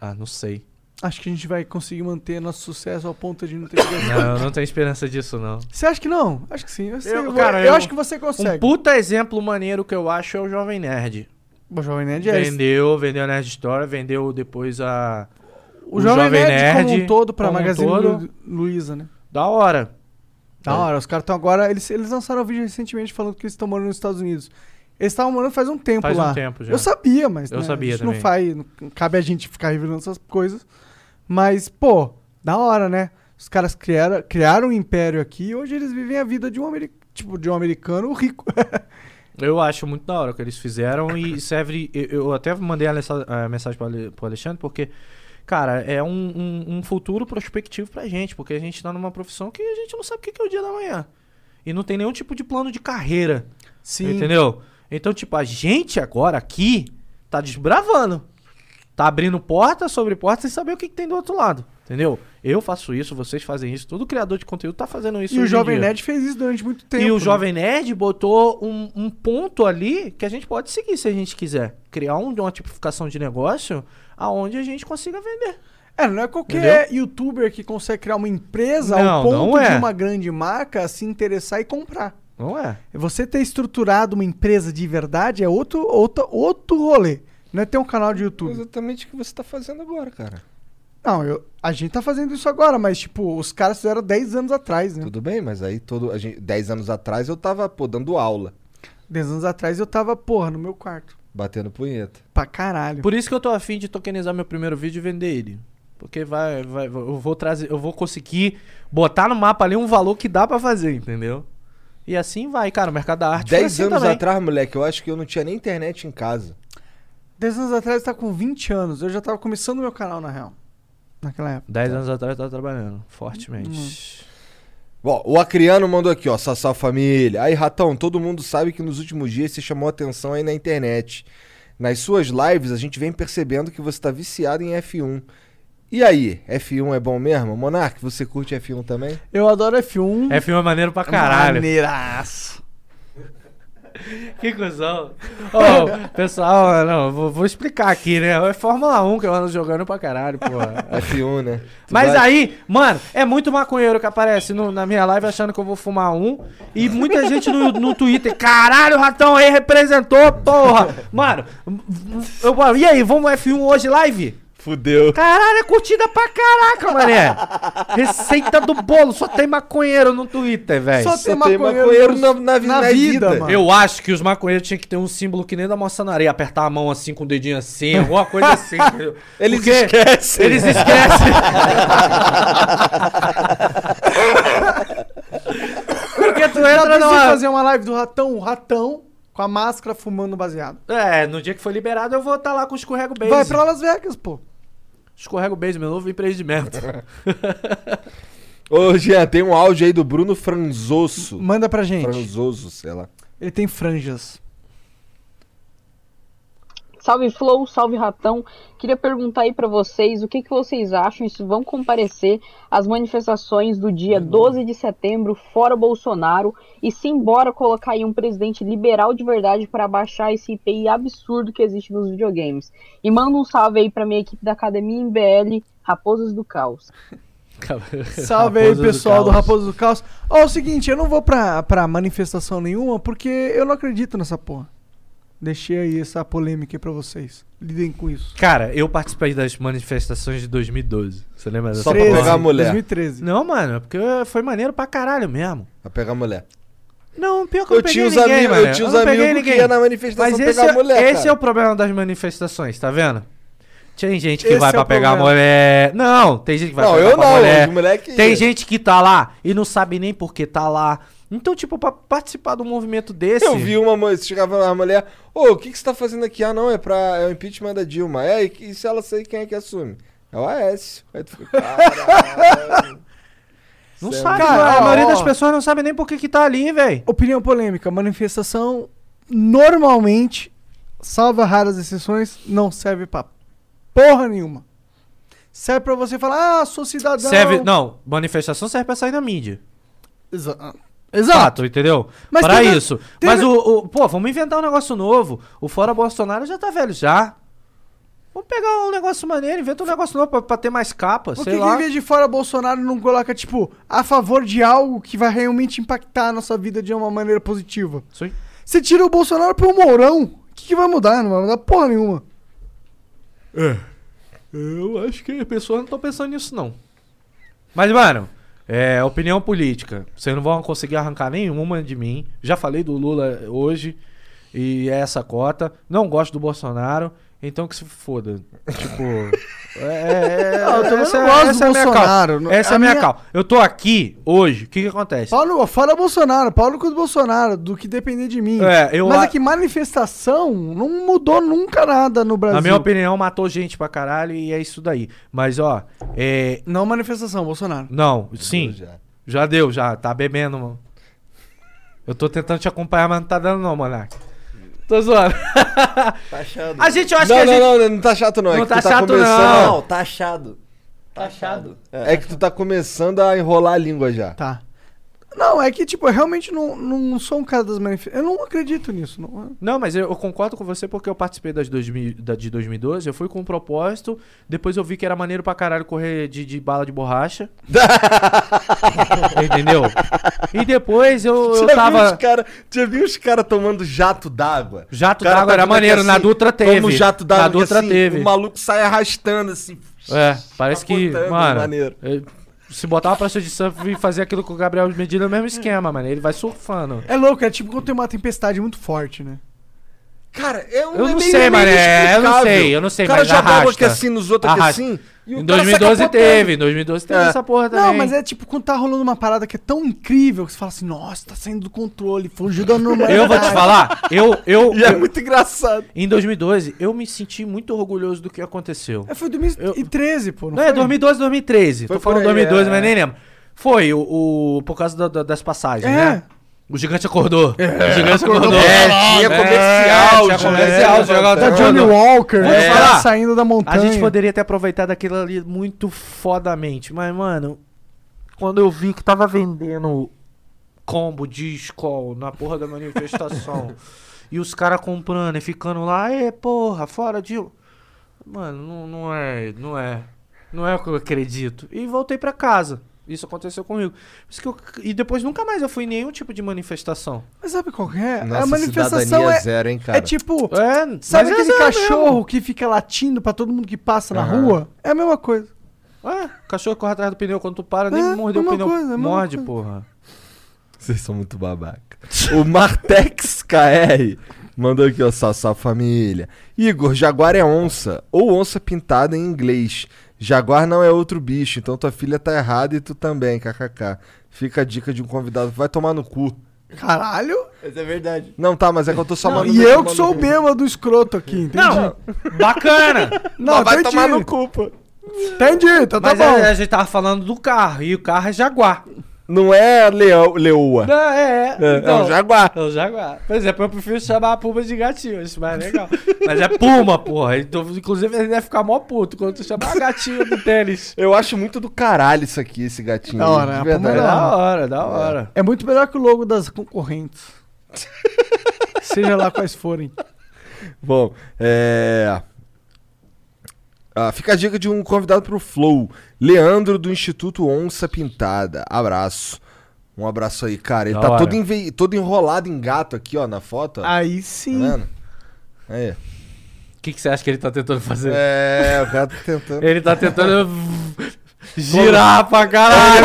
[SPEAKER 1] Ah, não sei.
[SPEAKER 3] Acho que a gente vai conseguir manter nosso sucesso ao ponto de não ter que
[SPEAKER 1] Não, eu não tenho esperança disso, não.
[SPEAKER 3] Você acha que não? Acho que sim. Eu, sei,
[SPEAKER 1] Eu,
[SPEAKER 3] eu-
[SPEAKER 1] cara,
[SPEAKER 3] eu
[SPEAKER 1] eu-
[SPEAKER 3] acho que você
[SPEAKER 1] Um
[SPEAKER 3] consegue.
[SPEAKER 1] puta exemplo maneiro que eu acho é o Jovem Nerd.
[SPEAKER 3] O Jovem Nerd é esse.
[SPEAKER 1] Vendeu, vendeu a Nerd Story, vendeu depois a.
[SPEAKER 3] O Jovem, Nerd, como um todo pra
[SPEAKER 1] como um
[SPEAKER 3] Magazine
[SPEAKER 1] todo.
[SPEAKER 3] Lu- Luiza, né?
[SPEAKER 1] Da hora. É.
[SPEAKER 3] Da hora, os caras estão agora. Eles, eles lançaram um vídeo recentemente falando que eles estão morando nos Estados Unidos. Eles estavam morando faz um tempo
[SPEAKER 1] Faz um
[SPEAKER 3] lá.
[SPEAKER 1] tempo já.
[SPEAKER 3] Eu sabia, mas.
[SPEAKER 1] Eu
[SPEAKER 3] né,
[SPEAKER 1] sabia
[SPEAKER 3] a gente
[SPEAKER 1] também.
[SPEAKER 3] Não faz. Não cabe a gente ficar revelando essas coisas. Mas, pô, da hora, né? Os caras criaram, criaram um império aqui e hoje eles vivem a vida de um, ameri- tipo, de um americano rico.
[SPEAKER 1] Eu acho muito da hora o que eles fizeram e serve. Eu, eu até mandei a mensa- a mensagem para o Alexandre, porque, cara, é um, um- um futuro prospectivo pra gente, porque a gente tá numa profissão que a gente não sabe o que que é o dia da manhã. E não tem nenhum tipo de plano de carreira.
[SPEAKER 3] Sim.
[SPEAKER 1] Entendeu? Então, tipo, a gente agora aqui tá desbravando. Tá abrindo porta sobre porta sem saber o que, que tem do outro lado. Entendeu? Eu faço isso, vocês fazem isso, todo criador de conteúdo tá fazendo isso.
[SPEAKER 3] E o
[SPEAKER 1] hoje em
[SPEAKER 3] Jovem
[SPEAKER 1] dia.
[SPEAKER 3] Nerd fez isso durante muito tempo.
[SPEAKER 1] E o
[SPEAKER 3] né?
[SPEAKER 1] Jovem Nerd botou um, um ponto ali que a gente pode seguir se a gente quiser. Criar um- uma tipificação de negócio aonde a gente consiga vender.
[SPEAKER 3] É, não é qualquer youtuber que consegue criar uma empresa
[SPEAKER 1] Não,
[SPEAKER 3] ao ponto
[SPEAKER 1] não é.
[SPEAKER 3] de uma grande marca se interessar e comprar.
[SPEAKER 1] Não é?
[SPEAKER 3] Você ter estruturado uma empresa de verdade é outro, outro, outro rolê. Não é ter um canal de YouTube.
[SPEAKER 2] Exatamente o que você tá fazendo agora, cara.
[SPEAKER 3] Não, eu, a gente tá fazendo isso agora, mas, tipo, os caras fizeram 10 anos atrás,
[SPEAKER 1] É.
[SPEAKER 3] né?
[SPEAKER 2] Tudo bem, mas aí todo. A gente, 10 anos atrás eu tava, pô, dando aula.
[SPEAKER 3] 10 anos atrás eu tava, porra, no meu quarto.
[SPEAKER 2] Batendo punheta.
[SPEAKER 3] Pra caralho.
[SPEAKER 1] Por isso que eu tô afim de tokenizar meu primeiro vídeo e vender ele. Porque vai, vai, eu vou trazer, eu vou conseguir botar no mapa ali um valor que dá pra fazer, entendeu? E assim vai, cara. O mercado da arte.
[SPEAKER 2] 10
[SPEAKER 1] foi assim
[SPEAKER 2] anos
[SPEAKER 1] também.
[SPEAKER 2] atrás, moleque, eu acho que eu não tinha nem internet em casa.
[SPEAKER 3] 10 anos atrás eu tava com 20 anos. Eu já tava começando meu canal, na real. Naquela época.
[SPEAKER 1] 10 anos atrás eu tava trabalhando, fortemente.
[SPEAKER 2] Ó, o Acriano mandou aqui, ó, Sassá Família. Aí, Ratão, todo mundo sabe que nos últimos dias você chamou atenção aí na internet. Nas suas lives, a gente vem percebendo que você tá viciado em F1. E aí, F1 é bom mesmo? Monark, você curte F1 também?
[SPEAKER 3] Eu adoro F1.
[SPEAKER 1] F1 é maneiro pra caralho.
[SPEAKER 3] Maneiraço.
[SPEAKER 1] Que cuzão. Ô, pessoal, não, vou, vou explicar aqui, né? É Fórmula 1 que eu ando jogando pra caralho, porra.
[SPEAKER 2] F1, né? Tu
[SPEAKER 1] Mas
[SPEAKER 2] vai-
[SPEAKER 1] aí, mano, é muito maconheiro que aparece no- na minha live achando que eu vou fumar um. E muita gente no, no Twitter, caralho, o ratão aí representou, porra. Mano, eu, eu- e aí, vamos F1 hoje live?
[SPEAKER 2] Fudeu.
[SPEAKER 1] Caralho, é curtida pra caraca, mané. Receita do bolo, só tem maconheiro no Twitter, velho.
[SPEAKER 3] Só
[SPEAKER 2] Só
[SPEAKER 3] tem
[SPEAKER 2] tem maconheiro
[SPEAKER 3] maconheiro, nos-
[SPEAKER 2] na, na, vi-
[SPEAKER 3] na
[SPEAKER 2] na vida,
[SPEAKER 3] vida,
[SPEAKER 2] mano.
[SPEAKER 3] mano.
[SPEAKER 1] Eu acho que os maconheiros tinham que ter um símbolo que nem da maçonaria, apertar a mão assim com o dedinho assim, alguma coisa assim. entendeu?
[SPEAKER 2] Eles
[SPEAKER 1] Porque
[SPEAKER 2] esquecem.
[SPEAKER 1] Eles esquecem. Porque tu
[SPEAKER 3] Eu
[SPEAKER 1] entra
[SPEAKER 3] já pensei em
[SPEAKER 1] numa...
[SPEAKER 3] fazer uma live do ratão, o ratão, com a máscara fumando baseado.
[SPEAKER 1] É, no dia que for liberado eu vou estar lá com o escorrego base.
[SPEAKER 3] Vai pra Las Vegas, pô.
[SPEAKER 1] Escorrego base, meu novo empreendimento.
[SPEAKER 2] Ô, Jean, tem um áudio aí do Bruno Franzoso.
[SPEAKER 3] Manda pra gente.
[SPEAKER 2] Franzoso, sei lá.
[SPEAKER 3] Ele tem franjas.
[SPEAKER 7] Salve Flow, salve Ratão. Queria perguntar aí pra vocês o que, que vocês acham e se vão comparecer às manifestações do dia 12 de setembro, fora Bolsonaro, e se embora colocar aí um presidente liberal de verdade pra abaixar esse IPI absurdo que existe nos videogames. E manda um salve aí pra minha equipe da Academia MBL, Raposas do Caos.
[SPEAKER 3] Salve aí, pessoal do Raposo do Caos. Ó, é o seguinte, eu não vou pra, pra manifestação nenhuma porque eu não acredito nessa porra. Deixei aí essa polêmica aí pra vocês. Lidem com isso.
[SPEAKER 1] Cara, eu participei das manifestações de 2012. Você lembra dessa
[SPEAKER 2] Só pra
[SPEAKER 1] porra?
[SPEAKER 2] pegar a mulher.
[SPEAKER 3] 2013.
[SPEAKER 1] Não, mano, é porque foi maneiro pra caralho mesmo.
[SPEAKER 2] Pra pegar mulher.
[SPEAKER 1] Não, pior que eu, não
[SPEAKER 2] Eu
[SPEAKER 1] peguei
[SPEAKER 2] tinha os
[SPEAKER 1] ninguém,
[SPEAKER 2] amigos,
[SPEAKER 1] mano.
[SPEAKER 2] eu tinha os
[SPEAKER 1] não peguei
[SPEAKER 2] amigos que
[SPEAKER 1] ninguém.
[SPEAKER 2] ia na manifestação
[SPEAKER 1] Mas
[SPEAKER 2] pegar
[SPEAKER 1] esse, é-
[SPEAKER 2] mulher,
[SPEAKER 1] esse
[SPEAKER 2] cara.
[SPEAKER 1] é o problema das manifestações, tá vendo? Tem gente que
[SPEAKER 3] Esse
[SPEAKER 1] vai
[SPEAKER 3] é
[SPEAKER 1] pra
[SPEAKER 3] o
[SPEAKER 1] pegar
[SPEAKER 3] problema.
[SPEAKER 1] mulher. Não, tem gente que vai
[SPEAKER 2] Não,
[SPEAKER 1] pegar
[SPEAKER 2] eu
[SPEAKER 1] pra
[SPEAKER 2] não,
[SPEAKER 1] mulher.
[SPEAKER 2] os moleque-
[SPEAKER 1] Tem gente que tá lá e não sabe nem por que tá lá. Então, tipo, pra participar do movimento desse.
[SPEAKER 2] Eu vi uma mulher, chegava uma mulher, ô, o que, que você tá fazendo aqui? Ah, não, é pra. É o impeachment da Dilma. É, e, que- e se ela sair, quem é que assume? É o Aécio. Aí tu fica, caralho.
[SPEAKER 1] Não
[SPEAKER 2] Cê é
[SPEAKER 1] sabe,
[SPEAKER 2] muito-
[SPEAKER 3] Cara,
[SPEAKER 1] mano. A maioria
[SPEAKER 3] ó.
[SPEAKER 1] das pessoas não sabe nem por que, que tá ali, velho.
[SPEAKER 3] Opinião polêmica. Manifestação normalmente, salvo raras exceções, não serve pra porra nenhuma. Serve pra você falar, ah, sou cidadão.
[SPEAKER 1] Serve. Não, manifestação serve pra sair na mídia.
[SPEAKER 3] Exa- ah,
[SPEAKER 1] Exato, entendeu?
[SPEAKER 3] Mas
[SPEAKER 1] pra
[SPEAKER 3] teve-
[SPEAKER 1] isso.
[SPEAKER 3] teve-
[SPEAKER 1] Mas o, o- Pô, vamos inventar um negócio novo. O Fora Bolsonaro já tá velho já. Vamos pegar um negócio maneiro, inventa um negócio novo pra, pra ter mais capa,
[SPEAKER 3] Por que,
[SPEAKER 1] sei
[SPEAKER 3] que
[SPEAKER 1] lá.
[SPEAKER 3] em vez de fora Bolsonaro não coloca, tipo, a favor de algo que vai realmente impactar a nossa vida de uma maneira positiva?
[SPEAKER 1] Sim.
[SPEAKER 3] Você tira o Bolsonaro pro Mourão, o que, que vai mudar? Não vai mudar porra nenhuma.
[SPEAKER 1] Eu acho que as pessoas não estão pensando nisso, não. Mas, mano, é opinião política. Vocês não vão conseguir arrancar nenhuma de mim. Já falei do Lula hoje. E é essa cota. Não gosto do Bolsonaro. Então que se foda. Tipo. É, é,
[SPEAKER 3] Não, eu também
[SPEAKER 1] essa-
[SPEAKER 3] não gosto do
[SPEAKER 1] essa é a minha
[SPEAKER 3] Bolsonaro.
[SPEAKER 1] calma.
[SPEAKER 3] Não-
[SPEAKER 1] Essa é
[SPEAKER 3] a
[SPEAKER 1] a minha
[SPEAKER 3] minha-
[SPEAKER 1] calma. Eu tô aqui hoje. O que, que acontece?
[SPEAKER 3] Paulo, fora Bolsonaro, Paulo com o Bolsonaro, do que depender de mim.
[SPEAKER 1] É, eu
[SPEAKER 3] Mas
[SPEAKER 1] a-
[SPEAKER 3] é que manifestação não mudou nunca nada no Brasil.
[SPEAKER 1] Na minha opinião, matou gente pra caralho e é isso daí. Mas, ó, é.
[SPEAKER 3] Não manifestação, Bolsonaro.
[SPEAKER 1] Não, sim.
[SPEAKER 2] Já.
[SPEAKER 1] Já deu, já. Tá bebendo, mano. Eu tô tentando te acompanhar, mas não tá dando, não, Monark. Tô zoando.
[SPEAKER 8] Tá achado.
[SPEAKER 1] A gente, eu acho
[SPEAKER 2] Não,
[SPEAKER 1] que a
[SPEAKER 2] não,
[SPEAKER 1] gente.
[SPEAKER 2] não, não, não tá chato não. é
[SPEAKER 1] Não
[SPEAKER 2] que
[SPEAKER 1] tá
[SPEAKER 2] tu tá
[SPEAKER 1] chato,
[SPEAKER 2] começando.
[SPEAKER 8] Não, tá achado. Tá achado.
[SPEAKER 2] É que tu tá começando a enrolar a língua já.
[SPEAKER 3] Tá. Não, é que, tipo, eu realmente não, não sou um cara das manifestações. Eu não acredito nisso. Não. é?
[SPEAKER 1] Não, mas eu, eu concordo com você porque eu participei das 2000, da, de 2012. Eu fui com um propósito. Depois eu vi que era maneiro pra caralho correr de, de bala de borracha. Entendeu? E depois eu, eu
[SPEAKER 2] já viu
[SPEAKER 1] tava.
[SPEAKER 2] os cara, já viu os caras tomando jato d'água?
[SPEAKER 1] Jato
[SPEAKER 2] O cara tá
[SPEAKER 1] d'água era
[SPEAKER 2] vindo aqui
[SPEAKER 1] maneiro, na Dutra
[SPEAKER 2] assim, Toma
[SPEAKER 1] teve.
[SPEAKER 2] um jato
[SPEAKER 1] Na
[SPEAKER 2] d'água que
[SPEAKER 1] Dutra teve.
[SPEAKER 2] O maluco sai arrastando assim.
[SPEAKER 1] É, parece que.
[SPEAKER 8] Apontando,
[SPEAKER 1] Mano.
[SPEAKER 8] maneiro.
[SPEAKER 1] eu- Se botar uma prancha de surf e fazer aquilo com o Gabriel Medina é o mesmo esquema, mano. Ele vai surfando.
[SPEAKER 3] É louco, é tipo quando tem uma tempestade muito forte, né?
[SPEAKER 2] Cara, é um
[SPEAKER 1] Eu não
[SPEAKER 2] é meio-
[SPEAKER 1] sei,
[SPEAKER 2] é meio
[SPEAKER 1] mano, é, eu não
[SPEAKER 2] inexplicável.
[SPEAKER 1] sei, eu não sei,
[SPEAKER 2] O cara
[SPEAKER 1] mas
[SPEAKER 2] joga água
[SPEAKER 1] arrasta.
[SPEAKER 2] aqui assim nos outros aqui
[SPEAKER 1] Arrasta.
[SPEAKER 2] assim. e o
[SPEAKER 1] Em
[SPEAKER 2] cara sai
[SPEAKER 1] 2012
[SPEAKER 2] capotando.
[SPEAKER 1] teve, em 2012 teve
[SPEAKER 2] É.
[SPEAKER 1] essa porra também.
[SPEAKER 3] Não, mas é tipo quando tá rolando uma parada que é tão incrível que você fala assim, nossa, tá saindo do controle, fugiu da normalidade.
[SPEAKER 1] Eu vou te falar, eu, eu,
[SPEAKER 2] E é
[SPEAKER 1] eu-
[SPEAKER 2] muito engraçado.
[SPEAKER 1] em 2012, eu me senti muito orgulhoso do que aconteceu.
[SPEAKER 3] É, foi 2013, pô.
[SPEAKER 1] Não, é
[SPEAKER 3] foi?
[SPEAKER 1] 2012, 2013.
[SPEAKER 2] Foi
[SPEAKER 1] Tô falando
[SPEAKER 2] por aí,
[SPEAKER 1] 2012,
[SPEAKER 2] é.
[SPEAKER 1] mas nem lembro. Foi o, o- por causa da- da- das passagens,
[SPEAKER 3] É.
[SPEAKER 1] né? O gigante acordou. o gigante acordou.
[SPEAKER 2] É, tinha comercial,
[SPEAKER 1] tinha
[SPEAKER 2] já.
[SPEAKER 1] comercial, Tá jogava
[SPEAKER 2] Tá
[SPEAKER 3] Da
[SPEAKER 1] até
[SPEAKER 3] Johnny
[SPEAKER 2] É.
[SPEAKER 3] Walker,
[SPEAKER 1] Vou te
[SPEAKER 3] né?
[SPEAKER 1] falar,
[SPEAKER 3] saindo da
[SPEAKER 1] A
[SPEAKER 3] montanha.
[SPEAKER 1] gente poderia ter aproveitado aquilo ali muito fodamente, mas, mano, quando eu vi que tava vendendo combo de escola na porra da manifestação e os caras comprando e ficando lá, é porra, fora de. Mano, não, não é, não é. Não é o que eu acredito. E voltei pra casa. Isso aconteceu comigo. Por isso que eu- e depois nunca mais eu fui em nenhum tipo de manifestação.
[SPEAKER 3] Mas sabe qual que é?
[SPEAKER 2] Nossa,
[SPEAKER 3] a manifestação
[SPEAKER 2] cidadania
[SPEAKER 3] é,
[SPEAKER 2] zero, hein, cara.
[SPEAKER 3] é tipo...
[SPEAKER 1] É, mas
[SPEAKER 3] Sabe
[SPEAKER 1] é
[SPEAKER 3] aquele
[SPEAKER 1] zero
[SPEAKER 3] cachorro
[SPEAKER 1] mesmo.
[SPEAKER 3] que fica latindo pra todo mundo que passa na
[SPEAKER 2] Aham.
[SPEAKER 3] rua? É a mesma coisa.
[SPEAKER 1] É, cachorro corre atrás do pneu quando tu para, nem
[SPEAKER 3] É,
[SPEAKER 1] mordeu o
[SPEAKER 3] mesma
[SPEAKER 1] pneu.
[SPEAKER 3] coisa, mesma
[SPEAKER 1] Morde,
[SPEAKER 3] coisa.
[SPEAKER 1] porra.
[SPEAKER 2] Vocês são muito babaca. O Martex KR mandou aqui, ó, Sassá Família. Igor, jaguar é onça, ou onça pintada em inglês. Jaguar não é outro bicho, então tua filha tá errada e tu também, kkk. Fica a dica de um convidado, vai tomar no cu.
[SPEAKER 3] Caralho!
[SPEAKER 8] Mas é verdade.
[SPEAKER 2] Não, tá, mas é que eu tô só mandando...
[SPEAKER 3] e
[SPEAKER 2] ele
[SPEAKER 3] eu
[SPEAKER 2] tomar
[SPEAKER 3] que
[SPEAKER 2] no
[SPEAKER 3] sou o
[SPEAKER 2] cu.
[SPEAKER 3] bêbado do escroto aqui, entendi.
[SPEAKER 1] Não, bacana.
[SPEAKER 3] não
[SPEAKER 2] vai
[SPEAKER 3] entendi.
[SPEAKER 2] tomar no cu, pô.
[SPEAKER 3] Entendi, então tá
[SPEAKER 1] Mas é
[SPEAKER 3] bom.
[SPEAKER 1] a, a gente tava falando do carro, e o carro é Jaguar.
[SPEAKER 2] Não é leão, leoa.
[SPEAKER 1] Não, é, é.
[SPEAKER 2] É,
[SPEAKER 3] então-
[SPEAKER 2] é um jaguar.
[SPEAKER 1] É um Jaguar. Por exemplo, eu prefiro chamar a Puma de gatinho, acho mais legal. Mas é Puma, porra. Então, inclusive, ele deve ficar mó puto quando tu chamar a gatinha do tênis.
[SPEAKER 2] Eu acho muito do caralho isso aqui, esse gatinho.
[SPEAKER 3] Da
[SPEAKER 2] aí,
[SPEAKER 3] hora,
[SPEAKER 2] de
[SPEAKER 3] a
[SPEAKER 1] É
[SPEAKER 2] verdade.
[SPEAKER 3] pomada-
[SPEAKER 1] da hora, da hora.
[SPEAKER 3] É muito melhor que o logo das concorrentes.
[SPEAKER 1] É.
[SPEAKER 3] Seja lá quais forem.
[SPEAKER 2] Bom, é. Ah, fica a dica de um convidado pro Flow, Leandro do Instituto Onça Pintada. Abraço. Um abraço aí, cara. Ele
[SPEAKER 1] Da
[SPEAKER 2] tá
[SPEAKER 1] hora.
[SPEAKER 2] todo, enve- todo enrolado em gato aqui, ó, na foto. ó.
[SPEAKER 3] Aí
[SPEAKER 2] Tá
[SPEAKER 3] sim.
[SPEAKER 2] vendo? Aí.
[SPEAKER 1] O que, que você acha que ele tá tentando fazer?
[SPEAKER 2] É, o gato tentando.
[SPEAKER 1] Ele tá tentando girar pra caralho.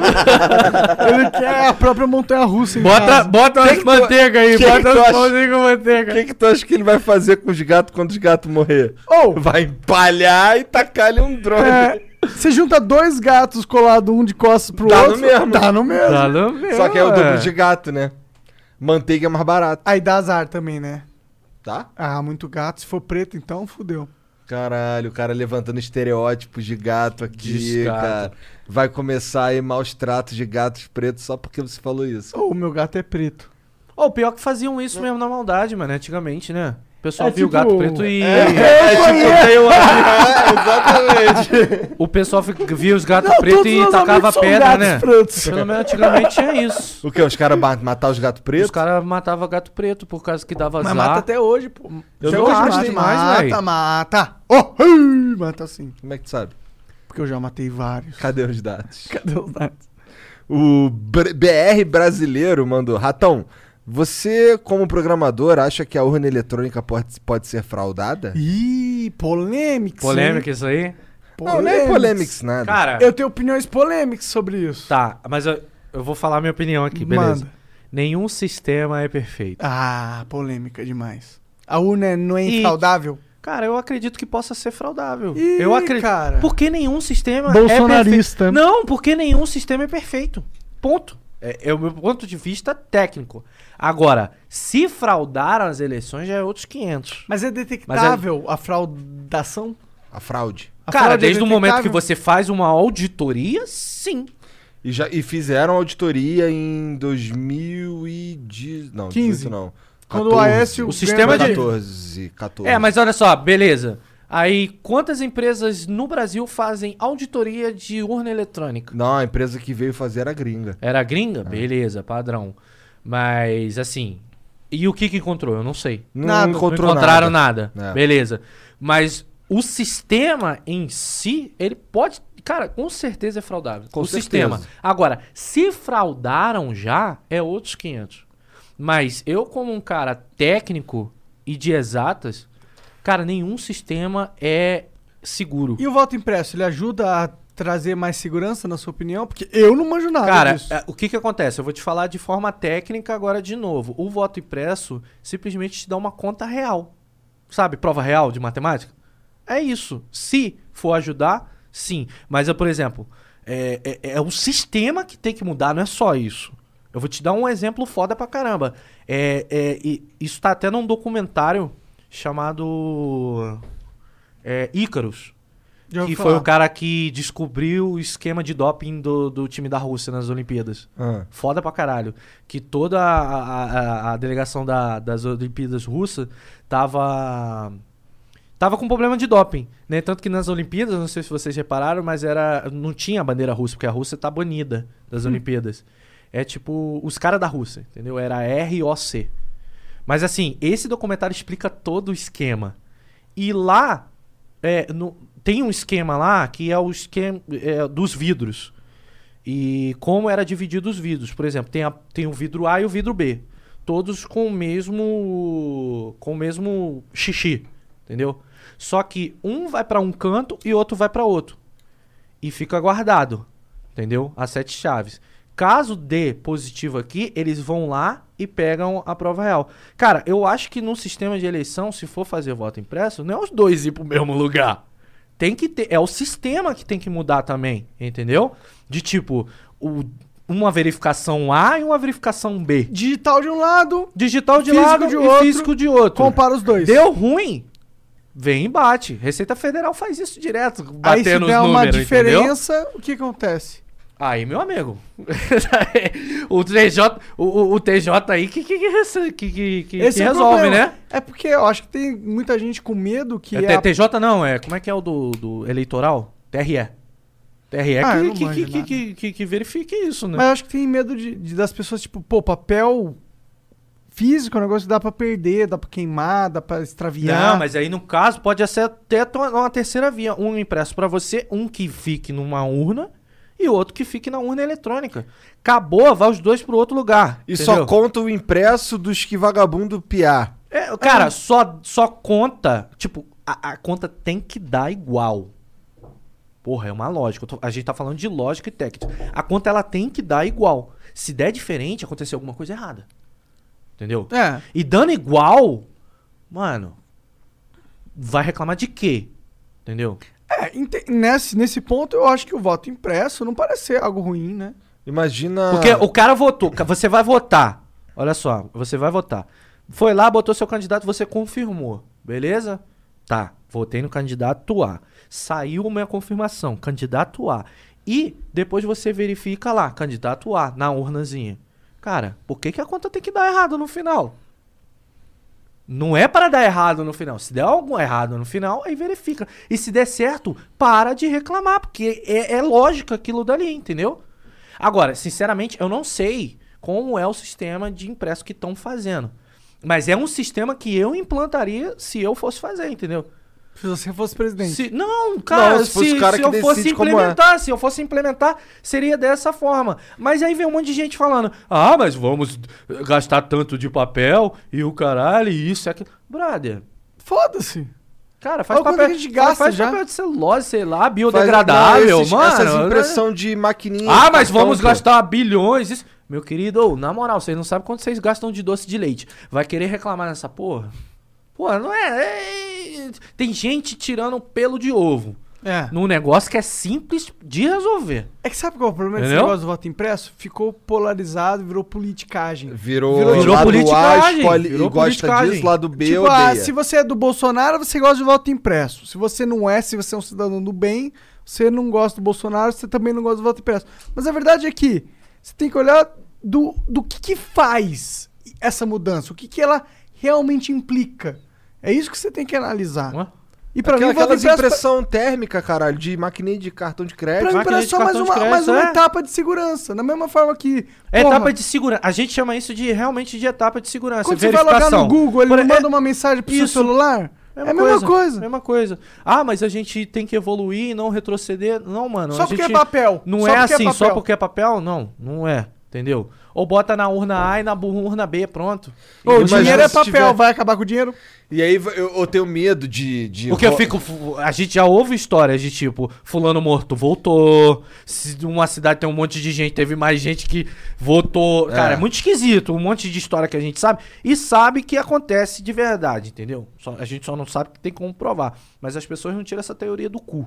[SPEAKER 3] Ele quer a própria montanha russa em
[SPEAKER 1] Bota,
[SPEAKER 3] casa.
[SPEAKER 1] bota
[SPEAKER 2] Que
[SPEAKER 1] umas
[SPEAKER 2] que tu-
[SPEAKER 1] manteiga aí,
[SPEAKER 2] que que
[SPEAKER 1] bota
[SPEAKER 2] tu
[SPEAKER 1] uns
[SPEAKER 2] acha?
[SPEAKER 1] pãozinhos com
[SPEAKER 2] O
[SPEAKER 1] manteiga.
[SPEAKER 2] que, que tu acha que ele vai fazer com os gatos quando os gatos morrer?
[SPEAKER 3] Ou,
[SPEAKER 2] Vai empalhar e tacar ali um drone.
[SPEAKER 3] é, você junta dois gatos colados um de costas pro
[SPEAKER 2] Dá no
[SPEAKER 3] outro.
[SPEAKER 2] mesmo.
[SPEAKER 3] Dá no mesmo.
[SPEAKER 1] Tá no meu,
[SPEAKER 2] Só que é o dobro
[SPEAKER 1] ué.
[SPEAKER 2] de gato, né? Manteiga é mais barato,
[SPEAKER 3] Aí dá azar também, né?
[SPEAKER 2] tá?
[SPEAKER 3] Ah, muito gato. Se for preto, então, fudeu.
[SPEAKER 2] Caralho, o cara levantando estereótipos de gato aqui,
[SPEAKER 1] Desgato.
[SPEAKER 2] cara. Vai começar aí maus tratos de gatos pretos só porque você falou isso.
[SPEAKER 3] Ou o meu gato é preto.
[SPEAKER 1] Ô, pior que faziam isso mesmo na maldade, mano, antigamente, né? O pessoal
[SPEAKER 3] Né? É
[SPEAKER 1] via
[SPEAKER 3] tipo-
[SPEAKER 1] o gato preto e. É, O pessoal fi- via os gatos pretos
[SPEAKER 3] todos
[SPEAKER 1] e
[SPEAKER 3] meus
[SPEAKER 1] tacava
[SPEAKER 3] amigos são
[SPEAKER 1] pedra,
[SPEAKER 3] gatos
[SPEAKER 1] né?
[SPEAKER 3] pretos.
[SPEAKER 1] Pelo menos antigamente tinha isso.
[SPEAKER 2] O que? Os caras ba- matar os gatos
[SPEAKER 1] Os
[SPEAKER 2] pretos?
[SPEAKER 1] caras matavam gato preto por causa que dava
[SPEAKER 3] Mas
[SPEAKER 1] azar.
[SPEAKER 3] mata até hoje, pô.
[SPEAKER 1] Eu
[SPEAKER 3] Até
[SPEAKER 1] não
[SPEAKER 3] hoje
[SPEAKER 1] acho
[SPEAKER 3] mata,
[SPEAKER 1] demais,
[SPEAKER 3] Mata,
[SPEAKER 1] véi.
[SPEAKER 3] mata. Oh, ai, mata sim.
[SPEAKER 2] Como é que tu sabe?
[SPEAKER 3] Porque eu já matei vários.
[SPEAKER 2] Cadê os dados?
[SPEAKER 3] Cadê os dados?
[SPEAKER 2] O Br- BR brasileiro mandou: Ratão, você, como programador, acha que a urna eletrônica pode, pode ser fraudada?
[SPEAKER 3] Ih, polêmicos.
[SPEAKER 1] Polêmica isso aí?
[SPEAKER 2] Não, não é polêmics nada.
[SPEAKER 1] Cara,
[SPEAKER 3] Eu tenho opiniões polêmicas sobre isso.
[SPEAKER 1] tá, mas eu, eu vou falar minha opinião aqui, beleza?
[SPEAKER 3] Manda.
[SPEAKER 1] Nenhum sistema é perfeito.
[SPEAKER 3] Ah, polêmica demais. A urna não é
[SPEAKER 1] E-
[SPEAKER 3] infraudável?
[SPEAKER 1] Cara, eu acredito que possa ser fraudável.
[SPEAKER 3] Ih,
[SPEAKER 1] eu acredito.
[SPEAKER 3] cara.
[SPEAKER 1] Porque nenhum sistema
[SPEAKER 3] Bolsonarista.
[SPEAKER 1] é perfeito. Não, porque nenhum sistema é perfeito. Ponto. É, é o meu ponto de vista técnico. Agora, se fraudaram as eleições, já é outros 500.
[SPEAKER 3] Mas é detectável a fraudação?
[SPEAKER 2] A fraude.
[SPEAKER 3] A
[SPEAKER 1] Cara,
[SPEAKER 3] fraude é
[SPEAKER 1] desde o momento que
[SPEAKER 3] detectável?
[SPEAKER 1] você faz uma auditoria, sim.
[SPEAKER 2] E, já, e fizeram auditoria em 2015. Não,
[SPEAKER 3] 15.
[SPEAKER 2] 15. não.
[SPEAKER 3] Quando o Aécio
[SPEAKER 1] O sistema
[SPEAKER 3] ganha-
[SPEAKER 1] de-
[SPEAKER 2] 14, 14.
[SPEAKER 1] É, mas olha só, beleza. Aí, quantas empresas no Brasil fazem auditoria de urna eletrônica?
[SPEAKER 2] Não, a empresa que veio fazer era gringa. Ah.
[SPEAKER 1] Era gringa? Beleza, padrão. Mas, assim. E o que que encontrou? Eu não sei.
[SPEAKER 2] Não
[SPEAKER 3] Nada.
[SPEAKER 2] encontrou
[SPEAKER 1] não encontraram nada.
[SPEAKER 2] É.
[SPEAKER 1] Beleza. Mas o sistema em si, ele pode. Cara, com certeza é fraudável.
[SPEAKER 2] Com
[SPEAKER 1] o
[SPEAKER 2] certeza.
[SPEAKER 1] sistema. Agora, se fraudaram já, é outros 500. Mas eu, como um cara técnico e de exatas, cara, nenhum sistema é seguro.
[SPEAKER 3] E o voto impresso, ele ajuda a trazer mais segurança, na sua opinião? Porque eu não manjo nada
[SPEAKER 1] Cara,
[SPEAKER 3] disso.
[SPEAKER 1] eh, o que que acontece? Eu vou te falar de forma técnica agora de novo. O voto impresso simplesmente te dá uma conta real. Sabe, prova real de matemática? É isso. Se for ajudar, sim. Mas, eu, por exemplo, é, é, é o sistema que tem que mudar, não é só isso. Eu vou te dar um exemplo foda pra caramba. É, é, e isso tá até num documentário chamado é, Ícaros.
[SPEAKER 3] Já ouvi
[SPEAKER 1] Que foi
[SPEAKER 3] falar.
[SPEAKER 1] o cara que descobriu o esquema de doping do, do time da Rússia nas Olimpíadas.
[SPEAKER 2] Ah.
[SPEAKER 1] Foda pra caralho. Que toda a, a- a- a delegação da- das Olimpíadas russa tava. Tava com problema de doping, né? Tanto que nas Olimpíadas, não sei se vocês repararam, mas era não tinha a bandeira russa, porque a Rússia tá banida das
[SPEAKER 3] Hum.
[SPEAKER 1] Olimpíadas. É tipo os caras da Rússia, entendeu? Era ROC. Mas assim, esse documentário explica todo o esquema. E lá é, no- tem um esquema lá que é o esquema é, dos vidros. E como era dividido os vidros. Por exemplo, tem, a- tem o vidro A e o vidro B. Todos com o mesmo. com o mesmo xixi. Entendeu? Só que um vai para um canto e outro vai para outro. E fica guardado. Entendeu? As sete chaves. Caso dê positivo aqui, eles vão lá e pegam a prova real. Cara, eu acho que no sistema de eleição, se for fazer voto impresso, não é os dois ir pro mesmo lugar. Tem que ter. É o sistema que tem que mudar também, entendeu? De tipo, o- uma verificação A e uma verificação B.
[SPEAKER 3] Digital de um lado,
[SPEAKER 1] Digital de um
[SPEAKER 3] Físico
[SPEAKER 1] lado
[SPEAKER 3] de
[SPEAKER 1] e
[SPEAKER 3] outro.
[SPEAKER 1] físico de outro.
[SPEAKER 3] compara os dois.
[SPEAKER 1] Deu ruim, vem e bate. Receita Federal faz isso direto,
[SPEAKER 3] Aí se
[SPEAKER 1] batendo os
[SPEAKER 3] der uma
[SPEAKER 1] números, entendeu?
[SPEAKER 3] diferença, o que acontece?
[SPEAKER 1] Aí, meu amigo. o, TJ, o, o- o TJ aí que, que, que, rece- que- que- que- que
[SPEAKER 3] é o
[SPEAKER 1] resolve,
[SPEAKER 3] problema.
[SPEAKER 1] né?
[SPEAKER 3] É porque eu acho que tem muita gente com medo que
[SPEAKER 1] É,
[SPEAKER 3] é
[SPEAKER 1] T-
[SPEAKER 3] a-
[SPEAKER 1] TJ não, é. Como é que é o do, do eleitoral? TRE. TRE
[SPEAKER 3] Ah, eu
[SPEAKER 1] que,
[SPEAKER 3] não
[SPEAKER 1] que,
[SPEAKER 3] manjo
[SPEAKER 1] que, que,
[SPEAKER 3] nada.
[SPEAKER 1] que, que- que verifique isso, né?
[SPEAKER 3] Mas eu acho que tem medo de, de- das pessoas, tipo, pô, papel físico é um negócio que dá pra perder, dá pra queimar, dá pra extraviar.
[SPEAKER 1] Não, mas aí no caso pode ser até to- uma terceira via. Um impresso pra você, um que fique numa urna e outro que fique na urna eletrônica. Acabou, vai os dois pro outro lugar.
[SPEAKER 2] E
[SPEAKER 1] entendeu?
[SPEAKER 2] só conta o impresso dos que vagabundo piar.
[SPEAKER 1] É, cara, só, só conta. Tipo, a, a conta tem que dar igual. Porra, é uma lógica. Eu tô- a gente tá falando de lógica e técnica. A conta ela tem que dar igual. Se der diferente, aconteceu alguma coisa errada. Entendeu?
[SPEAKER 3] É.
[SPEAKER 1] E dando igual, mano, vai reclamar de quê? Entendeu?
[SPEAKER 3] É, ente- nesse, nesse ponto eu acho que o voto impresso não parece ser algo ruim, né?
[SPEAKER 2] Imagina.
[SPEAKER 1] Porque o cara votou. ca- Você vai votar. Olha só, você vai votar. Foi lá, botou seu candidato, você confirmou. Beleza? Tá, votei no candidato A. Saiu minha confirmação, candidato A. E depois você verifica lá, candidato A, na urnazinha. Cara, por que, que a conta tem que dar errado no final? Não é para dar errado no final. Se der algum errado no final, aí verifica. E se der certo, para de reclamar, porque é, é lógica aquilo dali, entendeu? Agora, sinceramente, eu não sei como é o sistema de impresso que estão fazendo. Mas é um sistema que eu implantaria se eu fosse fazer, entendeu?
[SPEAKER 3] Se você fosse presidente.
[SPEAKER 1] Se- não, cara,
[SPEAKER 2] Não, se
[SPEAKER 1] se,
[SPEAKER 2] fosse o cara
[SPEAKER 1] se
[SPEAKER 2] que
[SPEAKER 1] eu fosse
[SPEAKER 2] decide como é.
[SPEAKER 1] implementar, se eu fosse implementar, seria dessa forma. Mas aí vem um monte de gente falando: ah, mas vamos gastar tanto de papel e o caralho, e isso e aquilo. Brother,
[SPEAKER 3] Foda-se.
[SPEAKER 1] cara, faz
[SPEAKER 3] Olha quanto
[SPEAKER 1] papel.
[SPEAKER 3] que a gente gasta
[SPEAKER 1] faz
[SPEAKER 3] já.
[SPEAKER 1] papel de celulose, sei lá,
[SPEAKER 2] Faz-
[SPEAKER 1] biodegradável,
[SPEAKER 2] não, esses-
[SPEAKER 1] mano. né?
[SPEAKER 2] Essas impressão de maquininha.
[SPEAKER 1] Ah,
[SPEAKER 3] tá
[SPEAKER 2] de
[SPEAKER 1] mas
[SPEAKER 2] cartão,
[SPEAKER 1] vamos
[SPEAKER 2] pô.
[SPEAKER 1] gastar bilhões. Isso. Meu querido, ô, na moral, vocês não sabem quanto vocês gastam de doce de leite. Vai querer reclamar nessa porra? Porra, não é. é- Tem gente tirando pelo de ovo
[SPEAKER 3] É.
[SPEAKER 1] num negócio que é simples de resolver.
[SPEAKER 3] É que sabe qual é o problema desse
[SPEAKER 1] Entendeu?
[SPEAKER 3] negócio do voto impresso? Ficou polarizado, virou politicagem.
[SPEAKER 2] Virou,
[SPEAKER 1] Virou- virou
[SPEAKER 2] lado A,
[SPEAKER 1] politicagem,
[SPEAKER 2] escolhe
[SPEAKER 1] virou
[SPEAKER 2] e gosta
[SPEAKER 1] politicagem.
[SPEAKER 2] disso, lado B
[SPEAKER 3] tipo,
[SPEAKER 2] odeia.
[SPEAKER 3] ah, se você é do Bolsonaro, você gosta de voto impresso. Se você não é, se você é um cidadão do bem, você não gosta do Bolsonaro, você também não gosta do voto impresso. Mas a verdade é que você tem que olhar do, do que, que faz essa mudança, o que, que ela realmente implica. É isso que você tem que analisar.
[SPEAKER 1] Ué?
[SPEAKER 3] E pra
[SPEAKER 2] Aquela-
[SPEAKER 3] mim, voto
[SPEAKER 2] aquelas
[SPEAKER 3] impresso, pra,
[SPEAKER 2] impressão térmica, caralho, de maquininha de cartão de
[SPEAKER 3] pra
[SPEAKER 2] crédito.
[SPEAKER 3] mim
[SPEAKER 1] máquina
[SPEAKER 3] parece
[SPEAKER 1] de
[SPEAKER 3] só mais
[SPEAKER 1] cartão de
[SPEAKER 3] uma,
[SPEAKER 1] crédito,
[SPEAKER 3] mais uma
[SPEAKER 1] é.
[SPEAKER 3] etapa de segurança. Da mesma forma que.
[SPEAKER 1] É
[SPEAKER 3] porra,
[SPEAKER 1] etapa de segurança. A gente chama isso de realmente de etapa de segurança.
[SPEAKER 3] Quando você vai
[SPEAKER 1] verificação.
[SPEAKER 3] logar no Google, ele
[SPEAKER 1] Por-
[SPEAKER 3] não
[SPEAKER 1] é-
[SPEAKER 3] manda uma mensagem pro
[SPEAKER 1] Isso.
[SPEAKER 3] seu celular? É a mesma coisa.
[SPEAKER 1] Mesma coisa. Ah, mas a gente tem que evoluir e não retroceder. Não, mano.
[SPEAKER 3] Só
[SPEAKER 1] a
[SPEAKER 3] porque
[SPEAKER 1] gente
[SPEAKER 3] é papel.
[SPEAKER 1] Não
[SPEAKER 3] Só
[SPEAKER 1] é
[SPEAKER 3] porque é
[SPEAKER 1] assim, só
[SPEAKER 3] papel.
[SPEAKER 1] porque é papel? Não, não é. Entendeu? Ou bota na urna A e na bu- urna B, pronto.
[SPEAKER 3] Ô, o dinheiro
[SPEAKER 2] imagina
[SPEAKER 3] é
[SPEAKER 2] se
[SPEAKER 3] papel,
[SPEAKER 2] tiver-
[SPEAKER 3] vai acabar com o dinheiro.
[SPEAKER 2] E aí eu, eu tenho medo de. de
[SPEAKER 1] Porque eu
[SPEAKER 2] ro-
[SPEAKER 1] fico. fu- A gente já ouve histórias de tipo, fulano morto voltou. se Uma cidade tem um monte de gente, teve mais gente que votou. Cara, é muito esquisito. Um monte de história que a gente sabe. E sabe que acontece de verdade, entendeu? Só- a gente só não sabe que tem como provar. Mas as pessoas não tiram essa teoria do cu.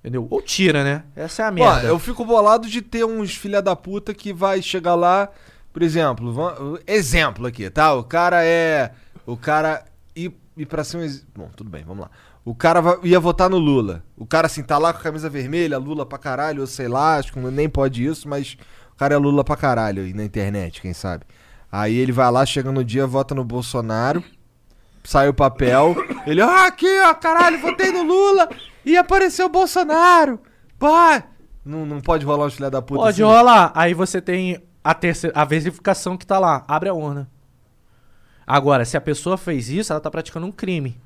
[SPEAKER 1] Entendeu? Ou tira, né? Essa é a
[SPEAKER 2] Ó,
[SPEAKER 1] merda.
[SPEAKER 2] eu fico bolado de ter uns filha da puta que vai chegar lá, por exemplo, va- exemplo aqui, tá? O cara é. O cara. E, e pra ser um. ex- Bom, tudo bem, vamos lá. O cara va- ia votar no Lula. O cara, assim, tá lá com a camisa vermelha, Lula pra caralho, ou sei lá, acho que nem pode isso, mas o cara é Lula pra caralho aí na internet, quem sabe. Aí ele vai lá, chega no dia, vota no Bolsonaro sai o papel. Ele, ah, aqui, ó, caralho, votei no Lula e apareceu o Bolsonaro. Pá! Não, não pode rolar um filha da puta.
[SPEAKER 1] Pode
[SPEAKER 2] assim.
[SPEAKER 1] rolar. Aí você tem a, terceira, a verificação que tá lá. Abre a urna. Agora, se a pessoa fez isso, ela tá praticando um crime.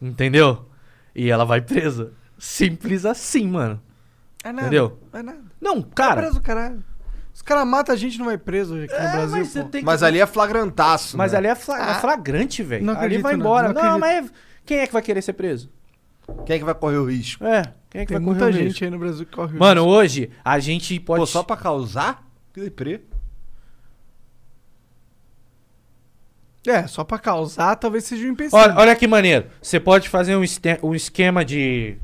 [SPEAKER 1] Entendeu? E ela vai presa. Simples assim, mano.
[SPEAKER 3] É nada.
[SPEAKER 1] Entendeu?
[SPEAKER 3] É nada.
[SPEAKER 1] Não,
[SPEAKER 3] Vai
[SPEAKER 1] cara.
[SPEAKER 3] preso, caralho. Os caras matam a gente não vai preso aqui no Brasil.
[SPEAKER 1] é, mas você
[SPEAKER 3] pô.
[SPEAKER 1] tem que-
[SPEAKER 2] Mas ali é flagrantaço.
[SPEAKER 1] Mas
[SPEAKER 2] né?
[SPEAKER 1] ali é fla- flagrante, velho.
[SPEAKER 3] Não
[SPEAKER 1] Ali
[SPEAKER 3] acredito,
[SPEAKER 1] vai
[SPEAKER 3] não.
[SPEAKER 1] embora.
[SPEAKER 3] Não
[SPEAKER 1] Não,
[SPEAKER 3] acredito.
[SPEAKER 1] mas quem é que vai querer ser preso?
[SPEAKER 2] Quem é que vai correr o risco?
[SPEAKER 1] É, quem é que
[SPEAKER 3] Tem
[SPEAKER 1] vai correr
[SPEAKER 3] muita
[SPEAKER 1] o
[SPEAKER 3] gente
[SPEAKER 1] risco?
[SPEAKER 3] aí no Brasil que corre o
[SPEAKER 1] Mano, hoje a gente pode.
[SPEAKER 2] Pô, só pra causar? Que deprê.
[SPEAKER 3] risco. É, só pra causar, talvez seja um empecilho.
[SPEAKER 1] Olha, olha que maneiro. Você pode fazer um, este- um esquema de.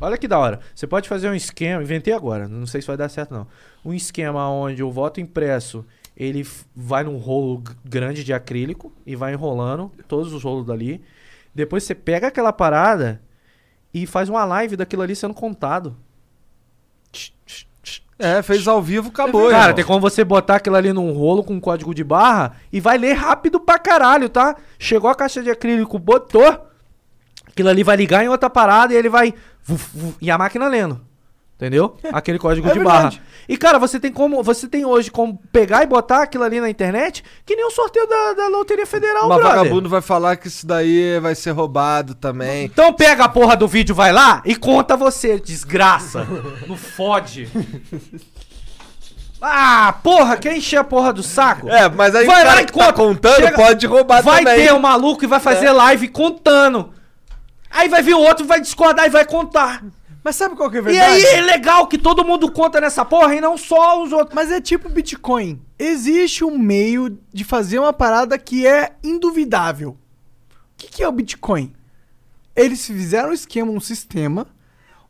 [SPEAKER 1] Olha que da hora. Você pode fazer um esquema. Inventei agora, não sei se vai dar certo não. Um esquema onde o voto impresso ele f- vai num rolo g- grande de acrílico e vai enrolando todos os rolos dali. Depois você pega aquela parada e faz uma live daquilo ali sendo contado.
[SPEAKER 2] É, fez ao vivo, acabou.
[SPEAKER 1] É Cara,
[SPEAKER 2] irmão.
[SPEAKER 1] tem como você botar aquilo ali num rolo com um código de barra e vai ler rápido pra caralho, tá? Chegou a caixa de acrílico, botou, aquilo ali vai ligar em outra parada e ele vai. vuf, vuf, e a máquina lendo. Entendeu?
[SPEAKER 2] É.
[SPEAKER 1] Aquele código de barra. E, cara, você tem como. Você tem hoje como pegar e botar aquilo ali na internet que nem o sorteio da, da Loteria Federal,
[SPEAKER 2] Mas
[SPEAKER 1] brother.
[SPEAKER 2] vagabundo vai falar que isso daí vai ser roubado também.
[SPEAKER 1] Então pega a porra do vídeo, vai lá e conta você, desgraça. Não fode. Ah, porra, quer encher a porra do saco?
[SPEAKER 2] É, mas aí
[SPEAKER 1] vai
[SPEAKER 2] o cara
[SPEAKER 1] lá e
[SPEAKER 2] que
[SPEAKER 1] conta.
[SPEAKER 2] tá contando
[SPEAKER 1] Chega-
[SPEAKER 2] pode roubar
[SPEAKER 1] vai
[SPEAKER 2] também.
[SPEAKER 1] ter um maluco e vai fazer live contando. Aí vai vir o outro, vai discordar e vai contar.
[SPEAKER 3] Mas sabe qual que é a
[SPEAKER 1] E
[SPEAKER 3] verdade?
[SPEAKER 1] aí é legal que todo mundo conta nessa porra e não só os outros.
[SPEAKER 3] Mas é tipo Bitcoin. Existe um meio de fazer uma parada que é induvidável. O que, que é o Bitcoin? Eles fizeram um esquema, um sistema,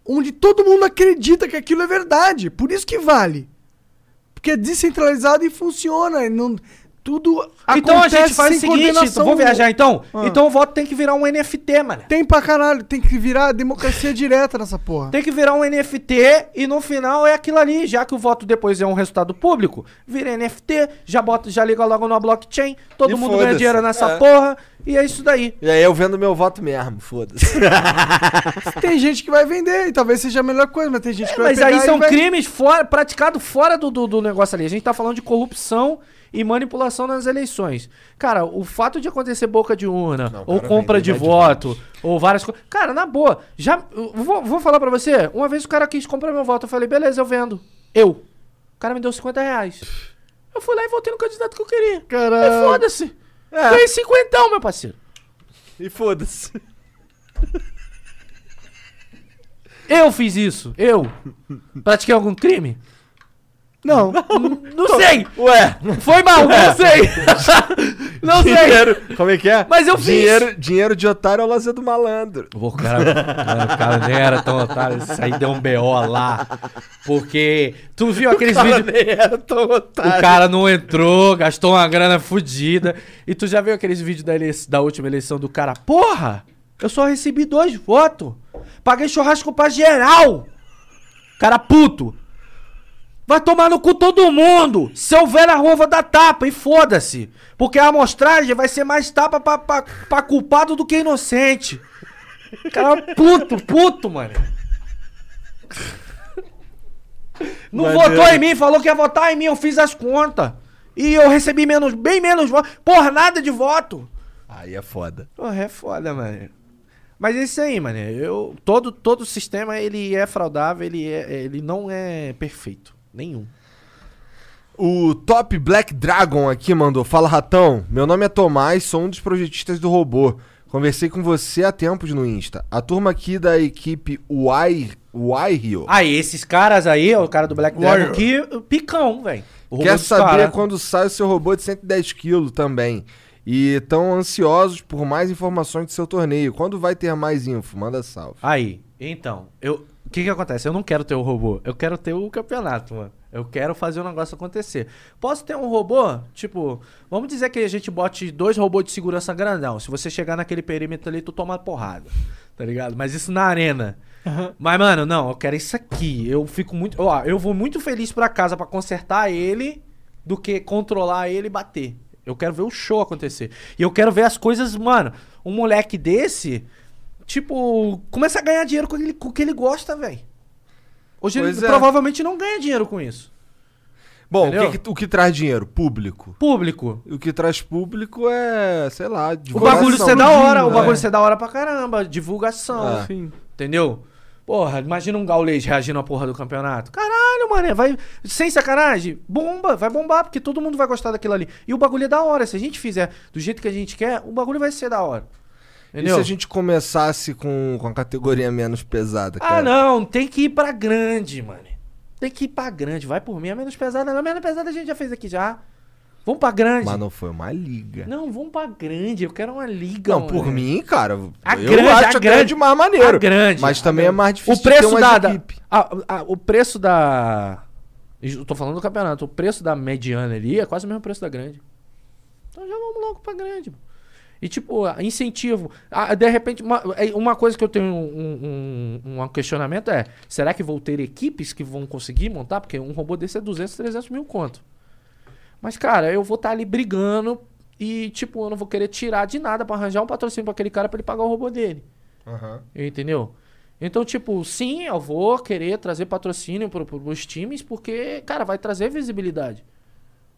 [SPEAKER 3] onde todo mundo acredita que aquilo é verdade. Por isso que vale. Porque é descentralizado e funciona. e não- tudo
[SPEAKER 1] Então a
[SPEAKER 3] acontece
[SPEAKER 1] gente faz o
[SPEAKER 3] sem
[SPEAKER 1] seguinte,
[SPEAKER 3] coordenação.
[SPEAKER 1] vamos viajar então?
[SPEAKER 3] Ah.
[SPEAKER 1] Então o voto tem que virar um NFT, mano.
[SPEAKER 3] Tem pra caralho, tem que virar democracia direta nessa porra.
[SPEAKER 1] Tem que virar um NFT e no final é aquilo ali, já que o voto depois é um resultado público, vira NFT, já bota, já liga logo na blockchain, todo
[SPEAKER 2] E
[SPEAKER 1] mundo ganha
[SPEAKER 2] foda-se.
[SPEAKER 1] dinheiro nessa
[SPEAKER 2] É.
[SPEAKER 1] porra e é isso daí.
[SPEAKER 2] E aí eu vendo meu voto mesmo, foda-se.
[SPEAKER 3] Tem gente que vai vender, e talvez seja a melhor coisa, mas tem gente que vai
[SPEAKER 1] É, Mas
[SPEAKER 3] pegar
[SPEAKER 1] aí
[SPEAKER 3] e
[SPEAKER 1] são
[SPEAKER 3] vai...
[SPEAKER 1] crimes fora, praticados fora do, do, do negócio ali. A gente tá falando de corrupção e manipulação nas eleições. Cara, o fato de acontecer boca de urna, ou
[SPEAKER 2] cara,
[SPEAKER 1] compra
[SPEAKER 2] vem,
[SPEAKER 1] de
[SPEAKER 2] vai
[SPEAKER 1] voto, ou várias coisas. Cara, na boa, já. eu Vou, vou falar pra você, uma vez o cara quis comprar meu voto, eu falei, beleza, eu vendo. Eu. O cara me deu 50 reais. Eu fui lá e votei no candidato que eu queria.
[SPEAKER 3] Caralho. É.
[SPEAKER 1] E foda-se. Ganhei 50, meu parceiro.
[SPEAKER 2] E foda-se.
[SPEAKER 1] Eu fiz isso. Eu. Pratiquei algum crime?
[SPEAKER 3] Não.
[SPEAKER 1] Não sei!
[SPEAKER 2] Ué, É.
[SPEAKER 1] Foi mal, não sei! não sei!
[SPEAKER 2] dinheiro. Como é que é?
[SPEAKER 1] Mas eu fiz.
[SPEAKER 2] Dinheiro, dinheiro de otário é o lazer do malandro.
[SPEAKER 1] Pô, o cara, o cara nem era tão otário, isso aí deu um BO lá. Porque tu viu aqueles vídeos.
[SPEAKER 2] nem era tão otário.
[SPEAKER 1] O cara não entrou, gastou uma grana fodida. E tu já viu aqueles vídeos da, ele- da última eleição do cara? Porra! Eu só recebi dois votos. Paguei churrasco pra geral. Cara puto. Vai tomar no cu todo mundo. Se eu ver na rua, eu vou dar tapa. E foda-se. Porque a amostragem vai ser mais tapa pra, pra, pra culpado do que inocente. Cara puto, puto, mano. Não votou em mim, falou que ia votar em mim, eu fiz as contas. E eu recebi menos, bem menos votos. Porra, nada de voto.
[SPEAKER 2] Aí é foda.
[SPEAKER 1] Porra, é foda, mano. Mas é isso aí, mano. Eu, todo, todo sistema, ele é fraudável, ele, é, ele não é perfeito. Nenhum.
[SPEAKER 2] O Top Black Dragon aqui mandou: Fala ratão, meu nome é Tomás, sou um dos projetistas do robô. Conversei com você há tempos no Insta. A turma aqui da equipe Uai, Uai Rio.
[SPEAKER 1] Ah, e esses caras aí, o cara do Black Dragon, que picão, velho.
[SPEAKER 2] Quer saber quando sai o seu robô de 110 kg também. E estão ansiosos por mais informações do seu torneio. Quando vai ter mais info? Manda salve.
[SPEAKER 1] Aí, então, eu, o que que acontece? Eu não quero ter o robô, eu quero ter o campeonato, mano. Eu quero fazer o negócio acontecer. Posso ter um robô? Tipo, vamos dizer que a gente bote dois robôs de segurança grandão. Se você chegar naquele perímetro ali, tu toma porrada. Tá ligado? Mas isso na arena.
[SPEAKER 3] Aham.
[SPEAKER 1] Mas, mano, não, eu quero isso aqui. Eu fico muito. Ó, eu vou muito feliz pra casa pra consertar ele do que controlar ele e bater. Eu quero ver o show acontecer. E eu quero ver as coisas, mano. Um moleque desse, tipo, começa a ganhar dinheiro com ele- com o que ele gosta, velho. Hoje
[SPEAKER 2] Pois
[SPEAKER 1] ele
[SPEAKER 2] é.
[SPEAKER 1] provavelmente não ganha dinheiro com isso.
[SPEAKER 2] Bom, o
[SPEAKER 1] Entendeu?
[SPEAKER 2] que, que- o que traz dinheiro? Público.
[SPEAKER 1] Público.
[SPEAKER 2] O que traz público é, sei lá,
[SPEAKER 1] O bagulho
[SPEAKER 2] divulgação.
[SPEAKER 1] ser da hora, o
[SPEAKER 2] É.
[SPEAKER 1] bagulho ser da hora pra caramba, divulgação.
[SPEAKER 2] É.
[SPEAKER 3] Sim.
[SPEAKER 1] Entendeu? Porra, imagina um gaulês reagindo à porra do campeonato. Caralho, mané, vai. Sem sacanagem, bomba, vai bombar, porque todo mundo vai gostar daquilo ali. E o bagulho é da hora. Se a gente fizer do jeito que a gente quer, o bagulho vai ser da hora. Entendeu?
[SPEAKER 2] E se a gente começasse com, com a categoria menos pesada, cara?
[SPEAKER 1] Ah, não, tem que ir pra grande, mano. Tem que ir pra grande. Vai por mim, a menos pesada. não. A menos pesada a gente já fez aqui já. Vamos pra grande.
[SPEAKER 2] Mas não foi uma liga.
[SPEAKER 1] Não, vamos pra grande. Eu quero uma liga.
[SPEAKER 2] Não,
[SPEAKER 1] mano.
[SPEAKER 2] por mim, cara.
[SPEAKER 1] A
[SPEAKER 2] eu
[SPEAKER 1] grande,
[SPEAKER 2] acho
[SPEAKER 1] a
[SPEAKER 2] a
[SPEAKER 1] grande,
[SPEAKER 2] grande mais maneiro.
[SPEAKER 1] a grande,
[SPEAKER 2] Mas
[SPEAKER 1] a
[SPEAKER 2] também é
[SPEAKER 1] grande.
[SPEAKER 2] mais difícil
[SPEAKER 1] o preço
[SPEAKER 2] de ter
[SPEAKER 1] da,
[SPEAKER 2] umas
[SPEAKER 1] da-
[SPEAKER 2] equipe.
[SPEAKER 1] a- a- o preço da eu tô falando do campeonato, o preço da mediana ali é quase o mesmo preço da grande. Então já vamos logo pra grande. mano. E tipo, a- incentivo. Ah, de repente, uma, é, uma coisa que eu tenho um, um- um- um questionamento é: será que vou ter equipes que vão conseguir montar? Porque um robô desse é 200, 300 mil conto. Mas, cara, eu vou estar ali brigando e, tipo, eu não vou querer tirar de nada pra arranjar um patrocínio pra aquele cara pra ele pagar o robô dele. Entendeu? Então, tipo, sim, eu vou querer trazer patrocínio pro, pros times, porque, cara, vai trazer visibilidade.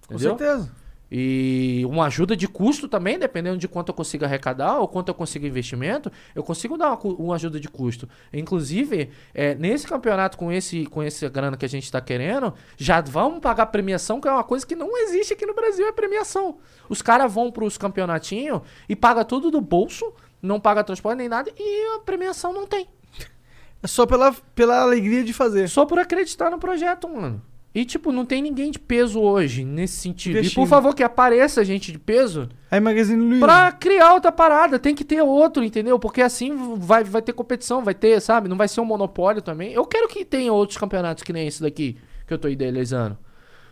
[SPEAKER 3] Com
[SPEAKER 1] Entendeu?
[SPEAKER 3] certeza.
[SPEAKER 1] E uma ajuda de custo também, dependendo de quanto eu consiga arrecadar ou quanto eu consiga investimento, eu consigo dar uma, cu- uma ajuda de custo. Inclusive, é, nesse campeonato com esse com essa grana que a gente está querendo, já vamos pagar premiação, que é uma coisa que não existe aqui no Brasil, é premiação. Os caras vão para os campeonatinhos e paga tudo do bolso, não paga transporte nem nada, e a premiação não tem.
[SPEAKER 3] É só pela, pela alegria de fazer.
[SPEAKER 1] Só por acreditar no projeto, mano. E, tipo, não tem ninguém de peso hoje nesse sentido. E,
[SPEAKER 3] Investindo.
[SPEAKER 1] por favor, que apareça gente de peso
[SPEAKER 3] Aí Magazine Luiza.
[SPEAKER 1] pra criar outra parada. Tem que ter outro, entendeu? Porque assim vai, vai ter competição, vai ter, sabe? Não vai ser um monopólio também. Eu quero que tenha outros campeonatos que nem esse daqui que eu tô idealizando.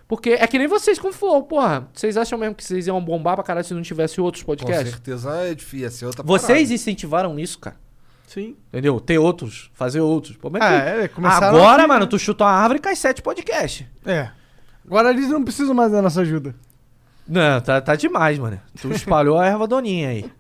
[SPEAKER 1] Porque é que nem vocês com o Flow, porra. Vocês acham mesmo que vocês iam bombar pra caralho se não tivesse outros
[SPEAKER 2] Com
[SPEAKER 1] podcasts?
[SPEAKER 2] certeza é difícil. Ia ser outra
[SPEAKER 1] Vocês incentivaram isso, cara.
[SPEAKER 3] Sim.
[SPEAKER 1] Entendeu? Ter outros, fazer outros. Pô, mas tu-
[SPEAKER 3] É, é, começaram
[SPEAKER 1] Agora,
[SPEAKER 3] aqui,
[SPEAKER 1] mano,
[SPEAKER 3] né?
[SPEAKER 1] tu chuta uma árvore e cai sete podcasts.
[SPEAKER 3] É. Agora eles não precisam mais da nossa ajuda.
[SPEAKER 1] Não, tá, tá demais, mano. Tu espalhou a erva doninha aí.
[SPEAKER 2] parada.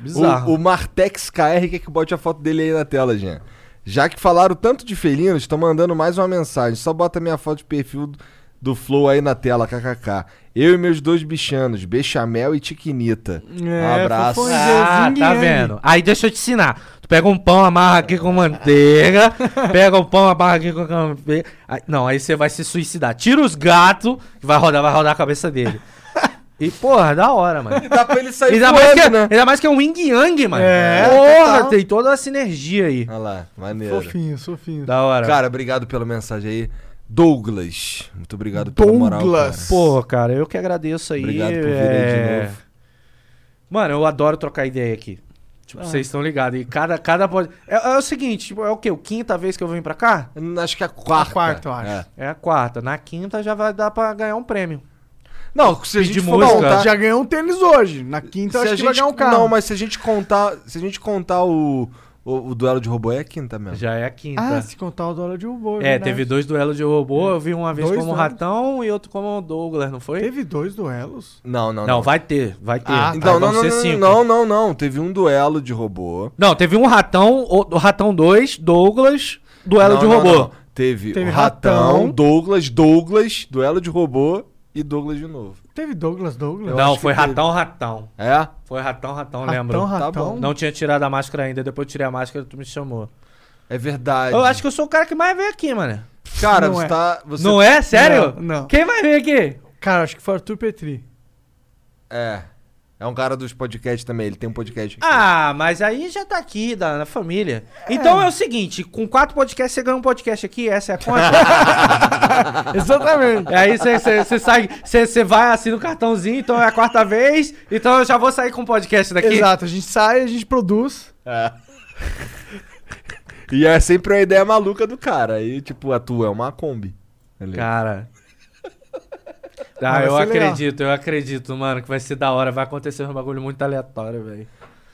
[SPEAKER 1] Bizarro.
[SPEAKER 2] O, o Martex KR quer que bote a foto dele aí na tela, Jean. Já que falaram tanto de felinos, estão mandando mais uma mensagem. Só bota minha foto de perfil do- do Flow aí na tela, kkk. Eu e meus dois bichanos, Bechamel e Tiquinita. Um
[SPEAKER 3] É,
[SPEAKER 2] Abraço.
[SPEAKER 3] fofões.
[SPEAKER 1] Ah,
[SPEAKER 3] Zing
[SPEAKER 1] tá
[SPEAKER 3] Yang.
[SPEAKER 1] vendo? Aí deixa eu te ensinar. Tu pega um pão, amarra aqui com manteiga. pega um pão, amarra aqui com manteiga. Aí- Não, aí você vai se suicidar. Tira os gatos, que vai rodar, vai rodar a cabeça dele. E, porra, da hora, mano.
[SPEAKER 2] Ah, Dá pra ele sair
[SPEAKER 1] Ainda mais, que,
[SPEAKER 2] voando, né?
[SPEAKER 1] ainda mais que é um Ying Yang, mano.
[SPEAKER 3] É,
[SPEAKER 1] Porra,
[SPEAKER 3] total.
[SPEAKER 1] tem toda a sinergia aí.
[SPEAKER 2] Olha lá, maneiro.
[SPEAKER 3] Fofinho, fofinho.
[SPEAKER 1] Da hora.
[SPEAKER 2] Ah, Cara, obrigado pela mensagem aí. Douglas, muito obrigado pela moral.
[SPEAKER 3] Douglas.
[SPEAKER 2] Cara.
[SPEAKER 1] Porra, cara, eu que agradeço aí.
[SPEAKER 2] Obrigado por vir aí
[SPEAKER 1] é...
[SPEAKER 2] de novo.
[SPEAKER 1] Mano, eu adoro trocar ideia aqui.
[SPEAKER 2] Ah.
[SPEAKER 1] Tipo, vocês estão ligados. E cada, cada pod... é, é o seguinte, tipo, é o quê? O quinta vez que eu venho pra cá?
[SPEAKER 2] Acho que é a quarta.
[SPEAKER 3] A quarta, eu acho.
[SPEAKER 2] É.
[SPEAKER 1] É a quarta. Na quinta já vai dar pra ganhar um prêmio.
[SPEAKER 2] Não, se a gente
[SPEAKER 1] Pedir
[SPEAKER 2] for tá-
[SPEAKER 1] música.
[SPEAKER 2] contar...
[SPEAKER 3] Já ganhou um tênis hoje. Na quinta eu
[SPEAKER 2] se
[SPEAKER 3] acho
[SPEAKER 2] a
[SPEAKER 3] que vai
[SPEAKER 2] gente,
[SPEAKER 3] ganhar um carro.
[SPEAKER 2] Não, mas se a gente contar, se a gente contar o, o, o duelo de robô é a quinta mesmo.
[SPEAKER 1] Já é a quinta.
[SPEAKER 3] Ah, se contar o dólar de robô.
[SPEAKER 1] é,
[SPEAKER 3] verdade.
[SPEAKER 1] teve dois duelos de
[SPEAKER 2] É.
[SPEAKER 1] robô. Eu vi uma vez
[SPEAKER 3] Dois
[SPEAKER 1] como
[SPEAKER 3] duelos.
[SPEAKER 1] ratão e outro como Douglas, não foi?
[SPEAKER 3] Teve dois duelos?
[SPEAKER 2] Não, não,
[SPEAKER 1] Não,
[SPEAKER 2] não.
[SPEAKER 1] vai ter, vai ter.
[SPEAKER 3] Ah,
[SPEAKER 1] Aí vão
[SPEAKER 2] Então, não, não,
[SPEAKER 1] ser
[SPEAKER 2] não,
[SPEAKER 1] cinco.
[SPEAKER 2] não, não, não. Teve um duelo de robô.
[SPEAKER 1] Não, teve um ratão, o, o ratão 2, Douglas, duelo
[SPEAKER 2] Não,
[SPEAKER 1] de
[SPEAKER 2] não,
[SPEAKER 1] robô.
[SPEAKER 2] não. Teve,
[SPEAKER 3] Teve
[SPEAKER 2] o ratão,
[SPEAKER 3] ratão.
[SPEAKER 2] Douglas, Douglas, duelo de robô e Douglas de novo.
[SPEAKER 3] Teve Douglas, Douglas.
[SPEAKER 1] Não,
[SPEAKER 2] acho que
[SPEAKER 1] foi
[SPEAKER 2] teve.
[SPEAKER 1] ratão, ratão.
[SPEAKER 2] É?
[SPEAKER 1] Foi ratão, ratão,
[SPEAKER 3] ratão,
[SPEAKER 1] lembro.
[SPEAKER 3] ratão.
[SPEAKER 2] bom.
[SPEAKER 1] Não tinha tirado a máscara ainda, depois eu tirei a máscara e tu me chamou.
[SPEAKER 2] É verdade.
[SPEAKER 1] Eu acho que eu sou o cara que mais veio aqui, mano.
[SPEAKER 2] Cara,
[SPEAKER 3] Não
[SPEAKER 2] você
[SPEAKER 3] é.
[SPEAKER 2] tá. Você...
[SPEAKER 1] Não é? Sério?
[SPEAKER 3] Não, não.
[SPEAKER 1] Quem vai vir aqui?
[SPEAKER 3] Cara, acho que foi Arthur Petri.
[SPEAKER 2] É. É um cara dos podcasts também, ele tem um podcast. aqui.
[SPEAKER 1] Ah, mas aí já tá aqui, da, na família. Então é o seguinte, com quatro podcasts você ganha um podcast aqui, essa é a conta.
[SPEAKER 3] Exatamente.
[SPEAKER 1] aí você- você você sai, você você vai assim no cartãozinho, então é a quarta vez, então eu já vou sair com um podcast daqui.
[SPEAKER 3] Exato, a gente sai, a gente produz.
[SPEAKER 2] É. E é sempre uma ideia maluca do cara. E, tipo, a tua é uma Kombi. tá Cara.
[SPEAKER 1] Cara.
[SPEAKER 3] Mas
[SPEAKER 1] Ah,
[SPEAKER 3] vai
[SPEAKER 1] eu
[SPEAKER 3] ser legal.
[SPEAKER 1] acredito, eu acredito, mano, que vai ser da hora, vai acontecer um bagulho muito aleatório, velho.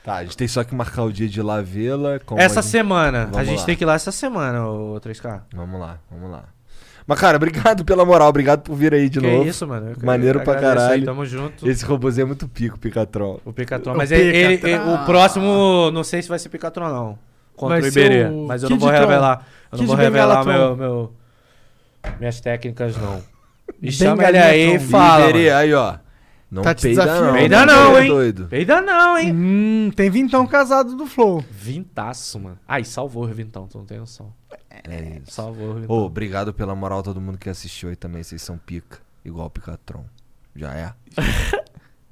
[SPEAKER 2] Tá, a gente tem só que marcar o dia de ir lá vê-la. como
[SPEAKER 1] Essa
[SPEAKER 2] a gente-
[SPEAKER 1] semana, a
[SPEAKER 2] Vamos
[SPEAKER 1] gente
[SPEAKER 2] lá.
[SPEAKER 1] tem que ir lá essa semana, ô 3K.
[SPEAKER 2] Vamos lá, vamos lá. Mas, cara, obrigado pela moral, obrigado por vir aí de
[SPEAKER 1] que
[SPEAKER 2] novo.
[SPEAKER 1] isso, mano. eu que
[SPEAKER 2] Maneiro pra
[SPEAKER 1] agradeço aí,
[SPEAKER 2] caralho.
[SPEAKER 1] Tamo junto.
[SPEAKER 2] Esse robôzinho é muito pico, Picatron.
[SPEAKER 1] O Picatron.
[SPEAKER 3] O
[SPEAKER 1] Mas ele- ele-
[SPEAKER 3] Picatron.
[SPEAKER 1] ele- o próximo, não sei se vai ser Picatron, não. Contra
[SPEAKER 3] Vai
[SPEAKER 1] o
[SPEAKER 3] ser
[SPEAKER 1] Iberê.
[SPEAKER 3] o
[SPEAKER 1] Mas eu não
[SPEAKER 3] Kid
[SPEAKER 1] vou
[SPEAKER 3] Tron.
[SPEAKER 1] revelar. Eu não
[SPEAKER 3] Kid
[SPEAKER 1] vou revelar meu,
[SPEAKER 3] Bengalatron.
[SPEAKER 1] meu- minhas técnicas, não. Me chama ele aí e
[SPEAKER 3] Bengalatron.
[SPEAKER 1] fala.
[SPEAKER 2] Iberê,
[SPEAKER 1] mano.
[SPEAKER 2] aí, ó. Não
[SPEAKER 3] Tá te
[SPEAKER 2] peida
[SPEAKER 3] desafiando.
[SPEAKER 2] não.
[SPEAKER 1] Peida
[SPEAKER 2] é
[SPEAKER 1] não, hein?
[SPEAKER 2] Doido.
[SPEAKER 1] Peida não, hein?
[SPEAKER 3] Hum, tem vintão casado do Flow.
[SPEAKER 1] Vintaço, mano. Ai, salvou o Revintão, tu não tem noção.
[SPEAKER 2] É isso.
[SPEAKER 1] Salvou o Revintão.
[SPEAKER 2] Ô, obrigado pela moral todo mundo que assistiu aí também. Vocês são pica, igual o Picatron. Já é?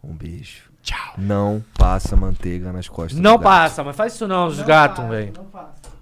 [SPEAKER 2] um beijo. Tchau. Não passa manteiga nas costas.
[SPEAKER 1] não
[SPEAKER 2] do gato.
[SPEAKER 1] passa, mas faz isso não, os gatos, velho.
[SPEAKER 3] Não passa.